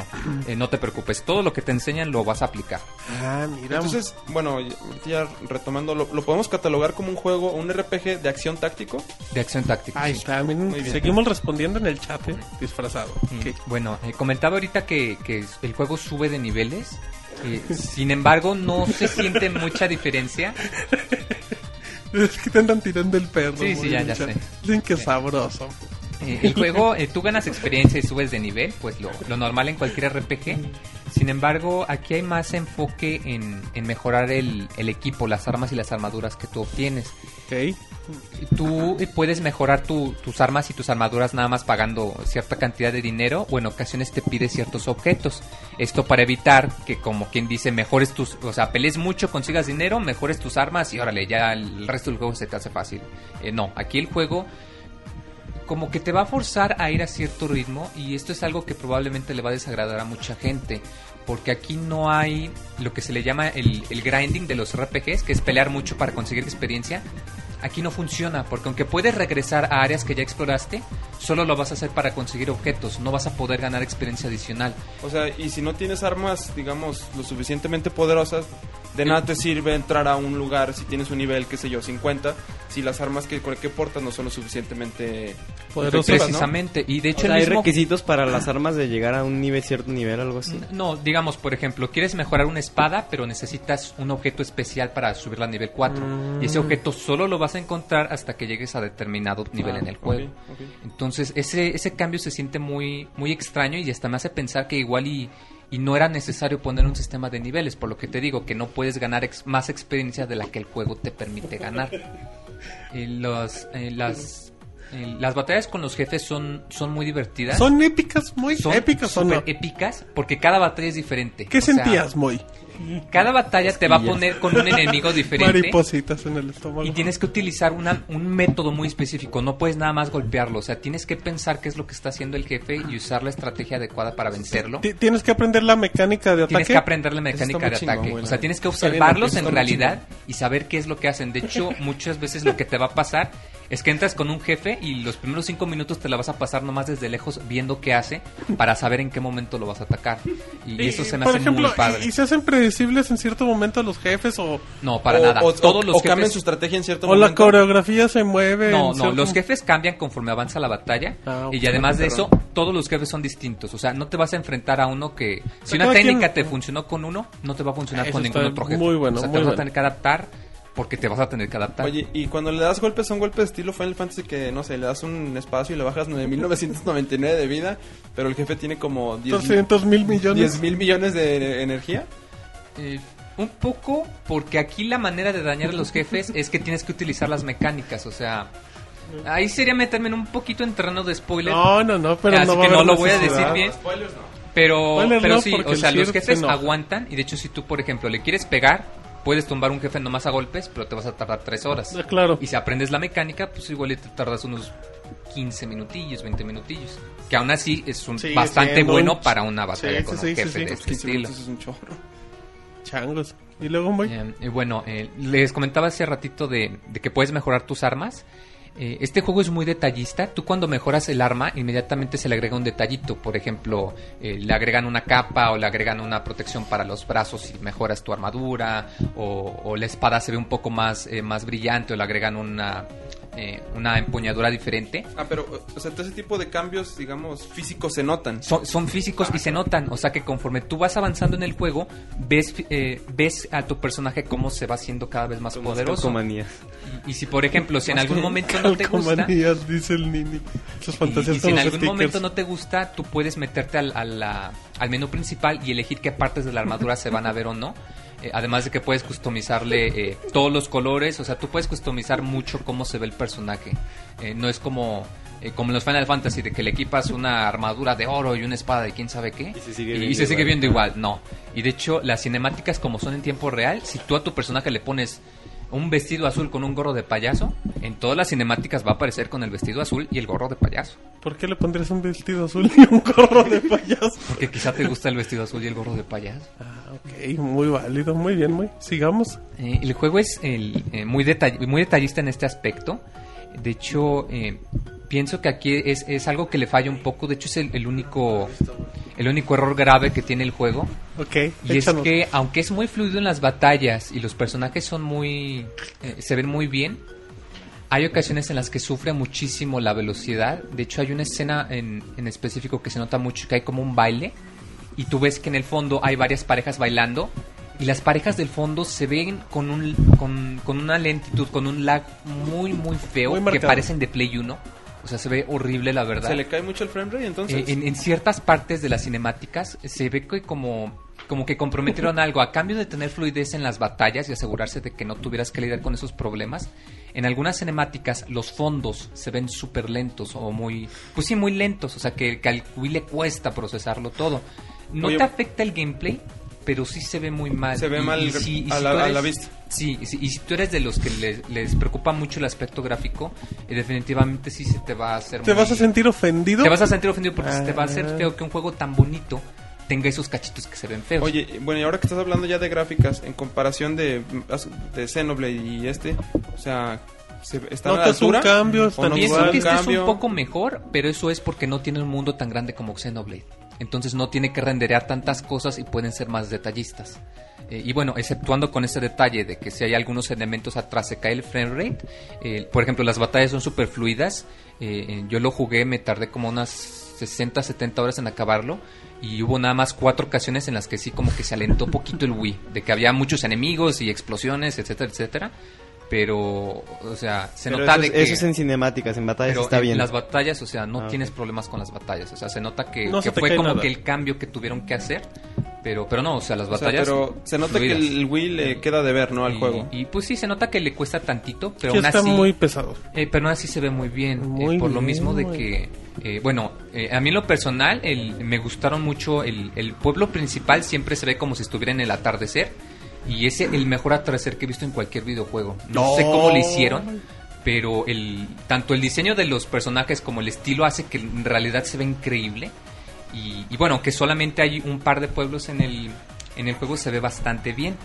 Speaker 6: eh, no te preocupes. Todo lo que te enseñan lo vas a aplicar.
Speaker 2: Ah, mira.
Speaker 5: Entonces, bueno, ya- ahorita ya retomando, ¿lo, lo podemos catalogar como un juego, un RPG de acción táctico?
Speaker 6: De acción táctica.
Speaker 2: Ahí
Speaker 6: sí.
Speaker 2: está, miren,
Speaker 5: Muy bien.
Speaker 2: seguimos respondiendo en el chat, eh, disfrazado.
Speaker 6: Mm,
Speaker 2: Ok.
Speaker 6: Bueno, eh, comentaba ahorita que, que el juego sube de niveles. eh, sin embargo, no se siente mucha diferencia.
Speaker 2: Es que te andan tirando el perro.
Speaker 6: Sí, sí,
Speaker 2: muy
Speaker 6: ya,
Speaker 2: en el
Speaker 6: ya
Speaker 2: chat.
Speaker 6: sé.
Speaker 2: Dicen que
Speaker 6: Sí.
Speaker 2: sabroso.
Speaker 6: Eh, el juego, eh, tú ganas experiencia y subes de nivel, pues lo, lo normal en cualquier RPG. Sin embargo, aquí hay más enfoque en, en mejorar el, el equipo, las armas y las armaduras que tú obtienes.
Speaker 2: Ok.
Speaker 6: Tú eh, puedes mejorar tu- tus armas y tus armaduras nada más pagando cierta cantidad de dinero o en ocasiones te pide ciertos objetos. Esto para evitar que, como quien dice, mejores tus... O sea, pelees mucho, consigas dinero, mejores tus armas y órale, ya el resto del juego se te hace fácil. Eh, no, aquí el juego como que te va a forzar a ir a cierto ritmo y esto es algo que probablemente le va a desagradar a mucha gente. Porque aquí no hay lo que se le llama el, el grinding de los RPGs, que es pelear mucho para conseguir experiencia. Aquí no funciona, porque aunque puedes regresar a áreas que ya exploraste, solo lo vas a hacer para conseguir objetos, no vas a poder ganar experiencia adicional.
Speaker 5: O sea, y si no tienes armas, digamos, lo suficientemente poderosas, de nada te sirve entrar a un lugar si tienes un nivel, qué sé yo, 50, si las armas que, que portas no son lo suficientemente
Speaker 2: Poderosas,
Speaker 5: efectivas, ¿no?
Speaker 6: precisamente, y de
Speaker 7: O
Speaker 6: hecho
Speaker 7: sea,
Speaker 6: el
Speaker 7: hay
Speaker 6: mismo...
Speaker 7: requisitos para las armas de llegar a un nivel, cierto nivel, algo así.
Speaker 6: No, digamos, por ejemplo, quieres mejorar una espada, pero necesitas un objeto especial para subirla a nivel 4. Y ese objeto solo lo vas a encontrar hasta que llegues a determinado nivel en el juego.
Speaker 5: Ok, ok.
Speaker 6: Entonces, ese, ese cambio se siente muy, muy extraño y hasta me hace pensar que igual y, y no era necesario poner un sistema de niveles, por lo que te digo que no puedes ganar ex- más experiencia de la que el juego te permite ganar. Y los, eh, las, eh, las batallas con los jefes son, son muy divertidas.
Speaker 2: Son épicas, muy
Speaker 6: Son
Speaker 2: épicas o
Speaker 6: súper
Speaker 2: no.
Speaker 6: épicas porque cada batalla es diferente.
Speaker 2: ¿Qué
Speaker 6: O sea,
Speaker 2: sentías, Moy?
Speaker 6: cada batalla te va a poner con un enemigo diferente.
Speaker 2: Maripositas en el estómago.
Speaker 6: Y tienes que utilizar una- un método muy específico, no puedes nada más golpearlo, o sea, tienes que pensar qué es lo que está haciendo el jefe y usar la estrategia adecuada para vencerlo.
Speaker 2: Ti- Tienes que aprender la mecánica de
Speaker 6: Tienes
Speaker 2: ataque.
Speaker 6: que aprender la
Speaker 5: Eso está
Speaker 6: mecánica de
Speaker 5: muy chingón,
Speaker 6: ataque,
Speaker 5: güey,
Speaker 6: o
Speaker 5: la
Speaker 6: sea,
Speaker 5: neta.
Speaker 6: tienes que
Speaker 5: Está bien,
Speaker 6: observarlos
Speaker 5: está
Speaker 6: en
Speaker 5: muy
Speaker 6: realidad y saber qué es lo que hacen. De hecho, muchas veces lo que te va a pasar es que entras con un jefe y los primeros cinco minutos te la vas a pasar nomás desde lejos viendo qué hace para saber en qué momento lo vas a atacar. Y, eso se me
Speaker 2: por
Speaker 6: hace
Speaker 2: ejemplo,
Speaker 6: muy padre.
Speaker 2: ¿y, y se hacen predecibles en cierto momento los jefes o,
Speaker 6: No, para
Speaker 5: O-
Speaker 6: nada.
Speaker 5: O,
Speaker 6: Todos
Speaker 5: o-
Speaker 6: los
Speaker 5: o cambian
Speaker 6: jefes-
Speaker 5: su estrategia en cierto
Speaker 2: o la
Speaker 5: momento.
Speaker 2: coreografía se mueve?
Speaker 6: No,
Speaker 2: en
Speaker 6: no,
Speaker 2: cierto-
Speaker 6: los jefes cambian conforme avanza la batalla.
Speaker 2: Ah, ok.
Speaker 6: y además de eso, todos los jefes son distintos. O sea, no te vas a enfrentar a uno que. Si
Speaker 2: Pero
Speaker 6: una
Speaker 2: cada
Speaker 6: técnica
Speaker 2: quien-
Speaker 6: te funcionó con uno, no te va a funcionar
Speaker 2: Eso
Speaker 6: con
Speaker 2: está
Speaker 6: ningún otro jefe.
Speaker 2: muy bueno,
Speaker 6: o sea, te
Speaker 2: muy
Speaker 6: vas
Speaker 2: bueno.
Speaker 6: a tener que adaptar porque te vas a tener que adaptar.
Speaker 5: Oye, y cuando le das golpes, son golpes estilo Final Fantasy que, no sé, le das un espacio y le bajas 9.999 de vida, pero el jefe tiene como 10
Speaker 2: 200 mil millones.
Speaker 5: mil millones de energía.
Speaker 6: Eh, un poco porque aquí la manera de dañar a los jefes es que tienes que utilizar las mecánicas. O sea, ahí sería meterme en un poquito en terreno de spoiler.
Speaker 2: No, no, no, pero
Speaker 6: Así
Speaker 2: no va
Speaker 6: que
Speaker 2: a haber
Speaker 6: no lo voy a
Speaker 2: necesidad.
Speaker 6: decir bien. Pero,
Speaker 2: Spoilers
Speaker 6: pero
Speaker 2: no,
Speaker 6: sí,
Speaker 2: porque
Speaker 6: o
Speaker 2: el
Speaker 6: sea, los
Speaker 2: Sir se
Speaker 6: jefes
Speaker 2: enoja.
Speaker 6: aguantan. Y de hecho, si tú, por ejemplo, le quieres pegar, puedes tumbar un jefe nomás a golpes, pero te vas a tardar tres horas.
Speaker 2: Ah, Claro.
Speaker 6: Y si aprendes la mecánica, pues igual y te tardas unos 15 minutillos, 20 minutillos. Que aún así es un
Speaker 2: Sigue
Speaker 6: bastante
Speaker 2: siendo
Speaker 6: bueno
Speaker 2: un-
Speaker 6: para una batalla
Speaker 2: Sí,
Speaker 6: con
Speaker 2: sí,
Speaker 6: un
Speaker 2: sí, sí,
Speaker 6: jefe
Speaker 2: sí,
Speaker 6: de
Speaker 2: pues
Speaker 6: este
Speaker 5: 15
Speaker 6: estilo.
Speaker 5: minutos es un chorro.
Speaker 2: Changos. Y luego, Moy.
Speaker 6: Eh, y bueno, eh, les comentaba hace ratito de, de que puedes mejorar tus armas. Eh, este juego es muy detallista. Tú cuando mejoras el arma, inmediatamente se le agrega un detallito. Por ejemplo, eh, le agregan una capa o le agregan una protección para los brazos si mejoras tu armadura. O, o la espada se ve un poco más, eh, más brillante o le agregan una, eh, eh, una empuñadura diferente.
Speaker 5: Ah, pero, o sea, todo ese tipo de cambios, digamos, físicos se notan.
Speaker 6: Son, son físicos y se notan, o sea que conforme tú vas avanzando en el juego, ves, eh, ves a tu personaje cómo se va haciendo cada vez más poderoso.
Speaker 7: Calcomanías.
Speaker 6: Y si, por ejemplo, si en algún momento no te gusta,
Speaker 2: Calcomanías, dice el Nini. Esas
Speaker 6: Y- Y,
Speaker 2: fantasías
Speaker 6: si
Speaker 2: con
Speaker 6: en
Speaker 2: los
Speaker 6: algún
Speaker 2: stickers.
Speaker 6: momento no te gusta, tú puedes meterte al, a la- al menú principal y elegir qué partes de la armadura se van a ver o no. Eh, además de que puedes customizarle eh, todos los colores, o sea, tú puedes customizar mucho cómo se ve el personaje. Eh, no es como, eh, como en los Final Fantasy, de que le equipas una armadura de oro y una espada de quién sabe qué.
Speaker 7: Y se sigue
Speaker 6: y- y
Speaker 7: viendo
Speaker 6: se sigue
Speaker 7: igual.
Speaker 6: viendo igual, no. Y de hecho, las cinemáticas como son en tiempo real, si tú a tu personaje le pones un vestido azul con un gorro de payaso, en todas las cinemáticas va a aparecer con el vestido azul y el gorro de payaso.
Speaker 2: ¿Por qué le pondrías un vestido azul y un gorro de payaso?
Speaker 6: Porque quizá te gusta el vestido azul y el gorro de payaso.
Speaker 2: Ah, ok, muy válido, muy bien, muy. Sigamos.
Speaker 6: Eh, el juego es el, eh, muy, detall- muy detallista en este aspecto. De hecho, eh, pienso que aquí es, es algo que le falla un poco. De hecho, es el, el único, el único error grave que tiene el juego.
Speaker 2: Ok,
Speaker 6: Y es
Speaker 2: échanos.
Speaker 6: que, aunque es muy fluido en las batallas y los personajes son muy. eh, se ven muy bien, hay ocasiones en las que sufre muchísimo la velocidad. De hecho, hay una escena en, en específico que se nota mucho que hay como un baile. Y tú ves que en el fondo hay varias parejas bailando. Y las parejas del fondo se ven con, un, con, con una lentitud, con un lag muy, muy feo.
Speaker 2: Muy
Speaker 6: que
Speaker 2: marcado.
Speaker 6: parecen de Play 1. O sea, se ve horrible, la verdad.
Speaker 5: ¿Se le cae mucho el frame rate entonces?
Speaker 6: Eh, en, en ciertas partes de las cinemáticas se ve que como, como que comprometieron algo. A cambio de tener fluidez en las batallas y asegurarse de que no tuvieras que lidiar con esos problemas, en algunas cinemáticas los fondos se ven súper lentos o muy... Pues sí, muy lentos. O sea, que, que al Wii le cuesta procesarlo todo. No
Speaker 5: Oye,
Speaker 6: te afecta el gamemeplay, pero sí se ve muy mal.
Speaker 5: Se ve
Speaker 6: Y-
Speaker 5: mal
Speaker 6: y
Speaker 5: re-
Speaker 6: si- y
Speaker 5: a
Speaker 6: si
Speaker 5: la-
Speaker 6: tú
Speaker 5: a la vista.
Speaker 6: Sí, y si- y si tú eres de los que les, les preocupa mucho el aspecto gráfico, eh, definitivamente sí se te va a hacer
Speaker 2: ¿Te
Speaker 6: muy-
Speaker 2: vas a sentir ofendido?
Speaker 6: te vas a sentir ofendido porque
Speaker 2: Ah.
Speaker 6: te va a hacer feo que un juego tan bonito tenga esos cachitos que se ven feos.
Speaker 5: Oye, bueno, y ahora que estás hablando ya de gráficas, en comparación de, de Xenoblade y este, o sea, se- ¿están a la
Speaker 2: ¿Notas un
Speaker 5: altura?
Speaker 2: cambio? ¿Están
Speaker 5: no
Speaker 6: Pienso
Speaker 5: igual,
Speaker 6: que este es
Speaker 5: cambio.
Speaker 6: un poco mejor, pero eso es porque no tiene un mundo tan grande como Xenoblade. Entonces no tiene que renderear tantas cosas y pueden ser más detallistas. Eh, y bueno, exceptuando con ese detalle de que si hay algunos elementos atrás se cae el frame rate. eh, por ejemplo, las batallas son súper fluidas. Eh, eh, yo lo jugué, me tardé como unas 60, 70 horas en acabarlo. Y hubo nada más cuatro ocasiones en las que sí como que se alentó poquito el Wii. De que había muchos enemigos y explosiones, etcétera, etcétera. Pero, o sea, se
Speaker 7: Pero
Speaker 6: nota
Speaker 7: eso,
Speaker 6: de
Speaker 7: es-
Speaker 6: que...
Speaker 7: eso es en cinemáticas, en batallas
Speaker 6: Pero
Speaker 7: está
Speaker 6: en
Speaker 7: bien.
Speaker 6: las batallas, o sea, no
Speaker 7: Ah, ok.
Speaker 6: tienes problemas con las batallas. O sea, se nota que,
Speaker 2: No
Speaker 6: que
Speaker 2: se te
Speaker 6: fue
Speaker 2: cae
Speaker 6: como
Speaker 2: nada.
Speaker 6: que el cambio que tuvieron que hacer. Pero, pero no, o sea, las
Speaker 5: O sea,
Speaker 6: batallas.
Speaker 5: pero se nota que
Speaker 6: fluidas.
Speaker 5: el Wii le queda de ver, ¿no? Al
Speaker 6: Y-
Speaker 5: juego.
Speaker 6: Y pues sí, se nota que le cuesta tantito, pero
Speaker 2: Sí,
Speaker 6: aún
Speaker 2: está
Speaker 6: así.
Speaker 2: muy pesado.
Speaker 6: eh, pero aún así se ve muy bien. eh,
Speaker 2: Muy
Speaker 6: por lo
Speaker 2: bien,
Speaker 6: mismo de
Speaker 2: güey.
Speaker 6: que. eh, bueno, eh, a mí en lo personal el- me gustaron mucho. El, el pueblo principal siempre se ve como si estuviera en el atardecer. Y es el mejor atardecer que he visto en cualquier videojuego. No, sé cómo lo hicieron. Pero el, tanto el diseño de los personajes como el estilo hace que en realidad se ve increíble. Y, y bueno, que solamente hay un par de pueblos en el, en el juego se ve bastante bien.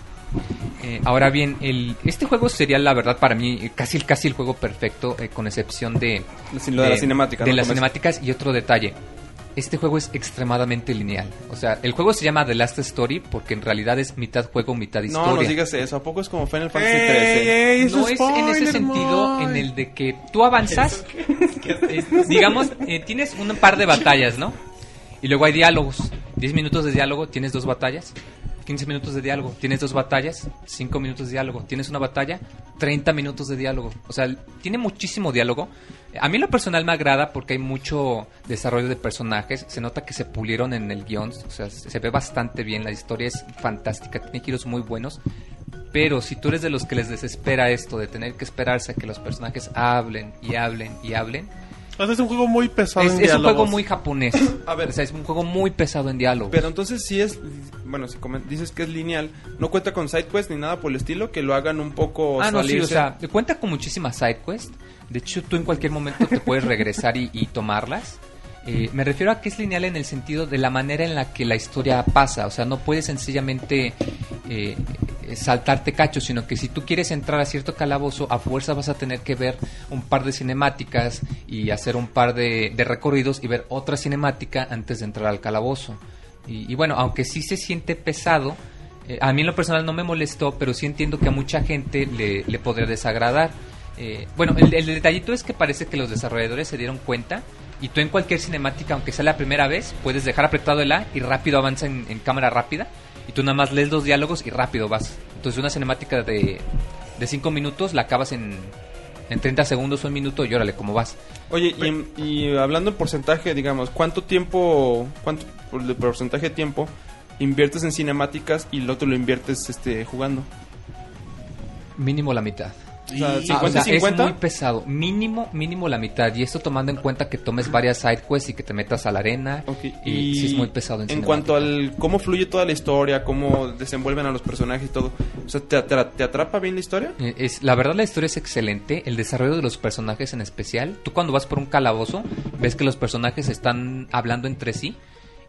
Speaker 6: Eh, ahora bien, el, este juego sería la verdad para mí eh, casi, casi el juego perfecto, eh, con excepción de,
Speaker 5: Lo de, la cinemática.
Speaker 6: de
Speaker 5: ¿no?
Speaker 6: las
Speaker 5: Como es-
Speaker 6: cinemáticas y otro detalle. Este juego es extremadamente lineal. O sea, el juego se llama The Last Story porque en realidad es mitad juego, mitad historia.
Speaker 5: No, no digas eso. ¿A poco es como Final Fantasy
Speaker 2: Ey,
Speaker 5: 13?
Speaker 2: ey, es
Speaker 6: No es en ese
Speaker 2: spoiler,
Speaker 6: sentido
Speaker 2: Moy.
Speaker 6: en el de que tú avanzas, eh, digamos, eh, tienes un par de batallas, ¿no? Y luego hay diálogos. 10 minutos de diálogo, tienes dos batallas. 15 minutos de diálogo, tienes dos batallas. 5 minutos de diálogo, tienes una batalla. 30 minutos de diálogo. O sea, tiene muchísimo diálogo. A mí en lo personal me agrada porque hay mucho desarrollo de personajes. Se nota que se pulieron en el guión. O sea, se ve bastante bien. La historia es fantástica. Tiene giros muy buenos. Pero si tú eres de los que les desespera esto de tener que esperarse a que los personajes hablen y hablen y hablen,
Speaker 2: O sea, es un juego muy pesado.
Speaker 6: es,
Speaker 2: en
Speaker 6: es un juego
Speaker 2: diálogos.
Speaker 6: muy japonés.
Speaker 5: A ver.
Speaker 6: O sea, es un juego muy pesado en diálogo.
Speaker 5: Pero entonces sí es... Bueno, si comen- dices que es lineal, no cuenta con sidequests ni nada por el estilo, que lo hagan un poco
Speaker 6: ah, no, sí, o
Speaker 5: salirse.
Speaker 6: sea, cuenta con muchísimas sidequests. De hecho, tú en cualquier momento te puedes regresar y, y tomarlas. Eh, me refiero a que es lineal en el sentido de la manera en la que la historia pasa. O sea, no puedes sencillamente eh, saltarte cacho, sino que si tú quieres entrar a cierto calabozo, a fuerza vas a tener que ver un par de cinemáticas y hacer un par de, de recorridos y ver otra cinemática antes de entrar al calabozo. Y, y bueno, aunque sí se siente pesado, eh, a mí en lo personal no me molestó, pero sí entiendo que a mucha gente le, le podría desagradar. eh, bueno, el, el detallito es que parece que los desarrolladores se dieron cuenta y tú en cualquier cinemática, aunque sea la primera vez, puedes dejar apretado el A y rápido avanza en, en cámara rápida y tú nada más lees los diálogos y rápido vas. Entonces una cinemática de 5 minutos la acabas en, en 30 segundos o un minuto y órale, ¿cómo vas?
Speaker 5: Oye, y, en- y hablando en porcentaje, digamos, ¿cuánto tiempo, cuánto por- de porcentaje de tiempo inviertes en cinemáticas y el otro lo inviertes este jugando?
Speaker 6: Mínimo la mitad.
Speaker 5: O sea,
Speaker 6: Ah, o
Speaker 5: 50
Speaker 6: sea, es
Speaker 5: 50.
Speaker 6: muy pesado. Mínimo, mínimo la mitad. Y esto tomando en cuenta que tomes varias side quests y que te metas a la arena.
Speaker 5: Ok,
Speaker 6: Y, sí es muy pesado en,
Speaker 5: en
Speaker 6: cinemática.
Speaker 5: cuanto al cómo fluye toda la historia, cómo desenvuelven a los personajes y todo, o sea, ¿te, atra- te atrapa bien la historia?
Speaker 6: Eh, Es, la verdad la historia es excelente, el desarrollo de los personajes en especial. Tú cuando vas por un calabozo ves que los personajes están hablando entre sí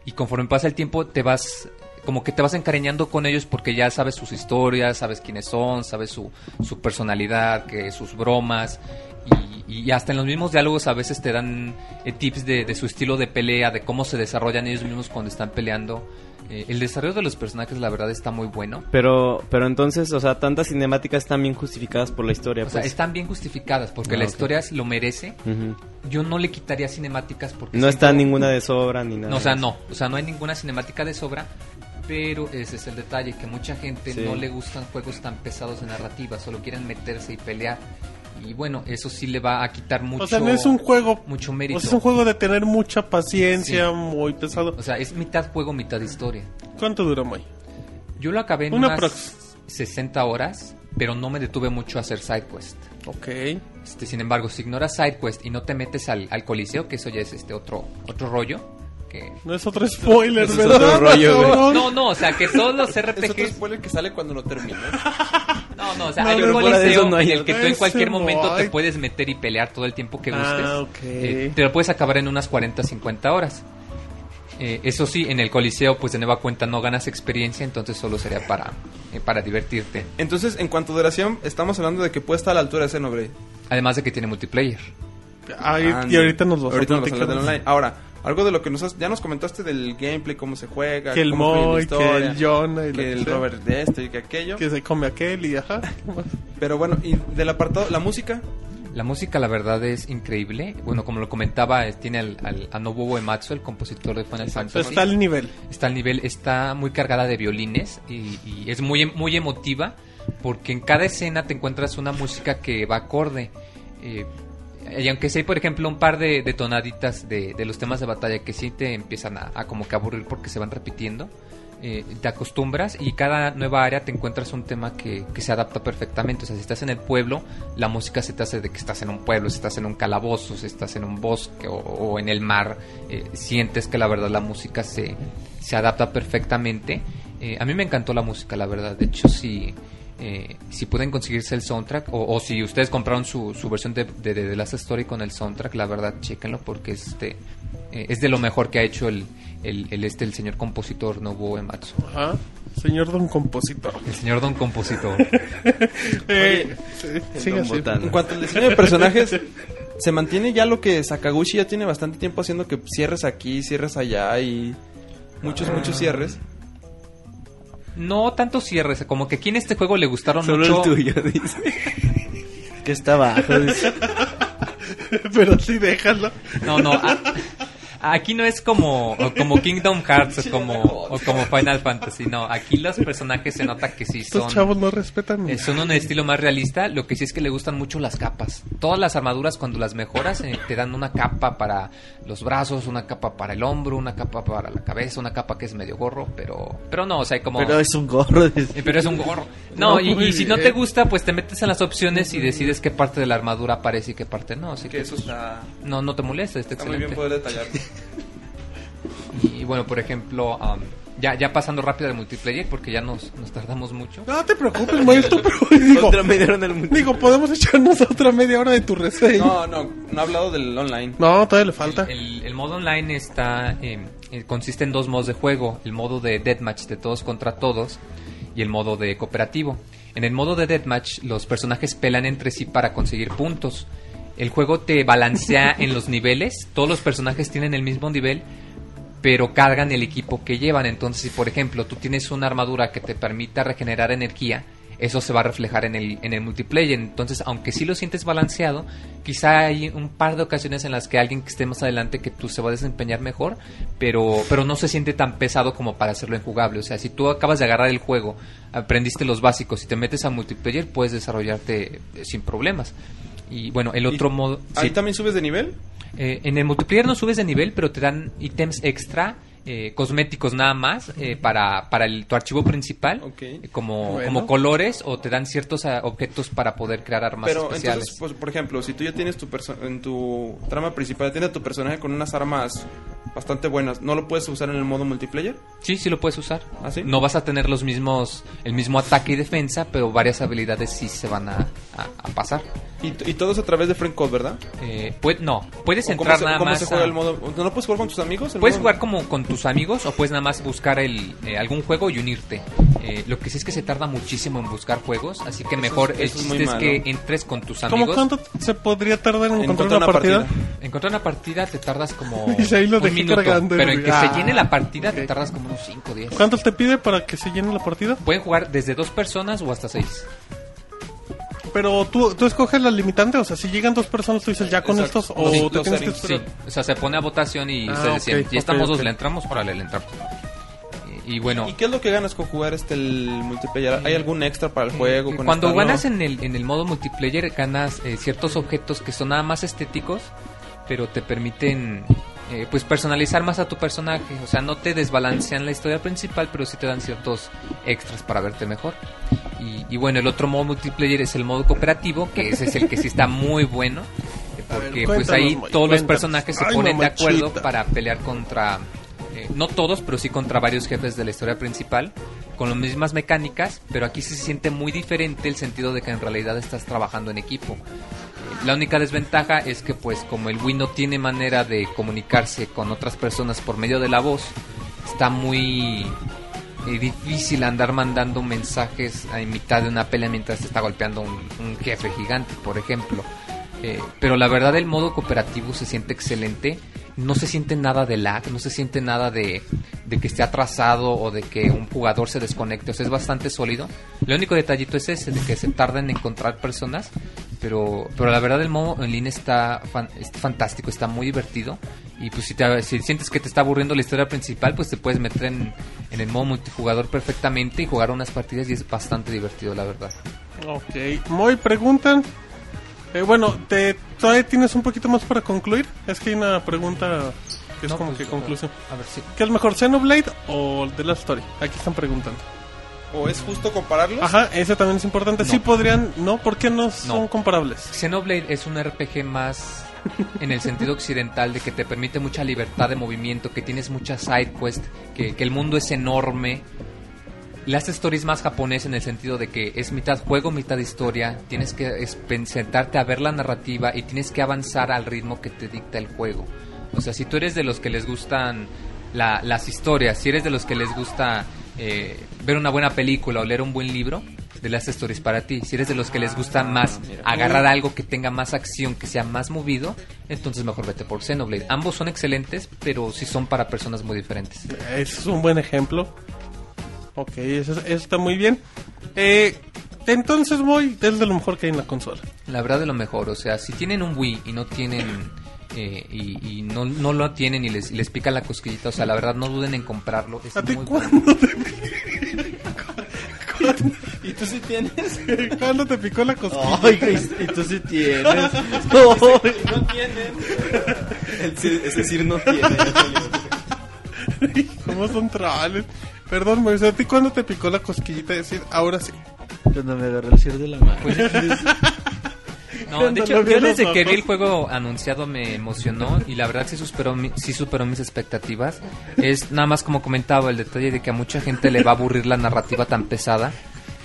Speaker 6: y conforme pasa el tiempo te vas como que te vas encariñando con ellos porque ya sabes sus historias, sabes quiénes son, sabes su, su personalidad, que sus bromas y, y hasta en los mismos diálogos a veces te dan eh, tips de, de su estilo de pelea, de cómo se desarrollan ellos mismos cuando están peleando. Eh, el desarrollo de los personajes la verdad está muy bueno.
Speaker 7: Pero, pero entonces, o sea, tantas cinemáticas están bien justificadas por la historia.
Speaker 6: O sea,
Speaker 7: pues.
Speaker 6: están bien justificadas porque
Speaker 7: Ah,
Speaker 6: la
Speaker 7: ok.
Speaker 6: historia lo merece.
Speaker 7: Ujú.
Speaker 6: Yo no le quitaría cinemáticas porque
Speaker 7: No está
Speaker 6: siento-
Speaker 7: ninguna de sobra ni nada.
Speaker 6: No, o sea, no, o sea, no hay ninguna cinemática de sobra, pero ese es el detalle que mucha gente
Speaker 7: Sí.
Speaker 6: no le gustan juegos tan pesados de narrativa, solo quieren meterse y pelear. Y bueno, eso sí le va a quitar mucho
Speaker 2: o sea, no es un juego.
Speaker 6: mucho mérito.
Speaker 2: o sea, es un juego de tener mucha paciencia,
Speaker 6: Sí.
Speaker 2: muy pesado.
Speaker 6: O sea, es mitad juego, mitad historia.
Speaker 2: ¿Cuánto dura, Moy?
Speaker 6: Yo lo acabé en
Speaker 2: Una
Speaker 6: unas
Speaker 2: prox.
Speaker 6: 60 horas, pero no me detuve mucho a hacer side quest.
Speaker 2: Ok.
Speaker 6: Este, sin embargo, si ignoras SideQuest y no te metes al, al Coliseo, que eso ya es este otro, otro rollo. Que...
Speaker 2: No es otro spoiler,
Speaker 5: Ese es
Speaker 2: ¿verdad?
Speaker 5: otro rollo, güey.
Speaker 2: cabrón?
Speaker 6: No, no, o sea, que todos los
Speaker 5: Es otro
Speaker 6: RPGs.
Speaker 5: spoiler que sale cuando lo terminas.
Speaker 6: No, no, o sea,
Speaker 2: No,
Speaker 6: hay
Speaker 2: no,
Speaker 6: un
Speaker 2: fuera de
Speaker 6: Coliseo
Speaker 2: eso no hay
Speaker 6: en el que tú en
Speaker 2: otro.
Speaker 6: cualquier
Speaker 2: Ese
Speaker 6: momento te
Speaker 2: boy.
Speaker 6: puedes meter y pelear todo el tiempo que gustes.
Speaker 2: Ah, ok.
Speaker 6: Eh, te lo puedes acabar en unas 40, 50 horas. Eh, eso sí, en el Coliseo, pues de nueva cuenta no ganas experiencia, entonces solo sería para, eh, para divertirte.
Speaker 5: Entonces, en cuanto a duración, estamos hablando de que puede estar a la altura de Xenoblade.
Speaker 6: Además de que tiene multiplayer.
Speaker 2: Ahí-
Speaker 5: Ah,
Speaker 2: y ahorita nos lo
Speaker 5: ahorita nos vas a
Speaker 2: platicamos.
Speaker 5: hablar del online. Ahora, algo de lo que nos has- ya nos comentaste del gameplay, cómo se juega,
Speaker 2: Que el
Speaker 5: cómo fluye la
Speaker 2: Moy, que
Speaker 5: historia,
Speaker 2: el Jonah y lo
Speaker 5: que el
Speaker 2: sea.
Speaker 5: Robert de esto y que aquello.
Speaker 2: Que se come aquel y ajá.
Speaker 5: Pero bueno, y del apartado, la música,
Speaker 6: La música, la verdad, es increíble. Bueno, como lo comentaba, eh, tiene al, al- a Nobuo Ematsu, el compositor de Final
Speaker 2: Pero
Speaker 6: Fantasy.
Speaker 2: está al nivel.
Speaker 6: Está al nivel, está muy cargada de violines y, y es muy, em- muy emotiva porque en cada escena te encuentras una música que va acorde. Eh, y aunque sí hay, por ejemplo, un par de, de tonaditas de, de los temas de batalla que sí te empiezan a, a como que aburrir porque se van repitiendo, eh, te acostumbras y cada nueva área te encuentras un tema que, que se adapta perfectamente. O sea, si estás en el pueblo, la música se te hace de que estás en un pueblo, si estás en un calabozo, si estás en un bosque o, o en el mar, eh, sientes que la verdad la música se, se adapta perfectamente. Eh, a mí me encantó la música, la verdad. De hecho, sí eh, si pueden conseguirse el soundtrack o, o si ustedes compraron su, su versión de, de, de The Last Story con el soundtrack, la verdad, chéquenlo porque este eh, es de lo mejor que ha hecho el, el, el este el señor compositor Nobuo Ematsu.
Speaker 2: Ajá. Señor don compositor.
Speaker 6: El señor don compositor.
Speaker 2: Eh, sigue
Speaker 7: Don
Speaker 2: así.
Speaker 7: Botana.
Speaker 5: en cuanto al diseño de personajes, se mantiene ya lo que Sakaguchi ya tiene bastante tiempo haciendo que cierres aquí, cierres allá y muchos, muchos cierres.
Speaker 6: No tanto cierres, como que aquí en este juego le gustaron mucho.
Speaker 7: dice.
Speaker 4: Que está bajo. dice.
Speaker 2: Pero sí, déjalo.
Speaker 6: No, no. a- aquí no es como, o como Kingdom Hearts o como, o como Final Fantasy. No, aquí los personajes se nota que sí
Speaker 2: Estos
Speaker 6: son.
Speaker 2: chavos no respetan.
Speaker 6: Eh, son un estilo más realista. Lo que sí es que le gustan mucho las capas. Todas las armaduras, cuando las mejoras, eh, te dan una capa para los brazos, una capa para el hombro, una capa para la cabeza, una capa que es medio gorro, pero, pero no, o sea, como.
Speaker 4: Pero es un gorro. dice.
Speaker 6: Eh, Pero es un gorro. No,
Speaker 2: No,
Speaker 6: y,
Speaker 2: muy
Speaker 6: y si no
Speaker 2: bien.
Speaker 6: te gusta, pues te metes en las opciones y decides qué parte de la armadura aparece y qué parte no. Así
Speaker 5: Que
Speaker 6: que
Speaker 5: eso está,
Speaker 6: no, no te molesta, está
Speaker 5: está muy bien pues.
Speaker 6: excelente.
Speaker 5: poder detallar.
Speaker 6: Y bueno, por ejemplo, um, ya, ya pasando rápido al multiplayer, porque ya nos, nos tardamos mucho.
Speaker 2: No te preocupes, maestro. Pero digo,
Speaker 7: Otra me dieron el multi-
Speaker 2: digo, podemos echarnos otra media hora de tu reseña.
Speaker 5: No, no, no he hablado del online.
Speaker 2: No, todavía le falta.
Speaker 6: El, el modo online está eh, eh, consiste en dos modos de juego, el modo de deathmatch de todos contra todos y el modo de cooperativo. En el modo de deathmatch los personajes pelan entre sí para conseguir puntos. El juego te balancea en los niveles, todos los personajes tienen el mismo nivel, pero cargan el equipo que llevan. Entonces, si por ejemplo tú tienes una armadura que te permita regenerar energía, eso se va a reflejar en el, en el multiplayer. Entonces, aunque sí lo sientes balanceado, quizá hay un par de ocasiones en las que alguien que esté más adelante que tú se va a desempeñar mejor, pero, pero no se siente tan pesado como para hacerlo injugable. O sea, si tú acabas de agarrar el juego, aprendiste los básicos y te metes a multiplayer, puedes desarrollarte eh, sin problemas. Y bueno, el otro modo...
Speaker 5: ¿Ahí
Speaker 6: sí.
Speaker 5: también subes de nivel?
Speaker 6: Eh, en el multiplayer no subes de nivel, pero te dan ítems extra, eh, cosméticos nada más, eh, para, para el- tu archivo principal,
Speaker 5: Ok.
Speaker 6: eh, como,
Speaker 5: Bueno.
Speaker 6: como colores, o te dan ciertos ah, objetos para poder crear armas
Speaker 5: Pero
Speaker 6: especiales.
Speaker 5: entonces, pues, por ejemplo, si tú ya tienes tu perso- en tu trama principal, tienes a tu personaje con unas armas bastante buenas, ¿no lo puedes usar en el modo multiplayer?
Speaker 6: Sí, sí lo puedes usar.
Speaker 5: ¿Ah, sí?
Speaker 6: No vas a tener los mismos, el mismo ataque y defensa, pero varias habilidades sí se van a, a- a pasar.
Speaker 5: Y, t- y todo es a través de Friend Code, ¿verdad?
Speaker 6: Eh, pue- no, puedes
Speaker 5: ¿O cómo
Speaker 6: entrar
Speaker 5: se,
Speaker 6: nada
Speaker 5: cómo
Speaker 6: más.
Speaker 5: se juega
Speaker 6: a-
Speaker 5: el modo? ¿No lo puedes jugar con tus amigos? el
Speaker 6: Puedes
Speaker 5: modo-
Speaker 6: jugar como con tus amigos o puedes nada más buscar el, eh, algún juego y unirte. Eh, lo que sí es que se tarda muchísimo en buscar juegos, así que
Speaker 5: Eso
Speaker 6: mejor
Speaker 5: es-
Speaker 6: el
Speaker 5: eso es muy
Speaker 6: chiste es,
Speaker 5: malo.
Speaker 6: que entres con tus
Speaker 2: ¿Cómo
Speaker 6: amigos.
Speaker 2: cuánto se podría tardar en
Speaker 5: En
Speaker 2: encontrar
Speaker 5: encontrar
Speaker 2: una partida?
Speaker 5: una
Speaker 6: Encontrar una partida te tardas como
Speaker 2: Y ahí lo
Speaker 6: un
Speaker 2: dejé
Speaker 6: minuto,
Speaker 2: cargando,
Speaker 6: pero en
Speaker 2: güey.
Speaker 6: que
Speaker 2: Ah,
Speaker 6: se llene la partida
Speaker 2: ok.
Speaker 6: te tardas como unos 5 o 10.
Speaker 2: ¿Cuántos te pide para que se llene la partida?
Speaker 6: Pueden jugar desde dos personas o hasta seis.
Speaker 2: Pero tú, tú escoges la limitante, o sea, si llegan dos personas, tú dices ya con
Speaker 5: Exacto.
Speaker 2: estos, o
Speaker 5: Sí,
Speaker 2: te
Speaker 5: los
Speaker 2: tienes que
Speaker 5: settings,
Speaker 6: Sí,
Speaker 2: esperar.
Speaker 6: o sea, se pone a votación y
Speaker 2: Ah,
Speaker 6: ustedes deciden,
Speaker 2: ok,
Speaker 6: ya estamos
Speaker 2: ok,
Speaker 6: dos,
Speaker 2: ok.
Speaker 6: le entramos, órale, le entramos. Eh, Y, y bueno,
Speaker 5: ¿Y qué es lo que ganas con jugar este el multiplayer? ¿Hay algún extra para el juego? con este
Speaker 6: Cuando
Speaker 5: esta-
Speaker 6: ganas
Speaker 5: no?
Speaker 6: en el, en el modo multiplayer, ganas eh, ciertos objetos que son nada más estéticos, pero te permiten eh, pues personalizar más a tu personaje. O sea, no te desbalancean la historia principal, pero sí te dan ciertos extras para verte mejor. Y, y bueno, el otro modo multiplayer es el modo cooperativo, que ese es el que sí está muy bueno. eh,
Speaker 2: A ver,
Speaker 6: Porque pues
Speaker 2: cuéntanos,
Speaker 6: ahí
Speaker 2: Moy,
Speaker 6: todos los
Speaker 2: cuéntanos.
Speaker 6: personajes se
Speaker 2: Ay,
Speaker 6: ponen de acuerdo
Speaker 2: mamachita.
Speaker 6: para pelear contra, eh, no todos, pero sí contra varios jefes de la historia principal, con las mismas mecánicas, pero aquí sí se siente muy diferente el sentido de que en realidad estás trabajando en equipo. Eh, La única desventaja es que pues como el Wii no tiene manera de comunicarse con otras personas por medio de la voz, está muy eh, difícil andar mandando mensajes a en mitad de una pelea mientras te está golpeando un, un jefe gigante, por ejemplo. Eh, pero la verdad el modo cooperativo se siente excelente. No se siente nada de lag, no se siente nada de, de que esté atrasado o de que un jugador se desconecte. O sea, es bastante sólido. Lo único detallito es ese, de que se tarda en encontrar personas. Pero, pero la verdad el modo en línea está, fan- es fantástico, está muy divertido. Y pues si, te- si sientes que te está aburriendo la historia principal, pues te puedes meter en, en el modo multijugador perfectamente y jugar unas partidas y es bastante divertido, la verdad.
Speaker 2: Ok, muy preguntan. Eh, bueno, te, todavía tienes un poquito más para concluir. Es que hay una pregunta que es
Speaker 6: No,
Speaker 2: como
Speaker 6: pues,
Speaker 2: que conclusión.
Speaker 6: A ver si...
Speaker 2: ¿Qué es mejor, Xenoblade o The Last Story? Aquí están preguntando.
Speaker 5: ¿O es justo compararlos?
Speaker 2: Ajá, ese también es importante. Sí
Speaker 6: No.
Speaker 2: podrían, ¿no? ¿Por qué no son
Speaker 6: No.
Speaker 2: comparables?
Speaker 6: Xenoblade es un RPG más en el sentido occidental de que te permite mucha libertad de movimiento, que tienes muchas side quest, que, que el mundo es enorme. Last Story es más japonés en el sentido de que es mitad juego, mitad historia. Tienes que es- pen- sentarte a ver la narrativa y tienes que avanzar al ritmo que te dicta el juego. O sea, si tú eres de los que les gustan la- las historias, si eres de los que les gusta eh, ver una buena película o leer un buen libro, The Last Story es para ti. Si eres de los que les gusta más agarrar algo que tenga más acción, que sea más movido, entonces mejor vete por Xenoblade. Ambos son excelentes, pero sí son para personas muy diferentes.
Speaker 2: Ese es un buen ejemplo. Ok, eso, eso está muy bien. Eh, entonces voy, es de lo mejor que hay en la consola.
Speaker 6: La verdad de lo mejor, o sea, si tienen un Wii y no tienen eh, y, y no, no lo tienen y les, y les pica la cosquillita, o sea, la verdad no duden en comprarlo. Es
Speaker 2: ¿A ti
Speaker 6: muy bueno.
Speaker 2: cuándo te ¿Y tú sí tienes? ¿Cuándo te picó la cosquilla?
Speaker 4: Ay, y, y tú sí tienes.
Speaker 5: No tienen.
Speaker 7: es decir, no tiene.
Speaker 2: ¿Cómo son trabales? Perdón, Moisés, ¿a ti cuándo te picó la cosquillita? de Decir, ahora sí.
Speaker 4: Cuando me agarró el cielo de la mano.
Speaker 6: Pues, No, de
Speaker 2: Cuando
Speaker 6: hecho,
Speaker 2: lo vi
Speaker 6: yo
Speaker 2: en los
Speaker 6: desde que vi el
Speaker 2: ojos.
Speaker 6: juego anunciado me emocionó y la verdad sí superó, mi- sí superó mis expectativas. Es nada más como comentaba el detalle de que a mucha gente le va a aburrir la narrativa tan pesada,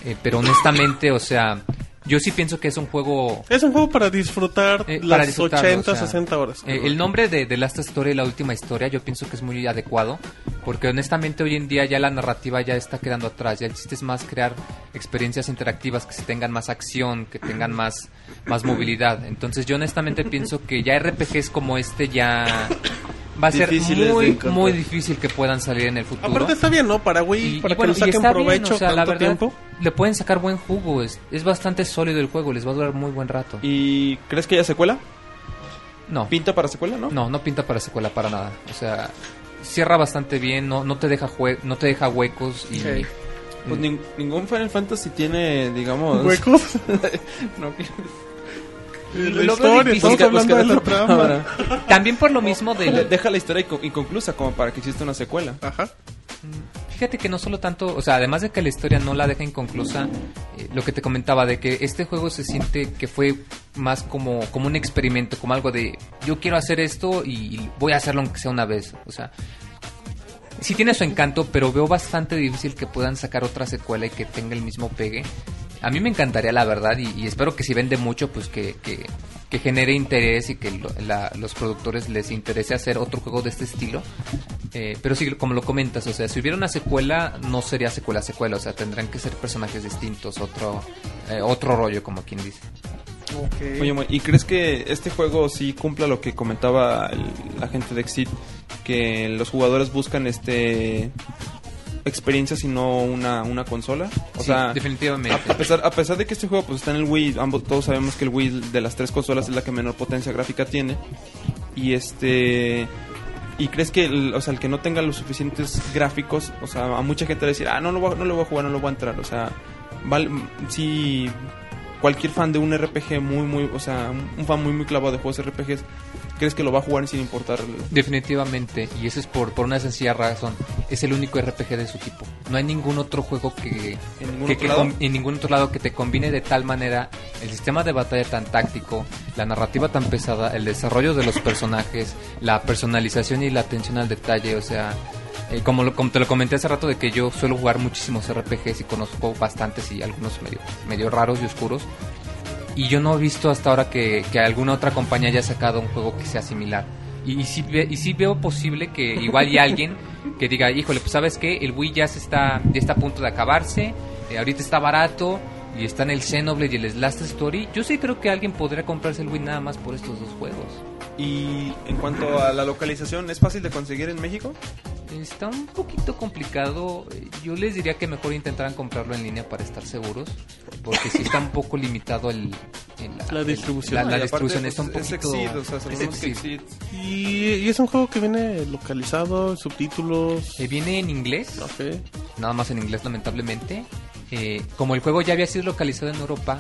Speaker 6: eh, pero honestamente, o sea, yo sí pienso que es un juego
Speaker 2: Es un juego para disfrutar
Speaker 6: eh, para
Speaker 2: las
Speaker 6: disfrutarlo,
Speaker 2: 80,
Speaker 6: o sea,
Speaker 2: 60 horas.
Speaker 6: eh, el nombre de, de Last Story, la última historia, yo pienso que es muy adecuado, porque honestamente hoy en día ya la narrativa ya está quedando atrás, ya el chiste es más crear experiencias interactivas que se tengan más acción, que tengan más, más movilidad. Entonces yo honestamente pienso que ya RPGs como este ya va a ser
Speaker 4: Difíciles de
Speaker 6: muy,
Speaker 4: encontrar.
Speaker 6: muy difícil que puedan salir en el futuro.
Speaker 2: Aparte está bien, ¿no? Para
Speaker 6: Y-
Speaker 2: Wii,
Speaker 6: y
Speaker 2: para que
Speaker 6: bueno,
Speaker 2: lo
Speaker 6: y
Speaker 2: saquen
Speaker 6: está bien,
Speaker 2: provecho
Speaker 6: o sea,
Speaker 2: tanto
Speaker 6: la verdad,
Speaker 2: tiempo.
Speaker 6: le pueden sacar buen jugo. Es, es bastante sólido el juego, les va a durar muy buen rato.
Speaker 5: ¿Y crees que haya secuela?
Speaker 6: No.
Speaker 5: ¿Pinta para secuela, no?
Speaker 6: No, no pinta para secuela para nada. O sea, cierra bastante bien, no, no te deja jue- no te deja huecos y
Speaker 5: Ok. Pues nin- ningún Final Fantasy tiene, digamos...
Speaker 2: ¿Huecos?
Speaker 5: no, que-
Speaker 2: La
Speaker 6: Lo veo
Speaker 2: historia,
Speaker 6: difícil.
Speaker 2: estamos
Speaker 5: Busca-
Speaker 2: hablando de
Speaker 5: buscar
Speaker 2: la
Speaker 5: otra
Speaker 2: trama.
Speaker 5: palabra.
Speaker 6: también por lo mismo
Speaker 5: De-
Speaker 6: del
Speaker 5: Deja la historia inco- inconclusa como para que exista una secuela.
Speaker 2: Ajá.
Speaker 6: Fíjate que no solo tanto, o sea, además de que la historia no la deja inconclusa, eh, lo que te comentaba de que este juego se siente que fue más como, como un experimento, como algo de yo quiero hacer esto y voy a hacerlo aunque sea una vez. O sea, sí tiene su encanto, pero veo bastante difícil que puedan sacar otra secuela y que tenga el mismo pegue. A mí me encantaría, la verdad, y, y espero que si vende mucho, pues que, que, que genere interés y que lo- la- los productores les interese hacer otro juego de este estilo. Eh, pero sí, como lo comentas, o sea, si hubiera una secuela, no sería secuela, secuela, o sea, tendrán que ser personajes distintos, otro, eh, otro rollo, como quien dice.
Speaker 5: Oye, Moy, ¿y crees que este juego sí cumpla lo que comentaba el- la gente de Exit? Que los jugadores buscan este experiencias y no una, una consola. O
Speaker 6: Sí,
Speaker 5: sea,
Speaker 6: definitivamente.
Speaker 5: a, a pesar, a pesar de que este juego pues, está en el Wii, ambos, todos sabemos que el Wii de las tres consolas es la que menor potencia gráfica tiene. Y este. ¿Y crees que el, o sea, el que no tenga los suficientes gráficos, o sea, a mucha gente le va a decir, ah, no lo, voy, a- no lo voy a jugar, no lo voy a entrar? O sea, val- si cualquier fan de un RPG muy, muy, o sea, un fan muy, muy clavado de juegos RPGs, ¿crees que lo va a jugar sin importar? el-
Speaker 6: Definitivamente, y eso es por, por una sencilla razón. Es el único RPG de su tipo. No hay ningún otro juego que,
Speaker 5: ¿En ningún
Speaker 6: que-
Speaker 5: otro
Speaker 6: que
Speaker 5: lado?
Speaker 6: com- en ningún otro lado que te combine de tal manera el sistema de batalla tan táctico, la narrativa tan pesada, el desarrollo de los personajes, la personalización y la atención al detalle. O sea, eh, como, lo- como te lo comenté hace rato de que yo suelo jugar muchísimos RPGs y conozco bastantes y algunos medio, medio raros y oscuros. Y yo no he visto hasta ahora que, que alguna otra compañía haya sacado un juego que sea similar. Y, y, sí, ve- y sí veo posible que igual y alguien que diga, híjole, pues sabes qué, el Wii ya, se está, ya está a punto de acabarse, eh, ahorita está barato y están el Xenoblade y el Last Story. Yo sí creo que alguien podría comprarse el Wii nada más por estos dos juegos.
Speaker 5: Y en cuanto a la localización, ¿es fácil de conseguir en México?
Speaker 6: Está un poquito complicado. eh, Yo les diría que mejor intentaran comprarlo en línea para estar seguros, porque sí está un poco limitado el, el-
Speaker 2: La
Speaker 6: el-
Speaker 2: distribución.
Speaker 6: La,
Speaker 5: No,
Speaker 6: la
Speaker 5: y aparte,
Speaker 6: distribución
Speaker 5: pues,
Speaker 6: está un
Speaker 5: es
Speaker 6: poquito.
Speaker 5: Exit, o sea,
Speaker 6: es
Speaker 5: sabemos que
Speaker 6: Exit.
Speaker 5: Exit-
Speaker 2: Y, y es un juego que viene localizado, subtítulos.
Speaker 6: Eh, viene en inglés,
Speaker 2: ok.
Speaker 6: nada más en inglés lamentablemente. Eh, como el juego ya había sido localizado en Europa,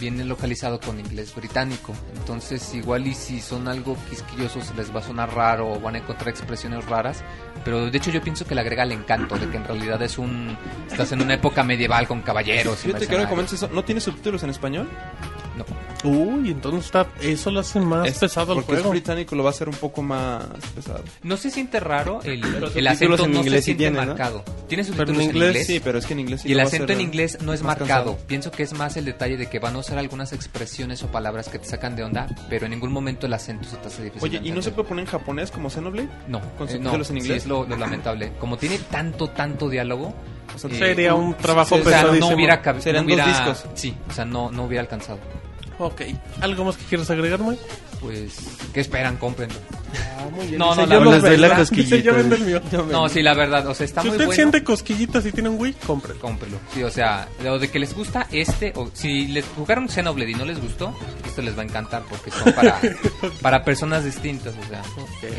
Speaker 6: viene localizado con inglés británico. Entonces igual y si son algo quisquillosos les va a sonar raro o van a encontrar expresiones raras. Pero de hecho yo pienso que le agrega el encanto de que en realidad es un... Estás en una época medieval con caballeros. y
Speaker 5: Fíjate que ahora que
Speaker 6: mercenarios.
Speaker 5: comentas eso, ¿no tiene subtítulos en español?
Speaker 6: No.
Speaker 2: Uy, entonces está, eso lo hace más pesado el
Speaker 5: porque es
Speaker 2: juego.
Speaker 5: británico, lo va a hacer un poco más pesado.
Speaker 6: No se siente raro, el, el
Speaker 7: subtítulos
Speaker 6: acento
Speaker 7: en
Speaker 6: no se
Speaker 7: inglés sí
Speaker 6: siente
Speaker 7: tiene, ¿no?
Speaker 6: marcado. Tiene
Speaker 2: en
Speaker 6: subtítulos en
Speaker 2: inglés
Speaker 6: inglés.
Speaker 5: Sí, pero es que en inglés sí
Speaker 6: Y el
Speaker 5: lo va a
Speaker 6: acento
Speaker 5: hacer,
Speaker 6: en
Speaker 5: eh,
Speaker 6: inglés no es
Speaker 5: más
Speaker 6: marcado.
Speaker 5: cansado.
Speaker 6: Pienso que es más el detalle de que van a usar algunas expresiones o palabras que te sacan de onda, pero en ningún momento el acento se te hace difícil.
Speaker 5: Oye, ¿y
Speaker 6: de
Speaker 5: no se
Speaker 6: entender.
Speaker 5: puede poner en japonés como Xenoblade?
Speaker 6: No,
Speaker 5: con
Speaker 6: eh, no,
Speaker 5: subtítulos en
Speaker 6: sí
Speaker 5: inglés?
Speaker 6: es lo, lo lamentable. Como tiene tanto, tanto diálogo,
Speaker 5: O sea,
Speaker 6: Eh,
Speaker 2: Sería un trabajo
Speaker 5: sí,
Speaker 6: o sea,
Speaker 2: pesadísimo.
Speaker 6: no hubiera cab-
Speaker 5: Serían
Speaker 6: no hubiera-
Speaker 5: dos discos.
Speaker 6: Sí, o sea, no, no hubiera alcanzado.
Speaker 2: Ok. ¿Algo más que quieras agregar, Moy?
Speaker 6: Pues, ¿qué esperan? Cómprenlo.
Speaker 2: Ah, muy bien.
Speaker 6: No,
Speaker 2: Dice, yo
Speaker 6: no, la-
Speaker 2: lo
Speaker 6: les doy
Speaker 2: vendo.
Speaker 3: las
Speaker 2: Dice, yo
Speaker 3: cosquillitas.
Speaker 2: vendo el mío.
Speaker 6: No, sí, la verdad, o sea, está
Speaker 2: si
Speaker 6: muy
Speaker 2: usted
Speaker 6: bueno.
Speaker 2: siente cosquillitas y tiene un Wii, cómprelo.
Speaker 6: cómprelo. Sí, o sea, lo de que les gusta este, o si les jugaron Xenoblade y no les gustó, esto les va a encantar porque son para, para personas distintas, o sea.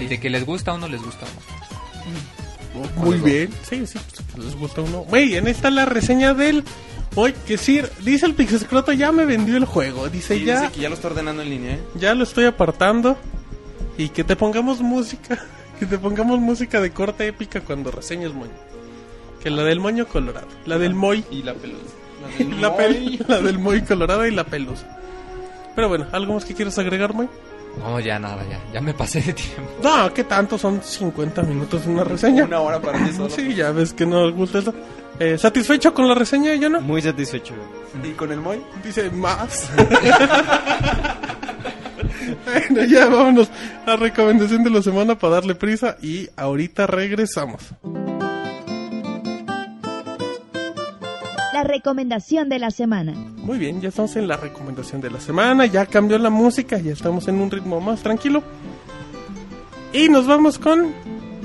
Speaker 6: Y de que les gusta a uno, les gusta a uno.
Speaker 2: Muy bien. Sí, sí, pues, les gusta uno. Güey, en esta la reseña del... Oye, que sí, dice el Pixescroto, ya me vendió el juego. Dice,
Speaker 5: Sí,
Speaker 2: ya,
Speaker 5: dice que ya lo está ordenando en línea, ¿eh?
Speaker 2: ya lo estoy apartando. Y que te pongamos música. Que te pongamos música de corte épica cuando reseñes moño. Que la del moño colorado. La
Speaker 5: Ah.
Speaker 2: del moy.
Speaker 5: Y la pelusa.
Speaker 2: La, pel- la del moy colorada y la pelusa. Pero bueno, ¿algo más que quieras agregar, moy?
Speaker 6: No, ya nada, ya. Ya me pasé de tiempo.
Speaker 2: No, ¿qué tanto? Son 50 minutos de una reseña.
Speaker 5: Una hora para ti solo.
Speaker 2: Sí, ya ves que no gusta eso. Eh, ¿Satisfecho con la reseña, yo no?
Speaker 7: Muy satisfecho.
Speaker 5: ¿Y con el Moy?
Speaker 2: Dice más. bueno, ya vámonos a recomendación de la semana para darle prisa y ahorita regresamos.
Speaker 1: La recomendación de la semana.
Speaker 2: Muy bien, ya estamos en la recomendación de la semana, ya cambió la música, ya estamos en un ritmo más tranquilo. Y nos vamos con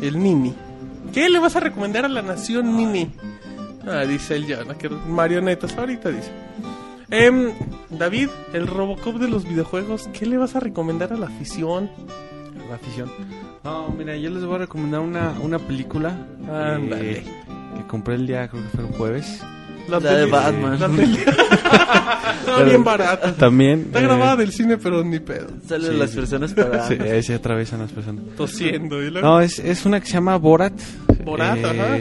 Speaker 2: el Nini. ¿Qué le vas a recomendar a la nación Nini? Ah, dice el Yana, que marionetas ahorita dice. Em, David, el Robocop de los videojuegos, ¿qué le vas a recomendar a la afición? A la afición.
Speaker 3: No, mira, yo les voy a recomendar una, una película.
Speaker 2: Ándale.
Speaker 3: eh, que compré el día, creo que fue el jueves.
Speaker 2: La,
Speaker 4: de
Speaker 2: peli-
Speaker 4: Batman.
Speaker 2: La peli- Está bien barata.
Speaker 3: También.
Speaker 2: Está
Speaker 3: eh,
Speaker 2: grabada del cine, pero ni pedo.
Speaker 4: Salen
Speaker 3: Sí,
Speaker 4: las
Speaker 3: sí.
Speaker 4: personas para.
Speaker 3: Sí, ahí se atraviesan las personas.
Speaker 2: Tosiendo. y luego-
Speaker 3: No, es, es una que se llama Borat.
Speaker 2: Borat,
Speaker 3: ajá.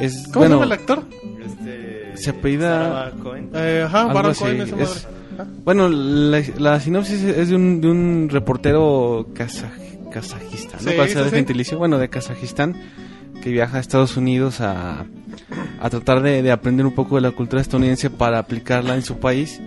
Speaker 3: Es,
Speaker 2: ¿Cómo se
Speaker 3: bueno,
Speaker 2: llama el actor?
Speaker 7: Este,
Speaker 3: Se apellida-
Speaker 7: Sarah Cohen.
Speaker 2: Eh, ajá,
Speaker 3: Algo
Speaker 2: Baron
Speaker 3: así,
Speaker 2: Cohen, esa
Speaker 3: es-
Speaker 2: madre.
Speaker 3: Bueno, la, la sinopsis es de un, de un reportero kazaj- kazajistán, ¿no?
Speaker 2: Sí,
Speaker 3: ¿Cuál será
Speaker 2: sí,
Speaker 3: el
Speaker 2: sí.
Speaker 3: gentilicio? Bueno, de Kazajistán, que viaja a Estados Unidos a, a tratar de, de aprender un poco de la cultura estadounidense para aplicarla en su país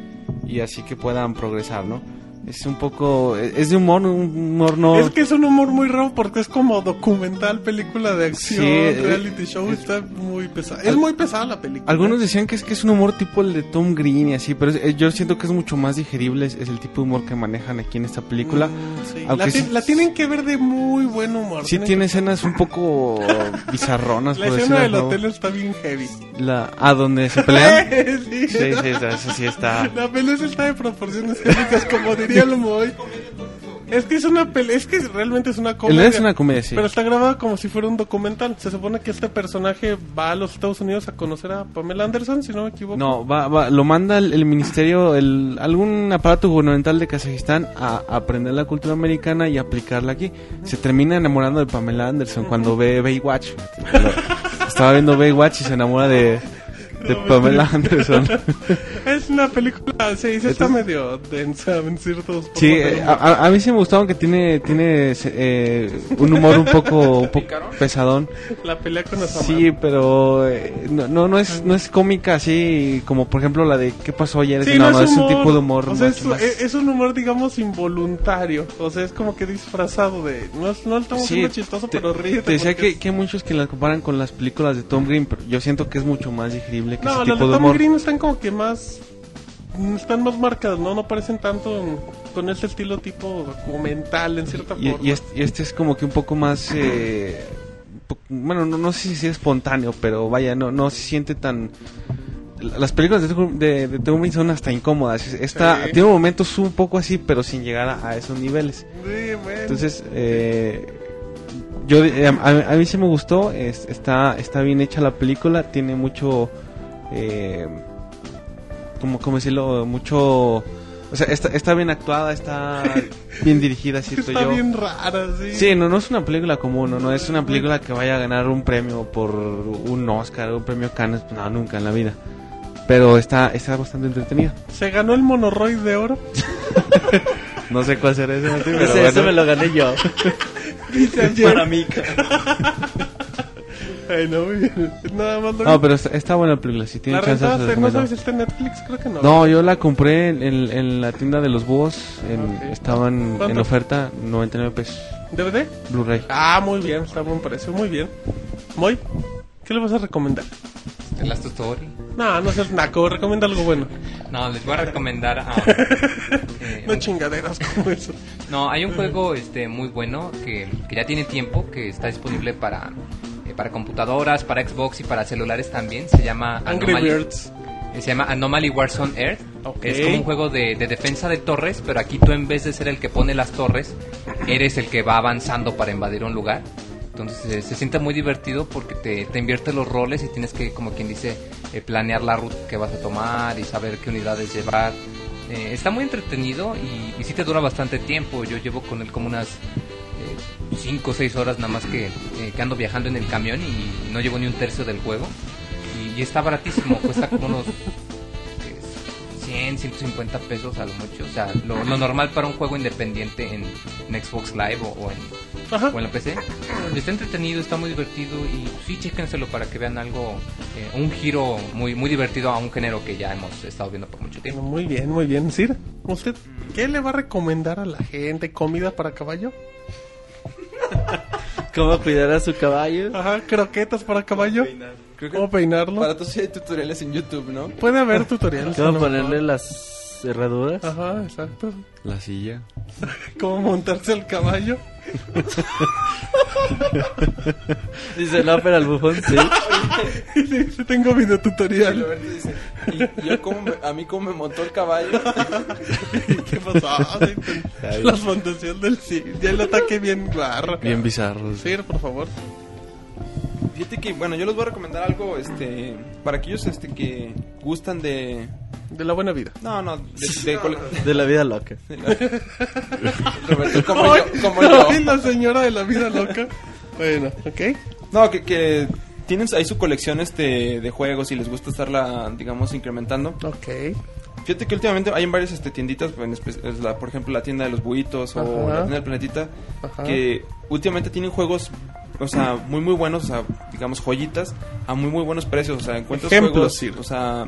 Speaker 3: y así que puedan progresar, ¿no? Es un poco, es es de humor, un humor no...
Speaker 2: Es que es un humor muy raro porque es como documental, película de acción,
Speaker 3: Sí, eh,
Speaker 2: reality show. Está muy pesada. Es muy pesada la película.
Speaker 3: Algunos decían que es que es un humor tipo el de Tom Green y así, pero es- eh, yo siento que es mucho más digerible, es, es el tipo de humor que manejan aquí en esta película.
Speaker 2: Mm, sí.
Speaker 3: aunque
Speaker 2: la, ti-
Speaker 3: sí-
Speaker 2: la tienen que ver de muy buen humor.
Speaker 3: Sí
Speaker 2: Tienen
Speaker 3: tiene escenas un poco bizarronas,
Speaker 2: La
Speaker 3: por
Speaker 2: escena del
Speaker 3: decirlo de
Speaker 2: hotel está bien heavy.
Speaker 3: algún- La, ¿A donde se pelean?
Speaker 2: sí.
Speaker 3: sí, sí, está- eso sí está.
Speaker 2: La pelea sí está de proporciones cómicas, como diría el Moy. Es que es una pelea, es que realmente es una
Speaker 3: El
Speaker 2: comedia.
Speaker 3: es una comedia, sí.
Speaker 2: Pero está grabada como si fuera un documental. Se supone que este personaje va a los Estados Unidos a conocer a Pamela Anderson, si no me equivoco.
Speaker 3: No, va, va- lo manda el, el ministerio, el, algún aparato gubernamental de Kazajistán a, a aprender la cultura americana y aplicarla aquí. Se termina enamorando de Pamela Anderson cuando ve Baywatch. Lo- Estaba viendo Baywatch y se enamora de, de Pamela Anderson.
Speaker 2: Es una película, sí, sí está medio densa en ciertos
Speaker 3: Sí,
Speaker 2: puntos del
Speaker 3: eh, a,
Speaker 2: humor.
Speaker 3: a- a mí sí me gustaba que tiene, tiene eh, un humor un poco, un poco pesadón.
Speaker 2: La pelea con Osama.
Speaker 3: Sí, pero eh, no, no, no es, no es cómica así como por ejemplo la de ¿Qué pasó ayer?
Speaker 2: Sí,
Speaker 3: no, no,
Speaker 2: es,
Speaker 3: es un
Speaker 2: humor.
Speaker 3: tipo de humor.
Speaker 2: O sea, es,
Speaker 3: mucho más-
Speaker 2: es- es un humor, digamos, involuntario. O sea, es como que disfrazado de. No, es- no lo estamos
Speaker 3: Sí,
Speaker 2: haciendo chistoso,
Speaker 3: te-
Speaker 2: pero ríete.
Speaker 3: Te decía
Speaker 2: porque
Speaker 3: que, que hay muchos que las comparan con las películas de Tom Green, pero yo siento que es mucho más digerible que
Speaker 2: No,
Speaker 3: ese
Speaker 2: los de
Speaker 3: tipo de
Speaker 2: Tom
Speaker 3: humor.
Speaker 2: Green están como que más. mm, Están más marcadas, ¿no? No parecen tanto en- con ese estilo tipo documental, en cierta
Speaker 3: y,
Speaker 2: forma.
Speaker 3: y este, y este es como que un poco más... eh, un po- bueno, no, no sé si es espontáneo, pero vaya, no, no se siente tan... Las películas de, Tom- de, de Tom Green son hasta incómodas. Esta
Speaker 2: Sí.
Speaker 3: tiene momentos un poco así, pero sin llegar a- a esos niveles.
Speaker 2: Sí, bueno.
Speaker 3: Entonces, eh, yo, eh, a, a mí sí me gustó, es- está, está bien hecha la película, tiene mucho, eh, como, ¿cómo decirlo? Mucho, o sea, está, está bien actuada, está bien dirigida,
Speaker 2: Sí,
Speaker 3: siento
Speaker 2: está
Speaker 3: yo.
Speaker 2: bien rara, sí.
Speaker 3: Sí, no, no es una película común, no, no es una película que vaya a ganar un premio por un Oscar, un premio Cannes, no, nunca en la vida. Pero está, está bastante entretenida.
Speaker 2: Se ganó el monoroid de oro.
Speaker 3: No sé cuál será ese, Martín, pero
Speaker 4: Ese,
Speaker 3: bueno.
Speaker 4: ese me lo gané yo.
Speaker 7: Para mí.
Speaker 2: Ay, no, muy bien. Nada más lo
Speaker 3: No, pero está, está buena la película, si
Speaker 2: La
Speaker 3: tienen chance. se las
Speaker 2: rentaste, no
Speaker 3: recomiendo.
Speaker 2: sabes si está en Netflix, creo que no.
Speaker 3: No, yo la compré en, en- en la tienda de los búhos.
Speaker 4: Ah,
Speaker 3: en-
Speaker 2: Ok.
Speaker 3: Estaban en
Speaker 2: ¿Cuánto?
Speaker 3: oferta 99 pesos
Speaker 2: ¿DVD?
Speaker 3: Blu-ray.
Speaker 2: Ah, muy bien, está buen precio, muy bien. Moy, ¿qué le vas a recomendar?
Speaker 6: El Last Story.
Speaker 2: No, no seas naco, recomienda algo bueno.
Speaker 6: No, les voy a recomendar a... eh,
Speaker 2: No
Speaker 6: un-
Speaker 2: chingaderas como eso.
Speaker 6: No, hay un juego este muy bueno que, que ya tiene tiempo, que está disponible para, eh, para computadoras, para Xbox y para celulares también. Se llama
Speaker 2: Angry
Speaker 6: Anomaly-
Speaker 2: Birds.
Speaker 6: eh, Se llama Anomaly Warzone Earth.
Speaker 2: Ok.
Speaker 6: Es como un juego de, de defensa de torres, pero aquí tú en vez de ser el que pone las torres, eres el que va avanzando para invadir un lugar. Entonces eh, se siente muy divertido porque te, te invierte los roles y tienes que, como quien dice, eh, planear la ruta que vas a tomar y saber qué unidades llevar. Eh, está muy entretenido y, y sí te dura bastante tiempo. Yo llevo con él como unas 5 o 6 horas nada más que, eh, que ando viajando en el camión y no llevo ni un tercio del juego. Y, y está baratísimo, cuesta como unos eh, que es 100, 150 pesos a lo mucho. O sea, lo, lo normal para un juego independiente en, en Xbox Live o, o en,
Speaker 2: Ajá.
Speaker 6: o en la PC. Está entretenido, está muy divertido y sí, chéquenselo para que vean algo, eh, un giro muy, muy divertido a un género que ya hemos estado viendo por mucho tiempo.
Speaker 2: Muy bien, muy bien. Sir, ¿usted qué le va a recomendar a la gente? ¿Comida para caballo?
Speaker 4: ¿Cómo cuidar a su caballo?
Speaker 2: Ajá, croquetas para caballo.
Speaker 5: Creo que
Speaker 2: ¿Cómo peinarlo?
Speaker 5: para todos hay tutoriales en YouTube, ¿no?
Speaker 2: Puede haber tutoriales. a
Speaker 4: ¿Cómo
Speaker 2: lo mejor.
Speaker 4: ponerle las las herraduras.
Speaker 2: Ajá, exacto.
Speaker 3: La silla.
Speaker 2: ¿Cómo montarse el caballo?
Speaker 4: Dice, no, pero al bufón sí.
Speaker 2: Y le dice, tengo video
Speaker 5: Y
Speaker 2: tutorial.
Speaker 5: Roberto dice, "Y yo como me- a mí como me montó el caballo.
Speaker 2: ¿Qué pasó? Ah, Las fantasías del cine. Ya el ataque bien guarro.
Speaker 3: Bien bizarro.
Speaker 2: Sí, por favor.
Speaker 5: Fíjate que, bueno, yo les voy a recomendar algo, este, para aquellos, este, que gustan de...
Speaker 2: De la buena vida.
Speaker 5: No, no, de, de cole-
Speaker 4: De la vida loca.
Speaker 5: Roberto, como
Speaker 2: Ay,
Speaker 5: yo, como yo.
Speaker 2: ay, la señora de la vida loca. Bueno, ok.
Speaker 5: No, que, que tienen ahí su colección, este, de juegos y les gusta estarla, digamos, incrementando.
Speaker 2: Ok.
Speaker 5: Fíjate que últimamente hay en varias este, tienditas, en espe- es la- por ejemplo la tienda de los buitos o
Speaker 2: Ajá.
Speaker 5: la tienda del planetita,
Speaker 2: Ajá.
Speaker 5: que últimamente tienen juegos, o sea, muy muy buenos, o sea, digamos joyitas, a muy muy buenos precios, o sea, encuentras
Speaker 2: Ejemplos,
Speaker 5: juegos,
Speaker 2: Sir.
Speaker 5: o sea,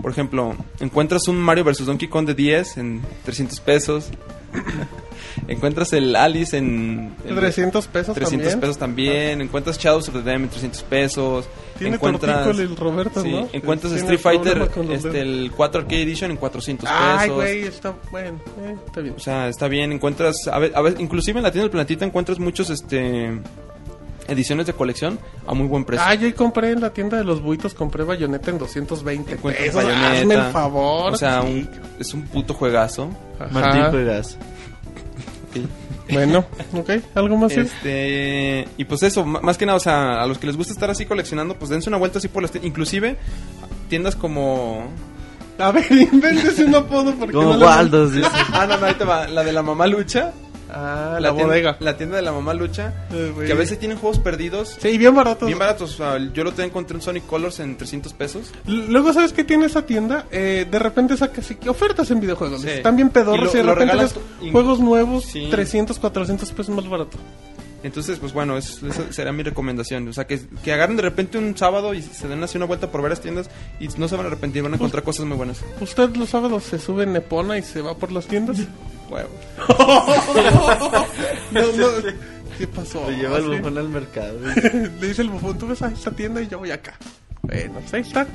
Speaker 5: por ejemplo, encuentras un Mario vs Donkey Kong de 10 en 300 pesos, encuentras el Alice en... en
Speaker 2: 300 pesos
Speaker 5: 300
Speaker 2: también.
Speaker 5: pesos también, encuentras Shadows of the Dam en 300 pesos,
Speaker 2: Tiene
Speaker 5: encuentras
Speaker 2: tortícolis el Roberto,
Speaker 5: Sí,
Speaker 2: ¿no?
Speaker 5: encuentras
Speaker 2: Tiene
Speaker 5: Street Fighter,
Speaker 2: problema con los
Speaker 5: este,
Speaker 2: dedos.
Speaker 5: el 4 Arcade Edition en 400
Speaker 2: Ay,
Speaker 5: pesos.
Speaker 2: güey, está bueno. eh, está bien.
Speaker 5: O sea, está bien, encuentras, a ve- a ve- inclusive en la tienda del Planetita encuentras muchos, este, ediciones de colección a muy buen precio.
Speaker 2: Ah, yo ahí compré en la tienda de los buitos, compré bayoneta en 220
Speaker 5: Encuentras
Speaker 2: pesos.
Speaker 5: bayoneta.
Speaker 2: Hazme el favor.
Speaker 5: O sea,
Speaker 2: Sí.
Speaker 5: un- es un puto juegazo.
Speaker 2: Ajá.
Speaker 4: Martín pues. Juegas.
Speaker 2: Bueno, ok, algo más. Sir?
Speaker 5: Este, y pues eso, m- más que nada, o sea, a los que les gusta estar así coleccionando, pues dense una vuelta así por las tiendas. Inclusive, tiendas como...
Speaker 2: A ver, invéntese un apodo porque
Speaker 4: Como
Speaker 2: no le-
Speaker 4: Waldos, dice.
Speaker 5: Ah, no, no, ahí te va, la de la mamá lucha.
Speaker 2: Ah, la,
Speaker 5: tienda-
Speaker 2: bodega.
Speaker 5: la tienda de la mamá lucha.
Speaker 2: Eh, güey.
Speaker 5: Que a veces tienen juegos perdidos
Speaker 2: Sí, bien barato.
Speaker 5: Bien baratos. o sea, yo lo te encontré en Sonic Colors en 300 pesos.
Speaker 2: L- Luego, ¿sabes qué tiene esa tienda? Eh, de repente saca así que ofertas en videojuegos.
Speaker 5: Sí.
Speaker 2: Están bien
Speaker 5: Y lo-
Speaker 2: pedorros y, de
Speaker 5: lo
Speaker 2: repente
Speaker 5: regalas
Speaker 2: ves
Speaker 5: tú- y-
Speaker 2: juegos nuevos,
Speaker 5: Sí.
Speaker 2: 300, 400 pesos más barato.
Speaker 5: Entonces, pues bueno, es- esa será mi recomendación. O sea, que, que agarren de repente un sábado y se den así una vuelta por varias tiendas y no se van a arrepentir, van a encontrar cosas muy buenas.
Speaker 2: ¿Usted los sábados se sube en Nepona y se va por las tiendas?
Speaker 5: Huevo.
Speaker 2: No, no, ¿Qué pasó? ¿Ah,
Speaker 4: Le lleva el
Speaker 2: Sí.
Speaker 4: bufón al mercado.
Speaker 2: Le dice el bufón, tú ves a esta tienda y yo voy acá. Bueno, pues ahí está.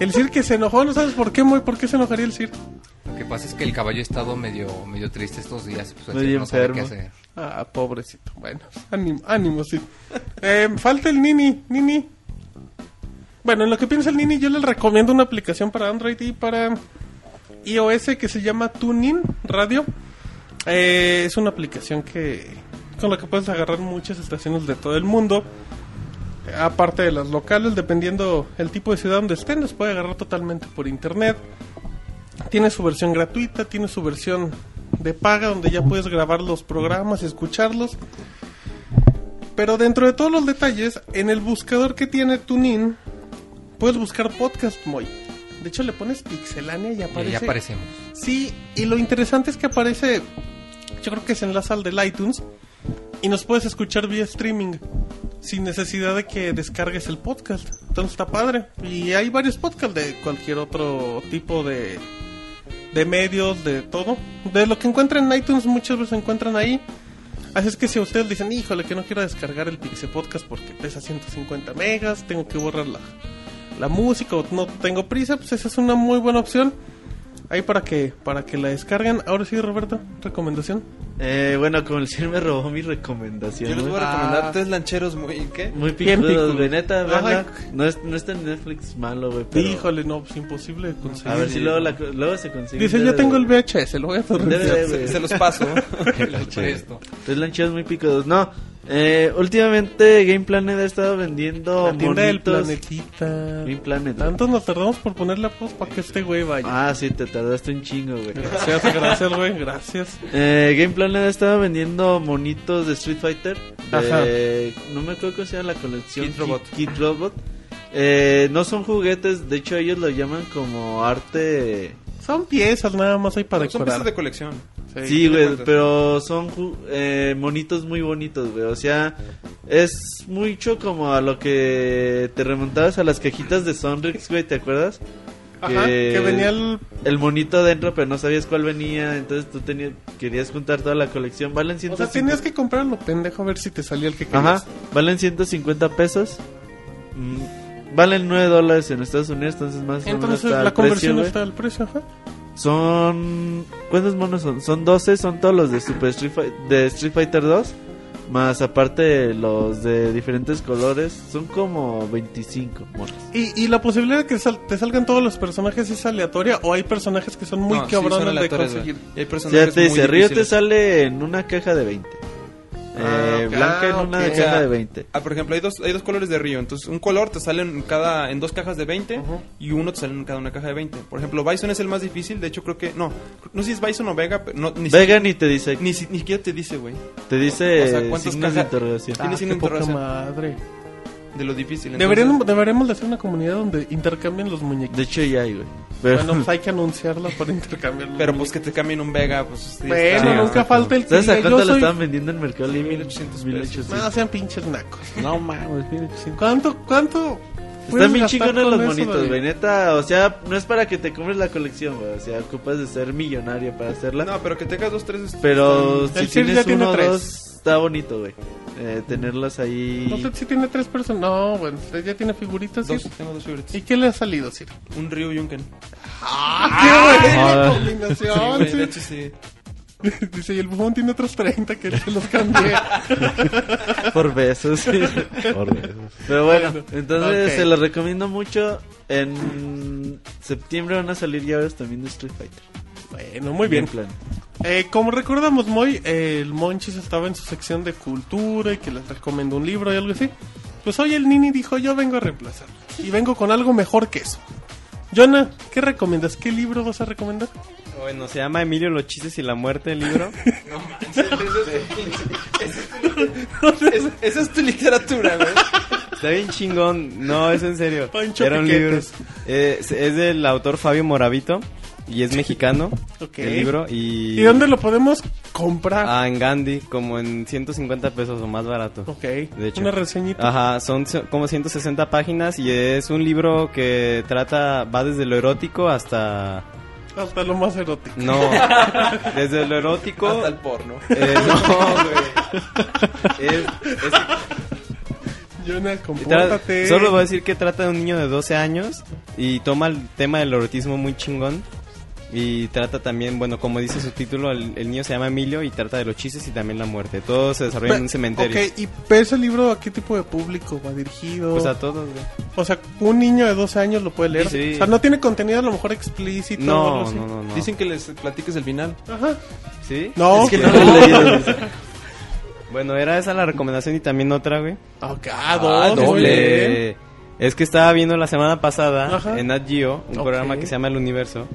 Speaker 2: El Sir que se enojó, no sabes por qué, muy, por qué se enojaría el Sir.
Speaker 6: Lo que pasa es que el caballo ha estado medio, medio triste estos días. Pues,
Speaker 4: Medio
Speaker 6: así, no sabe qué
Speaker 4: enfermo.
Speaker 6: hacer.
Speaker 2: Ah, pobrecito. Bueno, ánimo, ánimo, Sir. Eh, falta el Nini, Nini. Bueno, en lo que piensa el Nini, yo le recomiendo una aplicación para Android y para iOS que se llama TuneIn Radio. Eh, es una aplicación que con la que puedes agarrar muchas estaciones de todo el mundo. Aparte de las locales, dependiendo el tipo de ciudad donde estén, los puede agarrar totalmente por internet. Tiene su versión gratuita, tiene su versión de paga donde ya puedes grabar los programas y escucharlos. Pero dentro de todos los detalles, en el buscador que tiene TuneIn, puedes buscar podcast muy. De hecho, le pones pixelania y
Speaker 6: Y ya
Speaker 2: aparece
Speaker 6: aparecemos.
Speaker 2: Sí, y lo interesante es que aparece, yo creo que se enlaza al del iTunes y nos puedes escuchar vía streaming sin necesidad de que descargues el podcast. Entonces está padre. Y hay varios podcasts de cualquier otro tipo de, de medios, de todo. De lo que encuentran en iTunes muchas veces encuentran ahí. Así es que si ustedes dicen, híjole, que no quiero descargar el Pixel Podcast porque pesa 150 megas, tengo que borrar la, la música o no tengo prisa, pues esa es una muy buena opción. Ahí para que para que la descarguen. Ahora sí, Roberto, recomendación.
Speaker 4: Eh, bueno, como el Sir me robó mi recomendación.
Speaker 5: Yo les voy a
Speaker 4: güey.
Speaker 5: recomendar tres lancheros muy. ¿Qué?
Speaker 4: Muy
Speaker 2: Bien
Speaker 4: picudos,
Speaker 2: picudos.
Speaker 4: güey. Neta, ¿verdad?
Speaker 2: Ay.
Speaker 4: No, es, no está en Netflix malo, güey. pero-
Speaker 2: Híjole, no, es imposible de conseguir.
Speaker 4: A ver si luego, la- luego se consigue.
Speaker 2: Dice,
Speaker 4: un
Speaker 2: yo
Speaker 4: DVD.
Speaker 2: tengo el VHS, lo voy a torrentear.
Speaker 4: DVD,
Speaker 5: Se,
Speaker 4: güey.
Speaker 5: se los paso.
Speaker 6: Esto.
Speaker 4: Tres lancheros muy picudos. No, eh, últimamente Game Planet ha estado vendiendo
Speaker 2: La tienda del
Speaker 4: monitos.
Speaker 2: planetita.
Speaker 4: Game Planet.
Speaker 2: Tanto nos tardamos por ponerle voz para que este güey vaya.
Speaker 4: Ah, sí, te tardaste un chingo, güey.
Speaker 2: Gracias, gracias, güey, gracias.
Speaker 4: Eh, Game Planet ha estado vendiendo monitos de Street Fighter. de- no me acuerdo cómo se llama la colección.
Speaker 5: Kid Robot.
Speaker 4: Kid Robot. Eh, no son juguetes, de hecho ellos lo llaman como arte...
Speaker 2: Son piezas nada más ahí para
Speaker 5: Son piezas de
Speaker 2: decorar.
Speaker 5: colección.
Speaker 4: Sí, güey,
Speaker 5: cuentas.
Speaker 4: pero son ju- eh, monitos muy bonitos, güey. O sea, es mucho como a lo que te remontabas a las cajitas de Sonrix, güey, ¿te acuerdas?
Speaker 2: Ajá,
Speaker 4: que-
Speaker 2: que venía el...
Speaker 4: El monito adentro, pero no sabías cuál venía, entonces tú tenías, querías juntar toda la colección. Valen
Speaker 2: O sea,
Speaker 4: 150
Speaker 2: tenías que comprarlo, pendejo, a ver si te salía el que querías.
Speaker 4: Ajá, valen 150 pesos. Mm, Valen 9 dólares en Estados Unidos, entonces más o menos
Speaker 2: Entonces
Speaker 4: está
Speaker 2: la
Speaker 4: el precio,
Speaker 2: conversión
Speaker 4: güey.
Speaker 2: está al precio, ajá.
Speaker 4: Son. ¿Cuántos monos son? Son 12, son todos los de Super Street, Fi- de Street Fighter 2. Más aparte los de diferentes colores. Son como 25 monos.
Speaker 2: ¿Y, y la posibilidad de que sal- te salgan todos los personajes es aleatoria o hay personajes que son muy
Speaker 5: No, sí, son
Speaker 2: cabrones de
Speaker 5: aleatorios,
Speaker 2: conseguir?
Speaker 5: güey. Y hay
Speaker 4: Ya
Speaker 5: personajes
Speaker 4: te dice,
Speaker 5: muy
Speaker 4: Río te
Speaker 5: difíciles.
Speaker 4: sale en una caja de 20.
Speaker 2: Ah,
Speaker 4: Eh,
Speaker 2: ok.
Speaker 4: Blanca en
Speaker 2: Ah,
Speaker 4: una
Speaker 2: ok.
Speaker 5: O sea,
Speaker 4: caja de 20.
Speaker 5: Ah, por ejemplo, hay dos, hay dos colores de río. Entonces, un color te sale en, cada, en dos cajas de 20
Speaker 2: Ujú.
Speaker 5: y uno te sale en cada una caja de 20. Por ejemplo, Bison es el más difícil. De hecho, creo que. No, no sé si es Bison o Vega. Pero no, ni, si-
Speaker 4: Vegan y te dice,
Speaker 5: ni, si- ni siquiera te dice, güey.
Speaker 4: te dice
Speaker 5: o sea,
Speaker 4: eh,
Speaker 5: ¿cuántas
Speaker 4: signos de
Speaker 5: cajas-
Speaker 4: interrogación.
Speaker 5: Tienes
Speaker 2: Ah,
Speaker 5: una
Speaker 2: qué poca
Speaker 5: interrogación.
Speaker 2: madre.
Speaker 5: De lo difícil.
Speaker 2: Deberían,
Speaker 5: Entonces,
Speaker 2: deberíamos de hacer una comunidad donde intercambien los muñequitos.
Speaker 4: De hecho ya hay, güey. Pero
Speaker 2: Bueno, pues hay que anunciarla para intercambiar los
Speaker 5: Pero pues
Speaker 2: muñequitos.
Speaker 5: que te cambien un Vega, pues. sí,
Speaker 2: Bueno,
Speaker 5: está-
Speaker 2: nunca falta el que
Speaker 4: ¿sabes a
Speaker 2: diga, yo
Speaker 4: cuánto lo
Speaker 2: soy- Ah,
Speaker 4: estaban vendiendo en Mercado Libre?
Speaker 5: 1800 pesos.
Speaker 2: No, sean pinches nacos. No mames, 1800. ¿Cuánto? ¿Cuánto?
Speaker 4: Están
Speaker 2: puedes
Speaker 4: bien
Speaker 2: gastar
Speaker 4: chingones
Speaker 2: con
Speaker 4: los
Speaker 2: eso,
Speaker 4: monitos,
Speaker 2: David?
Speaker 4: güey. Neta, o sea, no es para que te compres la colección, güey. O sea, ocupas de ser millonario para hacerla.
Speaker 5: No, pero que tengas dos, tres. est-
Speaker 4: pero
Speaker 2: El
Speaker 4: si
Speaker 2: Sir ya
Speaker 4: tienes
Speaker 2: tiene
Speaker 4: uno o
Speaker 2: tres.
Speaker 4: dos, está bonito, güey. Eh, tenerlas ahí.
Speaker 2: No sé si tiene tres personas. No, bueno, usted ya tiene figuritas.
Speaker 5: Dos,
Speaker 2: Sir.
Speaker 5: tengo dos favoritos.
Speaker 2: ¿Y qué le ha salido, Sir?
Speaker 5: Un Ryu y un Ken.
Speaker 2: ¡Ah, qué buena combinación!
Speaker 5: güey,
Speaker 2: Sir!
Speaker 5: de hecho, sí.
Speaker 2: Dice, y el bufón tiene otros 30 que él se los cambié.
Speaker 4: Por besos. sí. Pero bueno, entonces
Speaker 2: ok.
Speaker 4: se los recomiendo mucho. En septiembre van a salir ya ahora también de Street Fighter.
Speaker 2: bueno, muy bien.
Speaker 4: plan.
Speaker 2: Eh, como recordamos, Moy, eh, el Monchis estaba en su sección de cultura y que les recomendó un libro y algo así. Pues hoy el Nini dijo, yo vengo a reemplazar. Y vengo con algo mejor que eso. Jonah, ¿qué recomiendas? ¿Qué libro vas a recomendar?
Speaker 7: Bueno, se llama Emilio los chistes y la muerte el libro.
Speaker 5: Es- Esa es tu literatura, güey.
Speaker 7: Está bien chingón. No, es en serio.
Speaker 2: Pancho
Speaker 7: Era un libro.
Speaker 2: Piquetes.
Speaker 7: Eh, es, es del autor Fabio Moravito y es mexicano.
Speaker 2: Ok.
Speaker 7: El libro y
Speaker 2: ¿Y dónde lo podemos comprar?
Speaker 7: Ah, en Gandhi como en 150 pesos o más barato.
Speaker 2: ok,
Speaker 7: de hecho.
Speaker 2: una reseñita.
Speaker 7: Ajá, son so- como 160 páginas y es un libro que trata va desde lo erótico hasta Ah.
Speaker 2: Hasta lo más erótico.
Speaker 7: no, desde lo erótico
Speaker 5: Hasta el porno.
Speaker 7: eh, no, güey. Es- es-
Speaker 2: Jonah,
Speaker 7: Tra-
Speaker 2: compórtate.
Speaker 7: Solo voy a decir que trata de un niño de 12 años y toma el tema del erotismo muy chingón. Y trata también, bueno, como dice su título, el, el niño se llama Emilio y trata de los chistes y también la muerte. Todo se desarrolla en un cementerio.
Speaker 2: Ok, ¿y ese libro a qué tipo de público va dirigido?
Speaker 7: Pues a todos, güey.
Speaker 2: O sea, un niño de 12 años lo puede leer.
Speaker 7: Sí, sí.
Speaker 2: O sea, no tiene contenido a lo mejor explícito. o algo
Speaker 7: No,
Speaker 2: así.
Speaker 7: no, no, no.
Speaker 5: Dicen que les platiques el final.
Speaker 2: Ajá.
Speaker 7: ¿Sí?
Speaker 2: No,
Speaker 4: Es que
Speaker 2: no.
Speaker 4: no lo he leído. dice.
Speaker 7: Bueno, era esa la recomendación y también otra, güey.
Speaker 2: Ah, Ok,
Speaker 7: Ah,
Speaker 2: dos, muy
Speaker 7: Este,
Speaker 2: bien.
Speaker 7: Es que estaba viendo la semana pasada
Speaker 2: Ajá.
Speaker 7: en Nat Geo un
Speaker 2: Ok.
Speaker 7: programa que se llama El Universo.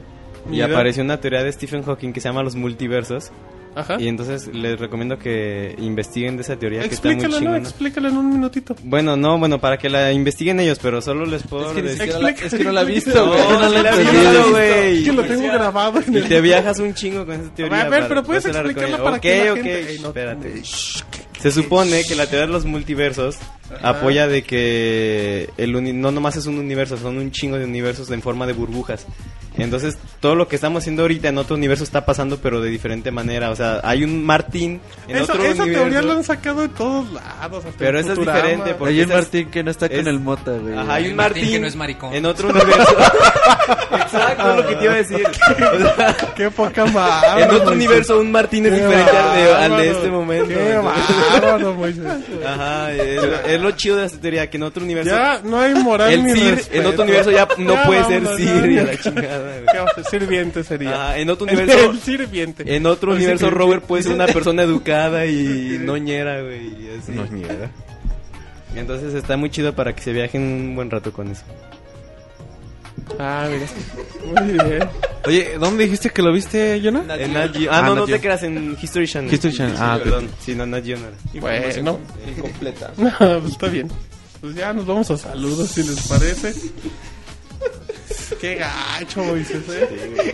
Speaker 2: Mira.
Speaker 7: Y apareció una teoría de Stephen Hawking que se llama los multiversos.
Speaker 2: Ajá.
Speaker 7: Y entonces les recomiendo que investiguen de esa teoría que está
Speaker 2: Explícala,
Speaker 7: muy
Speaker 2: ¿no?
Speaker 7: chingona.
Speaker 2: Explícala en un minutito.
Speaker 7: Bueno, no, bueno, para que la investiguen ellos, pero solo les puedo
Speaker 5: Es que, ni
Speaker 7: decir-
Speaker 5: siquiera la-
Speaker 2: Explica-
Speaker 5: es que no la he visto,
Speaker 2: No,
Speaker 5: güey.
Speaker 7: no la he
Speaker 5: he
Speaker 7: visto,
Speaker 5: visto.
Speaker 7: güey.
Speaker 2: Es que lo tengo grabado en
Speaker 7: Y
Speaker 2: el-
Speaker 7: te viajas un chingo con esa teoría.
Speaker 2: A ver,
Speaker 7: para-
Speaker 2: pero puedes
Speaker 7: por eso la
Speaker 2: explicarla
Speaker 7: recomiendo.
Speaker 2: para
Speaker 7: Ok,
Speaker 2: que la
Speaker 7: ok,
Speaker 2: gente...
Speaker 7: shh,
Speaker 2: no-
Speaker 7: espérate.
Speaker 2: Shh, que-
Speaker 7: Se supone que la teoría de los multiversos apoya de que el uni- no nomás es un universo, son un chingo de universos en forma de burbujas. Entonces, todo lo que estamos haciendo ahorita en otro universo está pasando, pero de diferente manera. O sea, hay un Martín en
Speaker 2: Eso-
Speaker 7: otro
Speaker 2: esa
Speaker 7: universo.
Speaker 2: teoría la han sacado de todos lados. hasta
Speaker 7: Pero
Speaker 2: en
Speaker 7: esa es
Speaker 2: Futurama.
Speaker 7: diferente, porque
Speaker 4: Hay un
Speaker 7: esa es-
Speaker 4: Martín que no está
Speaker 7: es-
Speaker 4: con el mota, güey.
Speaker 7: Ajá, hay
Speaker 6: Hay
Speaker 7: un
Speaker 6: un
Speaker 7: Martín,
Speaker 6: Martín que no es maricón.
Speaker 7: En otro universo. Exacto, es lo que te iba a decir. O sea,
Speaker 2: Qué poca madre.
Speaker 7: en otro
Speaker 2: Moisés.
Speaker 7: universo un Martín es
Speaker 2: Ah, Qué
Speaker 7: diferente al de, al de
Speaker 2: bárbaro.
Speaker 7: este momento.
Speaker 2: Qué
Speaker 7: Entonces-
Speaker 2: bárbaro, Moisés.
Speaker 7: Ajá, es lo, es lo chido de esta teoría, que en otro universo...
Speaker 2: Ya no hay moral
Speaker 7: el
Speaker 2: ni
Speaker 7: Sir, en
Speaker 2: respeto.
Speaker 7: otro universo ya no
Speaker 2: Ya
Speaker 7: puede ser
Speaker 2: vámonos,
Speaker 7: Sir
Speaker 2: ya,
Speaker 7: y a
Speaker 2: ya.
Speaker 7: la chingada, güey.
Speaker 2: ¿Qué va a ser? Sirviente sería.
Speaker 7: Ajá, en otro
Speaker 2: El-
Speaker 7: universo...
Speaker 2: el sirviente.
Speaker 7: En otro
Speaker 2: El
Speaker 7: universo
Speaker 2: sirviente.
Speaker 7: Robert puede ser una persona educada y noñera, güey, y así.
Speaker 3: niega.
Speaker 7: Entonces está muy chido para que se viajen un buen rato con eso.
Speaker 2: Ah, mira. Muy bien.
Speaker 3: Oye, ¿dónde dijiste que lo viste, Jonah?
Speaker 7: En Nat Geo. Ah,
Speaker 3: Ah,
Speaker 7: no,
Speaker 3: Nat
Speaker 7: no te
Speaker 3: Geo.
Speaker 7: creas, en History Channel.
Speaker 3: History Channel, ah, ok.
Speaker 7: perdón. Sí, no, Nat Geo no era.
Speaker 2: Bueno,
Speaker 5: Incompleta.
Speaker 2: no, pues está bien. Pues ya nos vamos a saludos si les parece. Qué gacho, Moisés. ¿eh?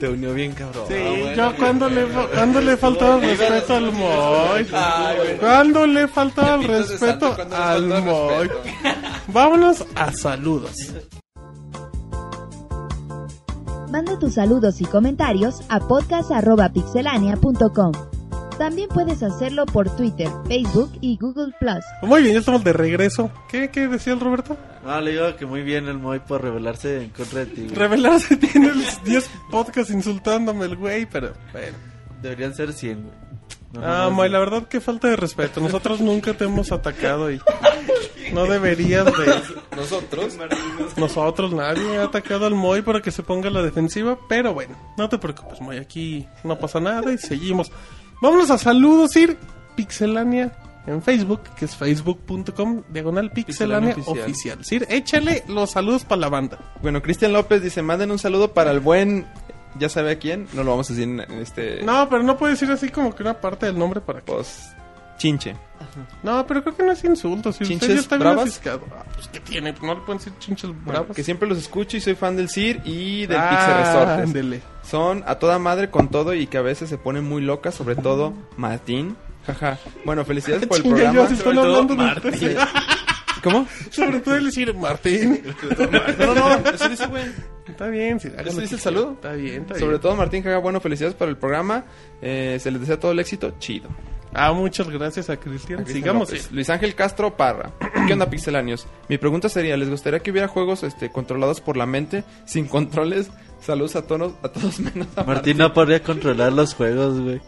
Speaker 5: Te unió bien, cabrón.
Speaker 2: Sí, yo cuando le, cuando le faltaba el respeto al Moy. Cuando le faltaba el
Speaker 5: Pepitos de santo,
Speaker 2: respeto
Speaker 5: cuando le
Speaker 2: al
Speaker 5: faltaba
Speaker 2: Moy.
Speaker 5: el respeto.
Speaker 2: Vámonos a saludos.
Speaker 1: Manda tus saludos y comentarios a podcast.pixelania.com. También puedes hacerlo por Twitter, Facebook y Google Plus.
Speaker 2: Muy bien, ya estamos de regreso. ¿Qué, qué decía el Roberto?
Speaker 4: No, Ah, le digo que muy bien el Moy por rebelarse en contra de ti. güey.
Speaker 2: Revelarse tiene 10 podcasts insultándome el güey, pero bueno.
Speaker 4: Deberían ser 100, güey. No, no,
Speaker 2: Ah,
Speaker 4: no,
Speaker 2: May, la verdad que falta de respeto. Nosotros nunca te hemos atacado y no deberías de...
Speaker 5: Nosotros.
Speaker 2: Nosotros nadie ha atacado al Moy para que se ponga a la defensiva, pero bueno, no te preocupes, Moy, aquí no pasa nada y seguimos. Vámonos a saludos, Ir Pixelania en Facebook, que es facebook.com diagonal pixelania
Speaker 5: Pixelania
Speaker 2: oficial. Sir, échale los saludos para la banda.
Speaker 5: Bueno, Cristian López dice, manden un saludo para el buen... Ya sabe a quién. No lo vamos a decir en este...
Speaker 2: No, pero no puede decir así como que una parte del nombre para que.
Speaker 5: Pues... Chinche.
Speaker 2: No, pero creo que no es insulto, Sir. Usted
Speaker 5: ¿Chinches
Speaker 2: ya está bien
Speaker 5: bravas?
Speaker 2: ciscado. Ah, pues que tiene, no le pueden decir chinches bravas.
Speaker 5: Que siempre los escucho y soy fan del CIR y del ¿eh? Pixel
Speaker 2: pues Ah,
Speaker 5: Resortes.
Speaker 2: ándele.
Speaker 5: Son a toda madre con todo y que a veces se ponen muy locas, sobre todo Martín. Jaja. Bueno, felicidades por el
Speaker 2: Chinga, yo
Speaker 5: programa.
Speaker 2: sí están hablando de usted.
Speaker 5: ¿Cómo?
Speaker 2: Sobre todo el decir Martín.
Speaker 5: No, no, eso dice, güey.
Speaker 2: Está bien, sí. hágalo
Speaker 5: ¿Eso dice
Speaker 2: que
Speaker 5: el saludo?
Speaker 2: quiera. Está bien, está
Speaker 5: Sobre
Speaker 2: bien.
Speaker 5: todo Martín Jaja, bueno, felicidades por el programa. Eh, se les desea todo el éxito. Chido.
Speaker 2: Ah, muchas gracias a Cristian.
Speaker 5: Cristian
Speaker 2: Sigamos.
Speaker 5: López.
Speaker 2: sí.
Speaker 5: Luis Ángel Castro Parra. ¿Qué onda, pixelanios? Mi pregunta sería, ¿les gustaría que hubiera juegos este, controlados por la mente, sin controles? Saludos a, todos, a todos menos a
Speaker 4: Martín no podría controlar los juegos, güey.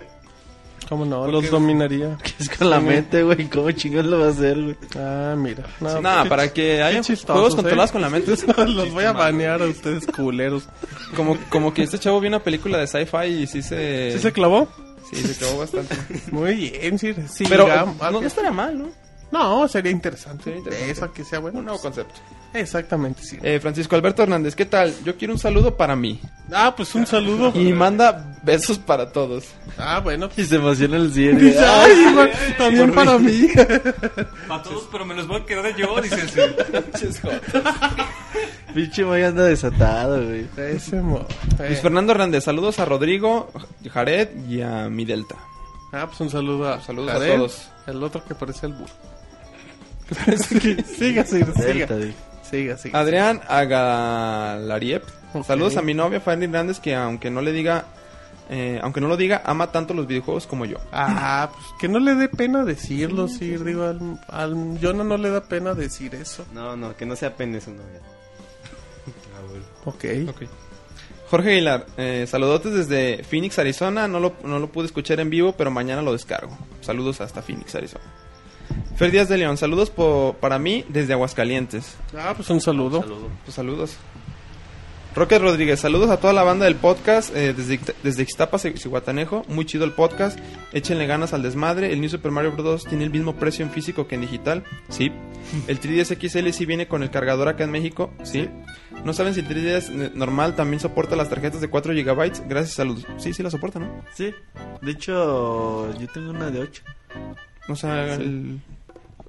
Speaker 2: ¿Cómo no? Los dominaría.
Speaker 4: Es con la
Speaker 2: Sí.
Speaker 4: mente, Este güey. ¿Cómo chingón lo va a hacer, güey?
Speaker 2: Ah, mira.
Speaker 5: Sí,
Speaker 2: No,
Speaker 5: nada,
Speaker 2: qué
Speaker 5: para
Speaker 2: chis-
Speaker 5: que
Speaker 2: qué
Speaker 5: haya
Speaker 2: chistosos,
Speaker 5: juegos
Speaker 2: ¿eh?
Speaker 5: controlados con la mente.
Speaker 2: Los voy a banear a ustedes, culeros.
Speaker 5: Como, como que este chavo vio una película de sci-fi y sí se...
Speaker 2: ¿Sí se clavó?
Speaker 5: sí, se quedó bastante.
Speaker 2: Muy bien, sí. sí
Speaker 5: Pero eh,
Speaker 2: digamos.
Speaker 5: no, no estaría mal, ¿no?
Speaker 2: No, sería interesante.
Speaker 5: Sería interesante.
Speaker 2: Eso, que sea bueno.
Speaker 5: Un nuevo concepto.
Speaker 2: Exactamente, sí.
Speaker 5: Eh, Francisco Alberto Hernández, ¿qué tal? Yo quiero un saludo para mí.
Speaker 2: Ah, pues un saludo.
Speaker 5: Y manda besos para todos.
Speaker 2: Ah, bueno.
Speaker 4: Y se emociona el cien, güey.
Speaker 2: Dice, ay, güey, también para mí.
Speaker 6: Para todos, pero me los voy a quedar yo, dices.
Speaker 4: Pinche Moy anda desatado, güey.
Speaker 2: Ese mo- eh.
Speaker 5: Luis Fernando Hernández, saludos a Rodrigo, Jared y a mi Delta.
Speaker 2: Ah, pues un saludo a,
Speaker 5: Saludos a
Speaker 2: Jared,
Speaker 5: todos.
Speaker 2: El otro que parece el burro. siga, sí, siga.
Speaker 4: Delta, güey.
Speaker 2: Siga, siga.
Speaker 5: Adrián Agalariep,
Speaker 2: Ok.
Speaker 5: saludos a mi novia Fanny Hernández que aunque no le diga... eh, aunque no lo diga, ama tanto los videojuegos como yo.
Speaker 2: Ah, pues que no le dé pena decirlo, sí, digo, al, al Jonah no le da pena decir eso.
Speaker 7: No, no, que no sea pene su novia.
Speaker 2: Ok.
Speaker 5: Ok. Jorge Aguilar, eh, saludotes desde Phoenix, Arizona. No lo, no lo pude escuchar en vivo, pero mañana lo descargo. Saludos hasta Phoenix, Arizona. Fer Díaz de León, saludos po- para mí desde Aguascalientes.
Speaker 2: Ah, pues un saludo.
Speaker 5: Pues saludos. Roque Rodríguez, saludos a toda la banda del podcast eh, desde, Ixta- desde Ixtapas, Cihuatanejo. Muy chido el podcast. Échenle ganas al desmadre. El New Super Mario Bros. 2 tiene el mismo precio en físico que en digital. Sí. El 3DS XL sí viene con el cargador acá en México. Sí. No saben si el 3DS n- eh, normal también soporta las tarjetas de 4 GB. Gracias a los... Sí, sí la soporta, ¿no?
Speaker 4: Sí. De hecho, yo tengo una de 8.
Speaker 5: O sea, el-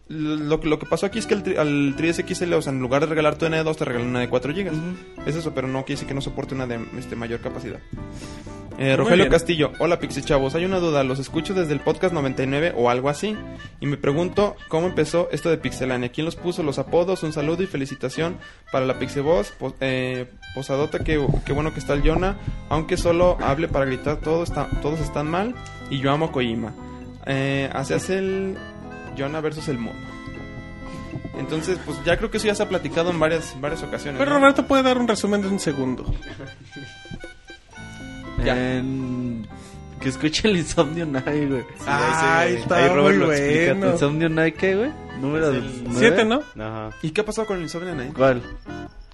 Speaker 5: Lo, lo que pasó aquí es que el tri- al 3DS XL, o sea, en lugar de regalar tu N2, te regalan una de 4 GB. Es eso, pero no quiere decir que no soporte una de este, mayor capacidad. Eh, Rogelio
Speaker 2: bien.
Speaker 5: Castillo, hola Pixie Chavos, hay una duda, los escucho desde el podcast 99 o algo así, y me pregunto cómo empezó esto de Pixelania, quién los puso, los apodos, un saludo y felicitación para la Pixie Voz, po- eh, Posadota, qué, qué bueno que está el Yona, aunque solo hable para gritar, todo está, todos están mal, y yo amo a Kojima. Eh, así hace el Yona versus el mundo. Entonces, pues ya creo que eso ya se ha platicado en varias, varias ocasiones.
Speaker 2: Pero
Speaker 5: ¿no?
Speaker 2: Roberto puede dar un resumen de un segundo.
Speaker 5: Ya.
Speaker 4: En- Que escuche el Insomnio Night, güey.
Speaker 2: Ay, está
Speaker 4: Ahí Robert
Speaker 2: muy
Speaker 4: lo explica.
Speaker 2: bueno.
Speaker 4: ¿Insomnio Night qué, güey? Número 9.
Speaker 2: Siete, ¿no?
Speaker 7: Ajá.
Speaker 5: ¿Y qué ha pasado con el eh? Insomnia Night?
Speaker 4: ¿Cuál?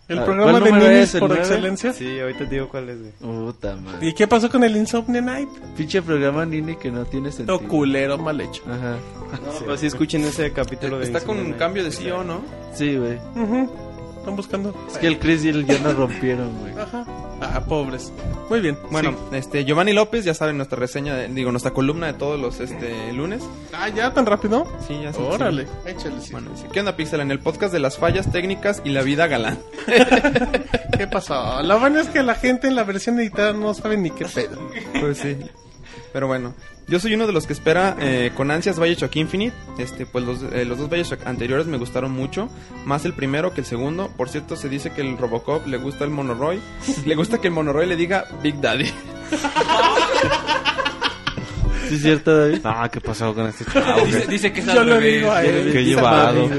Speaker 2: El
Speaker 4: Ah,
Speaker 2: programa
Speaker 4: ¿cuál
Speaker 2: de
Speaker 4: número
Speaker 2: ninis
Speaker 4: es? ¿El
Speaker 2: por
Speaker 4: nueve?
Speaker 2: excelencia.
Speaker 7: Sí, ahorita te digo cuál es, güey.
Speaker 4: Puta madre.
Speaker 2: ¿Y qué pasó con el Insomnia Night?
Speaker 4: Pinche programa Nini que no tiene sentido.
Speaker 2: Todo culero, mal hecho.
Speaker 4: Ajá.
Speaker 7: No, pero sí escuchen ese capítulo de
Speaker 5: Está con un
Speaker 7: Insomnia
Speaker 5: cambio de
Speaker 7: Night.
Speaker 5: CEO, ¿no?
Speaker 4: Sí, güey.
Speaker 2: Ujú. Están buscando.
Speaker 4: Es que el Chris y el yo nos rompieron, güey.
Speaker 2: Ajá. Ah, pobres. Muy bien.
Speaker 5: Bueno,
Speaker 2: sí.
Speaker 5: este Giovanni López, ya saben nuestra reseña, de- digo, nuestra columna de todos los este lunes.
Speaker 2: Ah, ya tan rápido.
Speaker 5: Sí, ya se-
Speaker 2: Órale.
Speaker 5: sí.
Speaker 2: Échale. sí.
Speaker 5: Bueno, dice, ¿qué onda Pixel en el podcast de las fallas técnicas y la vida galán?
Speaker 2: ¿Qué pasó? La vaina es que la gente en la versión editada no sabe ni qué pedo.
Speaker 5: Pues sí. Pero bueno, yo soy uno de los que espera eh, con ansias Bioshock Infinite. Este, pues los, eh, los dos Bioshock anteriores me gustaron mucho, más el primero que el segundo. Por cierto, se dice que el Robocop le gusta el Monoroy, le gusta que el Monoroy le diga Big Daddy.
Speaker 4: ¿Sí es cierto, David?
Speaker 3: Ah, ¿qué pasó con este chavo?
Speaker 6: Dice, dice que es
Speaker 2: Yo
Speaker 6: al
Speaker 2: lo
Speaker 6: revés.
Speaker 2: digo a él.
Speaker 3: Qué llevado.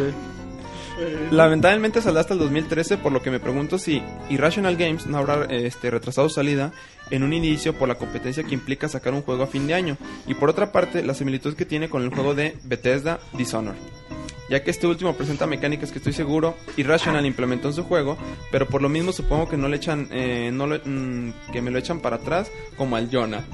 Speaker 5: Lamentablemente saldrá hasta el 2013, por lo que me pregunto si Irrational Games no habrá este, retrasado su salida en un inicio por la competencia que implica sacar un juego a fin de año, y por otra parte la similitud que tiene con el juego de Bethesda Dishonored. Ya que este último presenta mecánicas que estoy seguro Irrational implementó en su juego, pero por lo mismo supongo que no le echan, eh, no lo- mm, que me lo echan para atrás como al Jonah.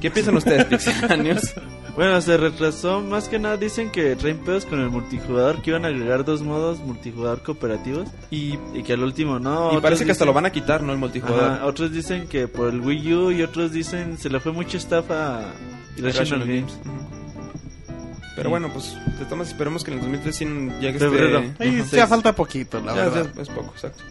Speaker 5: ¿Qué piensan ustedes, Pixelanios?
Speaker 4: Bueno, se retrasó. Más que nada dicen que traen pedos con el multijugador, que iban a agregar dos modos, multijugador cooperativos,
Speaker 5: Y,
Speaker 4: y que al último no.
Speaker 5: y
Speaker 4: otros
Speaker 5: parece que hasta lo
Speaker 4: dicen-
Speaker 5: van a quitar, ¿no? El multijugador.
Speaker 4: Ajá, otros dicen que por el Wii U y otros dicen se le fue mucha estafa a
Speaker 5: Irrational
Speaker 4: Irrational Games.
Speaker 5: Pero bueno, pues de todas maneras esperemos que en el 2003 sí llegue
Speaker 4: Febrero.
Speaker 5: este...
Speaker 2: Ahí ya falta poquito, la
Speaker 5: Ya,
Speaker 2: verdad.
Speaker 5: ya, es poco, exacto.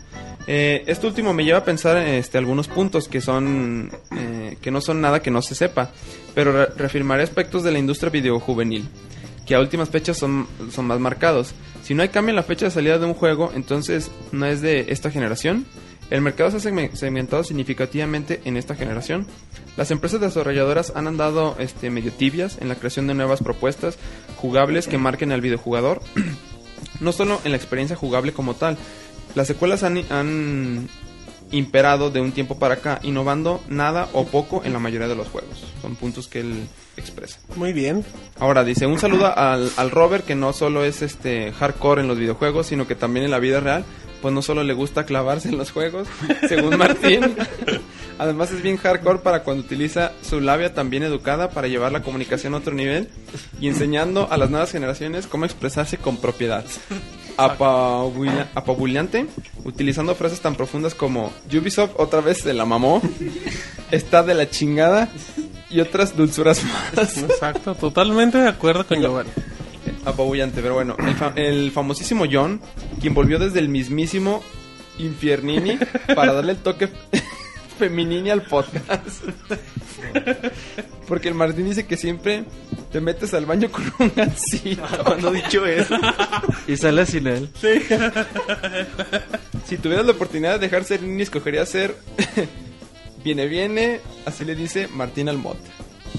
Speaker 5: Eh, esto último me lleva a pensar este, algunos puntos que son eh, que no son nada que no se sepa, pero re- reafirmaré aspectos de la industria videojuvenil que a últimas fechas son, son más marcados. Si no hay cambio en la fecha de salida de un juego, entonces no es de esta generación. El mercado se ha segme- segmentado significativamente en esta generación. Las empresas desarrolladoras han andado este, medio tibias en la creación de nuevas propuestas jugables que marquen al videojugador no solo en la experiencia jugable como tal. Las secuelas han, han imperado de un tiempo para acá, innovando nada o poco en la mayoría de los juegos. Son puntos que él expresa.
Speaker 2: Muy bien.
Speaker 5: Ahora dice, un saludo al, al Robert, que no solo es este hardcore en los videojuegos, sino que también en la vida real, pues no solo le gusta clavarse en los juegos, según Martín. Además es bien hardcore para cuando utiliza su labia también educada para llevar la comunicación a otro nivel y enseñando a las nuevas generaciones cómo expresarse con propiedad. Apabulla- apabullante, utilizando frases tan profundas como Ubisoft otra vez se la mamó, está de la chingada y otras dulzuras más.
Speaker 2: Exacto, totalmente de acuerdo con Giovanni.
Speaker 5: apabullante, pero bueno. El, fa- el famosísimo John, quien volvió desde el mismísimo Infiernini para darle el toque fe- feminini al podcast. Porque el Martín dice que siempre te metes al baño con un gancito.
Speaker 4: Cuando dicho eso. y sale sin él.
Speaker 5: Si tuvieras la oportunidad de dejar ser nini, escogería ser. Viene, viene, así le dice Martín al Mota.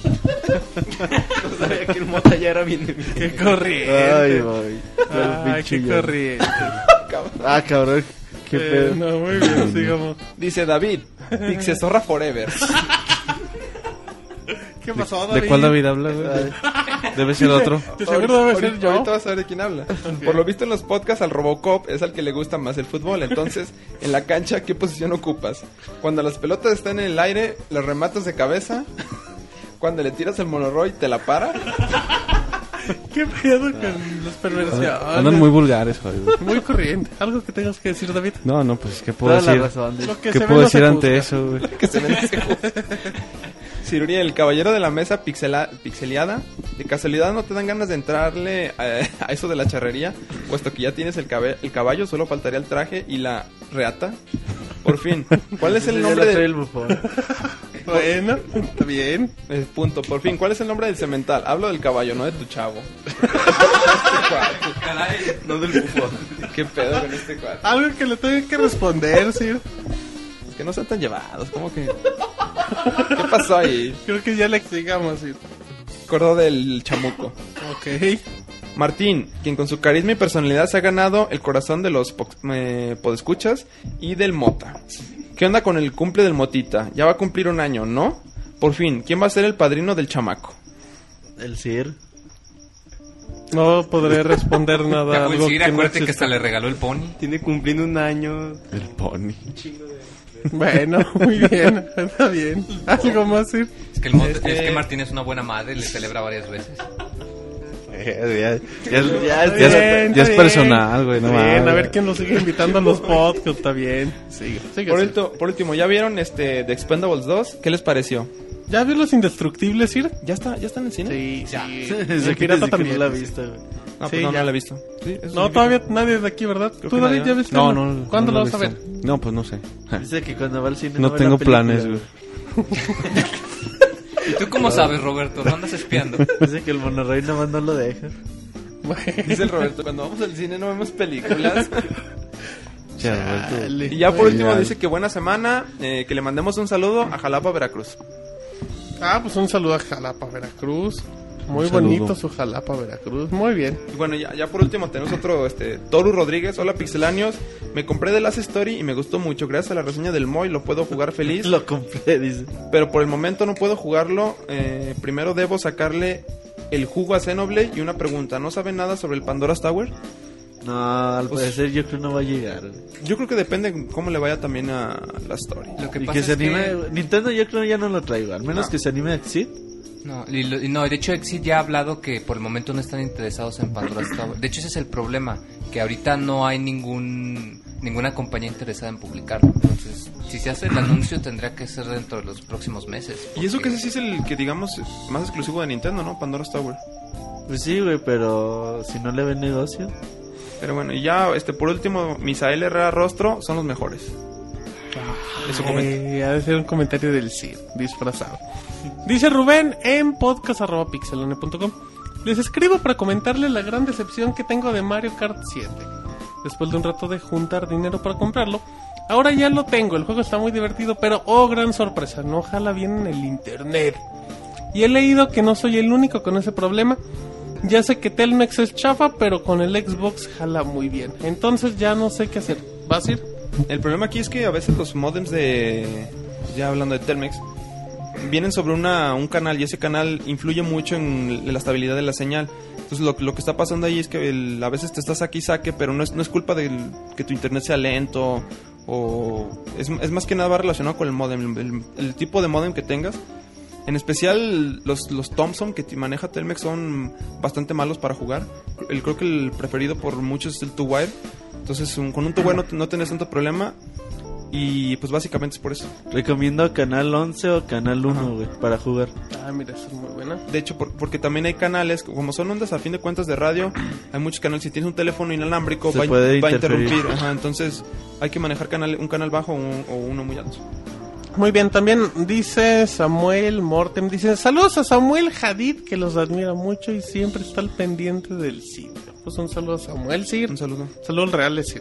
Speaker 8: No sabía que el mota ya era bien de mí.
Speaker 2: Qué corriente.
Speaker 4: Ay, güey.
Speaker 2: Ay, qué corriente.
Speaker 4: Ah, cabrón. Qué
Speaker 2: Eh,
Speaker 4: pedo.
Speaker 2: no, muy bien, sigamos.
Speaker 5: Dice David, Pixie Zorra Forever.
Speaker 2: ¿Qué pasó,
Speaker 3: ¿De cuál David habla, güey? Debe ser otro.
Speaker 2: De seguro debe
Speaker 5: Ahorita-
Speaker 2: ser
Speaker 5: ahorita-
Speaker 2: yo.
Speaker 5: Ahorita vas a ver de quién habla. Por lo visto en los podcasts, al Robocop es al que le gusta más el fútbol. Entonces, en la cancha, ¿qué posición ocupas? Cuando las pelotas están en el aire, las rematas de cabeza. Cuando le tiras el monoroy, te la para.
Speaker 2: Qué pedo con las perversiones.
Speaker 3: Ah, Andan muy vulgares, Javi.
Speaker 2: Muy corriente. Algo que tengas que decir, David.
Speaker 3: No, no, pues, ¿qué puedo
Speaker 4: Toda la
Speaker 3: decir?
Speaker 4: razón. dice.
Speaker 2: Lo que
Speaker 3: ¿Qué
Speaker 2: se ve
Speaker 3: puedo
Speaker 2: no se
Speaker 3: decir ante
Speaker 2: juzga.
Speaker 3: eso, güey?
Speaker 5: que se vende ese juego. Sir Uriel, el caballero de la mesa pixela- pixeleada. De casualidad no te dan ganas de entrarle a, a eso de la charrería, puesto que ya tienes el, cabe- el caballo, solo faltaría el traje y la reata. Por fin, ¿cuál es
Speaker 4: Ese
Speaker 5: el
Speaker 4: ya
Speaker 5: nombre
Speaker 4: lo trae
Speaker 5: del
Speaker 4: el bufón.
Speaker 2: Bueno, está bien.
Speaker 5: eh, punto? Por fin, ¿cuál es el nombre del cemental? Hablo del caballo, no de tu chavo. no del bufón. ¿Qué pedo con este cuadro?
Speaker 2: Algo que le tengo que responder, sí.
Speaker 5: Es que no sean tan llevados, ¿cómo que? ¿Qué pasó ahí?
Speaker 2: Creo que ya le sigamos, sí.
Speaker 5: Acordó del chamuco.
Speaker 2: Ok.
Speaker 5: Martín, quien con su carisma y personalidad se ha ganado el corazón de los po- eh, podescuchas y del Mota. ¿Qué onda con el cumple del Motita? Ya va a cumplir un año, ¿no? Por fin, ¿quién va a ser el padrino del chamaco?
Speaker 4: El Sir.
Speaker 2: No podré responder nada.
Speaker 6: Ya,
Speaker 2: algo
Speaker 6: güey,
Speaker 2: que
Speaker 6: sí,
Speaker 2: no
Speaker 6: acuérdate que
Speaker 2: existe.
Speaker 6: hasta le regaló el pony.
Speaker 7: Tiene cumpliendo un año.
Speaker 3: El pony.
Speaker 2: Bueno, muy bien. Está bien. Algo más, sí.
Speaker 6: Es que, el Mont-
Speaker 5: Este-
Speaker 6: es que Martín es una buena madre, le celebra varias veces.
Speaker 3: Ya, Eh, ya es,
Speaker 2: Está
Speaker 3: ya es-
Speaker 2: bien,
Speaker 3: ya es
Speaker 2: está
Speaker 3: personal, güey. No
Speaker 2: bien,
Speaker 3: mames.
Speaker 2: a ver quién nos sigue invitando a los podcasts, está bien. Sigue, sigue,
Speaker 5: Por,
Speaker 2: sigue.
Speaker 5: ulti- por último, ¿ya vieron este The Expendables 2? ¿Qué les pareció?
Speaker 2: ¿Ya vio los indestructibles, Sir?
Speaker 5: ¿Ya está, ya está en el cine?
Speaker 2: Sí, sí. El
Speaker 4: Se
Speaker 2: pirata también.
Speaker 4: la vista, güey.
Speaker 5: No, pues
Speaker 2: sí,
Speaker 5: no, no
Speaker 2: ya.
Speaker 5: la he visto. Sí, eso
Speaker 2: No,
Speaker 5: significa-
Speaker 2: todavía nadie de aquí, ¿verdad?
Speaker 5: Creo
Speaker 2: ¿Tú,
Speaker 5: que
Speaker 2: David,
Speaker 5: nadie,
Speaker 2: ya
Speaker 5: ¿no?
Speaker 2: viste?
Speaker 3: No, no.
Speaker 2: ¿Cuándo
Speaker 3: no
Speaker 2: lo
Speaker 3: he
Speaker 2: vas a ver?
Speaker 3: visto. No, pues no sé.
Speaker 4: Dice que cuando va al cine.
Speaker 3: No
Speaker 4: ve la
Speaker 3: tengo
Speaker 4: película,
Speaker 3: planes, güey.
Speaker 6: ¿Y tú cómo sabes, Roberto? ¿No andas espiando?
Speaker 4: Dice que el monorrey nomás no lo deja.
Speaker 5: Dice el Roberto, cuando vamos al cine no vemos películas.
Speaker 3: Che, Roberto.
Speaker 5: Y ya por último dice que buena semana, eh, que le mandemos un saludo a Jalapa, Veracruz.
Speaker 2: Ah, pues un saludo a Jalapa, Veracruz. Muy
Speaker 3: saludo.
Speaker 2: bonito su Jalapa, Veracruz. Muy bien.
Speaker 5: Y bueno, ya, ya por último tenemos otro, este, Toru Rodríguez. Hola, pixelanios. Me compré The Last Story y me gustó mucho. Gracias a la reseña del Moy lo puedo jugar feliz.
Speaker 4: Lo compré, dice.
Speaker 5: Pero por el momento no puedo jugarlo. Eh, primero debo sacarle el jugo a Xenoblade. Y una pregunta, ¿no saben nada sobre el Pandora's Tower?
Speaker 4: No, al parecer yo creo no va a llegar. güey.
Speaker 5: Yo creo que depende cómo le vaya también a la story.
Speaker 6: Lo que
Speaker 4: Y
Speaker 6: pasa
Speaker 4: que se
Speaker 6: es
Speaker 4: anime.
Speaker 6: que...
Speaker 4: Nintendo yo creo ya no lo traigo. Al menos
Speaker 5: No.
Speaker 4: que se anime a Exit.
Speaker 6: No, y lo- y no, de hecho Exit ya ha hablado que por el momento no están interesados en Pandora's Tower. De hecho ese es el problema, que ahorita no hay ningún ninguna compañía interesada en publicarlo. Entonces, si se hace el anuncio tendrá que ser dentro de los próximos meses.
Speaker 5: Y eso que
Speaker 6: porque-
Speaker 5: ese sí es el que digamos más exclusivo de Nintendo, ¿no? Pandora's Tower.
Speaker 4: Pues sí, güey, pero si no le ven negocio.
Speaker 5: Pero bueno, y ya este por último, Misael Herrera Rostro son los mejores. Eso comenta.
Speaker 2: Eh, ha de ser un comentario del Cid, disfrazado. Dice Rubén en podcast.pixelone.com. Les escribo para comentarles la gran decepción que tengo de Mario Kart 7. Después de un rato de juntar dinero para comprarlo, ahora ya lo tengo. El juego está muy divertido, pero oh, gran sorpresa, no jala bien en el internet. Y he leído que no soy el único con ese problema. Ya sé que Telmex es chafa, pero con el Xbox jala muy bien. Entonces ya no sé qué hacer. ¿Vas a ir?
Speaker 5: El problema aquí es que a veces los modems de ya hablando de Telmex vienen sobre una, un canal y ese canal influye mucho en la estabilidad de la señal. Entonces lo, lo que está pasando ahí es que el- a veces te estás aquí y saque, pero no es, no es culpa de que tu internet sea lento o es, es más que nada va relacionado con el modem, el, el tipo de modem que tengas. En especial los, los Thompson que te maneja Telmex son bastante malos para jugar. El, creo que el preferido por muchos es el 2-Wire. Entonces un- con un 2-Wire no, te- no tenés tanto problema y pues básicamente es por eso.
Speaker 4: Recomiendo Canal 11 o Canal 1,
Speaker 5: Ajá.
Speaker 4: güey, para jugar.
Speaker 2: Ah, mira, eso es muy buena.
Speaker 5: De hecho, por- porque también hay canales, como son ondas a fin de cuentas de radio, hay muchos canales. Si tienes un teléfono inalámbrico,
Speaker 4: Se
Speaker 5: va, a-
Speaker 4: puede
Speaker 5: va a
Speaker 4: interferir.
Speaker 5: interrumpir. Ajá, entonces hay que manejar canal, un canal bajo o un- o uno muy alto.
Speaker 2: Muy bien, también dice Samuel Mortem, dice saludos a Samuel Hadid que los admira mucho y siempre está al pendiente del sitio. Pues un saludo a Samuel, sí,
Speaker 5: Un saludo.
Speaker 2: saludos reales, sí.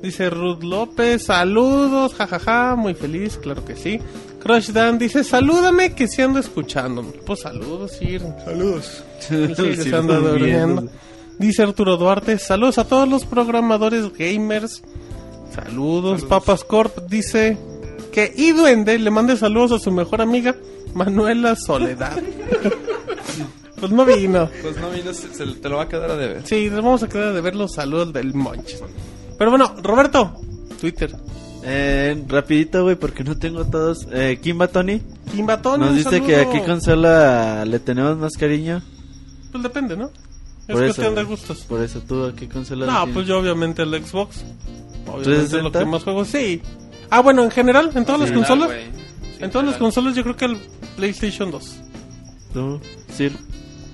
Speaker 2: Dice Ruth López, saludos, jajaja, muy feliz, claro que sí. Crush Dan dice, salúdame que si ando escuchándome. Pues saludos, Sir. Saludos.
Speaker 4: Sí,
Speaker 2: se anda
Speaker 4: están
Speaker 2: durmiendo.
Speaker 4: viendo.
Speaker 2: Dice Arturo Duarte, saludos a todos los programadores gamers. Saludos, Papas Corp. Dice que y Duende le mande saludos a su mejor amiga, Manuela Soledad. pues no vino.
Speaker 5: Pues no, mira, se- se- te lo va a quedar a deber.
Speaker 2: Sí, nos vamos a quedar de ver los saludos del Monch. Pero bueno, Roberto, Twitter.
Speaker 4: Eh, rapidito, güey, porque no tengo todos. Eh, Kimba Tony
Speaker 2: Kimbatón,
Speaker 4: nos
Speaker 2: un
Speaker 4: dice
Speaker 2: saludo.
Speaker 4: que a qué consola le tenemos más cariño.
Speaker 2: Pues depende, ¿no? Es
Speaker 4: Por eso,
Speaker 2: cuestión de
Speaker 4: güey.
Speaker 2: gustos.
Speaker 4: Por eso tú a qué consola
Speaker 2: No,
Speaker 4: le
Speaker 2: pues
Speaker 4: tienes?
Speaker 2: yo obviamente el Xbox. Obviamente es lo
Speaker 4: 360?
Speaker 2: que más juego, sí. Ah, bueno, en general, en todas las consolas.
Speaker 5: güey.
Speaker 2: en todas las consolas yo creo que el PlayStation 2.
Speaker 4: Tú, Sir,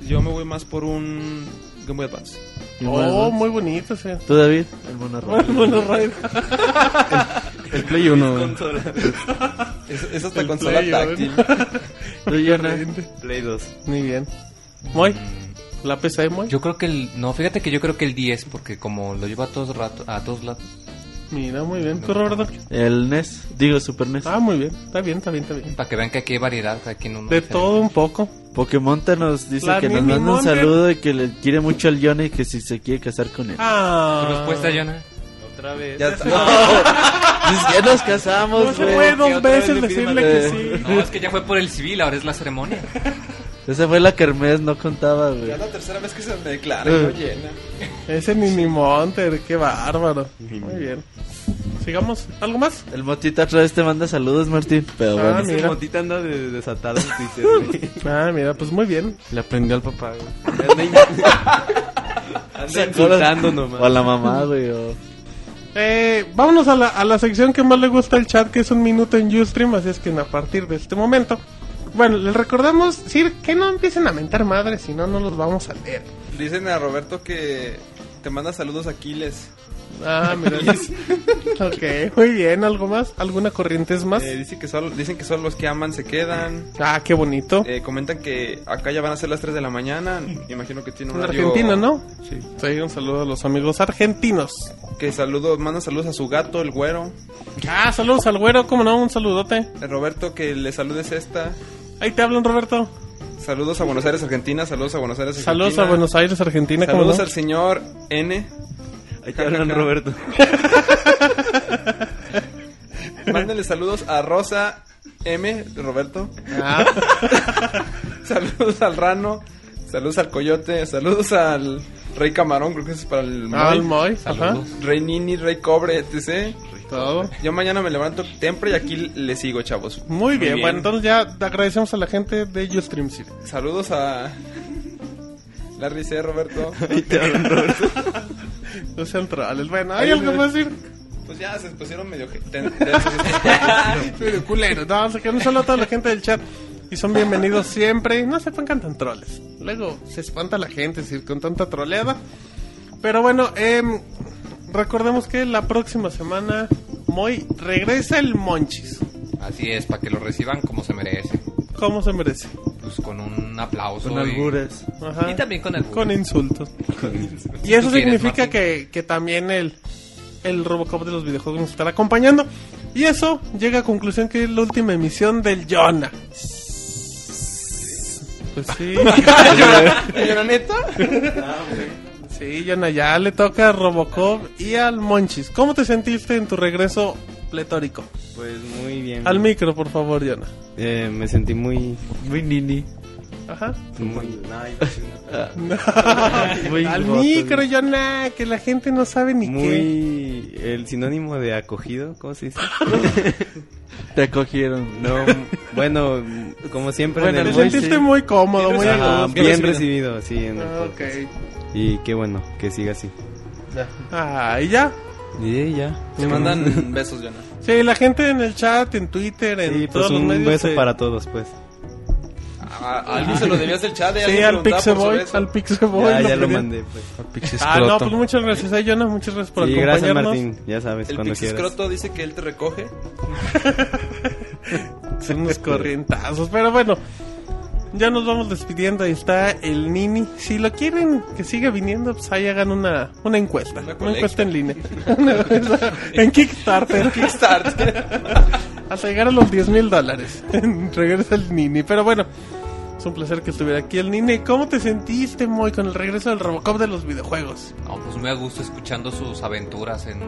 Speaker 5: Yo me voy más por un Game Boy Advance.
Speaker 4: y
Speaker 2: Oh,
Speaker 4: bueno,
Speaker 2: muy bonito, sí.
Speaker 4: Tú, David, el mono rojo.
Speaker 2: Bueno, bueno, Raid.
Speaker 7: El Play 1.
Speaker 5: Es, es hasta
Speaker 2: El
Speaker 5: consola
Speaker 2: Play,
Speaker 5: táctil.
Speaker 4: Tú, Jonah.
Speaker 7: Play 2.
Speaker 2: Muy bien. Moy, la PC de Moy.
Speaker 6: Yo creo que el... No, fíjate que yo creo que el 10, porque como lo llevo a todos, rato, a todos lados.
Speaker 2: Mira, muy bien. ¿Tú, Roberto?
Speaker 4: El NES, digo Super E NES.
Speaker 2: Ah, muy bien. Está bien, está bien, está bien.
Speaker 6: Para que vean que aquí hay variedad, cada quien uno
Speaker 2: De
Speaker 6: diferente.
Speaker 2: todo un poco.
Speaker 4: Pokémonta nos dice
Speaker 2: La
Speaker 4: que nos
Speaker 2: Mimi
Speaker 4: manda un
Speaker 2: Monter.
Speaker 4: saludo y que le quiere mucho al Johnny y que si se quiere casar con él.
Speaker 2: Ah.
Speaker 6: ¿Tu Pues respuesta, Jonah?
Speaker 7: Otra vez.
Speaker 5: Ya está.
Speaker 4: Dice que nos
Speaker 2: No
Speaker 4: casamos,
Speaker 2: se puede
Speaker 4: güey.
Speaker 2: dos
Speaker 7: otra vez
Speaker 2: veces
Speaker 7: le piden
Speaker 2: decirle que sí.
Speaker 6: No, es que ya fue por el civil, ahora es la ceremonia.
Speaker 4: Esa fue la kermés, no contaba, güey.
Speaker 5: Ya es la tercera vez que se me declara. y no llena.
Speaker 2: Ese Mini Monter, qué bárbaro. Muy bien. Sigamos. ¿Algo más?
Speaker 4: El motita otra vez te manda saludos, Martín. Pero
Speaker 2: Ah,
Speaker 4: bueno.
Speaker 2: mira.
Speaker 7: Motita anda de desatada en Twitter, güey.
Speaker 2: Ah, mira, pues muy bien.
Speaker 7: Le aprendió al papá, güey. Anda in- Anda insultando nomás.
Speaker 4: O a la mamá, güey. o-
Speaker 2: Eh, vámonos a la, a la sección que más le gusta al chat, que es un minuto en Ustream, así es que a partir de este momento. Bueno, les recordamos, Sir, que no empiecen a mentar madre, si no, no los vamos a leer.
Speaker 5: Dicen a Roberto que te manda saludos a Aquiles.
Speaker 2: Ah, mira. ok, muy bien, ¿algo más? ¿Alguna corriente es más?
Speaker 5: Eh, dice que solo, dicen que solo los que aman se quedan.
Speaker 2: Ah, qué bonito.
Speaker 5: Eh, comentan que acá ya van a ser las 3 de la mañana. Me Imagino que tiene un
Speaker 2: En
Speaker 5: horario-
Speaker 2: Argentina, ¿no?
Speaker 5: Sí.
Speaker 2: Sí, un saludo a los amigos argentinos.
Speaker 5: Que saludos, manda saludos a su gato, el güero.
Speaker 2: Ah, saludos al güero, cómo no, un saludote.
Speaker 5: Eh, Roberto, que le saludes esta.
Speaker 2: Ahí te hablan, Roberto.
Speaker 5: Saludos a Buenos Aires, Argentina. Saludos a Buenos Aires, Argentina.
Speaker 2: Saludos a Buenos Aires, Argentina. ¿cómo
Speaker 5: Saludos
Speaker 2: no?
Speaker 5: al señor N.
Speaker 3: Ahí te hablan, Roberto.
Speaker 5: Mándenle saludos a Rosa M. Roberto.
Speaker 2: Ah,
Speaker 5: Saludos al Rano. Saludos al Coyote. Saludos al Rey Camarón. Creo que ese es para el
Speaker 2: al
Speaker 5: Moy.
Speaker 2: Moy, ajá.
Speaker 6: Saludos.
Speaker 5: Rey Nini, Rey Cobre, etc.
Speaker 2: Todo.
Speaker 5: Yo mañana me levanto temprano y aquí le sigo, chavos.
Speaker 2: Muy bien, bueno, entonces ya agradecemos a la gente de YouStream City.
Speaker 5: Saludos a Larry C. Roberto.
Speaker 2: No sean troles. Bueno,
Speaker 5: Ahí
Speaker 2: ¿hay algo
Speaker 5: me-
Speaker 2: más decir?
Speaker 5: Pues ya se pusieron medio que. ten-
Speaker 2: Pero culero. No, se quedan solo a toda la gente del chat. Y son bienvenidos siempre. No se pongan tan troles. Luego se espanta la gente es decir, con tanta troleada. Pero bueno, em, recordemos que la próxima semana Moy regresa el Monchis.
Speaker 6: Así es, para que lo reciban como se merece.
Speaker 2: ¿Cómo se merece?
Speaker 6: Pues con un aplauso.
Speaker 4: Con
Speaker 6: y-
Speaker 4: albures.
Speaker 2: Ajá.
Speaker 6: Y también con albures.
Speaker 2: ¿ah? Con insultos. Y eso
Speaker 6: ¿Tú quieres,
Speaker 2: significa
Speaker 6: Martín?
Speaker 2: que, que también el, el Robocop de los videojuegos nos estará acompañando. Y eso llega a conclusión que es la última emisión del Jonah. Pues sí.
Speaker 5: ¿Señora neta?
Speaker 2: sí, Jonah, ya le toca a Robocop y al Monchis. ¿Cómo te sentiste en tu regreso pletórico?
Speaker 7: Pues muy bien.
Speaker 2: Al micro, por favor, Jonah.
Speaker 7: Eh, me sentí muy.
Speaker 4: Muy nini.
Speaker 2: Ajá.
Speaker 7: muy-
Speaker 2: Al micro, Jonah, que la gente no sabe ni qué.
Speaker 7: muy. El sinónimo de acogido, ¿cómo se dice?
Speaker 4: Te acogieron.
Speaker 7: No, bueno, como siempre
Speaker 2: Bueno,
Speaker 7: en
Speaker 2: te
Speaker 7: el Moy, sí.
Speaker 2: sentiste muy cómodo, muy a
Speaker 7: Ajá,
Speaker 2: gusto.
Speaker 7: bien recibido, sí, en el
Speaker 2: Ah,
Speaker 7: podcast.
Speaker 2: ok.
Speaker 7: Y qué bueno, que siga así.
Speaker 2: Ah, y ya.
Speaker 7: Y ya.
Speaker 5: Te mandan besos, Jonah.
Speaker 2: Sí, la gente en el chat, en Twitter, en
Speaker 7: Sí,
Speaker 2: todos
Speaker 7: pues
Speaker 2: los
Speaker 7: un
Speaker 2: medios.
Speaker 7: beso
Speaker 2: se-
Speaker 7: para todos, pues.
Speaker 5: A, a alguien se lo debías del chat. ¿eh?
Speaker 2: Sí,
Speaker 5: Alguien
Speaker 2: al
Speaker 5: preguntaba por su
Speaker 2: Pixeboy,
Speaker 5: beso.
Speaker 2: al Pixeboy.
Speaker 7: ya ya lo
Speaker 2: pedí.
Speaker 7: mandé, pues.
Speaker 2: Ah, no, pues muchas gracias a Jonas, muchas gracias por
Speaker 7: Sí, gracias
Speaker 2: acompañarnos.
Speaker 7: Martín, ya sabes,
Speaker 5: El
Speaker 7: cuando quieras.
Speaker 5: Pixescroto dice que él te recoge.
Speaker 2: Son unos
Speaker 7: Este,
Speaker 2: corrientazos, pero bueno. Ya nos vamos despidiendo, ahí está el Nini. Si lo quieren que siga viniendo, pues ahí hagan una, una encuesta. Una,
Speaker 5: colecta.
Speaker 2: encuesta en línea. Una encuesta en Kickstarter.
Speaker 5: Kickstarter.
Speaker 2: Hasta llegar a los 10 mil dólares. Regresa el Nini. Pero bueno, es un placer que estuviera aquí el Nini. ¿Cómo te sentiste, Moy, con el regreso del Robocop de los videojuegos?
Speaker 6: No, pues me a gusto escuchando sus aventuras en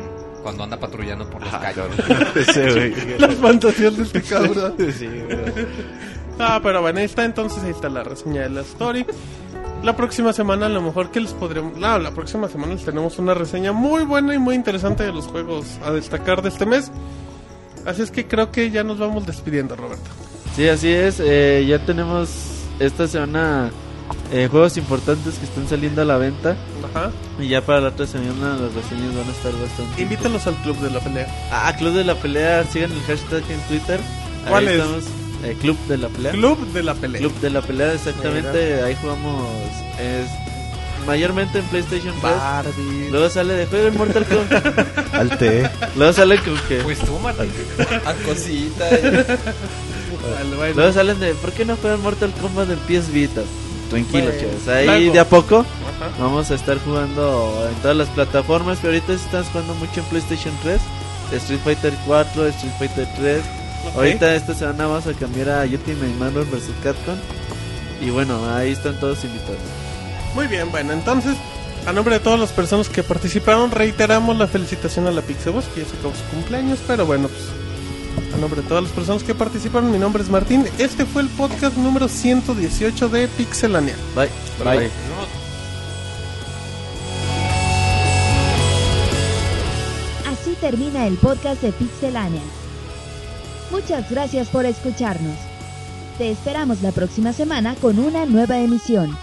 Speaker 6: cuando anda patrullando por las calles.
Speaker 2: Las fantasías de este cabrón. ah, pero bueno, ahí está entonces, ahí está la reseña de la story. La próxima semana a lo mejor que les podremos... No, la próxima semana les tenemos una reseña muy buena y muy interesante de los juegos a destacar de este mes. Así es que creo que ya nos vamos despidiendo, Roberto.
Speaker 4: Sí, así es. eh, ya tenemos esta semana eh, juegos importantes que están saliendo a la venta.
Speaker 2: Ajá.
Speaker 4: Y ya para la otra semana las reseñas van a estar bastante.
Speaker 2: Invítalos al club de la pelea.
Speaker 4: Ah, Club de la Pelea. Sigan el hashtag en Twitter.
Speaker 2: ¿Cuál es?
Speaker 4: Estamos, eh, Club de la Pelea.
Speaker 2: Club de la pelea.
Speaker 4: Club de la Pelea, exactamente. Ahí jugamos. es, mayormente en PlayStation 3. Luego sale de juego en Mortal Kombat.
Speaker 7: Al té.
Speaker 4: Luego sale con que.
Speaker 6: Pues tú, Martín.
Speaker 5: A cosita. eh.
Speaker 2: Vale, bueno.
Speaker 4: Luego salen de, ¿por qué no juegan Mortal Kombat en pies Vita? Tranquilo,
Speaker 2: Bueno,
Speaker 4: chavos. Ahí
Speaker 2: luego.
Speaker 4: de a poco
Speaker 2: Pues, Ajá.
Speaker 4: vamos a estar jugando en todas las plataformas, pero ahorita estás jugando mucho en PlayStation 3, Street Fighter 4, Street Fighter 3.
Speaker 2: Ok.
Speaker 4: Ahorita esta semana vamos a cambiar a Ultimate Marvel vs. Capcom. Y bueno, ahí están todos invitados.
Speaker 2: Muy bien, bueno, entonces, a nombre de todas las personas que participaron, reiteramos la felicitación a la Pixabos, que ya se acabó su cumpleaños, pero bueno, pues, a nombre de todas las personas que participaron, mi nombre es Martín, este fue el podcast número 118 de Pixelania.
Speaker 4: Bye.
Speaker 7: Bye.
Speaker 1: Así termina el podcast de Pixelania. Muchas gracias por escucharnos. Te esperamos la próxima semana con una nueva emisión.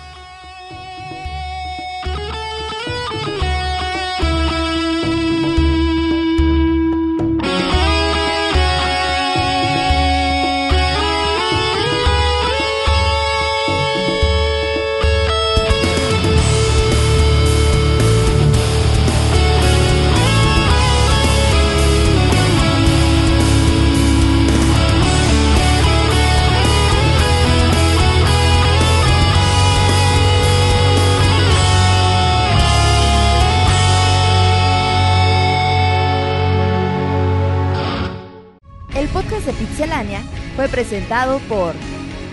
Speaker 9: El podcast de Pixelania fue presentado por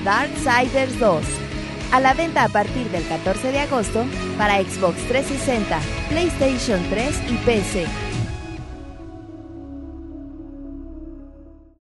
Speaker 1: Darksiders 2. A la venta a partir del 14 de agosto para Xbox 360, PlayStation 3 y PC.